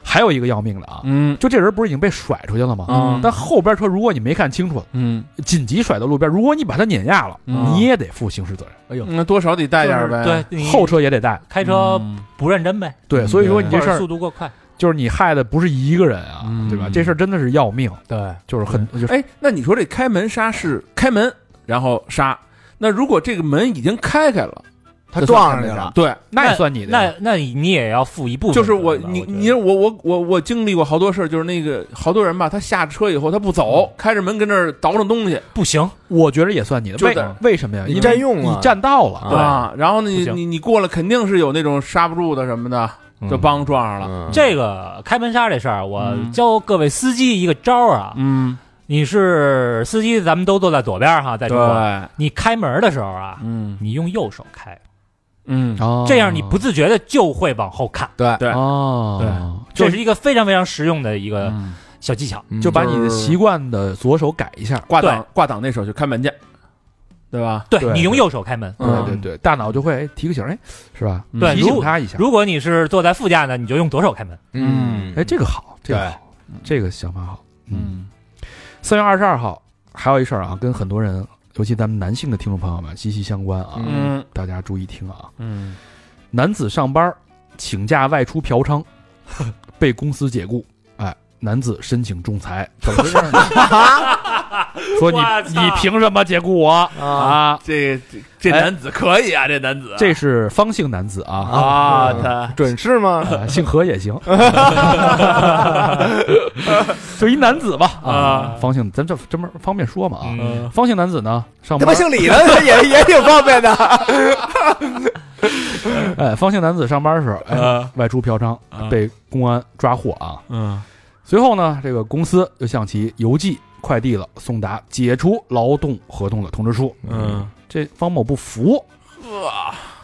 Speaker 3: 还有一个要命的啊，
Speaker 4: 嗯
Speaker 3: 就这人不是已经被甩出去了吗？
Speaker 4: 嗯
Speaker 3: 但后边车如果你没看清楚，
Speaker 4: 嗯
Speaker 3: 紧急甩到路边，如果你把他碾压了，
Speaker 4: 嗯
Speaker 3: 你也得负刑事责任，
Speaker 4: 那多少得带点儿呗，
Speaker 5: 就是，对，你
Speaker 3: 后车也得带。
Speaker 5: 开车不认真呗，
Speaker 3: 对，
Speaker 4: 嗯
Speaker 3: 所以说你
Speaker 5: 或
Speaker 3: 这
Speaker 5: 者
Speaker 3: 事儿
Speaker 5: 速度过快，
Speaker 3: 就是你害的不是一个人啊，
Speaker 4: 嗯
Speaker 3: 对吧？这事儿真的是要命，
Speaker 2: 对，
Speaker 3: 就是很就是
Speaker 4: 哎，那你说这开门杀是开门然后杀，那如果这个门已经开开了，
Speaker 2: 他
Speaker 4: 就
Speaker 2: 撞
Speaker 4: 算
Speaker 2: 上去
Speaker 4: 开门杀
Speaker 2: 了，
Speaker 4: 对，
Speaker 3: 那也算你的
Speaker 5: 那那你也要负一部分责
Speaker 4: 就
Speaker 5: 任吧，
Speaker 4: 是我
Speaker 5: 我
Speaker 4: 你
Speaker 5: 觉得
Speaker 4: 你我我我我经历过好多事儿，就是那个好多人吧，他下车以后他不走，开着门跟那儿倒腾东西
Speaker 5: 不行，
Speaker 3: 我觉得也算你的。
Speaker 4: 就
Speaker 3: 为
Speaker 4: 得
Speaker 3: 为什么呀？因
Speaker 2: 你
Speaker 3: 为
Speaker 2: 占用
Speaker 3: 你
Speaker 2: 了，
Speaker 3: 占道了，
Speaker 2: 对
Speaker 4: 啊，然后呢
Speaker 5: 不
Speaker 4: 你
Speaker 5: 行
Speaker 4: 你你过来肯定是有那种刹不住的什么的，就帮撞上了，
Speaker 2: 了
Speaker 5: 嗯这个开门杀这事儿，我
Speaker 4: 嗯
Speaker 5: 教各位司机一个招儿啊，
Speaker 4: 嗯，
Speaker 5: 你是司机，咱们都坐在左边儿哈，在
Speaker 4: 对
Speaker 5: 中国，你开门的时候啊，
Speaker 4: 嗯
Speaker 5: 你用右手开，
Speaker 4: 嗯
Speaker 3: 哦
Speaker 5: 这样你不自觉的就会往后看。
Speaker 2: 对
Speaker 4: 对
Speaker 3: 哦，
Speaker 5: 这是一个非常非常实用的一个
Speaker 3: 嗯
Speaker 5: 小技巧。
Speaker 3: 就把你的习惯的左手改一下。
Speaker 4: 挂档挂档那手就开门去，对吧？
Speaker 5: 对
Speaker 3: 对
Speaker 5: 你用右手开门。
Speaker 3: 对
Speaker 4: 嗯
Speaker 3: 对对，大脑就会哎提个醒，哎，是吧？
Speaker 4: 嗯
Speaker 5: 对，
Speaker 3: 提
Speaker 5: 如
Speaker 3: 醒
Speaker 5: 果
Speaker 3: 他一下。
Speaker 5: 如果你是坐在副驾呢，你就用左手开门。
Speaker 2: 嗯，
Speaker 3: 哎，这个好，这个
Speaker 2: 对
Speaker 3: 好，这个想法好。嗯三月二十二号还有一事儿啊，跟很多人，尤其咱们男性的听众朋友们息息相关啊，
Speaker 4: 嗯
Speaker 3: 大家注意听啊。
Speaker 4: 嗯
Speaker 3: 男子上班请假外出嫖娼， 被公司解雇，哎，男子申请仲 裁，怎么回事呢？说你
Speaker 5: 我操
Speaker 3: 你凭什么解雇我
Speaker 2: 啊，
Speaker 3: 啊？
Speaker 4: 这这这
Speaker 3: 哎
Speaker 4: 男子可以啊，这男子
Speaker 3: 这是方姓男子啊，
Speaker 4: 啊，
Speaker 2: 嗯
Speaker 4: 他
Speaker 2: 准是吗？
Speaker 3: 啊姓何也 行，就一男子吧啊
Speaker 5: 啊，
Speaker 3: 方姓，咱这这么方便说嘛啊？
Speaker 5: 嗯，
Speaker 3: 方姓男子呢，上
Speaker 2: 他
Speaker 3: 班
Speaker 2: 妈姓李的也也挺方便的，
Speaker 3: 哎，方姓男子上班时，哎
Speaker 4: 啊，
Speaker 3: 外出嫖娼
Speaker 4: 啊
Speaker 3: 被公安抓获啊。
Speaker 4: 嗯
Speaker 3: 随后呢，这个公司就向其邮寄、快递了送达解除劳动合同的通知书。
Speaker 4: 嗯，
Speaker 3: 这方某不服，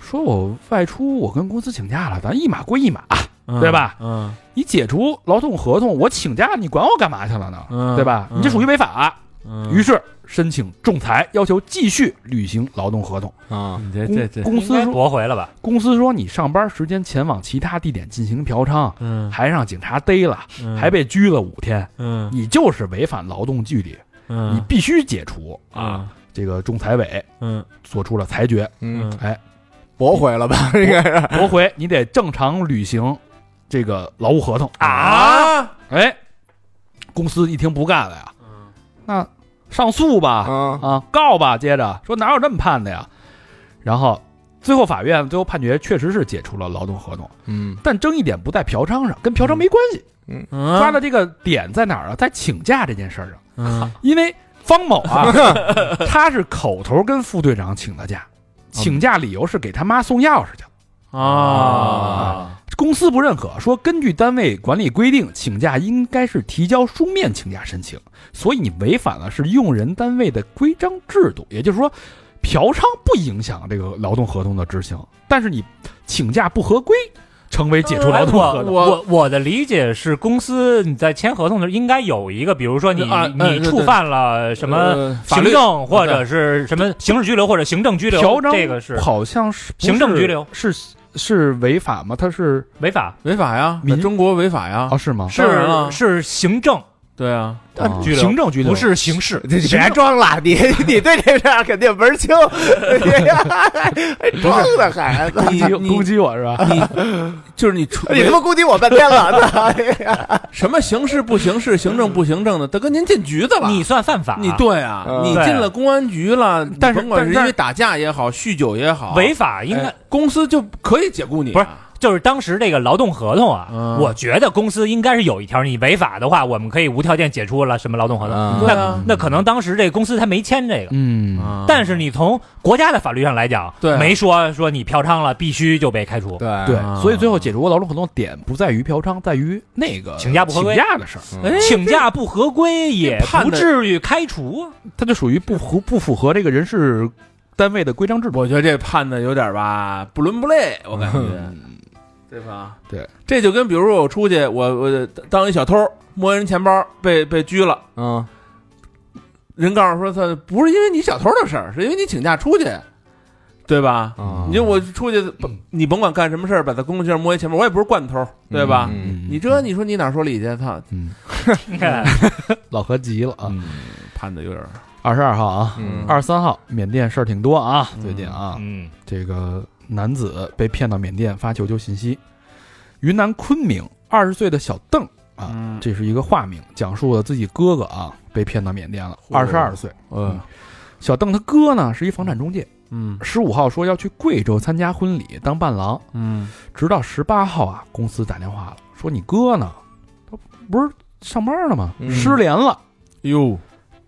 Speaker 3: 说我外出，我跟公司请假了，咱一码归一码，对吧？
Speaker 4: 嗯
Speaker 3: 你解除劳动合同，我请假，你管我干嘛去了呢？
Speaker 4: 嗯
Speaker 3: 对吧？你这属于违法，啊
Speaker 4: 嗯，
Speaker 3: 于是申请仲裁，要求继续履行劳动合同。
Speaker 2: 啊，
Speaker 4: 你这
Speaker 3: 公
Speaker 4: 这这
Speaker 3: 公
Speaker 5: 应
Speaker 3: 司
Speaker 5: 该
Speaker 3: 说，
Speaker 5: 驳回了吧？
Speaker 3: 公司说你上班时间前往其他地点进行嫖娼，
Speaker 4: 嗯
Speaker 3: 还让警察逮了，
Speaker 4: 嗯
Speaker 3: 还被拘了五天，
Speaker 4: 嗯
Speaker 3: 你就是违反劳动纪律，
Speaker 4: 嗯
Speaker 3: 你必须解除啊！
Speaker 4: 啊
Speaker 3: 这个仲裁委
Speaker 4: 嗯
Speaker 3: 做出了裁 决，
Speaker 2: 嗯，
Speaker 4: 嗯
Speaker 3: 哎，
Speaker 2: 驳回了吧？这个
Speaker 3: 驳回，你得正常履行这个劳务合同！
Speaker 4: 啊
Speaker 3: 哎，公司一听不干了呀，
Speaker 4: 嗯
Speaker 3: 那上诉吧，
Speaker 2: 啊，
Speaker 3: 啊，告吧，接着说哪有这么判的呀？然后最后法院最后判决确实是解除了劳动合同，
Speaker 2: 嗯
Speaker 3: 但争议点不在嫖娼上，跟嫖娼
Speaker 4: 嗯
Speaker 3: 没关系，抓
Speaker 4: 抓
Speaker 3: 的这个点在哪儿啊？在请假这件事儿上。
Speaker 4: 嗯
Speaker 3: 因为方某 啊，他是口头跟副队长请的假，
Speaker 5: 嗯
Speaker 3: 请假理由是给他妈送钥匙去了，
Speaker 4: 啊
Speaker 3: 公司不认可，说根据单位管理规定，请假应该是提交书面请假申请，所以你违反了是用人单位的规章制度，也就是说。嫖娼不影响这个劳动合同的执行，但是你请假不合规，成为解除劳动合
Speaker 5: 我
Speaker 3: 同。
Speaker 5: 我我的理解是，公司你在签合同的时候应该有一个，比如说你
Speaker 4: 啊
Speaker 5: 你
Speaker 4: 呃
Speaker 5: 你
Speaker 4: 对
Speaker 5: 触犯了什么
Speaker 4: 呃法
Speaker 5: 行
Speaker 4: 律
Speaker 5: 政或者是什么刑事拘留或者行政拘留，
Speaker 3: 嫖娼
Speaker 5: 这个是
Speaker 3: 好像是不是
Speaker 5: 行政拘留
Speaker 3: 是是违法吗？他是
Speaker 5: 违法，
Speaker 4: 违法呀，在
Speaker 3: 民
Speaker 4: 中国违法呀
Speaker 3: 啊，是吗？
Speaker 5: 是
Speaker 4: 当然了
Speaker 5: 是行政
Speaker 4: 对啊，
Speaker 3: 啊
Speaker 5: 拘留
Speaker 3: 行政拘留
Speaker 5: 不是刑事。
Speaker 2: 你别装了，你你对这事儿肯定门儿清，哎还装的孩子，
Speaker 4: 你
Speaker 3: 攻击攻
Speaker 4: 你
Speaker 3: 击我是吧？
Speaker 4: 你 就是你出
Speaker 2: 你他妈攻击我半天了，
Speaker 4: 什么刑事不刑事，行政不行政的，都跟您进局子了。
Speaker 5: 你算犯法，
Speaker 4: 你对啊，
Speaker 2: 嗯
Speaker 4: 你进了公安局了，
Speaker 3: 但是
Speaker 4: 甭管是因
Speaker 3: 但
Speaker 4: 为
Speaker 3: 是
Speaker 4: 打架也好，酗酒也好，
Speaker 5: 违法应该
Speaker 4: 哎公司就可以解雇你啊。
Speaker 5: 不是就是当时这个劳动合同啊，
Speaker 4: 嗯
Speaker 5: 我觉得公司应该是有一条，你违法的话，我们可以无条件解除了什么劳动合同。
Speaker 2: 嗯
Speaker 5: 那、
Speaker 4: 对啊
Speaker 5: 那可能当时这个公司他没签这个。
Speaker 3: 嗯
Speaker 4: 啊
Speaker 5: 但是你从国家的法律上来讲，
Speaker 4: 对啊
Speaker 5: 没说说你嫖娼了必须就被开除。
Speaker 2: 对
Speaker 3: 对
Speaker 4: 啊，
Speaker 3: 所以最后解除劳动合同的点不在于嫖娼，在于那个
Speaker 5: 请假不合规
Speaker 3: 请假的事儿，
Speaker 2: 哎
Speaker 5: 请假不合规也
Speaker 4: 判
Speaker 5: 不
Speaker 4: 的
Speaker 5: 至于开除啊。
Speaker 3: 它就属于不符不符合这个人事单位的规章制度。
Speaker 4: 我觉得这判的有点吧，不伦不类，我感觉，对吧？
Speaker 3: 对，
Speaker 4: 这就跟比如说我出去，我我当一小偷，摸人钱包，被被拘了，
Speaker 2: 嗯，
Speaker 4: 人告诉说他不是因为你小偷的事儿，是因为你请假出去，对吧？
Speaker 2: 啊
Speaker 4: 你就我出去，不你甭管干什么事儿，把他公共地儿摸一钱包，我也不是惯偷，对吧？
Speaker 2: 嗯
Speaker 3: 嗯
Speaker 4: 你这你说你哪说理去？操，
Speaker 3: 嗯，
Speaker 5: 你看，
Speaker 3: 老何急了啊！
Speaker 4: 判的有点儿，
Speaker 3: 二十二号啊，
Speaker 2: 嗯
Speaker 3: 二十三号，缅甸事儿挺多啊，最近啊，
Speaker 5: 嗯，
Speaker 3: 这个男子被骗到缅甸发求救信息，云南昆明，二十岁的小邓啊，
Speaker 4: 嗯
Speaker 3: 这是一个化名，讲述了自己哥哥啊被骗到缅甸了，
Speaker 4: 嚯
Speaker 3: 二十二岁。
Speaker 4: 嗯
Speaker 3: 小邓他哥呢是一房产中介，
Speaker 4: 嗯
Speaker 3: 十五号说要去贵州参加婚礼当伴郎，
Speaker 4: 嗯
Speaker 3: 直到十八号啊，公司打电话了，说你哥呢，他不是上班呢吗？
Speaker 2: 嗯
Speaker 3: 失联了，
Speaker 4: 哟，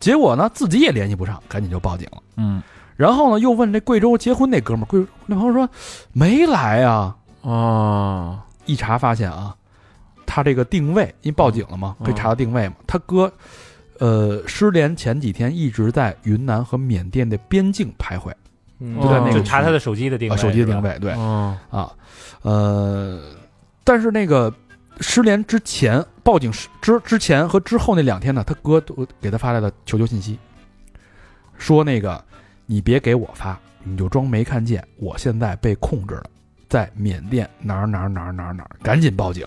Speaker 3: 结果呢自己也联系不上，赶紧就报警了。
Speaker 4: 嗯
Speaker 3: 然后呢又问这贵州结婚那哥们儿，贵那朋友说没来啊，
Speaker 4: 哦，
Speaker 3: 一查发现啊，他这个定位，因为报警了嘛，
Speaker 4: 嗯
Speaker 3: 可以查到定位嘛。他哥，呃，失联前几天一直在云南和缅甸的边境徘徊，
Speaker 2: 嗯
Speaker 3: 就在那
Speaker 4: 哦
Speaker 3: 个
Speaker 5: 就查他的手机的定
Speaker 3: 啊
Speaker 5: 位，
Speaker 3: 手机的定
Speaker 5: 是吧。
Speaker 3: 位，对
Speaker 4: 哦
Speaker 3: 啊啊，呃，但是那个失联之前报警之之之前和之后那两天呢，他哥都给他发来了求救信息，说那个你别给我发，你就装没看见，我现在被控制了，在缅甸哪儿哪儿哪儿哪儿哪儿，赶紧报警。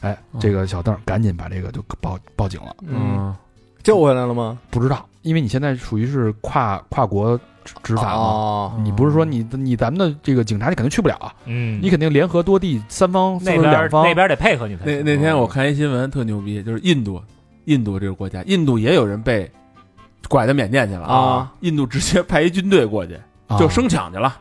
Speaker 3: 哎，
Speaker 2: 哦
Speaker 3: 这个小邓赶紧把这个就报报警了，
Speaker 2: 嗯，，救回来了吗？
Speaker 3: 不知道，因为你现在属于是跨跨国执执法嘛，
Speaker 2: 哦，
Speaker 3: 你不是说你你咱们的这个警察你肯定去不了啊，
Speaker 5: 嗯，
Speaker 3: 你肯定联合多地三方或
Speaker 5: 那
Speaker 3: 者
Speaker 5: 边
Speaker 3: 两方
Speaker 5: 那边得配合你才
Speaker 4: 那
Speaker 5: 行。
Speaker 4: 那天我看一新闻特牛逼，就是印度，印度这个国家，印度也有人被拐到缅甸去了
Speaker 2: 啊！
Speaker 4: 印度直接派一军队过去，
Speaker 3: 啊
Speaker 4: 就生抢去了，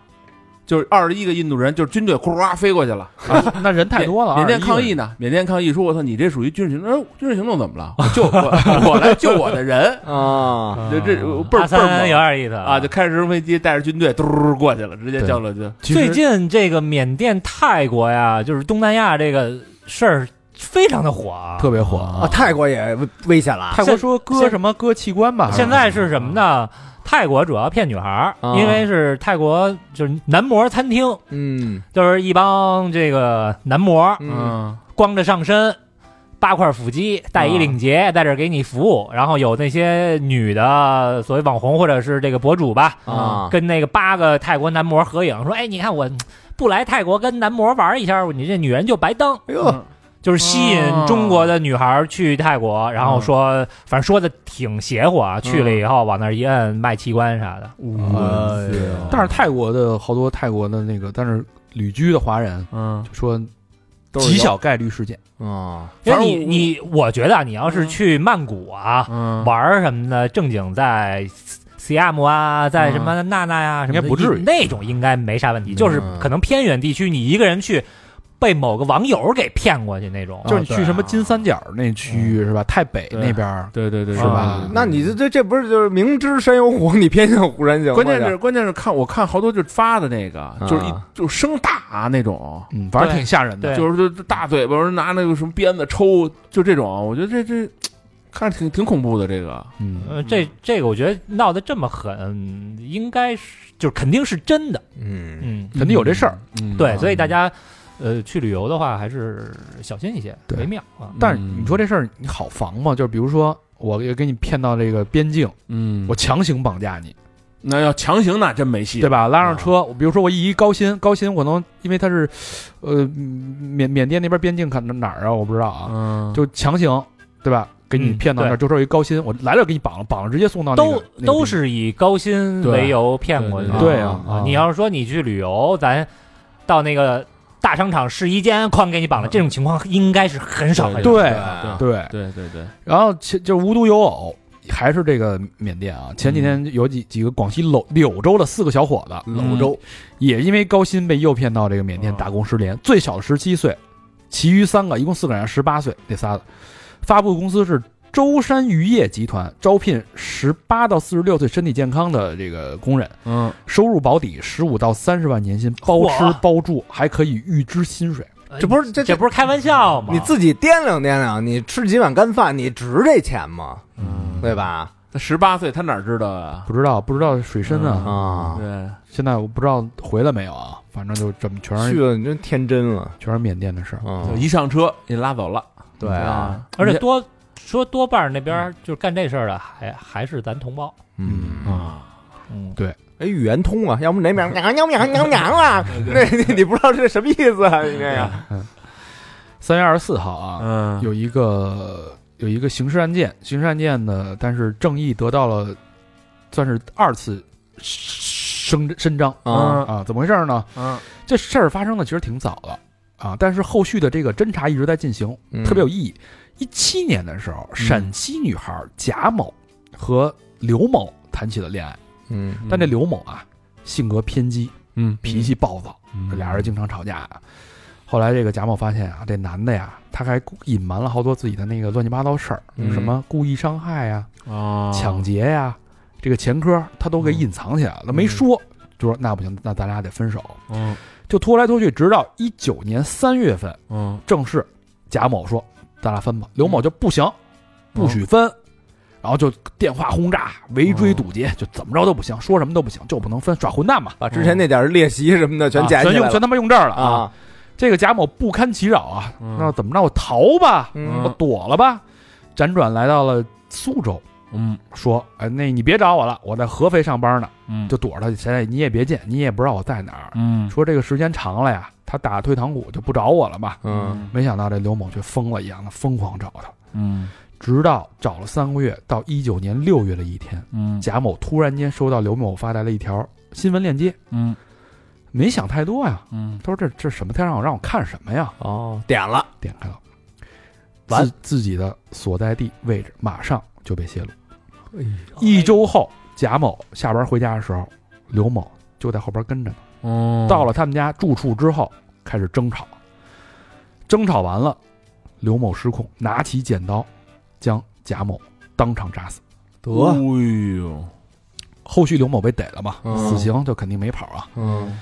Speaker 4: 就是二十一个印度人，就是军队呼啦飞过去了。
Speaker 3: 啊那人太多了，
Speaker 4: 缅甸
Speaker 3: 21
Speaker 4: 抗议
Speaker 3: 人
Speaker 4: 呢？缅甸抗议说：“我操，你这属于军事行动，哎军事行动怎么了？我救我 我来救我的人
Speaker 2: 啊，
Speaker 4: 这这倍儿
Speaker 5: 阿嗯三
Speaker 4: 倍儿猛
Speaker 5: 幺二 E 的
Speaker 4: 啊！”就开着直升飞机带着军队嘟嘟嘟过去了，直接
Speaker 3: 对
Speaker 4: 叫了就
Speaker 3: 其实
Speaker 5: 最近这个缅甸、泰国呀，就是东南亚这个事儿非常的火啊，
Speaker 3: 特别火
Speaker 2: 啊，泰国也危危险了
Speaker 3: 泰国
Speaker 5: 现
Speaker 3: 说割
Speaker 5: 现
Speaker 3: 什么割器官吧？
Speaker 5: 现在是什么呢？泰国主要骗女孩儿，
Speaker 2: 啊
Speaker 5: 因为是泰国就是男模餐厅，
Speaker 2: 嗯
Speaker 5: 就是一帮这个男模
Speaker 2: 嗯
Speaker 4: 嗯
Speaker 5: 光着上身，八块腹肌，带一领结，在这儿给你服务。然后有那些女的所谓网红或者是这个博主吧，
Speaker 2: 啊，
Speaker 5: 跟那个八个泰国男模合影，说：“哎，你看我不来泰国跟男模玩一下，你这女人就白当。”
Speaker 2: 哎
Speaker 4: 嗯
Speaker 2: 呦，
Speaker 5: 就是吸引中国的女孩去泰国，然后说，反正说的挺邪乎啊。去了以后往那儿一摁，卖器官啥的。
Speaker 2: 哎
Speaker 3: 呃，但是泰国的好多泰国的那个，但是旅居的华人
Speaker 4: 嗯
Speaker 3: 就说
Speaker 2: 都是
Speaker 3: 极
Speaker 2: 有
Speaker 3: 小概率事件，
Speaker 2: 啊，
Speaker 5: 因为
Speaker 4: 反正
Speaker 5: 你你，我觉得啊，你要是去曼谷啊
Speaker 4: 嗯
Speaker 5: 玩儿什么的，正经在 CM 啊，在什么娜娜呀、什么的
Speaker 3: 嗯应该不至于嗯
Speaker 5: 那种应该没啥问题。就是可能偏远地区，你一个人去被某个网友给骗过去那种，
Speaker 3: 就是你去什么金三角那区域是吧？泰北那边儿
Speaker 4: 对对对
Speaker 3: 是
Speaker 5: 啊
Speaker 3: 吧？
Speaker 2: 那你这这这不是就是明知山有虎，你偏向虎山行吗？
Speaker 4: 关键是关键是看我看好多就是发的那个，就是一
Speaker 2: 啊
Speaker 4: 就是声打那种，
Speaker 3: 嗯，反正挺吓人的
Speaker 5: 对。
Speaker 4: 就是就大嘴巴拿那个什么鞭子抽，就这种，我觉得这这看着挺挺恐怖的这个。
Speaker 3: 嗯，
Speaker 5: 呃，这这个我觉得闹得这么狠，应该是就是肯定是真的，
Speaker 2: 嗯
Speaker 5: 嗯。
Speaker 3: 肯定有这事儿，
Speaker 4: 嗯
Speaker 5: 对，所以大家呃去旅游的话还是小心一些
Speaker 3: 对
Speaker 5: 为妙啊。
Speaker 4: 嗯
Speaker 3: 但是你说这事儿你好防吗？就是比如说，我也给你骗到这个边境，
Speaker 4: 嗯，
Speaker 3: 我强行绑架你，
Speaker 4: 那要强行那真没戏，
Speaker 3: 对？吧？拉上车，我比如说我一高薪，高薪我能，因为他是，呃，缅缅甸那边边境看哪儿啊？我不知道啊，
Speaker 4: 嗯，
Speaker 3: 就强行，对吧？给你
Speaker 5: 嗯
Speaker 3: 骗到那儿，就说一高薪，我来了给你绑了，绑了直接送到那
Speaker 5: 都
Speaker 3: 个那个
Speaker 5: 都
Speaker 3: 地
Speaker 5: 是以高薪为由骗过去的。
Speaker 3: 对对啊啊
Speaker 5: 你要是说你去旅游，咱到那个大商场试衣间，哐给你绑了，这种情况应该是很少很
Speaker 3: 方
Speaker 5: 少。
Speaker 3: 对
Speaker 2: 对
Speaker 3: 对，
Speaker 4: 对对对，
Speaker 3: 然后前就是无独有偶，还是这个缅甸啊，前几天有几几个广西柳柳州的四个小伙
Speaker 5: 嗯
Speaker 3: 子，
Speaker 2: 柳州
Speaker 3: 也因为高薪被诱骗到这个缅甸
Speaker 4: 哦
Speaker 3: 打工失联，最小十七岁，其余三个嗯一共四个人，十八岁那仨的，发布公司是。舟山渔业集团招聘十八到四十六岁身体健康的这个工人，
Speaker 4: 嗯，
Speaker 3: 收入保底十五到三十万年薪，包吃
Speaker 5: 嚯
Speaker 3: 包住，还可以预支薪水。
Speaker 5: 哎，
Speaker 2: 这不是这
Speaker 5: 这不是开玩笑吗？
Speaker 2: 你自己掂量掂量，你吃几碗干饭，你值这钱吗？
Speaker 4: 嗯
Speaker 2: 对吧？
Speaker 4: 他十八岁，他哪知道啊？
Speaker 3: 不知道不知道水深啊，
Speaker 2: 啊，
Speaker 4: 对，
Speaker 3: 现在我不知道回来没有啊，反正就这么全
Speaker 2: 去
Speaker 3: 是
Speaker 2: 了你真天真了
Speaker 3: 全是缅甸的事儿。
Speaker 2: 啊
Speaker 4: 就！一上车给拉走了，
Speaker 2: 对啊，
Speaker 5: 而且多说多半儿那边儿就是干这事儿的，还还是咱同胞。
Speaker 2: 嗯
Speaker 4: 啊，
Speaker 5: 嗯，
Speaker 2: 哎，语言通啊，要不哪面娘娘娘娘娘啊？那那你不知道这什么意思啊？你这个
Speaker 3: 三月二十四号啊，
Speaker 4: 嗯，
Speaker 3: 有一个有一个刑事案件，刑事案件呢，但是正义得到了算是二次伸伸张
Speaker 2: 啊
Speaker 3: 啊，怎么回事呢？
Speaker 4: 嗯，
Speaker 3: 这事儿发生的其实挺早的啊，但是后续的这个侦查一直在进行，
Speaker 1: 嗯
Speaker 3: 特
Speaker 2: 嗯
Speaker 3: 别有意义。一七年的时候，陕西女孩贾某和刘某谈起了恋爱，
Speaker 2: 嗯
Speaker 3: 但这刘某啊性格偏激，
Speaker 4: 嗯
Speaker 3: 脾气暴躁，
Speaker 4: 嗯
Speaker 3: 俩人经常吵架。啊后来这个贾某发现啊，这男的呀，他还故隐瞒了好多自己的那个乱七八糟事儿，
Speaker 2: 嗯哦
Speaker 3: 什么故意伤害呀、
Speaker 4: 啊
Speaker 3: 抢劫呀、这个前科他都给
Speaker 2: 嗯
Speaker 3: 隐藏起来了，没说，就说那不行，那咱俩得分手，
Speaker 4: 嗯
Speaker 3: 就拖来拖去，直到一九年三月份，
Speaker 4: 嗯
Speaker 3: 正式贾某说咱俩分吧，刘
Speaker 2: 嗯
Speaker 3: 某就不行，不
Speaker 2: 哦
Speaker 3: 许分，然后就电话轰炸、围追堵截，就怎么着都不行，说什么都不行，就不能分，耍混蛋嘛，
Speaker 2: 把之前那点儿练习什么的全
Speaker 3: 啊
Speaker 2: 捡起
Speaker 3: 全
Speaker 2: 来
Speaker 3: 用全
Speaker 2: 了
Speaker 3: 他妈用这儿了！
Speaker 2: 啊！
Speaker 3: 这个贾某不堪其扰啊，
Speaker 4: 嗯
Speaker 3: 那怎么着？我逃吧，
Speaker 2: 嗯
Speaker 3: 我躲了吧，辗转来到了苏州，
Speaker 4: 嗯
Speaker 3: 说：“哎，那你别找我了，我在合肥上班呢，
Speaker 4: 嗯
Speaker 3: 就躲着他。现在你也别见，你也不知道我在哪儿。
Speaker 4: 嗯
Speaker 3: 说这个时间长了呀，他打退堂鼓就不找我了嘛。
Speaker 2: 嗯，
Speaker 3: 没想到这刘某却疯了一样的疯狂找他，
Speaker 4: 嗯
Speaker 3: 直到找了三个月，到一九年六月的一天，
Speaker 4: 嗯
Speaker 3: 贾某突然间收到刘某发来了一条新闻链接，
Speaker 4: 嗯
Speaker 3: 没想太多呀，
Speaker 4: 嗯
Speaker 3: 他说这这什么？他让我让我看什么呀？
Speaker 2: 哦，点了，
Speaker 3: 点开了，
Speaker 2: 完
Speaker 3: 自自己的所在地位置马上就被泄露。一周后，贾某下班回家的时候，刘某就在后边跟着呢。
Speaker 4: 哦，
Speaker 3: 到了他们家住处之后，开始争吵。争吵完了，刘某失控，拿起剪刀，将贾某当场扎死。
Speaker 2: 得
Speaker 4: 哎呦，
Speaker 3: 后续刘某被逮了嘛，
Speaker 2: 嗯
Speaker 3: 死刑就肯定没跑啊。
Speaker 2: 嗯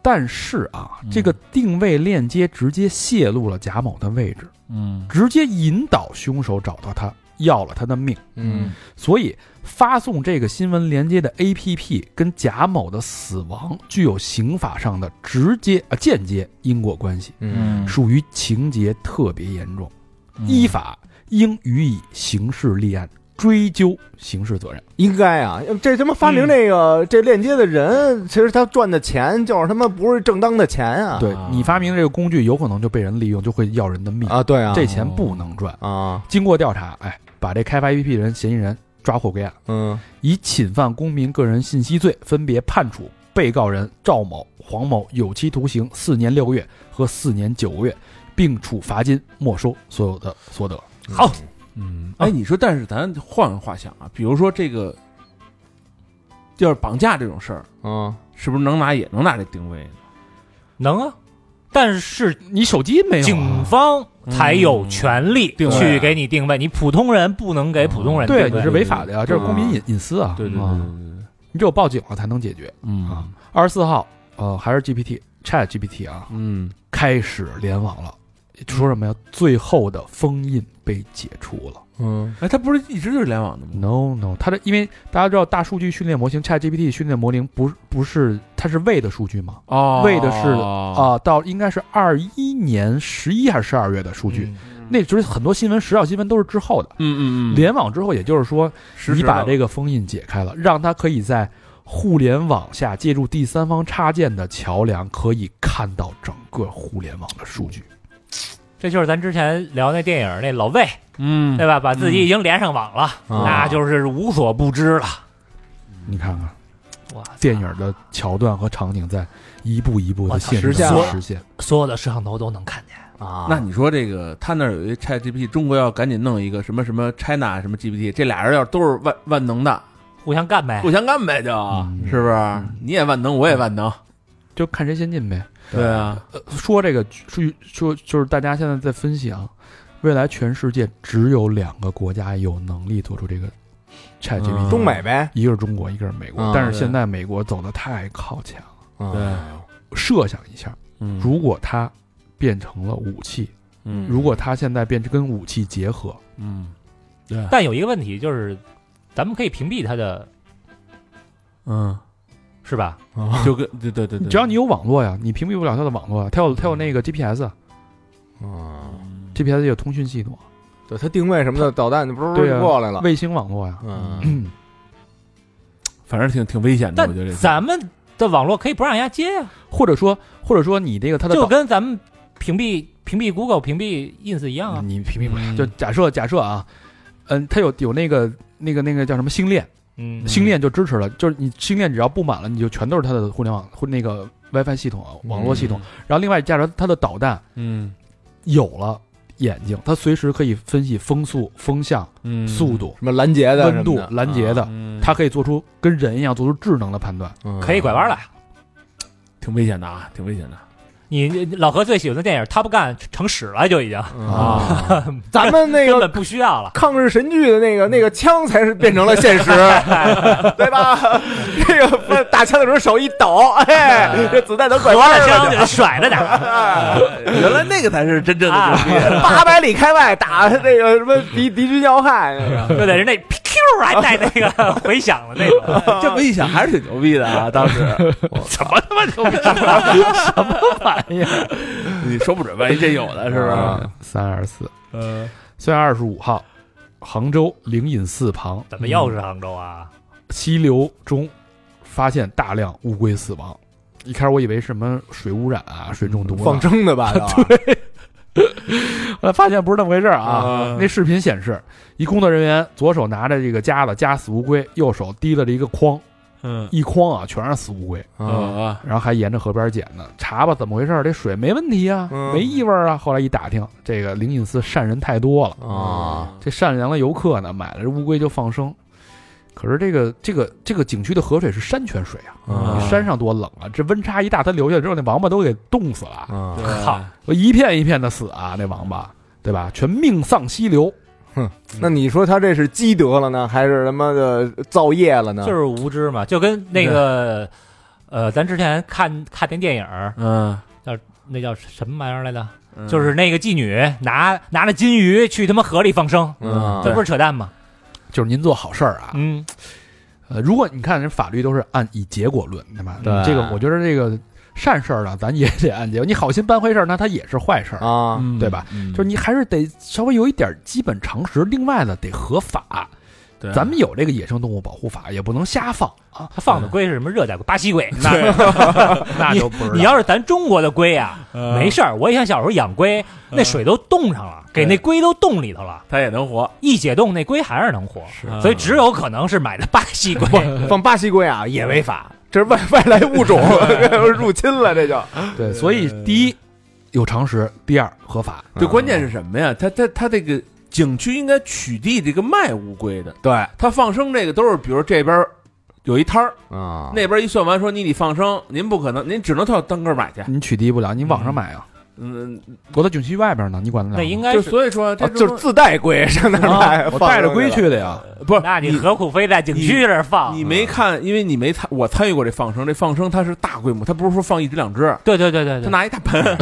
Speaker 3: 但是啊
Speaker 4: 嗯，
Speaker 3: 这个定位链接直接泄露了贾某的位置，
Speaker 4: 嗯
Speaker 3: 直接引导凶手找到他，要了他的命。
Speaker 2: 嗯
Speaker 3: 所以，发送这个新闻连接的 APP 跟贾某的死亡具有刑法上的直接啊间接因果关系，
Speaker 2: 嗯
Speaker 3: 属于情节特别严重，依法应予以刑事立案，追究刑事责任。
Speaker 2: 应该啊，这他妈发明这个这链接的人，其实他赚的钱就是他妈不是正当的钱啊，
Speaker 3: 对你发明这个工具，有可能就被人利用，就会要人的命，
Speaker 2: 啊，对啊，
Speaker 3: 这钱不能赚。
Speaker 2: 啊，
Speaker 3: 经过调查，哎，把这开发 APP 人嫌疑人抓获归案，
Speaker 2: 嗯
Speaker 3: 以侵犯公民个人信息罪分别判处被告人赵某、黄某有期徒刑四年六个月和四年九个月，并处罚金，没收所有的所得。
Speaker 5: 好，
Speaker 4: 嗯，哎，你说，但是咱换个话想啊，比如说这个，要是绑架这种事儿，
Speaker 2: 嗯，
Speaker 4: 是不是能拿也能拿这定位呢？
Speaker 5: 能啊，但是
Speaker 3: 你手机没有、啊
Speaker 5: 警方才有权利
Speaker 4: 嗯
Speaker 5: 去给你定位，你普通人不能给普通人定
Speaker 3: 嗯对，
Speaker 5: 位。
Speaker 3: 你是违法的呀，这是公民隐隐私啊，
Speaker 4: 对对对
Speaker 3: 啊
Speaker 4: 对对，
Speaker 3: 你只有报警了才能解决。
Speaker 4: 嗯
Speaker 3: 二十四号，呃，还是 GPT Chat GPT 啊，
Speaker 4: 嗯
Speaker 3: 开始联网了，说什么呀？最后的封印被解除了。
Speaker 2: 嗯
Speaker 4: 哎，他不是一直就是联网的吗？
Speaker 3: No Oh, no，它的因为大家知道大数据训练模型 ChatGPT 训练模型不是不是它是喂的数据嘛？
Speaker 4: 哦
Speaker 3: 为的是啊、到应该是二一年十一还是十二月的数据，那就是很多新闻时效新闻都是之后的。
Speaker 4: 嗯嗯嗯，
Speaker 3: 联网之后，也就是说
Speaker 4: 实
Speaker 3: 你
Speaker 4: 时
Speaker 3: 把
Speaker 4: 的
Speaker 3: 这个封印解开了，让它可以在互联网下借助第三方插件的桥梁，可以看到整个互联网的数据。
Speaker 5: 这就是咱之前聊那电影那老魏，
Speaker 4: 嗯
Speaker 5: 对吧？把自己已经连上网了，
Speaker 2: 嗯
Speaker 5: 那就是无所不知了。
Speaker 3: 啊嗯你看看
Speaker 5: 哇塞，
Speaker 3: 电影的桥段和场景在一步一步
Speaker 5: 我
Speaker 3: 的
Speaker 5: 操
Speaker 3: 现实
Speaker 2: 实现
Speaker 3: 中
Speaker 2: 了
Speaker 3: 实现。
Speaker 5: 所有的摄像头都能看见。
Speaker 2: 啊，
Speaker 4: 那你说这个，他那儿有一 ChatGPT，中国要赶紧弄一个什么什么 China 什么 GPT，这俩人要都是万万能的，
Speaker 5: 互相干呗
Speaker 4: 互，相干呗，
Speaker 3: 嗯
Speaker 4: 就、啊是不是？你也万能，我也万能，
Speaker 3: 就看谁先进呗。
Speaker 4: 对啊，
Speaker 3: 呃，说这个数据，说就是大家现在在分析啊，未来全世界只有两个国家有能力做出这个 ChatGPT，、
Speaker 4: 嗯
Speaker 2: 中美呗，
Speaker 3: 一个是中国，一个是美国。
Speaker 2: 嗯
Speaker 3: 但是
Speaker 4: 对
Speaker 3: 现在美国走的太靠前了。
Speaker 2: 对，
Speaker 3: 设想一下，
Speaker 4: 嗯
Speaker 3: 如果它变成了武器，
Speaker 4: 嗯
Speaker 3: 如果它现在变成跟武器结合，
Speaker 4: 嗯
Speaker 5: 但有一个问题就是，咱们可以屏蔽他的，
Speaker 4: 嗯，
Speaker 5: 是吧？
Speaker 2: 嗯
Speaker 4: 就跟对对对对，
Speaker 3: 只要你有网络呀，你屏蔽不了它的网络啊，它有它有那个 GPS，GPS
Speaker 2: 嗯，
Speaker 3: 有通讯系统，
Speaker 2: 对他定位什么的，导弹不是
Speaker 3: 对啊
Speaker 2: 就过来了，
Speaker 3: 卫星网络呀。
Speaker 2: 嗯，
Speaker 3: 嗯，
Speaker 4: 反正挺挺危险的，
Speaker 5: 但
Speaker 4: 我觉得这个
Speaker 5: 咱们的网络可以不让人家接呀、
Speaker 3: 或者说或者说你这个它的
Speaker 5: 就
Speaker 3: 导
Speaker 5: 跟咱们屏蔽屏蔽 Google、屏蔽 Ins 一样啊。
Speaker 3: 你屏蔽不了。
Speaker 4: 嗯
Speaker 3: 就假设假设啊，嗯，它有有那个那个那个叫什么星链，
Speaker 5: 嗯
Speaker 3: 星链就支持了，就是你星链只要布满了，你就全都是它的互联网或那个 WiFi 系统啊、
Speaker 2: 嗯
Speaker 3: 网络系统。然后另外，假如它的导弹
Speaker 4: 嗯
Speaker 3: 有了眼睛，它随时可以分析风速、风向、
Speaker 4: 嗯
Speaker 3: 速度、
Speaker 2: 什么拦截嗯的什么
Speaker 3: 温
Speaker 2: 的，啊
Speaker 3: 度、拦截的，
Speaker 4: 嗯
Speaker 3: 它可以做出跟人一样做出智能的判断。
Speaker 2: 嗯
Speaker 5: 可以拐弯了。
Speaker 4: 挺危险的啊，挺危险的。
Speaker 5: 你你老何最喜欢的电影《Top Gun》成屎了，就已经
Speaker 2: 啊，咱们 那
Speaker 5: 根
Speaker 2: 个
Speaker 5: 本不需要了。
Speaker 2: 抗日神剧的那个那个枪才是变成了现实，对吧？那个打枪的时候手一抖，哎，这子弹都拐
Speaker 5: 拐
Speaker 2: 弯
Speaker 5: 弯的
Speaker 2: 了
Speaker 5: 枪给他甩着点儿，
Speaker 4: 原来那个才是真正
Speaker 5: 啊
Speaker 4: 的牛逼，
Speaker 2: 八百里开外打那个什么敌敌军要害那个，
Speaker 5: 对对，人那 Q 还带那个回响的那种，
Speaker 4: 这么一想还是挺牛逼的啊！当 时
Speaker 3: 怎么他妈牛逼？
Speaker 4: 啊 你说不准万一真有呢，是不是？
Speaker 2: 啊
Speaker 3: 三二四，
Speaker 5: 呃
Speaker 3: 三月二十五号，杭州灵隐寺旁
Speaker 5: 怎么
Speaker 2: 嗯
Speaker 5: 又是杭州啊？
Speaker 3: 溪流中发现大量乌龟死亡。一开始我以为什么水污染啊、水中毒啊，
Speaker 2: 放蒸的吧？对，
Speaker 3: 后来发现不是那么回事儿啊。
Speaker 4: 啊
Speaker 3: 那视频显示，一工作人员左手拿着这个夹子夹死乌龟，右手提了着一个筐，
Speaker 4: 嗯
Speaker 3: 一筐啊全是死乌龟，
Speaker 4: 啊
Speaker 3: 然后还沿着河边捡呢。查吧，怎么回事儿？这水没问题啊，
Speaker 2: 嗯
Speaker 3: 没异味儿啊。后来一打听，这个灵隐寺善人太多了，
Speaker 2: 啊，
Speaker 3: 这善良的游客呢，买了这乌龟就放生。可是这个这个这个景区的河水是山泉水
Speaker 2: 啊
Speaker 3: 啊，山上多冷啊！这温差一大，它流下来之后，那王八都给冻死了，
Speaker 2: 啊，
Speaker 5: 靠，
Speaker 3: 一片一片的死啊，那王八，对吧？全命丧溪流，
Speaker 2: 那你说他这是积德了呢，还是他妈的造业了呢？
Speaker 5: 就是无知嘛，就跟那个呃，咱之前看看那电影儿，
Speaker 4: 嗯
Speaker 5: 那叫什么玩意儿来着？
Speaker 4: 嗯
Speaker 5: 就是那个妓女拿拿着金鱼去他妈河里放生，
Speaker 3: 啊
Speaker 2: 嗯，
Speaker 5: 这不是扯淡吗？
Speaker 3: 就是您做好事儿啊。
Speaker 5: 嗯，
Speaker 3: 呃，如果你看人法律都是按以结果论，对吧？
Speaker 2: 对
Speaker 3: 这个我觉得这个善事儿呢，咱也得按结果。你好心办坏事儿，那它也是坏事儿，
Speaker 2: 啊，
Speaker 3: 对吧？就是你还是得稍微有一点基本常识，另外呢得合法。
Speaker 4: 对
Speaker 3: 咱们有这个野生动物保护法，也不能瞎放啊。
Speaker 5: 他放的龟是什么热带龟、巴 西龟？那 那
Speaker 3: 就不知道嗯
Speaker 5: 你要是咱中国的龟啊，没事儿。我以前小时候养龟，那水都冻上了，给那龟都冻里头了，
Speaker 4: 他也能活，
Speaker 5: 一解冻那龟还是能活。
Speaker 4: 啊
Speaker 5: 所以只有可能是买的巴西龟。
Speaker 2: 放巴西龟啊也违法，这是外外来物种 入侵了，这就
Speaker 3: 对，所以第一有常识，第二合法。
Speaker 4: 对，关键是什么呀？他他他这个景区应该取缔这个卖乌龟的，
Speaker 2: 对
Speaker 4: 他放生这个都是，比如这边儿有一摊儿，
Speaker 2: 啊
Speaker 4: 那边儿一算完说你得放生，您不可能，您只能到单个儿买去。
Speaker 3: 你取缔不了，你网上买啊，
Speaker 4: 嗯，
Speaker 3: 我在景区外边呢，你管得了吗？
Speaker 5: 那应该，
Speaker 4: 就是所以说这
Speaker 2: 啊就是
Speaker 4: 种
Speaker 2: 自带龟 上那儿卖，
Speaker 3: 哦我
Speaker 2: 放
Speaker 3: 带着
Speaker 2: 上
Speaker 3: 龟
Speaker 2: 了
Speaker 3: 去的呀。
Speaker 4: 不是
Speaker 5: 那你何苦非在景区这儿放？
Speaker 4: 你没看，因为你没参，我参与过这放生。这放生它是大规模，它不是说放一只两只，
Speaker 5: 对对对对
Speaker 4: 它
Speaker 5: 对
Speaker 4: 拿一大盆，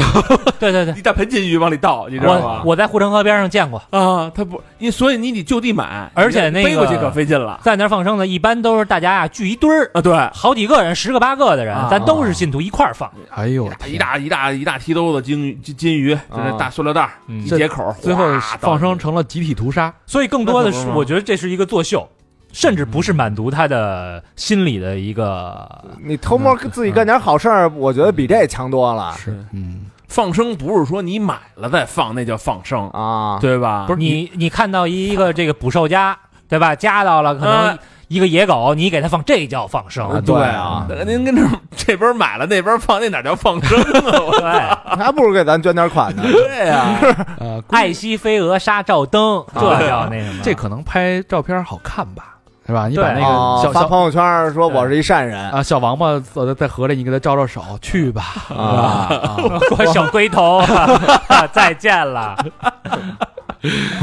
Speaker 5: 对对对，
Speaker 4: 一大盆金鱼往里倒，你知道
Speaker 5: 我
Speaker 4: 吗？
Speaker 5: 我在护城河边上见过，
Speaker 4: 啊，它不，你所以你得就地买，
Speaker 5: 而且
Speaker 4: 你
Speaker 5: 那个
Speaker 4: 背过去可费劲了
Speaker 5: 在那儿放生的，一般都是大家啊聚一堆儿，
Speaker 4: 啊。对，
Speaker 5: 好几个人，十个八个的人
Speaker 4: 啊，
Speaker 5: 咱都是信徒一块儿放。
Speaker 3: 哎呦，
Speaker 4: 一大一大一大提兜子金鱼，金金鱼，就那大塑料袋儿，
Speaker 5: 嗯
Speaker 4: 一解口，
Speaker 3: 最后
Speaker 4: 哗
Speaker 3: 放生成了集体屠杀。
Speaker 5: 所以更多的
Speaker 4: 那可
Speaker 5: 是，
Speaker 4: 不是吗嗯
Speaker 5: 我觉得这是一个作秀，甚至不是满足他的心理的一个。
Speaker 2: 你偷摸自己干点好事儿，我觉得比这强多了
Speaker 4: 是
Speaker 3: 嗯，
Speaker 4: 放生不是说你买了再放，那叫放生，
Speaker 2: 啊！
Speaker 4: 对吧？
Speaker 3: 不是
Speaker 5: 你你看到一个这个捕兽夹，对吧？夹到了可能
Speaker 4: 啊
Speaker 5: 一个野狗，你给它放，这叫放
Speaker 2: 啊
Speaker 5: 生。
Speaker 2: 对啊，
Speaker 4: 呃您跟这儿这边买了那边放，那哪叫放生啊？我
Speaker 5: 对，
Speaker 2: 还不如给咱捐点款 呢。
Speaker 4: 对呀，
Speaker 3: 呃，
Speaker 5: 爱惜飞蛾杀照灯，这叫那什么？
Speaker 3: 这可能拍照片好看吧，啊是吧？你
Speaker 5: 对
Speaker 3: 把那
Speaker 2: 啊
Speaker 3: 个小
Speaker 2: 发
Speaker 3: 小
Speaker 2: 朋友圈说我是一善人
Speaker 3: 啊小王八走在在河里，你给它招招手，去吧。
Speaker 2: 啊！
Speaker 3: 啊，
Speaker 5: 我小龟头， 再见了。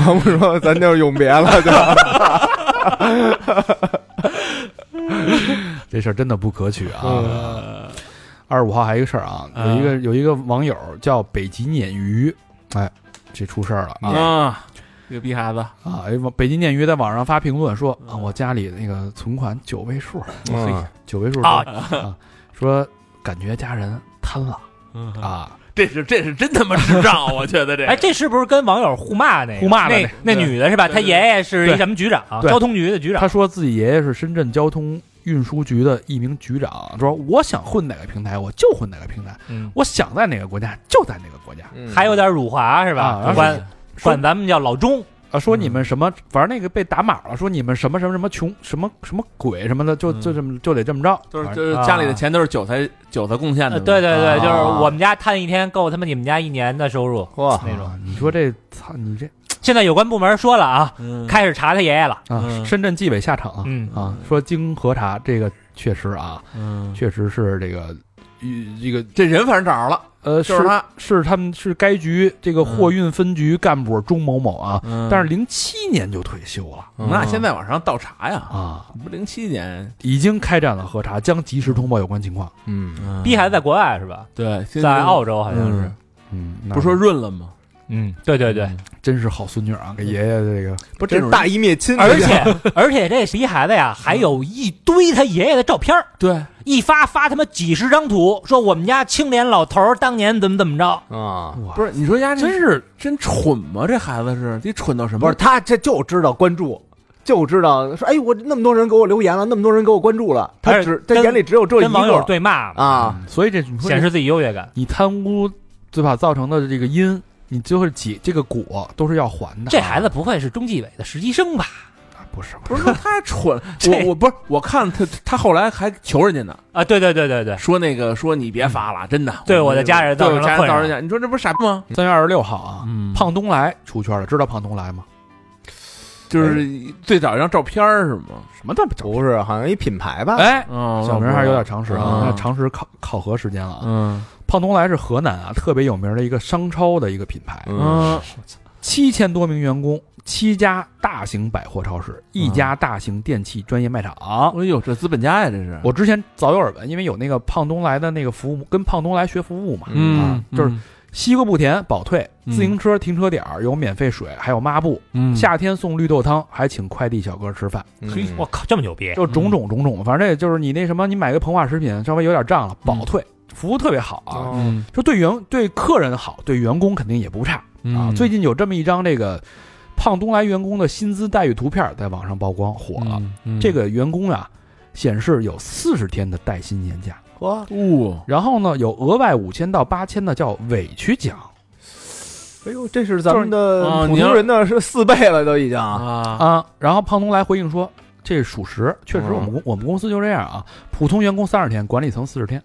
Speaker 2: 我们说咱就永别了， 就
Speaker 3: 这事儿真的不可取啊。二十五号还有一个事儿啊，有一个有一个网友叫北极鲶鱼，哎，这出事儿了啊
Speaker 4: 啊，这个逼孩子，
Speaker 3: 啊！哎北极鲶鱼在网上发评论说啊，我家里那个存款九位数，
Speaker 2: 嗯
Speaker 3: 九位数说啊，说感觉家人贪了啊，
Speaker 4: 这是这是真他妈智障，啊我觉得这
Speaker 5: 哎，这是不是跟网友互骂那个
Speaker 3: 互骂的
Speaker 5: 那那女的是吧？她
Speaker 4: 对对
Speaker 5: 爷爷是一
Speaker 3: 对
Speaker 5: 什么局长？
Speaker 3: 对
Speaker 5: 交通局的
Speaker 4: 啊
Speaker 5: 局长
Speaker 3: 他。说自己爷爷是深圳交通运输局的一名局长，说我想混哪个平台我就混哪个平台，
Speaker 5: 嗯，
Speaker 3: 我想在哪个国家就在哪个国家。
Speaker 2: 嗯
Speaker 5: 还有点辱华是吧
Speaker 3: 啊？
Speaker 5: 管
Speaker 3: 说
Speaker 5: 管咱们叫老钟。
Speaker 3: 啊，说你们什
Speaker 4: 嗯
Speaker 3: 么，反正那个被打码了，说你们什么什么什么穷什么什么鬼什么的，就就
Speaker 4: 嗯
Speaker 3: 这么就得这么着，
Speaker 4: 就是
Speaker 3: 反正
Speaker 4: 就是家里的钱都是韭菜韭菜贡献的
Speaker 5: 呃，，对对对，
Speaker 2: 啊
Speaker 5: 就是我们家摊一天够他妈你们家一年的收入。
Speaker 2: 嚯
Speaker 5: 那种
Speaker 3: 啊你说这操你这
Speaker 5: 现在有关部门说了啊，
Speaker 4: 嗯
Speaker 5: 开始查他爷爷了。
Speaker 3: 啊，
Speaker 4: 嗯
Speaker 3: 深圳纪委下场啊
Speaker 5: 嗯
Speaker 3: 啊，说经核查，这个确实啊，
Speaker 4: 嗯，
Speaker 3: 确实是这个与这个
Speaker 4: 这人反正找着了，
Speaker 3: 呃
Speaker 4: 就是他，
Speaker 3: 是他们是该局这个货运分局干部钟某某啊，
Speaker 4: 嗯
Speaker 3: 但是零七年就退休了
Speaker 4: 那现在往上倒查呀，
Speaker 3: 啊，
Speaker 4: 不零七年，
Speaker 3: 已经开展了核查，将及时通报有关情况。
Speaker 2: 嗯
Speaker 5: 逼孩子在国外是吧？
Speaker 4: 对，
Speaker 5: 在澳洲好像是。
Speaker 4: 嗯
Speaker 3: 嗯，
Speaker 4: 不是说润了吗？
Speaker 5: 嗯，对对对，
Speaker 3: 真是好孙女啊，给爷爷这个
Speaker 2: 不是这大义灭 亲，
Speaker 5: 而且而且这逼孩子呀，还有一堆他爷爷的照片儿
Speaker 4: 对，
Speaker 5: 一发发他妈几十张图，说我们家青莲老头儿当年怎么怎么着，
Speaker 2: 啊，
Speaker 3: 哇
Speaker 4: 不是你说丫这
Speaker 3: 真是
Speaker 4: 真蠢吗？这孩子是得蠢到什
Speaker 2: 不
Speaker 4: 么
Speaker 2: 是？他这就知道关注，就知道说，哎，我那么多人给我留言了，那么多人给我关注了，他
Speaker 5: 而且
Speaker 2: 只他
Speaker 5: 跟
Speaker 2: 眼里只有这一
Speaker 5: 跟网友
Speaker 2: 个
Speaker 5: 对骂，
Speaker 2: 啊，
Speaker 3: 所以这你说
Speaker 5: 显
Speaker 3: 这
Speaker 5: 示自己优越感。
Speaker 3: 你贪污对吧造成的这个因，你最后结这个果都是要还的啊。
Speaker 5: 这孩子不会是中纪委的实习生吧？
Speaker 3: 不是
Speaker 4: 不是太蠢了
Speaker 5: 这
Speaker 4: 我我不是我看他他后来还求人家呢，
Speaker 5: 啊，对对对对对，
Speaker 4: 说那个说你别发了，真的
Speaker 5: 对
Speaker 4: 我
Speaker 5: 我的家人
Speaker 4: 对
Speaker 5: 造成
Speaker 4: 我
Speaker 5: 了
Speaker 4: 家人
Speaker 5: 困
Speaker 4: 造
Speaker 5: 扰
Speaker 4: 成家，你说这不是傻逼吗？
Speaker 3: 三月二十六号啊，
Speaker 4: 嗯胖
Speaker 3: 胖东来出圈了，知道胖东来吗？
Speaker 4: 就是最早一张照片儿是吗？
Speaker 3: 什么都不知道。
Speaker 2: 不是，好像一品牌
Speaker 5: 嗯
Speaker 2: 吧？
Speaker 3: 哎，
Speaker 4: 哦
Speaker 3: 小明还是有点常识啊
Speaker 4: 嗯，
Speaker 3: 那常识考考核时间了啊。
Speaker 4: 嗯
Speaker 3: 胖东来是河南啊特别有名的一个商超的一个品牌，
Speaker 2: 嗯
Speaker 4: 嗯
Speaker 3: 七千多名员工，七家大型百货超
Speaker 4: 嗯
Speaker 3: 市，一家大型电器专业卖
Speaker 5: 嗯
Speaker 3: 场。
Speaker 4: 哎呦，这资本家呀，这是
Speaker 3: 我之前早有耳闻，因为有那个胖东来的那个服务，跟胖东来学服务嘛，
Speaker 2: 嗯
Speaker 5: 嗯
Speaker 3: 啊就是西瓜不甜保退，
Speaker 4: 嗯
Speaker 3: 自行车停车点儿有免费水，还有抹布，
Speaker 4: 嗯
Speaker 3: 夏天送绿豆汤，还请快递小哥吃饭，
Speaker 2: 嗯
Speaker 5: 嘿，我靠，这么牛逼！
Speaker 3: 就
Speaker 4: 嗯
Speaker 3: 种种种种，反正这就是你那什么，你买个膨化食品稍微有点胀了，保退，服务特别好啊，
Speaker 2: 哦
Speaker 4: 嗯
Speaker 3: 就对员对客人好，对员工肯定也不差啊。
Speaker 4: 嗯
Speaker 3: 最近有这么一张这个胖东来员工的薪资待遇图片在网上曝光火了，
Speaker 4: 嗯
Speaker 3: 这个员工啊显示有四十天的带薪年假，
Speaker 2: 哇，
Speaker 4: 哦
Speaker 3: 然后呢有额外五千到八千的叫委屈奖。
Speaker 2: 哎呦，这是咱们
Speaker 4: 就是啊
Speaker 2: 的普
Speaker 4: 你要
Speaker 2: 通人的是四倍了，都已经啊，
Speaker 4: 啊
Speaker 3: 啊，然后胖东来回应说，这是属实，确实我
Speaker 4: 嗯
Speaker 3: 们公、我们公司就这样啊，普通员工三十天，管理层四十天，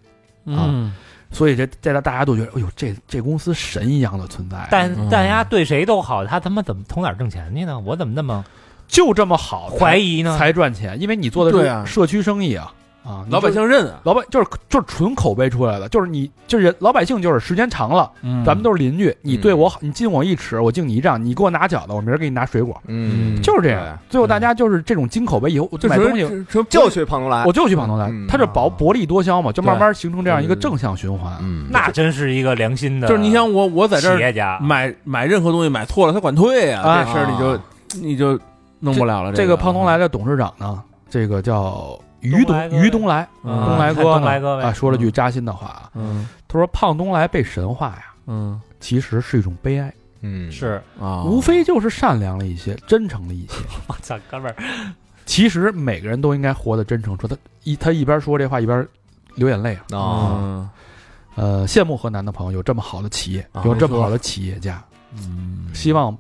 Speaker 5: 啊
Speaker 4: 嗯
Speaker 3: 所以这这大家都觉得，哎呦，这这公司神一样的存在啊，
Speaker 5: 但但丫对谁都好，他他妈怎么从哪儿挣钱去呢？我怎么那么
Speaker 3: 就这么好，
Speaker 5: 怀疑呢？
Speaker 3: 才赚钱，因为你做的
Speaker 4: 对
Speaker 3: 是
Speaker 4: 啊
Speaker 3: 社区生意啊，啊，你
Speaker 4: 老百
Speaker 3: 就是。
Speaker 4: 姓认啊，
Speaker 3: 老百就是就是纯口碑出来的，就是你就是人老百姓就是时间长了，
Speaker 5: 嗯
Speaker 4: 嗯
Speaker 3: 咱们都是邻居，你对我好，你敬我一尺，我敬你一丈，你给我拿饺子，我明儿给你拿水果，
Speaker 2: 嗯，
Speaker 3: 就是这样。最后大家就是这种金口碑，以后
Speaker 4: 就
Speaker 3: 买东西
Speaker 4: 纯纯
Speaker 2: 就去胖东来
Speaker 4: 哎
Speaker 3: 我，就去胖东来
Speaker 2: 嗯，
Speaker 3: 它是薄薄利多销嘛，就慢慢形成这样一个
Speaker 4: 对对对
Speaker 3: 正向循环。
Speaker 2: 嗯
Speaker 5: 那真是一个良心的，
Speaker 4: 就是你想我我在
Speaker 5: 企
Speaker 4: 这儿嗯
Speaker 5: 业家，啊
Speaker 4: 买买任何东西买错了他管退啊，
Speaker 3: 啊
Speaker 4: 这事儿你就你就弄不了了。
Speaker 3: 这个
Speaker 4: 个
Speaker 3: 胖东来的董事长呢，这个叫于
Speaker 5: 东来
Speaker 3: 董
Speaker 5: 哥
Speaker 3: 于东来，
Speaker 4: 嗯
Speaker 3: 东来哥呢
Speaker 5: 啊东来哥呗
Speaker 3: 啊，说了句扎心的话啊，
Speaker 4: 嗯
Speaker 3: 他说胖东来被神化呀，
Speaker 4: 嗯
Speaker 3: 其实是一种悲哀，
Speaker 2: 嗯
Speaker 5: 是
Speaker 4: 啊，
Speaker 3: 无非就是善良了一些，真诚了一些。
Speaker 5: 我操，哥们儿，
Speaker 3: 其实每个人都应该活得真诚。说他一他一边说这话一边流眼泪
Speaker 2: 啊，
Speaker 3: 啊，
Speaker 4: 啊
Speaker 3: 呃，羡慕河南的朋友有这么好的企业
Speaker 4: 啊，
Speaker 3: 有这么
Speaker 4: 没错
Speaker 3: 好的企业家，
Speaker 4: 嗯
Speaker 3: 希望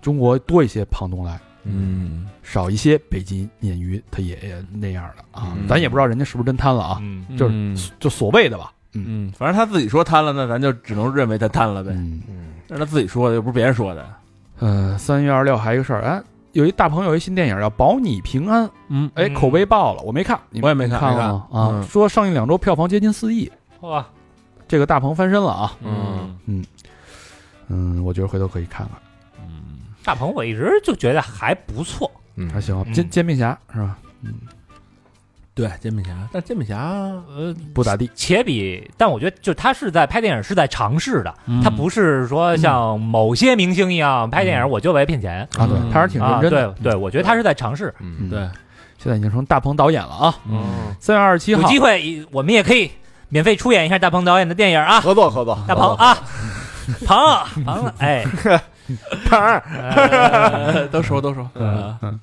Speaker 3: 中国多一些胖东来。
Speaker 4: 嗯
Speaker 3: 少一些北京鲶鱼他爷爷那样的啊，
Speaker 2: 嗯
Speaker 3: 咱也不知道人家是不是真贪了啊，
Speaker 5: 嗯，
Speaker 3: 就是
Speaker 4: 嗯
Speaker 3: 就所谓的吧，嗯
Speaker 4: 嗯，反正他自己说贪了，那咱就只能认为他贪了呗。
Speaker 3: 嗯，
Speaker 2: 嗯
Speaker 4: 那是他自己说的，又不是别人说的。
Speaker 3: 呃，三月二十六还有一个事儿，哎，有一大朋友有一新电影叫《保你平安》，
Speaker 4: 嗯
Speaker 3: 哎，
Speaker 5: 嗯
Speaker 3: 口碑爆了，我没看，你
Speaker 4: 我也没
Speaker 3: 你
Speaker 4: 看
Speaker 3: 看
Speaker 4: 没看
Speaker 3: 了吗啊，
Speaker 4: 嗯
Speaker 3: 说上映两周票房接近四亿，
Speaker 5: 哇，
Speaker 3: 这个大鹏翻身了啊，
Speaker 2: 嗯
Speaker 3: 嗯，我觉得回头可以看看，
Speaker 4: 嗯，
Speaker 5: 大鹏我一直就觉得还不错，
Speaker 3: 还
Speaker 2: 嗯，
Speaker 3: 行啊，
Speaker 5: 嗯
Speaker 3: 煎煎饼侠是吧？
Speaker 4: 对，煎饼侠，但煎饼 侠
Speaker 5: 呃，
Speaker 3: 不咋地，
Speaker 5: 且比，但我觉得就他是在拍电影是在尝试的，
Speaker 4: 嗯
Speaker 5: 他不是说像某些明星一样拍电影我就为骗钱
Speaker 3: 啊，对
Speaker 4: 嗯，
Speaker 3: 他还是挺
Speaker 5: 啊，
Speaker 3: 认真的，
Speaker 5: 对对，我觉得他是在尝试，
Speaker 2: 嗯
Speaker 3: 嗯，
Speaker 4: 对，
Speaker 3: 现在已经成大鹏导演了啊，
Speaker 4: 嗯，
Speaker 3: 三月二十七
Speaker 5: 有
Speaker 3: 号
Speaker 5: 机会我们也可以免费出演一下大鹏导演的电影啊，
Speaker 2: 合作合作，
Speaker 5: 大鹏啊，鹏鹏，哎，
Speaker 2: 鹏儿，
Speaker 5: 呃
Speaker 4: 都熟都熟。
Speaker 5: 呃
Speaker 3: 嗯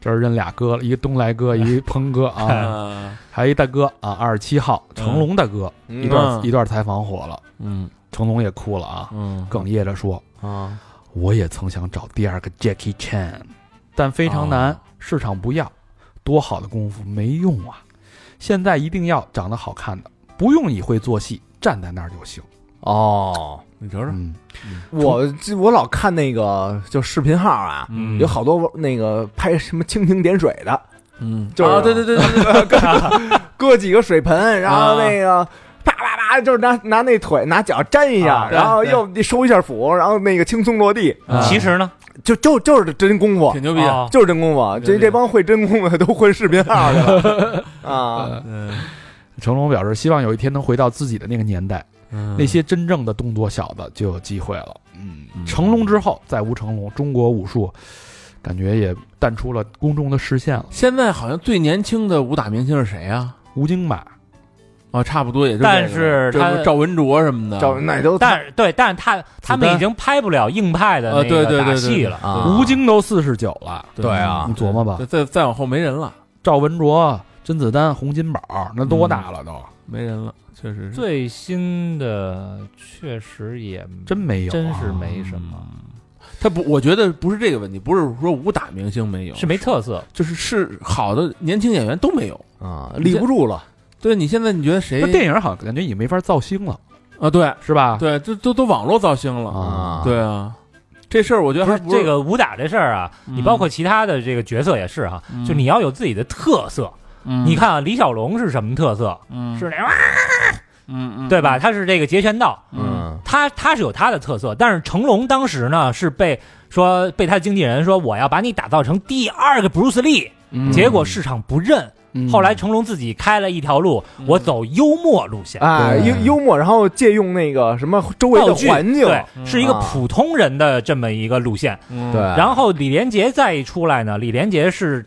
Speaker 3: 这儿认俩哥了，一个东来 哥，一个鹏哥啊。
Speaker 4: 啊，
Speaker 3: 还有一大哥啊，二十七号成龙大哥、
Speaker 2: 嗯
Speaker 3: 一段、
Speaker 4: 嗯
Speaker 3: 一段采访火了，
Speaker 4: 嗯
Speaker 3: 成龙也哭了啊，
Speaker 4: 嗯
Speaker 3: 哽咽着说
Speaker 2: 啊，：“
Speaker 3: 我也曾想找第二个 Jackie Chan，但非常难，
Speaker 4: 哦
Speaker 3: 市场不要，多好的功夫没用啊！现在一定要长得好看的，不用你会做戏，站在那儿就行。
Speaker 2: 哦。
Speaker 4: 你瞅瞅，
Speaker 3: 嗯”
Speaker 2: 我这我老看那个就视频号啊，
Speaker 4: 嗯
Speaker 2: 有好多那个拍什么蜻蜓点水的，
Speaker 4: 嗯，
Speaker 2: 就是
Speaker 4: 啊，对对对 对对，
Speaker 2: 搁几个水盆，然后那个啪啪啪，就是拿拿那腿拿脚粘一
Speaker 5: 啊
Speaker 2: 下，
Speaker 4: 对
Speaker 2: 然后
Speaker 4: 对
Speaker 2: 又收一下腹，然后那个轻松落地，
Speaker 4: 啊
Speaker 5: 其实呢，
Speaker 2: 就就就是真功夫
Speaker 4: 挺，牛逼啊的。
Speaker 5: 哦
Speaker 2: 就是真功夫。
Speaker 4: 对
Speaker 2: 这
Speaker 4: 对
Speaker 2: 这帮会真功夫的都混视频号去了啊，
Speaker 4: 嗯
Speaker 3: 成龙表示希望有一天能回到自己的那个年代，
Speaker 4: 那
Speaker 3: 那些真正的动作小子就有机会了。嗯
Speaker 4: 嗯
Speaker 3: 成龙之后再无成龙，中国武术感觉也淡出了公众的视线了。
Speaker 4: 现在好像最年轻的武打明星是谁呀？
Speaker 3: 吴京马
Speaker 4: 啊，差不多也就这个，
Speaker 5: 但是
Speaker 4: 就
Speaker 5: 他
Speaker 4: 赵文卓什么的，
Speaker 2: 找那都
Speaker 5: 但是对，但是他他们已经拍不了硬派的
Speaker 4: 呃
Speaker 5: 那
Speaker 4: 对
Speaker 5: 个
Speaker 4: 对
Speaker 5: 打
Speaker 4: 对对
Speaker 5: 戏了，
Speaker 2: 啊
Speaker 3: 吴京都四十九了，
Speaker 2: 对啊
Speaker 3: 你琢磨吧
Speaker 4: 再再再往后没人了，
Speaker 3: 赵文卓、甄子丹、洪金宝那多大了都，
Speaker 4: 没人了，确实是
Speaker 5: 最新的确实也
Speaker 3: 真没有、啊，
Speaker 5: 真是没什么，
Speaker 4: 嗯他不，我觉得不是这个问题，不是说武打明星没有，
Speaker 5: 是没特色。
Speaker 4: 就是是好的年轻演员都没有。
Speaker 2: 啊，立不住了，
Speaker 4: 对你现在你觉得谁
Speaker 3: 那电影好像感觉也没法造星了，
Speaker 4: 啊？对
Speaker 3: 是吧？
Speaker 4: 对，这都都网络造星了，
Speaker 2: 啊
Speaker 4: 对啊，这事儿我觉得
Speaker 5: 不
Speaker 4: 还
Speaker 5: 是这个武打这事儿啊，
Speaker 4: 嗯
Speaker 5: 你包括其他的这个角色也是哈，
Speaker 4: 嗯
Speaker 5: 就你要有自己的特色。你看啊，李小龙是什么特色？
Speaker 4: 看
Speaker 5: 是那哇，
Speaker 4: 嗯嗯
Speaker 5: 对吧？他是这个截拳道，
Speaker 4: 嗯
Speaker 2: 嗯
Speaker 5: 他他是有他的特色，但是成龙当时呢是被说被他的经纪人说我要把你打造成第二个 Bruce Lee，、
Speaker 4: 嗯
Speaker 5: 结果市场不认。
Speaker 3: 嗯
Speaker 5: 后来成龙自己开了一条路，
Speaker 4: 嗯
Speaker 5: 我走幽默路线，
Speaker 2: 啊，
Speaker 3: 对
Speaker 2: 幽幽默，然后借用那个什么周围
Speaker 5: 道
Speaker 2: 的
Speaker 5: 具
Speaker 2: 环境，
Speaker 5: 对，是一个
Speaker 2: 啊
Speaker 5: 普通人的这么一个路线。
Speaker 4: 嗯
Speaker 2: 对，
Speaker 5: 然后李连杰再一出来呢，李连杰是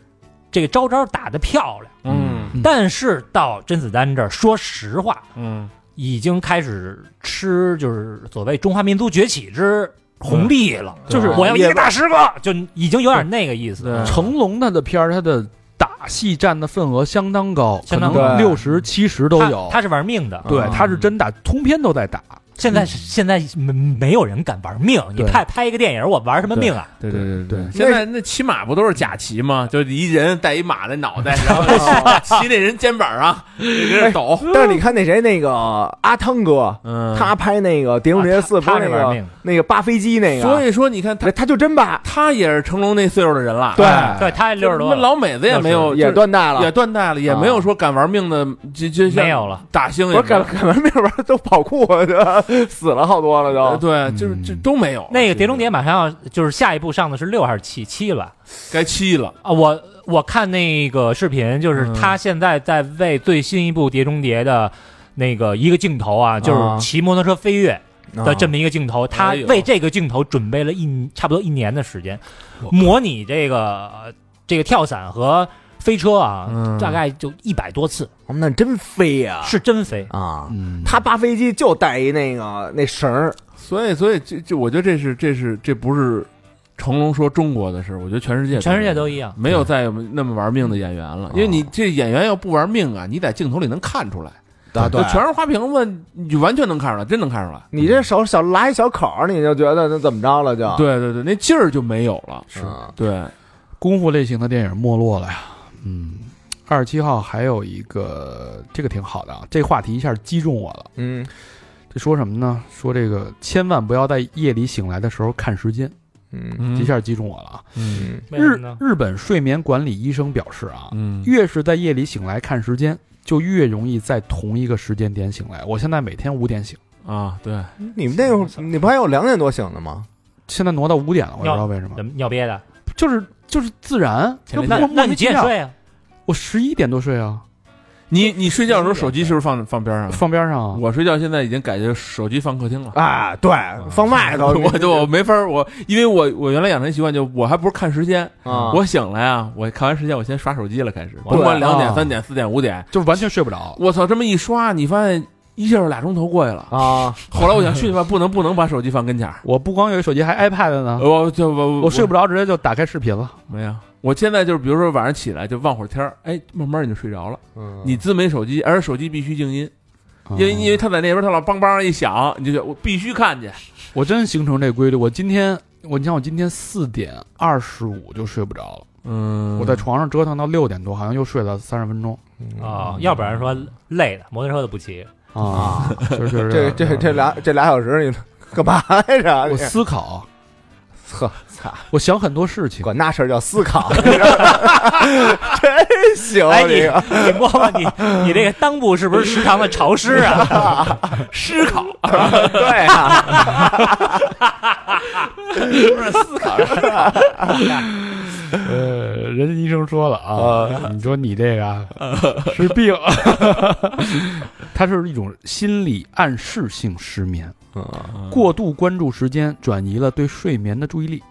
Speaker 5: 这个招招打得漂亮，
Speaker 4: 嗯
Speaker 3: 嗯
Speaker 5: 但是到甄子丹这儿，说实话，
Speaker 4: 嗯
Speaker 5: 已经开始吃就是所谓中华民族崛起之红利了，
Speaker 4: 对
Speaker 5: 就是
Speaker 4: 对
Speaker 5: 我要一
Speaker 2: 也
Speaker 5: 个大十个，就已经有点那个意思
Speaker 4: 对。
Speaker 3: 成龙他的片儿，他的打戏占的份额相当高，
Speaker 5: 相当
Speaker 2: 高
Speaker 3: 六十七十都有。
Speaker 5: 他他是玩命的。
Speaker 3: 对，他是
Speaker 4: 嗯
Speaker 3: 真打，通篇都在打。
Speaker 5: 现在现在没没有人敢玩命，你
Speaker 3: 对
Speaker 5: 拍拍一个电影，我玩什么命啊？
Speaker 4: 对对
Speaker 3: 对
Speaker 4: 现在那骑马不都是假骑吗？就一人戴一马的脑袋，然后骑那人肩膀上，就
Speaker 5: 哎
Speaker 4: 跟那抖。
Speaker 2: 哦但是你看那谁那个阿汤哥，
Speaker 4: 嗯
Speaker 2: 他拍那个《碟中谍四》，不
Speaker 5: 他
Speaker 2: 是那
Speaker 5: 是玩命
Speaker 2: 个
Speaker 5: 的。
Speaker 2: 那个扒飞机那个，
Speaker 4: 所以说你看他
Speaker 2: 他他就真扒，
Speaker 4: 他也是成龙那岁数的人了，
Speaker 2: 对
Speaker 5: 对，他六十多
Speaker 4: 那
Speaker 5: 了，
Speaker 4: 老美子也没有
Speaker 2: 哦也
Speaker 4: 断。
Speaker 2: 断代
Speaker 4: 也
Speaker 2: 了。
Speaker 4: 断代了，也
Speaker 2: 啊
Speaker 4: 没有说敢玩命的，就就像
Speaker 5: 没有了
Speaker 4: 打星也
Speaker 2: 我
Speaker 4: 没有
Speaker 2: 赶赶完面玩都跑酷了，就死了好多了
Speaker 4: 呃
Speaker 2: 都。
Speaker 5: 嗯
Speaker 4: 对，就是这都没有。
Speaker 5: 那个《碟中谍》马上要就是下一部上的是六还是七？七了
Speaker 4: 该七了，
Speaker 5: 啊！我我看那个视频，就是
Speaker 4: 嗯
Speaker 5: 他现在在为最新一部《碟中谍》的那个一个镜头啊，就是骑摩托车飞跃
Speaker 2: 啊
Speaker 5: 的这么一个镜
Speaker 3: 啊
Speaker 5: 头，他
Speaker 4: 哎呦
Speaker 5: 为这个镜头准备了一差不多一年的时间，模拟这个呃这个跳伞和飞车啊
Speaker 4: 嗯，
Speaker 5: 大概就一百多次，
Speaker 2: 哦那真飞呀！
Speaker 5: 是真飞。
Speaker 2: 啊，
Speaker 3: 嗯
Speaker 2: 他扒飞机就带一那个那绳儿，
Speaker 4: 所以所以这这，我觉得这是这是这不是成龙说中国的事，我觉得全世界
Speaker 5: 全世界
Speaker 4: 都
Speaker 5: 都
Speaker 4: 一
Speaker 5: 一
Speaker 4: 样
Speaker 5: 样，
Speaker 4: 没有再有那么玩命的演员了，因为你这演员要不玩命啊，你在镜头里能看出来，
Speaker 2: 啊
Speaker 4: 就全是花瓶子，你完全能看出来，真能看出来。
Speaker 2: 你这手小拉一小口儿，你就觉得那怎么着了就？嗯
Speaker 4: 对对对，那劲儿就没有了。
Speaker 2: 是啊
Speaker 4: 对，
Speaker 3: 功夫类型的电影没落了呀。嗯，二十七号还有一个，这个挺好的啊，这话题一下击中我了。
Speaker 2: 嗯
Speaker 3: 这说什么呢？说这个千万不要在夜里醒来的时候看时间，
Speaker 2: 嗯
Speaker 4: 嗯
Speaker 3: 一下击中我了啊。
Speaker 2: 嗯
Speaker 5: 为什么
Speaker 3: 日
Speaker 5: 呢？
Speaker 3: 日本睡眠管理医生表示啊，
Speaker 4: 嗯
Speaker 3: 越是在夜里醒来看时间，就越容易在同一个时间点醒来。我现在每天五点醒，
Speaker 4: 啊，对，
Speaker 2: 你们那会儿你不还有两点多醒的吗？
Speaker 3: 现在挪到五点了，我不知道为什么
Speaker 5: 怎，么尿憋的？
Speaker 3: 就是就是自然。
Speaker 4: 前列腺
Speaker 3: 就
Speaker 5: 那
Speaker 3: 莫
Speaker 5: 那
Speaker 3: 莫
Speaker 5: 你
Speaker 3: 名其
Speaker 5: 几点
Speaker 3: 妙，
Speaker 5: 睡啊？
Speaker 3: 我十一点多睡啊，
Speaker 4: 你你睡觉的时候手机是不是放放边上啊？
Speaker 3: 放边上啊。
Speaker 4: 我睡觉现在已经改成手机放客厅了。
Speaker 2: 啊，对，放外头，
Speaker 4: 我就我没法儿，我因为我我原来养成习惯，就我还不是看时间，
Speaker 2: 啊，
Speaker 4: 我醒来啊，我看完时间我先刷手机了，开始
Speaker 5: 对
Speaker 4: 甭管两点、
Speaker 2: 啊
Speaker 4: 三点、四点、五点，
Speaker 3: 就完全睡不着，
Speaker 4: 我操，这么一刷，你发现一下就俩钟头过 去了。
Speaker 2: 啊，
Speaker 4: 后来我想去他妈不能不能把手机放跟前儿，
Speaker 3: 我不光有一手机，还 iPad 呢。
Speaker 4: 我就呃我
Speaker 3: 啊我睡不着，直接就打开视频了。
Speaker 4: 没有。我现在就是，比如说晚上起来就望会儿天儿，哎，慢慢你就睡着了。
Speaker 3: 啊
Speaker 2: 嗯
Speaker 4: 你自没手机，而且手机必须静音，因为因
Speaker 3: 啊
Speaker 4: 为他在那边，他老梆梆一响，你就觉得我必须看去。
Speaker 3: 我真形成这规律。我今天，我你像我今天四点二十五就睡不着了，
Speaker 4: 嗯
Speaker 3: 我在床上折腾到六点多，好像又睡了三十分钟
Speaker 2: 嗯
Speaker 4: 嗯
Speaker 5: 啊，要不然说累的，摩托车都不骑。
Speaker 3: 啊。就是就是
Speaker 2: 这这
Speaker 3: 这样
Speaker 2: 这俩这俩小时你干嘛来着？
Speaker 3: 我
Speaker 2: 你
Speaker 3: 思考，
Speaker 2: 呵，操，
Speaker 3: 我想很多事情。
Speaker 2: 管那事儿叫思考， 真
Speaker 4: 哦
Speaker 2: 行
Speaker 5: 哎， 你
Speaker 2: 这个
Speaker 5: 你摸摸 你你这个裆部是不是时常的潮湿啊？
Speaker 4: 思考，
Speaker 2: 对啊，
Speaker 4: 不是思考，
Speaker 3: 呃，
Speaker 6: 人家医生说了啊，你说你这个啊是病，
Speaker 3: 它是一种心理暗示性失眠，
Speaker 4: 嗯
Speaker 3: 过度关注时间，转移了对睡眠的注意力，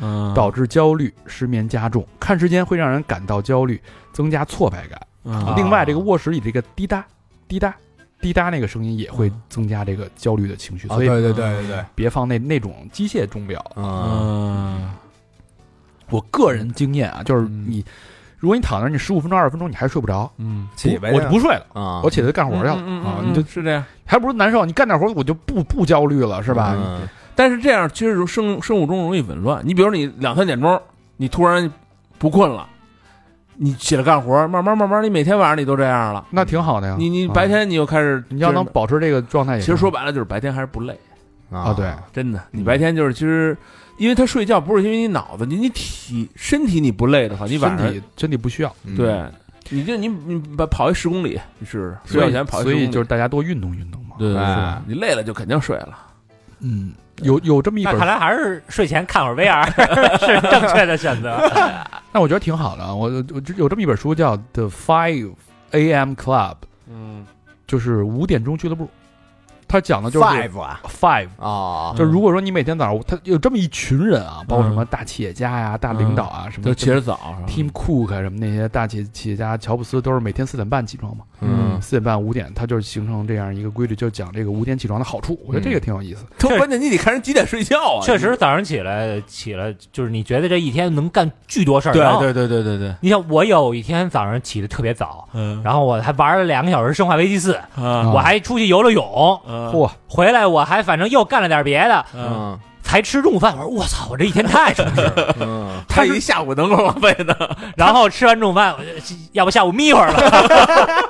Speaker 4: 嗯
Speaker 3: 导致焦虑、失眠加重。看时间会让人感到焦虑，增加挫败感。
Speaker 4: 啊
Speaker 3: 另外，这个卧室里这个滴答、滴答、滴答那个声音也会增加这个焦虑的情绪，所以
Speaker 2: 啊对对对对对，
Speaker 3: 别放那那种机械钟表。
Speaker 2: 嗯
Speaker 4: 嗯
Speaker 3: 我个人经验啊，就是
Speaker 4: 嗯
Speaker 3: 你，如果你躺那儿，你十五分钟、二十分钟，你还睡不着，
Speaker 4: 嗯，
Speaker 2: 起呗
Speaker 3: 不我就不睡了，
Speaker 2: 啊，
Speaker 3: 我起来干活去了
Speaker 4: 嗯嗯嗯
Speaker 3: 啊，
Speaker 4: 嗯
Speaker 3: 你就是
Speaker 4: 这样。
Speaker 3: 还不如难受，你干点活我就不不焦虑了，是吧？
Speaker 2: 嗯
Speaker 4: 但是这样其实生生物钟容易紊乱。你比如你两三点钟，你突然不困了，你起来干活，慢慢慢慢，你每天晚上你都这样了。
Speaker 3: 那挺好的呀。
Speaker 4: 你你
Speaker 3: 啊
Speaker 4: 白天你又开始，
Speaker 3: 你要能，保持这个状态也
Speaker 4: 其
Speaker 3: 行，
Speaker 4: 实说白了就是白天还是不累，
Speaker 3: 啊，对，
Speaker 4: 真的。你白天就是其实，因为他睡觉不是因为你脑子，你你体身体你不累的话，你晚
Speaker 3: 身
Speaker 4: 上
Speaker 3: 体身体不需要，
Speaker 2: 嗯
Speaker 4: 对，你就你你把跑一十公里，你试试，睡
Speaker 3: 所
Speaker 4: 觉
Speaker 3: 以
Speaker 4: 前跑一
Speaker 3: 所以
Speaker 4: 10
Speaker 3: 就是
Speaker 4: 公里
Speaker 3: 大家多运动运动嘛。
Speaker 4: 对对对
Speaker 2: 哎
Speaker 4: 你累了就肯定睡了。
Speaker 3: 嗯，有有这么一
Speaker 5: 那
Speaker 3: 本
Speaker 5: 看，来还是睡前看会儿 VR 是正确的选择。
Speaker 3: 那我觉得挺好的。啊我我就有这么一本书叫《The Five A.M. Club》，
Speaker 4: 嗯
Speaker 3: 就是五点钟俱乐部，它讲的就是
Speaker 2: five 啊
Speaker 3: five
Speaker 2: 啊，
Speaker 3: 就如果说你每天早上，他有这么一群人啊，包括什么大企业家呀、大领导啊，什么
Speaker 4: 就起得早是吧
Speaker 3: Tim Cook 啊什么那些大企企业家，乔布斯都是每天四点半起床嘛，
Speaker 4: 嗯
Speaker 3: 四点半五点，他就是形成这样一个规律，就讲这个五点起床的好处。我觉得
Speaker 4: 嗯
Speaker 3: 这个挺有意思。
Speaker 4: 他
Speaker 5: 确实
Speaker 4: 关键你得看人几点睡觉啊。
Speaker 5: 确实，早上起来起来就是你觉得这一天能干巨多事儿。
Speaker 4: 对
Speaker 5: 然后
Speaker 4: 对对对对对，
Speaker 5: 你像我有一天早上起的特别早，
Speaker 4: 嗯
Speaker 5: 然后我还玩了两个小时《生化危机四》，
Speaker 4: 啊
Speaker 5: 我还出去游了泳，
Speaker 4: 嚯
Speaker 3: 嚯，
Speaker 5: 回来我还反正又干了点别的，
Speaker 4: 嗯，
Speaker 2: 嗯
Speaker 5: 才吃中午饭。我说我操，我这一天太充实了。
Speaker 2: 嗯，
Speaker 4: 他一下午能够浪费的，
Speaker 5: 然后吃完中午饭，我就要不下午眯会儿吧。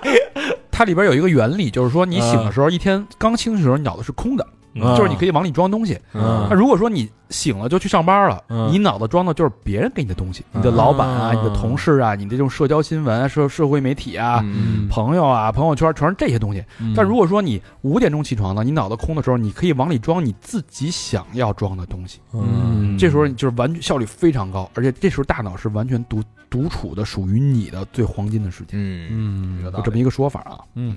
Speaker 3: 它里边有一个原理，就是说你醒的时候，一天刚清醒的时候，你脑子是空的，
Speaker 4: 嗯
Speaker 3: 就是你可以往里装东西。
Speaker 4: 嗯
Speaker 3: 那如果说你醒了就去上班了，
Speaker 4: 嗯
Speaker 3: 你脑子装的就是别人给你的东西，你的老板啊、
Speaker 4: 嗯
Speaker 3: 你的同事啊、你的这种社交新闻啊、社社会媒体啊。
Speaker 2: 嗯
Speaker 3: 朋友啊，朋友圈全是这些东西。但如
Speaker 4: 果
Speaker 3: 果说你五点钟起床呢，你脑子空的时候，你可以往里装你自己想要装的东西。
Speaker 4: 嗯
Speaker 3: 这时候你就是完全效率非常高，而且这时候大脑是完全独独处的，属于你的最黄金的时间。
Speaker 2: 嗯，
Speaker 4: 嗯
Speaker 2: 有道
Speaker 3: 有
Speaker 2: 理
Speaker 3: 这么一个说法啊。
Speaker 4: 嗯，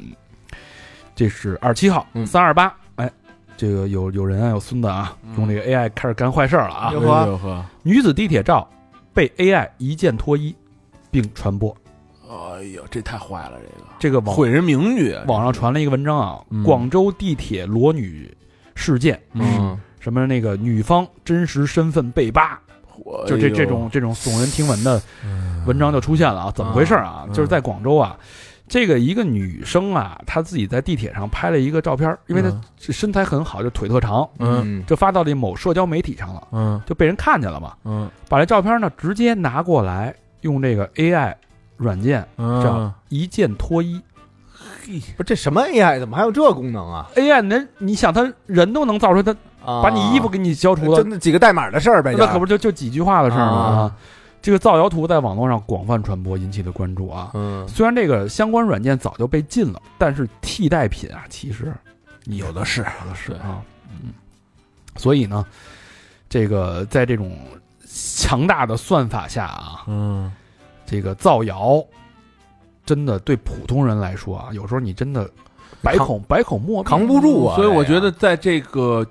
Speaker 3: 这是二十七号，
Speaker 2: 嗯
Speaker 3: 三二八。哎，这个有有人啊，有孙子啊，用这个 AI 开始干坏事儿了啊
Speaker 2: 有。
Speaker 4: 有喝有喝，
Speaker 3: 女子地铁照被 AI 一键脱衣并传播，
Speaker 4: 哎呦，这太坏了，这
Speaker 3: 这个
Speaker 4: 个
Speaker 3: 网
Speaker 4: 毁人名誉啊，
Speaker 3: 网上传了一个文章啊，
Speaker 4: 嗯
Speaker 3: 广州地铁裸女事件，
Speaker 4: 嗯，
Speaker 3: 什么那个女方真实身份被扒，
Speaker 4: 我
Speaker 3: 就这这种这种耸人听闻的文章就出现了啊，怎么回事啊？
Speaker 4: 嗯
Speaker 3: 就是在广州啊，这个一个女生啊，她自己在地铁上拍了一个照片儿，因为她
Speaker 4: 嗯
Speaker 3: 身材很好，就腿特长，
Speaker 4: 嗯
Speaker 2: 嗯
Speaker 3: 就发到了某社交媒体上了，
Speaker 4: 嗯
Speaker 3: 就被人看见了嘛。
Speaker 4: 嗯
Speaker 3: 把这照片呢直接拿过来，用这个 AI 软件
Speaker 4: 嗯
Speaker 3: 这样一键脱衣。
Speaker 2: 不是这什么 AI 怎么还有这功能啊？
Speaker 3: AI 能，你想他人都能造出来，他
Speaker 2: 啊
Speaker 3: 把你衣服给你消除了
Speaker 2: 就，那几个代码的事儿呗，
Speaker 3: 那可不就就几句话的事儿吗？
Speaker 2: 啊
Speaker 3: 哎啊，这个造谣图在网络上广泛传播，引起了关注啊。
Speaker 2: 嗯，
Speaker 3: 虽然这个相关软件早就被禁了，但是替代品啊，其实你有的是，有的是
Speaker 4: 对
Speaker 3: 啊。嗯，所以呢，这个在这种强大的算法下啊，
Speaker 4: 嗯
Speaker 3: 这个造谣，真的对普通人来说啊，有时候你真的百
Speaker 2: 扛
Speaker 3: 口百口莫辩
Speaker 2: 扛不住啊。
Speaker 4: 所以我
Speaker 2: 这
Speaker 4: 觉
Speaker 2: 个
Speaker 4: 得在这个。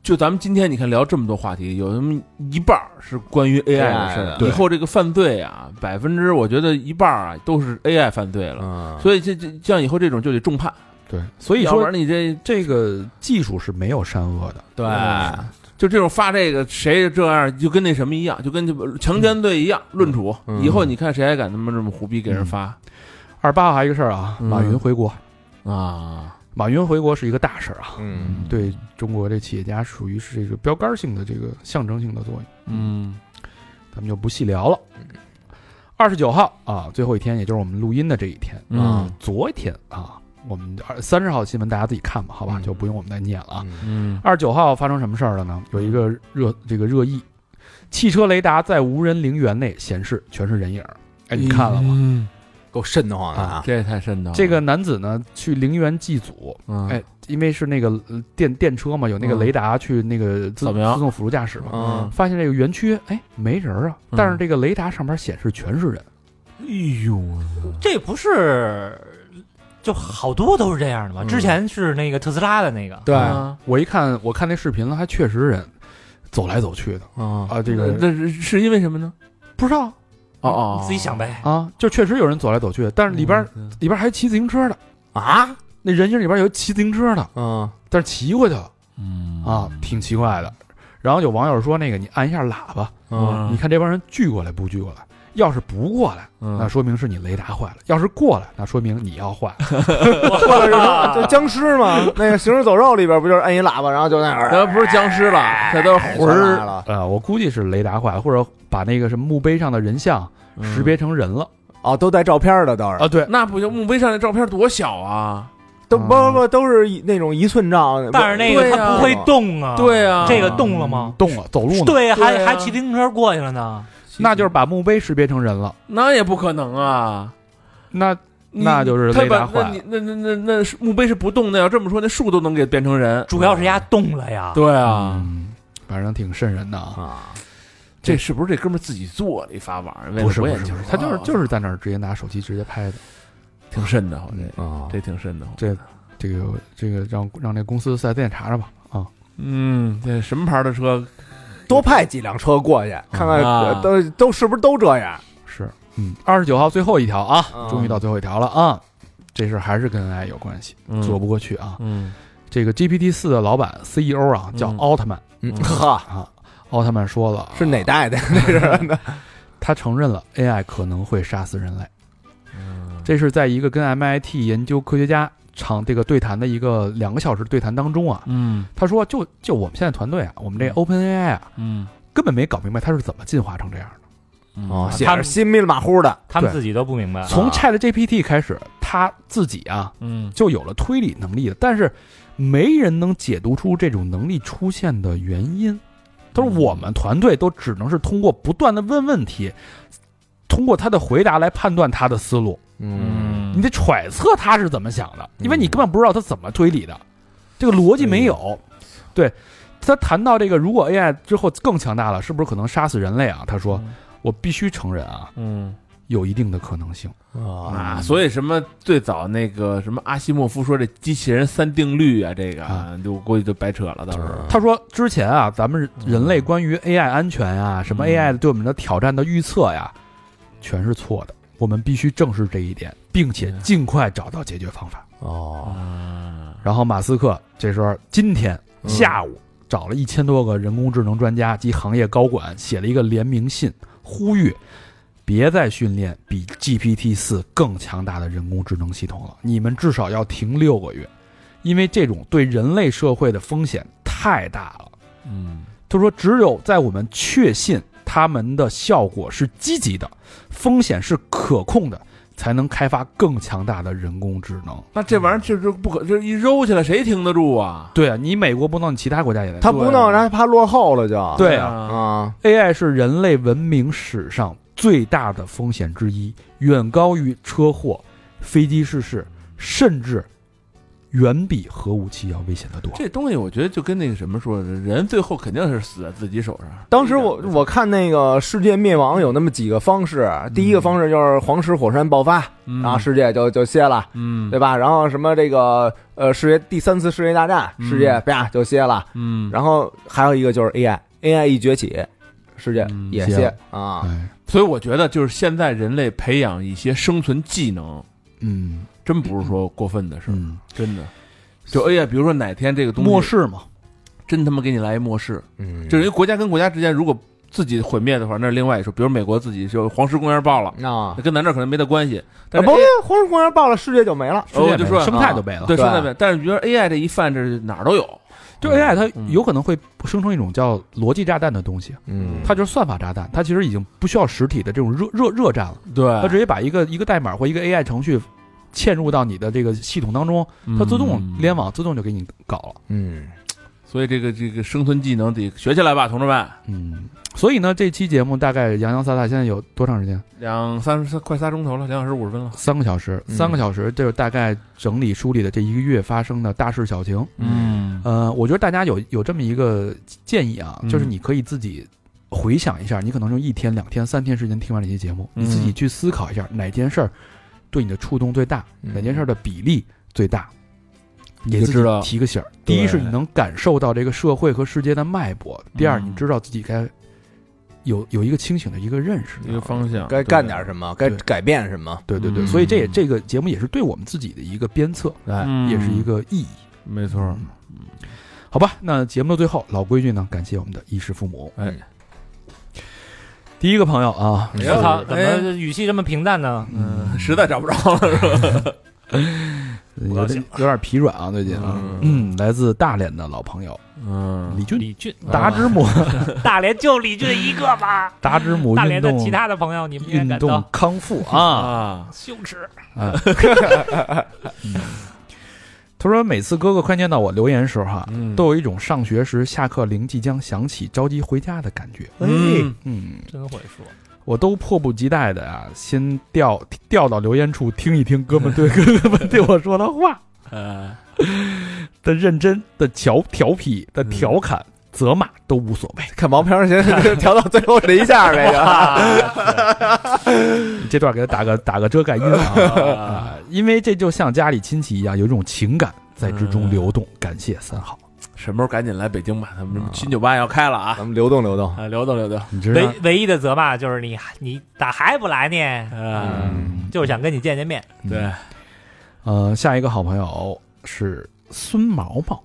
Speaker 4: 就咱们今天你看聊这么多话题，有那么一半儿是关于 AI 的事
Speaker 2: AI 的
Speaker 4: 儿。
Speaker 2: 对
Speaker 4: 以后这个犯罪啊，百分之我觉得一半儿啊都是 AI 犯罪了。
Speaker 2: 嗯，
Speaker 4: 所以这这像以后这种就得重判，
Speaker 3: 对，所以
Speaker 4: 要不
Speaker 3: 说
Speaker 4: 然你这
Speaker 3: 这个技术是没有善恶的。
Speaker 2: 对，
Speaker 4: 就这种发这个谁这样，就跟那什么一样，就跟这强奸罪一样，论处。
Speaker 2: 嗯
Speaker 4: 以后你看谁还敢他妈这么胡逼给人发
Speaker 3: 二十八号还有一个事儿啊，
Speaker 4: 嗯
Speaker 3: 马云回国，
Speaker 4: 啊？
Speaker 3: 马云回国是一个大事儿啊，
Speaker 2: 嗯
Speaker 3: 对中国这企业家属于是这个标杆性的这个象征性的作用，
Speaker 4: 嗯
Speaker 3: 咱们就不细聊了。二十九号啊，最后一天，也就是我们录音的这一天啊，
Speaker 4: 嗯
Speaker 3: 昨天啊，我们二三十号新闻大家自己看吧，好吧，
Speaker 2: 嗯
Speaker 3: 就不用我们再念了啊。
Speaker 4: 嗯
Speaker 3: 二十九号发生什么事儿了呢？有一个热这个热议，汽车雷达在无人陵园内显示全是人影儿。哎，你看了吗？
Speaker 4: 吗？
Speaker 2: 够瘆得慌的啊！
Speaker 4: 这也太深的了。
Speaker 3: 这个男子呢，去陵园祭祖，
Speaker 4: 嗯，
Speaker 3: 哎，因为是那个呃电电车嘛，有那个
Speaker 4: 嗯
Speaker 3: 雷达去那个自
Speaker 4: 扫描
Speaker 3: 自动辅助驾驶嘛，
Speaker 2: 嗯，
Speaker 3: 发现这个园区哎没人啊，
Speaker 4: 嗯
Speaker 3: 但是这个雷达上面显示全是人，
Speaker 4: 哎呦，
Speaker 5: 这不是就好多都是这样的吗？
Speaker 4: 嗯
Speaker 5: 之前是那个特斯拉的那个，
Speaker 2: 对，
Speaker 4: 啊
Speaker 3: 我一看我看那视频了，还确实人走来走去的
Speaker 4: 啊，
Speaker 3: 啊，这个
Speaker 4: 那是是因为什么呢？
Speaker 3: 不知道
Speaker 4: 哦哦，
Speaker 5: 你自己想呗。
Speaker 3: 啊，就确实有人走来走去的，但是里边
Speaker 4: 嗯
Speaker 3: 里边还骑自行车的，
Speaker 2: 啊，
Speaker 3: 那人影里边有骑自行车的，
Speaker 2: 嗯
Speaker 3: 但是骑过去了
Speaker 4: 嗯
Speaker 3: 啊，挺奇怪的。然后有网友说那个你按一下喇叭，
Speaker 2: 嗯
Speaker 3: 你看这帮人聚过来不聚过来？要是不过来，那
Speaker 4: 嗯，
Speaker 3: 说明是你雷达坏了；要是过来，那说明你要坏。
Speaker 2: 过来是吧就 僵尸嘛，那个《行尸走肉》里边不就是摁一喇叭，然后就那样，
Speaker 4: 那不是僵尸了，这都是魂
Speaker 2: 出来
Speaker 4: 儿
Speaker 2: 了，
Speaker 3: 呃，我估计是雷达坏，或者把那个什么墓碑上的人像识别。成人了
Speaker 2: 哦，都带照片的倒是
Speaker 3: 嗯啊。，
Speaker 5: 嗯
Speaker 3: 对，
Speaker 4: 那不行，墓碑上那照片多小啊！
Speaker 2: 都不不都是一那种一寸照，
Speaker 5: 但是那个
Speaker 4: 对呀
Speaker 5: 它不会动啊，
Speaker 4: 对啊，
Speaker 5: 这个动了吗？
Speaker 3: 动了，走路呢。，
Speaker 5: 对，
Speaker 4: 对
Speaker 5: 还
Speaker 4: 啊
Speaker 5: 还骑自行车过去了呢。
Speaker 3: 那就是把墓碑识别成人了，
Speaker 4: 那也不可能啊！
Speaker 3: 那
Speaker 4: 你
Speaker 3: 那就是
Speaker 4: 他
Speaker 3: 雷达
Speaker 4: 把
Speaker 3: 坏
Speaker 4: 那
Speaker 3: 了
Speaker 4: 你那那那那是墓碑是不动的，要这么说，那树都能给变成人。
Speaker 5: 主要是压动了呀，
Speaker 4: 啊对啊，
Speaker 3: 嗯，反正挺瘆人的啊。
Speaker 2: 啊，
Speaker 4: 这是不是这哥们儿自己做的一发网？为了
Speaker 3: 不是
Speaker 4: 博
Speaker 3: 不
Speaker 4: 眼
Speaker 3: 是
Speaker 4: 球
Speaker 3: 不是，他就是
Speaker 4: 啊
Speaker 3: 就是在那儿直接拿手机直接拍的，
Speaker 4: 挺瘆的，好像
Speaker 2: 啊
Speaker 4: 这挺瘆的。
Speaker 3: 这这个这个让让那公司四 S 店查查吧啊。
Speaker 4: 嗯，这什么牌的车？
Speaker 2: 多派几辆车过去看看
Speaker 4: 啊
Speaker 2: 呃都都是不是都这样？
Speaker 3: 是，嗯，二十九号最后一条啊，
Speaker 2: 嗯
Speaker 3: 终于到最后一条了啊，这事儿还是跟爱有关系，
Speaker 4: 嗯
Speaker 3: 躲不过去啊。
Speaker 4: 嗯
Speaker 3: 这个 GPT 四的老板 CEO 啊，叫
Speaker 4: 嗯
Speaker 3: 奥特曼
Speaker 2: 嗯，呵，
Speaker 3: 啊，奥特曼说了啊，
Speaker 2: 是哪代的？那是那
Speaker 3: 他承认了 AI 可能会杀死人类，
Speaker 4: 嗯
Speaker 3: 这是在一个跟 MIT 研究科学家场这个对谈的一个两个小时对谈当中啊，
Speaker 4: 嗯
Speaker 3: 他说就就我们现在团队啊，我们这 OpenAI 啊，
Speaker 4: 嗯
Speaker 3: 根本没搞明白它是怎么进化成这样的。
Speaker 2: 哦，写
Speaker 5: 他
Speaker 2: 着
Speaker 5: 们
Speaker 2: 新密里马虎的，
Speaker 5: 他们
Speaker 3: 对
Speaker 5: 自己都不明
Speaker 2: 啊
Speaker 5: 白。
Speaker 3: 从 ChatGPT 开始，他自己啊
Speaker 4: 嗯
Speaker 3: 就有了推理能力了，但是没人能解读出这种能力出现的原因。他说：“我们团队都只能是通过不断的问问题，通过他的回答来判断他的思路。
Speaker 2: 嗯
Speaker 3: 你得揣测他是怎么想的，因为你根本不知道他怎么推理的，这个逻辑没有。对他谈到这个，如果 AI 之后更强大了，是不是可能杀死人类啊？他说
Speaker 4: 嗯：“
Speaker 3: 我必须承认啊，
Speaker 4: 嗯
Speaker 3: 有一定的可能性。
Speaker 4: 啊，所以什么最早那个什么阿西莫夫说这机器人三定律啊，这个啊就估计就白扯
Speaker 2: 嗯
Speaker 4: 了，到时候。
Speaker 3: 他说：“之前啊，咱们人类关于 AI 安全呀、什么
Speaker 4: 嗯
Speaker 3: AI 对我们的挑战的预测呀，全是错的。我们必须正视这一点，并且
Speaker 4: 嗯
Speaker 3: 尽快找到解决方法。
Speaker 2: 哦，
Speaker 4: 啊，
Speaker 3: 然后马斯克这时候今天
Speaker 2: 嗯
Speaker 3: 下午找了一千多个人工智能专家及行业高管，写了一个联名信，呼吁别再训练比 GPT 四更强大的人工智能系统了，你们至少要停六个月，因为这种对人类社会的风险太大了。
Speaker 4: 嗯
Speaker 3: 他说，只有在我们确信他们的效果是积极的，风险是可控的，才能开发更强大的人工智能。
Speaker 4: 那这玩意儿就是不可，这一揉起来谁停得住啊？
Speaker 3: 对啊，你美国不弄，你其他国家也得弄
Speaker 2: 他不
Speaker 5: 啊
Speaker 2: 弄，然后怕落后了就
Speaker 3: 对啊
Speaker 4: 啊，
Speaker 2: 啊，
Speaker 3: AI 是人类文明史上最大的风险之一，远高于车祸、飞机失事，甚至远比核武器要危险得多。
Speaker 4: 这东西我觉得就跟那个什么说的，人最后肯定是死在自己手上。
Speaker 2: 当时我我看那个世界灭亡有那么几个方式，第一个方式就是黄石火山爆发，
Speaker 4: 嗯
Speaker 2: 然后世界就就歇了，
Speaker 4: 嗯
Speaker 2: 对吧？然后什么这个呃世界第三次世界大战，
Speaker 4: 嗯
Speaker 2: 世界啪就歇了。
Speaker 4: 嗯，
Speaker 2: 然后还有一个就是 AI，AI 一崛起，世界
Speaker 4: 嗯
Speaker 2: 也
Speaker 3: 歇
Speaker 2: 歇
Speaker 3: 了
Speaker 2: 啊。
Speaker 3: 哎，
Speaker 4: 所以我觉得就是现在人类培养一些生存技能，
Speaker 3: 嗯
Speaker 4: 真不是说过分的事儿，
Speaker 3: 嗯，
Speaker 4: 真的。就 AI，比如说哪天这个东西
Speaker 3: 末世嘛，
Speaker 4: 真他妈给你来一末世，
Speaker 2: 嗯，
Speaker 4: 就是因为国家跟国家之间如果自己毁灭的话，那是另外一说。比如美国自己就黄石公园爆了，
Speaker 2: 啊
Speaker 4: 那，跟咱这儿可能没得关系。
Speaker 2: 啊
Speaker 4: 但是哎
Speaker 2: 不，黄石公园爆了，世界就没了。
Speaker 3: 世界
Speaker 4: 哦我就
Speaker 3: 没
Speaker 4: 说啊
Speaker 3: 了生态都没了。
Speaker 4: 对，
Speaker 2: 对
Speaker 4: 说那边，但是比如说 AI 这一犯，这哪儿都有。
Speaker 3: 就 AI 它
Speaker 4: 嗯
Speaker 3: 有可能会生成一种叫逻辑炸弹的东西，啊
Speaker 2: 嗯
Speaker 3: 它就是算法炸弹，它其实已经不需要实体的这种热热热战了，
Speaker 4: 对，
Speaker 3: 它直接把一个一个代码或一个 AI 程序嗯
Speaker 4: 嗯
Speaker 3: 嵌入到你的这个系统当中，它自动联网，自动就给你搞了。
Speaker 2: 嗯，
Speaker 4: 所以这个这个生存技能得学起来吧，同志们。
Speaker 3: 嗯，所以呢，这期节目大概洋洋洒洒，现在有多长时间？
Speaker 4: 两三三快仨钟头了，两小时五十分了。
Speaker 3: 三个小时，
Speaker 2: 嗯
Speaker 3: 三个小时，这就是大概整理梳理的这一个月发生的大事小情。
Speaker 4: 嗯
Speaker 3: 呃，我觉得大家有有这么一个建议啊，
Speaker 4: 嗯
Speaker 3: 就是你可以自己回想一下，你可能用一天、两天、三天时间听完这期节目，
Speaker 4: 嗯
Speaker 3: 你自己去思考一下哪件事儿对你的触动最大，
Speaker 2: 嗯
Speaker 3: 哪件事儿的比例最大，给
Speaker 4: 就
Speaker 3: 自
Speaker 4: 知
Speaker 3: 己
Speaker 4: 道
Speaker 3: 提个醒儿。第一是
Speaker 4: 对
Speaker 3: 你能感受到这个社会和世界的脉搏，第二
Speaker 4: 嗯
Speaker 3: 你知道自己该有有一个清醒的一个认识。
Speaker 4: 一个方向
Speaker 2: 该干点什么，该
Speaker 3: 对
Speaker 2: 改变什么。
Speaker 3: 对对对，
Speaker 4: 嗯
Speaker 3: 所以这也这个节目也是对我们自己的一个鞭策，
Speaker 4: 么，嗯
Speaker 3: 也是一个意义。
Speaker 4: 没错。
Speaker 5: 嗯
Speaker 3: 嗯好吧，那节目的最后，老规矩呢，感谢我们的衣食父母。
Speaker 4: 哎，
Speaker 3: 第一个朋友啊，
Speaker 5: 我
Speaker 4: 哎
Speaker 2: 嗯
Speaker 5: 操，怎么语气这么平淡呢？
Speaker 4: 嗯，实在找不着了，是吧？
Speaker 3: 有点有点疲软啊，最近啊，嗯，来自大连的老朋友
Speaker 4: 嗯
Speaker 3: 李 俊，
Speaker 5: 李俊，
Speaker 3: 达之 母，
Speaker 5: 大连就李俊一个吧。
Speaker 3: 达之母
Speaker 5: 大
Speaker 3: 运
Speaker 5: 连的
Speaker 3: 动
Speaker 5: 其他的朋友，你们也
Speaker 3: 运
Speaker 5: 感
Speaker 3: 动
Speaker 5: 到
Speaker 3: 康复啊。
Speaker 4: 啊，
Speaker 5: 羞耻。
Speaker 3: 他说每次哥哥快念到我留言时候哈，
Speaker 4: 嗯
Speaker 3: 都有一种上学时下课铃即将响起，着急回家的感觉。
Speaker 4: 嗯
Speaker 3: 嗯，
Speaker 5: 真会说，
Speaker 3: 我都迫不及待的啊，先调调到留言处听一听哥们对哥们对我说的话
Speaker 4: 呃，
Speaker 3: 的认真的调调皮的调侃、责骂都无所谓。
Speaker 2: 看毛片儿先 调到最后这一下呗，
Speaker 3: 这段给他打个打个遮盖音啊 啊，因为这就像家里亲戚一样，有一种情感在之中流动。感谢三好，
Speaker 4: 嗯什么时候赶紧来北京吧？咱们新酒吧要开了啊！
Speaker 2: 咱们流动流动。
Speaker 4: 啊，聊到聊到，
Speaker 3: 嗯你知
Speaker 5: 唯
Speaker 3: 道，
Speaker 5: 唯一的责骂就是你你咋还不来呢？
Speaker 2: 啊
Speaker 4: 嗯，
Speaker 3: 嗯，
Speaker 5: 就是想跟你见见面。
Speaker 4: 对，
Speaker 3: 呃，下一个好朋友是孙毛毛，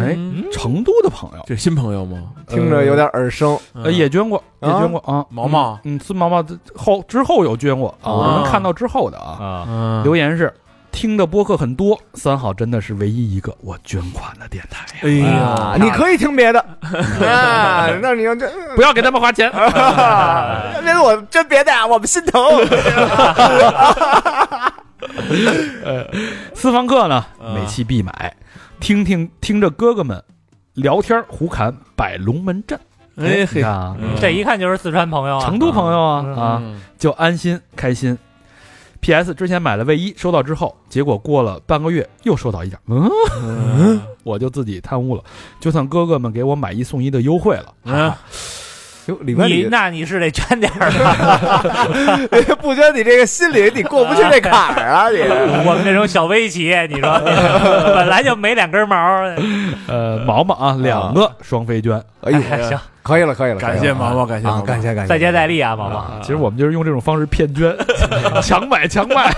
Speaker 3: 哎
Speaker 4: 嗯，
Speaker 3: 成都的朋友，
Speaker 4: 这新朋友吗？
Speaker 2: 听着有点耳生，
Speaker 3: 呃，也捐过，也捐过啊。
Speaker 4: 毛毛
Speaker 3: 嗯，嗯，孙毛毛的后之后有捐过
Speaker 2: 嗯
Speaker 3: 啊，
Speaker 4: 啊
Speaker 3: 我能看到之后的啊。
Speaker 5: 啊，
Speaker 4: 嗯
Speaker 3: 留言是听的播客很多，三好真的是唯一一个我捐款的电台呀。
Speaker 4: 哎
Speaker 2: 啊你可以听别 的，啊，那你要这
Speaker 3: 不要给他们花钱。
Speaker 2: 啊别的我真别的啊，我们心疼。
Speaker 3: 私房课呢，
Speaker 4: 啊
Speaker 3: 每期必买，听听听着哥哥们聊天胡侃摆龙门阵，
Speaker 4: 哎嘿
Speaker 3: 你看，啊，
Speaker 4: 嗯
Speaker 5: 这一看就是四川朋友啊，
Speaker 3: 成都朋友啊
Speaker 5: 嗯
Speaker 3: 啊，
Speaker 4: 嗯
Speaker 3: 就安心开心。P.S. 之前买了卫衣，收到之后，结果过了半个月又收到一件，嗯， 我就自己贪污了，就算哥哥们给我买一送一的优惠了，
Speaker 4: 啊，
Speaker 2: 哟里边
Speaker 5: 你
Speaker 2: 里
Speaker 5: 那你是得捐点儿的。
Speaker 2: 不觉得你这个心里你过不去这坎儿 啊？你
Speaker 5: 我们这种小微企业，你说本来就没两根毛，
Speaker 4: 嗯
Speaker 3: 呃，毛毛啊，两个双飞捐，
Speaker 2: 哎呦，
Speaker 5: 哎行，
Speaker 2: 可以了，可以了，
Speaker 4: 感谢毛毛，感谢毛
Speaker 2: 啊，
Speaker 4: 毛，
Speaker 2: 感谢感谢，
Speaker 5: 再接再厉啊，毛毛。
Speaker 3: 其实我们就是用这种方式骗 捐，强买强 卖，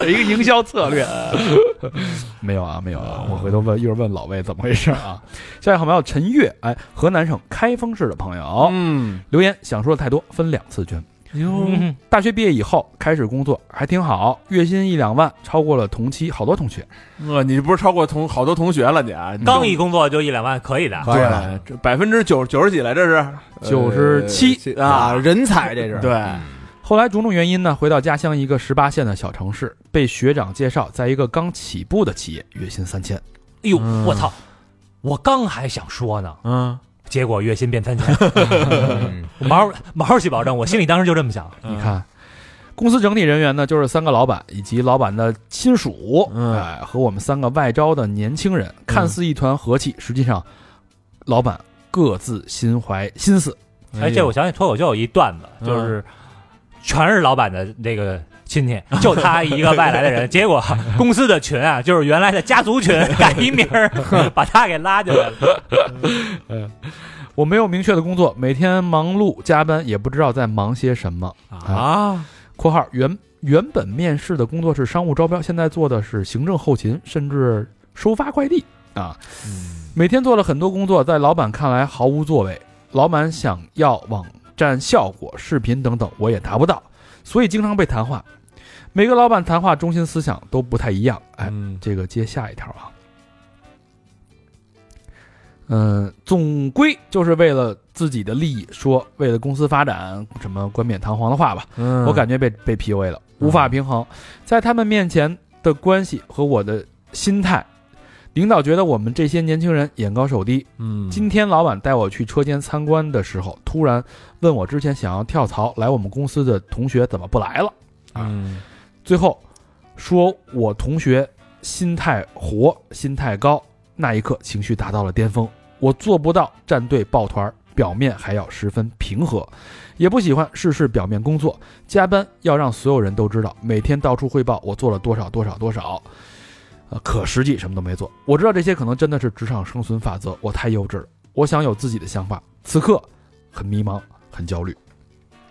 Speaker 3: 有一个营销策略。 没有啊，没有啊，我回头问一会儿问老魏怎么回事啊。下一个好朋友陈月，哎，河南省开封市的朋友、
Speaker 4: 嗯，
Speaker 3: 留言，想说的太多，分两次捐。
Speaker 5: 嗯
Speaker 3: 大学毕业以后开始工作，还挺好，月薪一两万，超过了同期好多同学。
Speaker 4: 呃，你不是超过同好多同学了你啊？你
Speaker 5: 刚一工作就一两万，可以的。
Speaker 4: 嗯
Speaker 2: 可以了，
Speaker 4: 对，这百分之九九十几来，这是呃
Speaker 3: 呃97
Speaker 2: 呃啊，人才这嗯是
Speaker 4: 对，
Speaker 3: 后来种种原因呢，回到家乡一个十八线的小城市，被学长介绍，在一个刚起步的企业，月薪三千。
Speaker 5: 哎呦，
Speaker 4: 嗯
Speaker 5: 我操！我刚还想说呢，
Speaker 4: 嗯，
Speaker 5: 结果月薪变三千，毛毛起保证，我心里当时就这么想。
Speaker 4: 你
Speaker 3: 你，看，公司整体人员呢，就是三个老板以及老板的亲属，
Speaker 4: 嗯
Speaker 3: 哎，和我们三个外招的年轻人，看似一团和气，实际上，老板各自心怀心思。
Speaker 5: 哎，这我想起脱口秀有一段
Speaker 2: 嗯
Speaker 5: 子，就是全是老板的那个亲戚，就他一个外来 的人。结果公司的群啊，就是原来的家族群，改一名儿，把他给拉进来 了。
Speaker 3: 我没有明确的工作，每天忙碌加班，也不知道在忙些什么。
Speaker 4: 啊，
Speaker 3: （括号原原本面试的工作是商务招标，现在做的是行政后勤，甚至收发快递啊。每天做了很多工作，在老板看来毫无作为。老板想要网站效果、视频等等，我也达不到，所以经常被谈话。每个老板谈话中心思想都不太一样。哎，
Speaker 4: 嗯
Speaker 3: 这个接下一条啊。嗯，总归就是为了自己的利益，说为了公司发展什么冠冕堂皇的话吧。
Speaker 4: 嗯
Speaker 3: 我感觉被被 PUA 了，无法平衡，在他们面前的关系和我的心态领导觉得我们这些年轻人眼高手低。
Speaker 6: 嗯，
Speaker 3: 今天老板带我去车间参观的时候，突然问我之前想要跳槽来我们公司的同学怎么不来了，
Speaker 6: 嗯
Speaker 3: 最后说我同学心态活，心态高。那一刻情绪达到了巅峰，我做不到站队抱团儿，表面还要十分平和，也不喜欢事事表面工作，加班要让所有人都知道，每天到处汇报我做了多少多少多少，呃，可实际什么都没做。我知道这些可能真的是职场生存法则，我太幼稚了。我想有自己的想法，此刻很迷茫，很焦虑。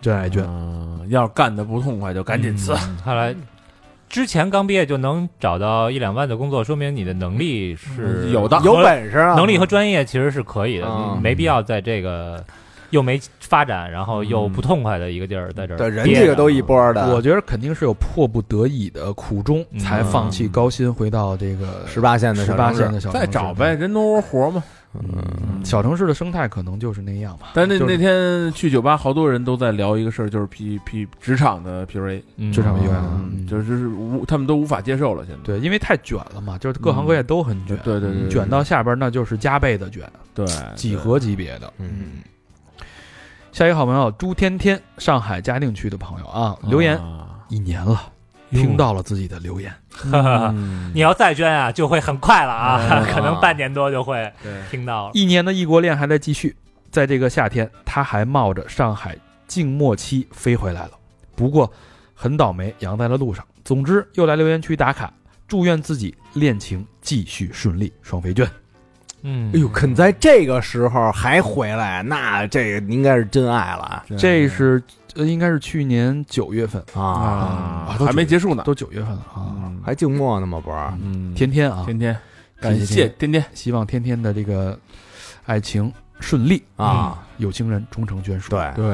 Speaker 3: 真爱娟，
Speaker 4: 嗯，要是干的不痛快就赶紧辞。
Speaker 5: 嗯看来之前刚毕业就能找到一两万的工作，说明你的能力是
Speaker 4: 有的
Speaker 2: 嗯有本事啊，
Speaker 5: 能力和专业其实是可以的，
Speaker 2: 嗯
Speaker 5: 没必要在这个又没发展，然后又不痛快的一个地儿在这儿
Speaker 2: 嗯对人
Speaker 5: 憋
Speaker 2: 这个
Speaker 5: 着
Speaker 2: 都一波的。
Speaker 3: 我觉得肯定是有迫不得已的苦衷，
Speaker 5: 嗯
Speaker 3: 才放弃高薪，回到这个
Speaker 2: 十八线的
Speaker 3: 十
Speaker 2: 小
Speaker 3: 八
Speaker 2: 城市
Speaker 3: 线的小城
Speaker 4: 再
Speaker 3: 市
Speaker 4: 找呗，，人多窝活嘛。
Speaker 2: 嗯，
Speaker 3: 小城市的生态可能就是那样吧。
Speaker 4: 但那
Speaker 3: 就是
Speaker 4: 那天去酒吧，好多人都在聊一个事儿，就是 P P 职场的 PUA，
Speaker 5: 嗯
Speaker 3: 职场医院，
Speaker 2: 嗯
Speaker 3: 就
Speaker 4: 就是是无他们都无法接受了。现在
Speaker 3: 嗯对，因为太卷了嘛，就是各行各业都很卷，
Speaker 4: 嗯对对对，
Speaker 3: 卷到下边那就是加倍的卷，
Speaker 4: 对
Speaker 3: 几何级别的。
Speaker 2: 嗯，
Speaker 3: 下一个好朋友朱天天，上海嘉定区的朋友啊，留言
Speaker 4: 啊
Speaker 3: 一年了，
Speaker 5: 哟
Speaker 2: 嗯
Speaker 3: 听到了自己的留言，
Speaker 5: 哈哈哈你要再捐啊，就会很快了啊，
Speaker 4: 嗯
Speaker 5: 可能半年多就会
Speaker 4: 对
Speaker 5: 听到了。
Speaker 3: 一年的异国恋还在继续，在这个夏天，他还冒着上海静默期飞回来了，不过很倒霉，阳在了路上。总之，又来留言区打卡，祝愿自己恋情继续顺利，双飞卷。
Speaker 5: 嗯，
Speaker 2: 哎呦，肯在这个时候还回来，那这个应该是真爱了
Speaker 3: 这是呃，应该是去年九月份，
Speaker 2: 啊！
Speaker 4: 啊
Speaker 3: 啊，都
Speaker 4: 还没
Speaker 3: 九
Speaker 4: 结束呢。
Speaker 3: 都九月份了啊。
Speaker 2: 还静默呢吗？不是，
Speaker 4: 嗯，
Speaker 3: 天天啊，
Speaker 4: 天天，
Speaker 3: 感
Speaker 4: 感谢天天，
Speaker 3: 希望天天的这个爱情顺利
Speaker 2: 啊，
Speaker 3: 有情人终成眷属。
Speaker 2: 对，，
Speaker 4: 对，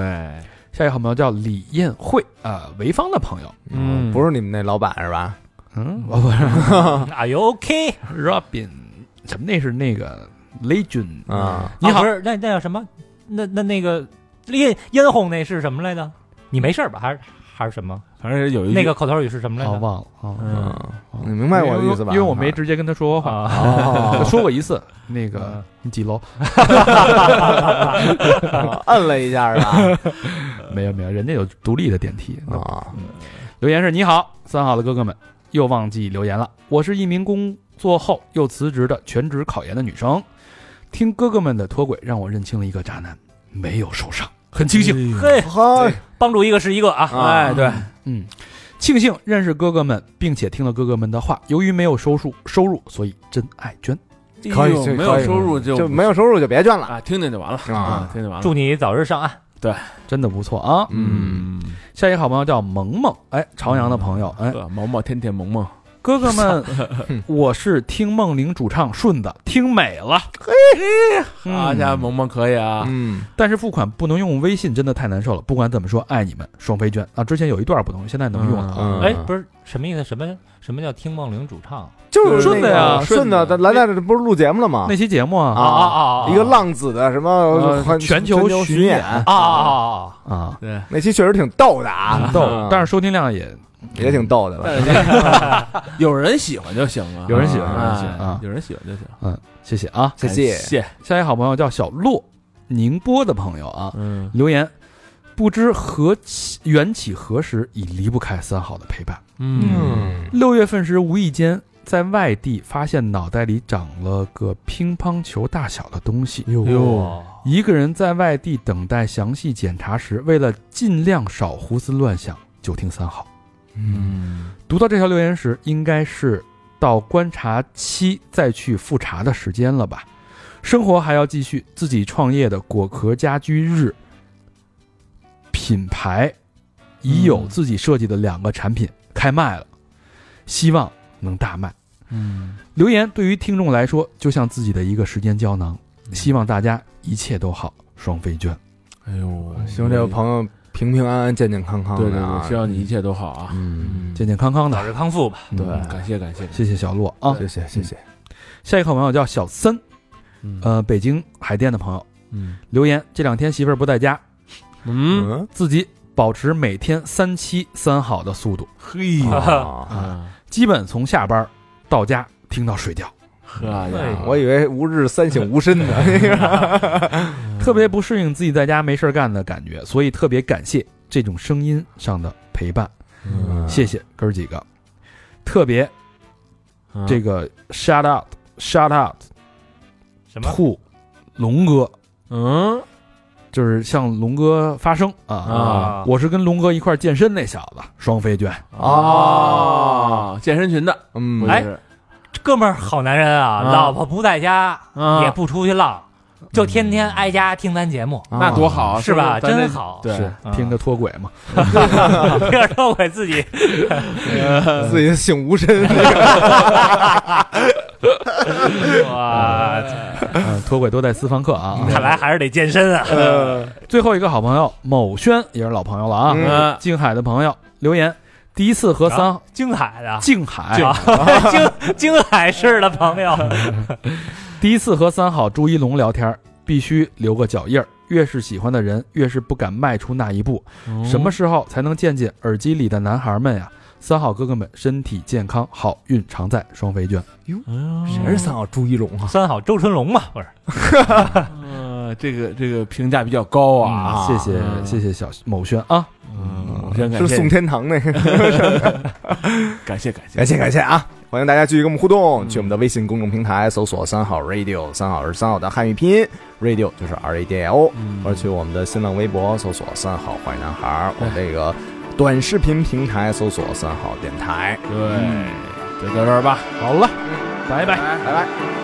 Speaker 3: 下一个好朋友叫李艳慧啊，潍坊的朋友，
Speaker 4: 嗯
Speaker 2: 不是你们那老板是吧？
Speaker 3: 嗯，我不是
Speaker 5: Are you 啊哎 OK？
Speaker 3: Robin，什么那是那个雷军，
Speaker 2: 啊，
Speaker 3: 你好
Speaker 5: 啊不是那那叫什么？那那那个烟烟红那是什么来着？你没事儿吧？还是还是什么？
Speaker 4: 反正有一句
Speaker 5: 那个口头语是什么来
Speaker 3: 哦
Speaker 5: 着？
Speaker 3: 忘了啊，
Speaker 4: 嗯，
Speaker 2: 你明白我的意思吧？
Speaker 3: 因为我没直接跟他说过话，
Speaker 5: 啊，
Speaker 2: 哦
Speaker 3: 说过一次，那个你嗯几楼？
Speaker 2: 摁了一下是吧？
Speaker 3: 没有没有，人家有独立的电梯，那
Speaker 2: 啊，
Speaker 3: 留言是：你好，三好的哥哥们，又忘记留言了。我是一名工作后又辞职的全职考研的女生，听哥哥们的脱轨，让我认清了一个渣男，没有受伤，很庆幸。
Speaker 5: 嘿，
Speaker 2: 呵，
Speaker 5: 帮助一个是一个啊。
Speaker 2: 哎，
Speaker 4: 对，
Speaker 3: 嗯，庆幸认识哥哥们，并且听了哥哥们的话。由于没有收入收入，所以真爱捐。
Speaker 2: 可以
Speaker 4: 哎呦
Speaker 2: 可以
Speaker 4: 没有收入就
Speaker 2: 就没有收入就别捐了
Speaker 4: 啊，听听就完了
Speaker 2: 啊
Speaker 4: 听听就完了。
Speaker 5: 祝你早日上岸。
Speaker 3: 真的不错啊！
Speaker 2: 嗯，
Speaker 3: 下一个好朋友叫萌萌，哎，朝阳的朋友，哎，
Speaker 4: 呃毛毛天天萌萌，
Speaker 3: 哥哥们，我是听梦玲主唱顺的，听美了，嘿，
Speaker 4: 啊，家萌萌可以啊，
Speaker 2: 嗯，
Speaker 3: 但是付款不能用微信，真的太难受了。不管怎么说，爱你们，双飞捐啊！之前有一段不能用，现在能用了。啊
Speaker 2: 嗯
Speaker 5: 哎，不是什么意思？什么什么叫听梦玲主唱？
Speaker 2: 就是
Speaker 3: 顺的呀
Speaker 2: 那个顺的，
Speaker 4: 顺的
Speaker 2: 咱来在这不是录节目了吗
Speaker 3: 那？期节目
Speaker 2: 啊
Speaker 3: 啊
Speaker 2: 啊一个浪子的什么
Speaker 3: 呃
Speaker 2: 环
Speaker 3: 全球
Speaker 2: 球
Speaker 3: 巡
Speaker 2: 演
Speaker 3: 演
Speaker 5: 啊啊啊啊啊！
Speaker 3: 啊，
Speaker 4: 对，
Speaker 2: 那期确实挺逗的啊，
Speaker 3: 很逗
Speaker 2: 嗯，
Speaker 3: 但是收听量也
Speaker 2: 也挺逗的了。
Speaker 4: 有人喜欢就行啊，
Speaker 3: 有人喜欢，有人喜欢
Speaker 4: 啊
Speaker 3: 啊，！
Speaker 4: 嗯有人喜欢就行。
Speaker 3: 嗯，谢谢啊。
Speaker 2: 谢谢
Speaker 4: 感谢，
Speaker 3: 下一好朋友叫小洛，宁波的朋友啊，
Speaker 4: 嗯，
Speaker 3: 留言。不知何起缘起何时，已离不开三好的陪伴。
Speaker 2: 嗯
Speaker 3: 六月份时，无意间在外地发现脑袋里长了个乒乓球大小的东西，
Speaker 5: 嗯
Speaker 4: 哟，
Speaker 3: 一个人在外地等待详细检查时，为了尽量少胡思乱想，就听三好。
Speaker 4: 嗯，
Speaker 3: 读到这条留言时，应该是到观察期再去复查的时间了吧？生活还要继续，自己创业的果壳家居日品牌已有自己设计的两个产品开卖了，希望能大卖。
Speaker 4: 嗯，
Speaker 3: 留言对于听众来说，就像自己的一个时间胶囊，希望大家一切都好，双飞娟。
Speaker 4: 哎呦，
Speaker 2: 嗯希望这位朋友平平安安、健健康康
Speaker 4: 对对
Speaker 2: 的啊
Speaker 4: 对，希。望你一切都好啊！
Speaker 2: 嗯，
Speaker 3: 健健康康
Speaker 5: 早
Speaker 3: 的。
Speaker 5: 日康复吧。
Speaker 3: 嗯
Speaker 4: 嗯感谢感谢，
Speaker 3: 谢谢小洛啊。
Speaker 2: 谢谢谢谢。
Speaker 3: 下一个好朋友叫小森，呃，北京海淀的朋友
Speaker 4: 嗯
Speaker 3: 留言：这两天媳妇儿不在家，
Speaker 4: 嗯，
Speaker 2: 嗯，
Speaker 3: 自己保持每天三期三好的速度，
Speaker 4: 嘿
Speaker 2: 啊
Speaker 4: 啊，
Speaker 3: 基本从下班到家听到睡觉。
Speaker 2: 呵
Speaker 5: 哎
Speaker 2: 家
Speaker 5: 呀
Speaker 2: 伙，我以为吾日三省吾身呢。
Speaker 3: 特别不适应自己在家没事儿干的感觉，所以特别感谢这种声音上的陪伴，
Speaker 4: 嗯
Speaker 3: 谢谢哥儿几个，特别这个 shout out shout out
Speaker 5: 什么？
Speaker 3: to 龙哥，
Speaker 4: 嗯，
Speaker 3: 就是向龙哥发声啊
Speaker 4: 啊
Speaker 3: 我是跟龙哥一块儿健身那小子，双飞娟，
Speaker 2: 哦，
Speaker 4: 健身群的，
Speaker 2: 嗯，
Speaker 5: 哎哥们儿好男人啊，
Speaker 4: 啊
Speaker 5: 老婆不在家
Speaker 4: 啊
Speaker 5: 也不出去浪，就天天挨家听咱节目，
Speaker 4: 那多好啊，
Speaker 5: 是
Speaker 4: 不
Speaker 5: 吧？
Speaker 4: 咱
Speaker 5: 真
Speaker 4: 这，
Speaker 5: 好，
Speaker 4: 对
Speaker 3: 是
Speaker 5: 啊
Speaker 3: 听着脱轨嘛，
Speaker 5: 别让我给自 己
Speaker 2: 自己姓无身，
Speaker 5: 哇，
Speaker 4: 啊
Speaker 3: 嗯，脱轨都在私房课啊。
Speaker 5: 看来还是得健身 啊。
Speaker 3: 最后一个好朋友某轩也是老朋友了啊，
Speaker 4: 嗯，
Speaker 3: 静海的朋友留言，第一次和三、
Speaker 5: 精彩的，
Speaker 3: 静海
Speaker 5: 啊， 精精海市的朋 友，
Speaker 3: 第一次和三好朱一龙聊天儿，必须留个脚印儿。越是喜欢的人，越是不敢迈出那一步。什么时候才能见见耳机里的男孩们呀？三好哥哥们身体健康，好运常在，双飞卷。
Speaker 2: 谁是三好朱一龙啊？
Speaker 5: 三好周春龙嘛，不是？
Speaker 4: 呃，这个这个评价比较高啊，
Speaker 3: 谢谢、谢谢小某轩啊，
Speaker 4: 嗯，先
Speaker 2: 嗯
Speaker 4: 感
Speaker 2: 是
Speaker 4: 谢
Speaker 2: 宋天堂 那个。
Speaker 4: 感谢感谢
Speaker 2: 感谢感谢啊！欢迎大家继续跟我们互
Speaker 4: 嗯
Speaker 2: 动，去我们的微信公众平台搜索“三好 radio”，三好是三好的汉语拼音，radio 就是 R A D I
Speaker 4: 嗯
Speaker 2: O，或者去我们的新浪微博搜索“三好坏男孩
Speaker 4: 哎
Speaker 2: 儿”，我们这个短视频平台搜索“三好电台
Speaker 4: 对，就到这儿吧。
Speaker 3: 好了，拜拜。”。
Speaker 2: 拜拜。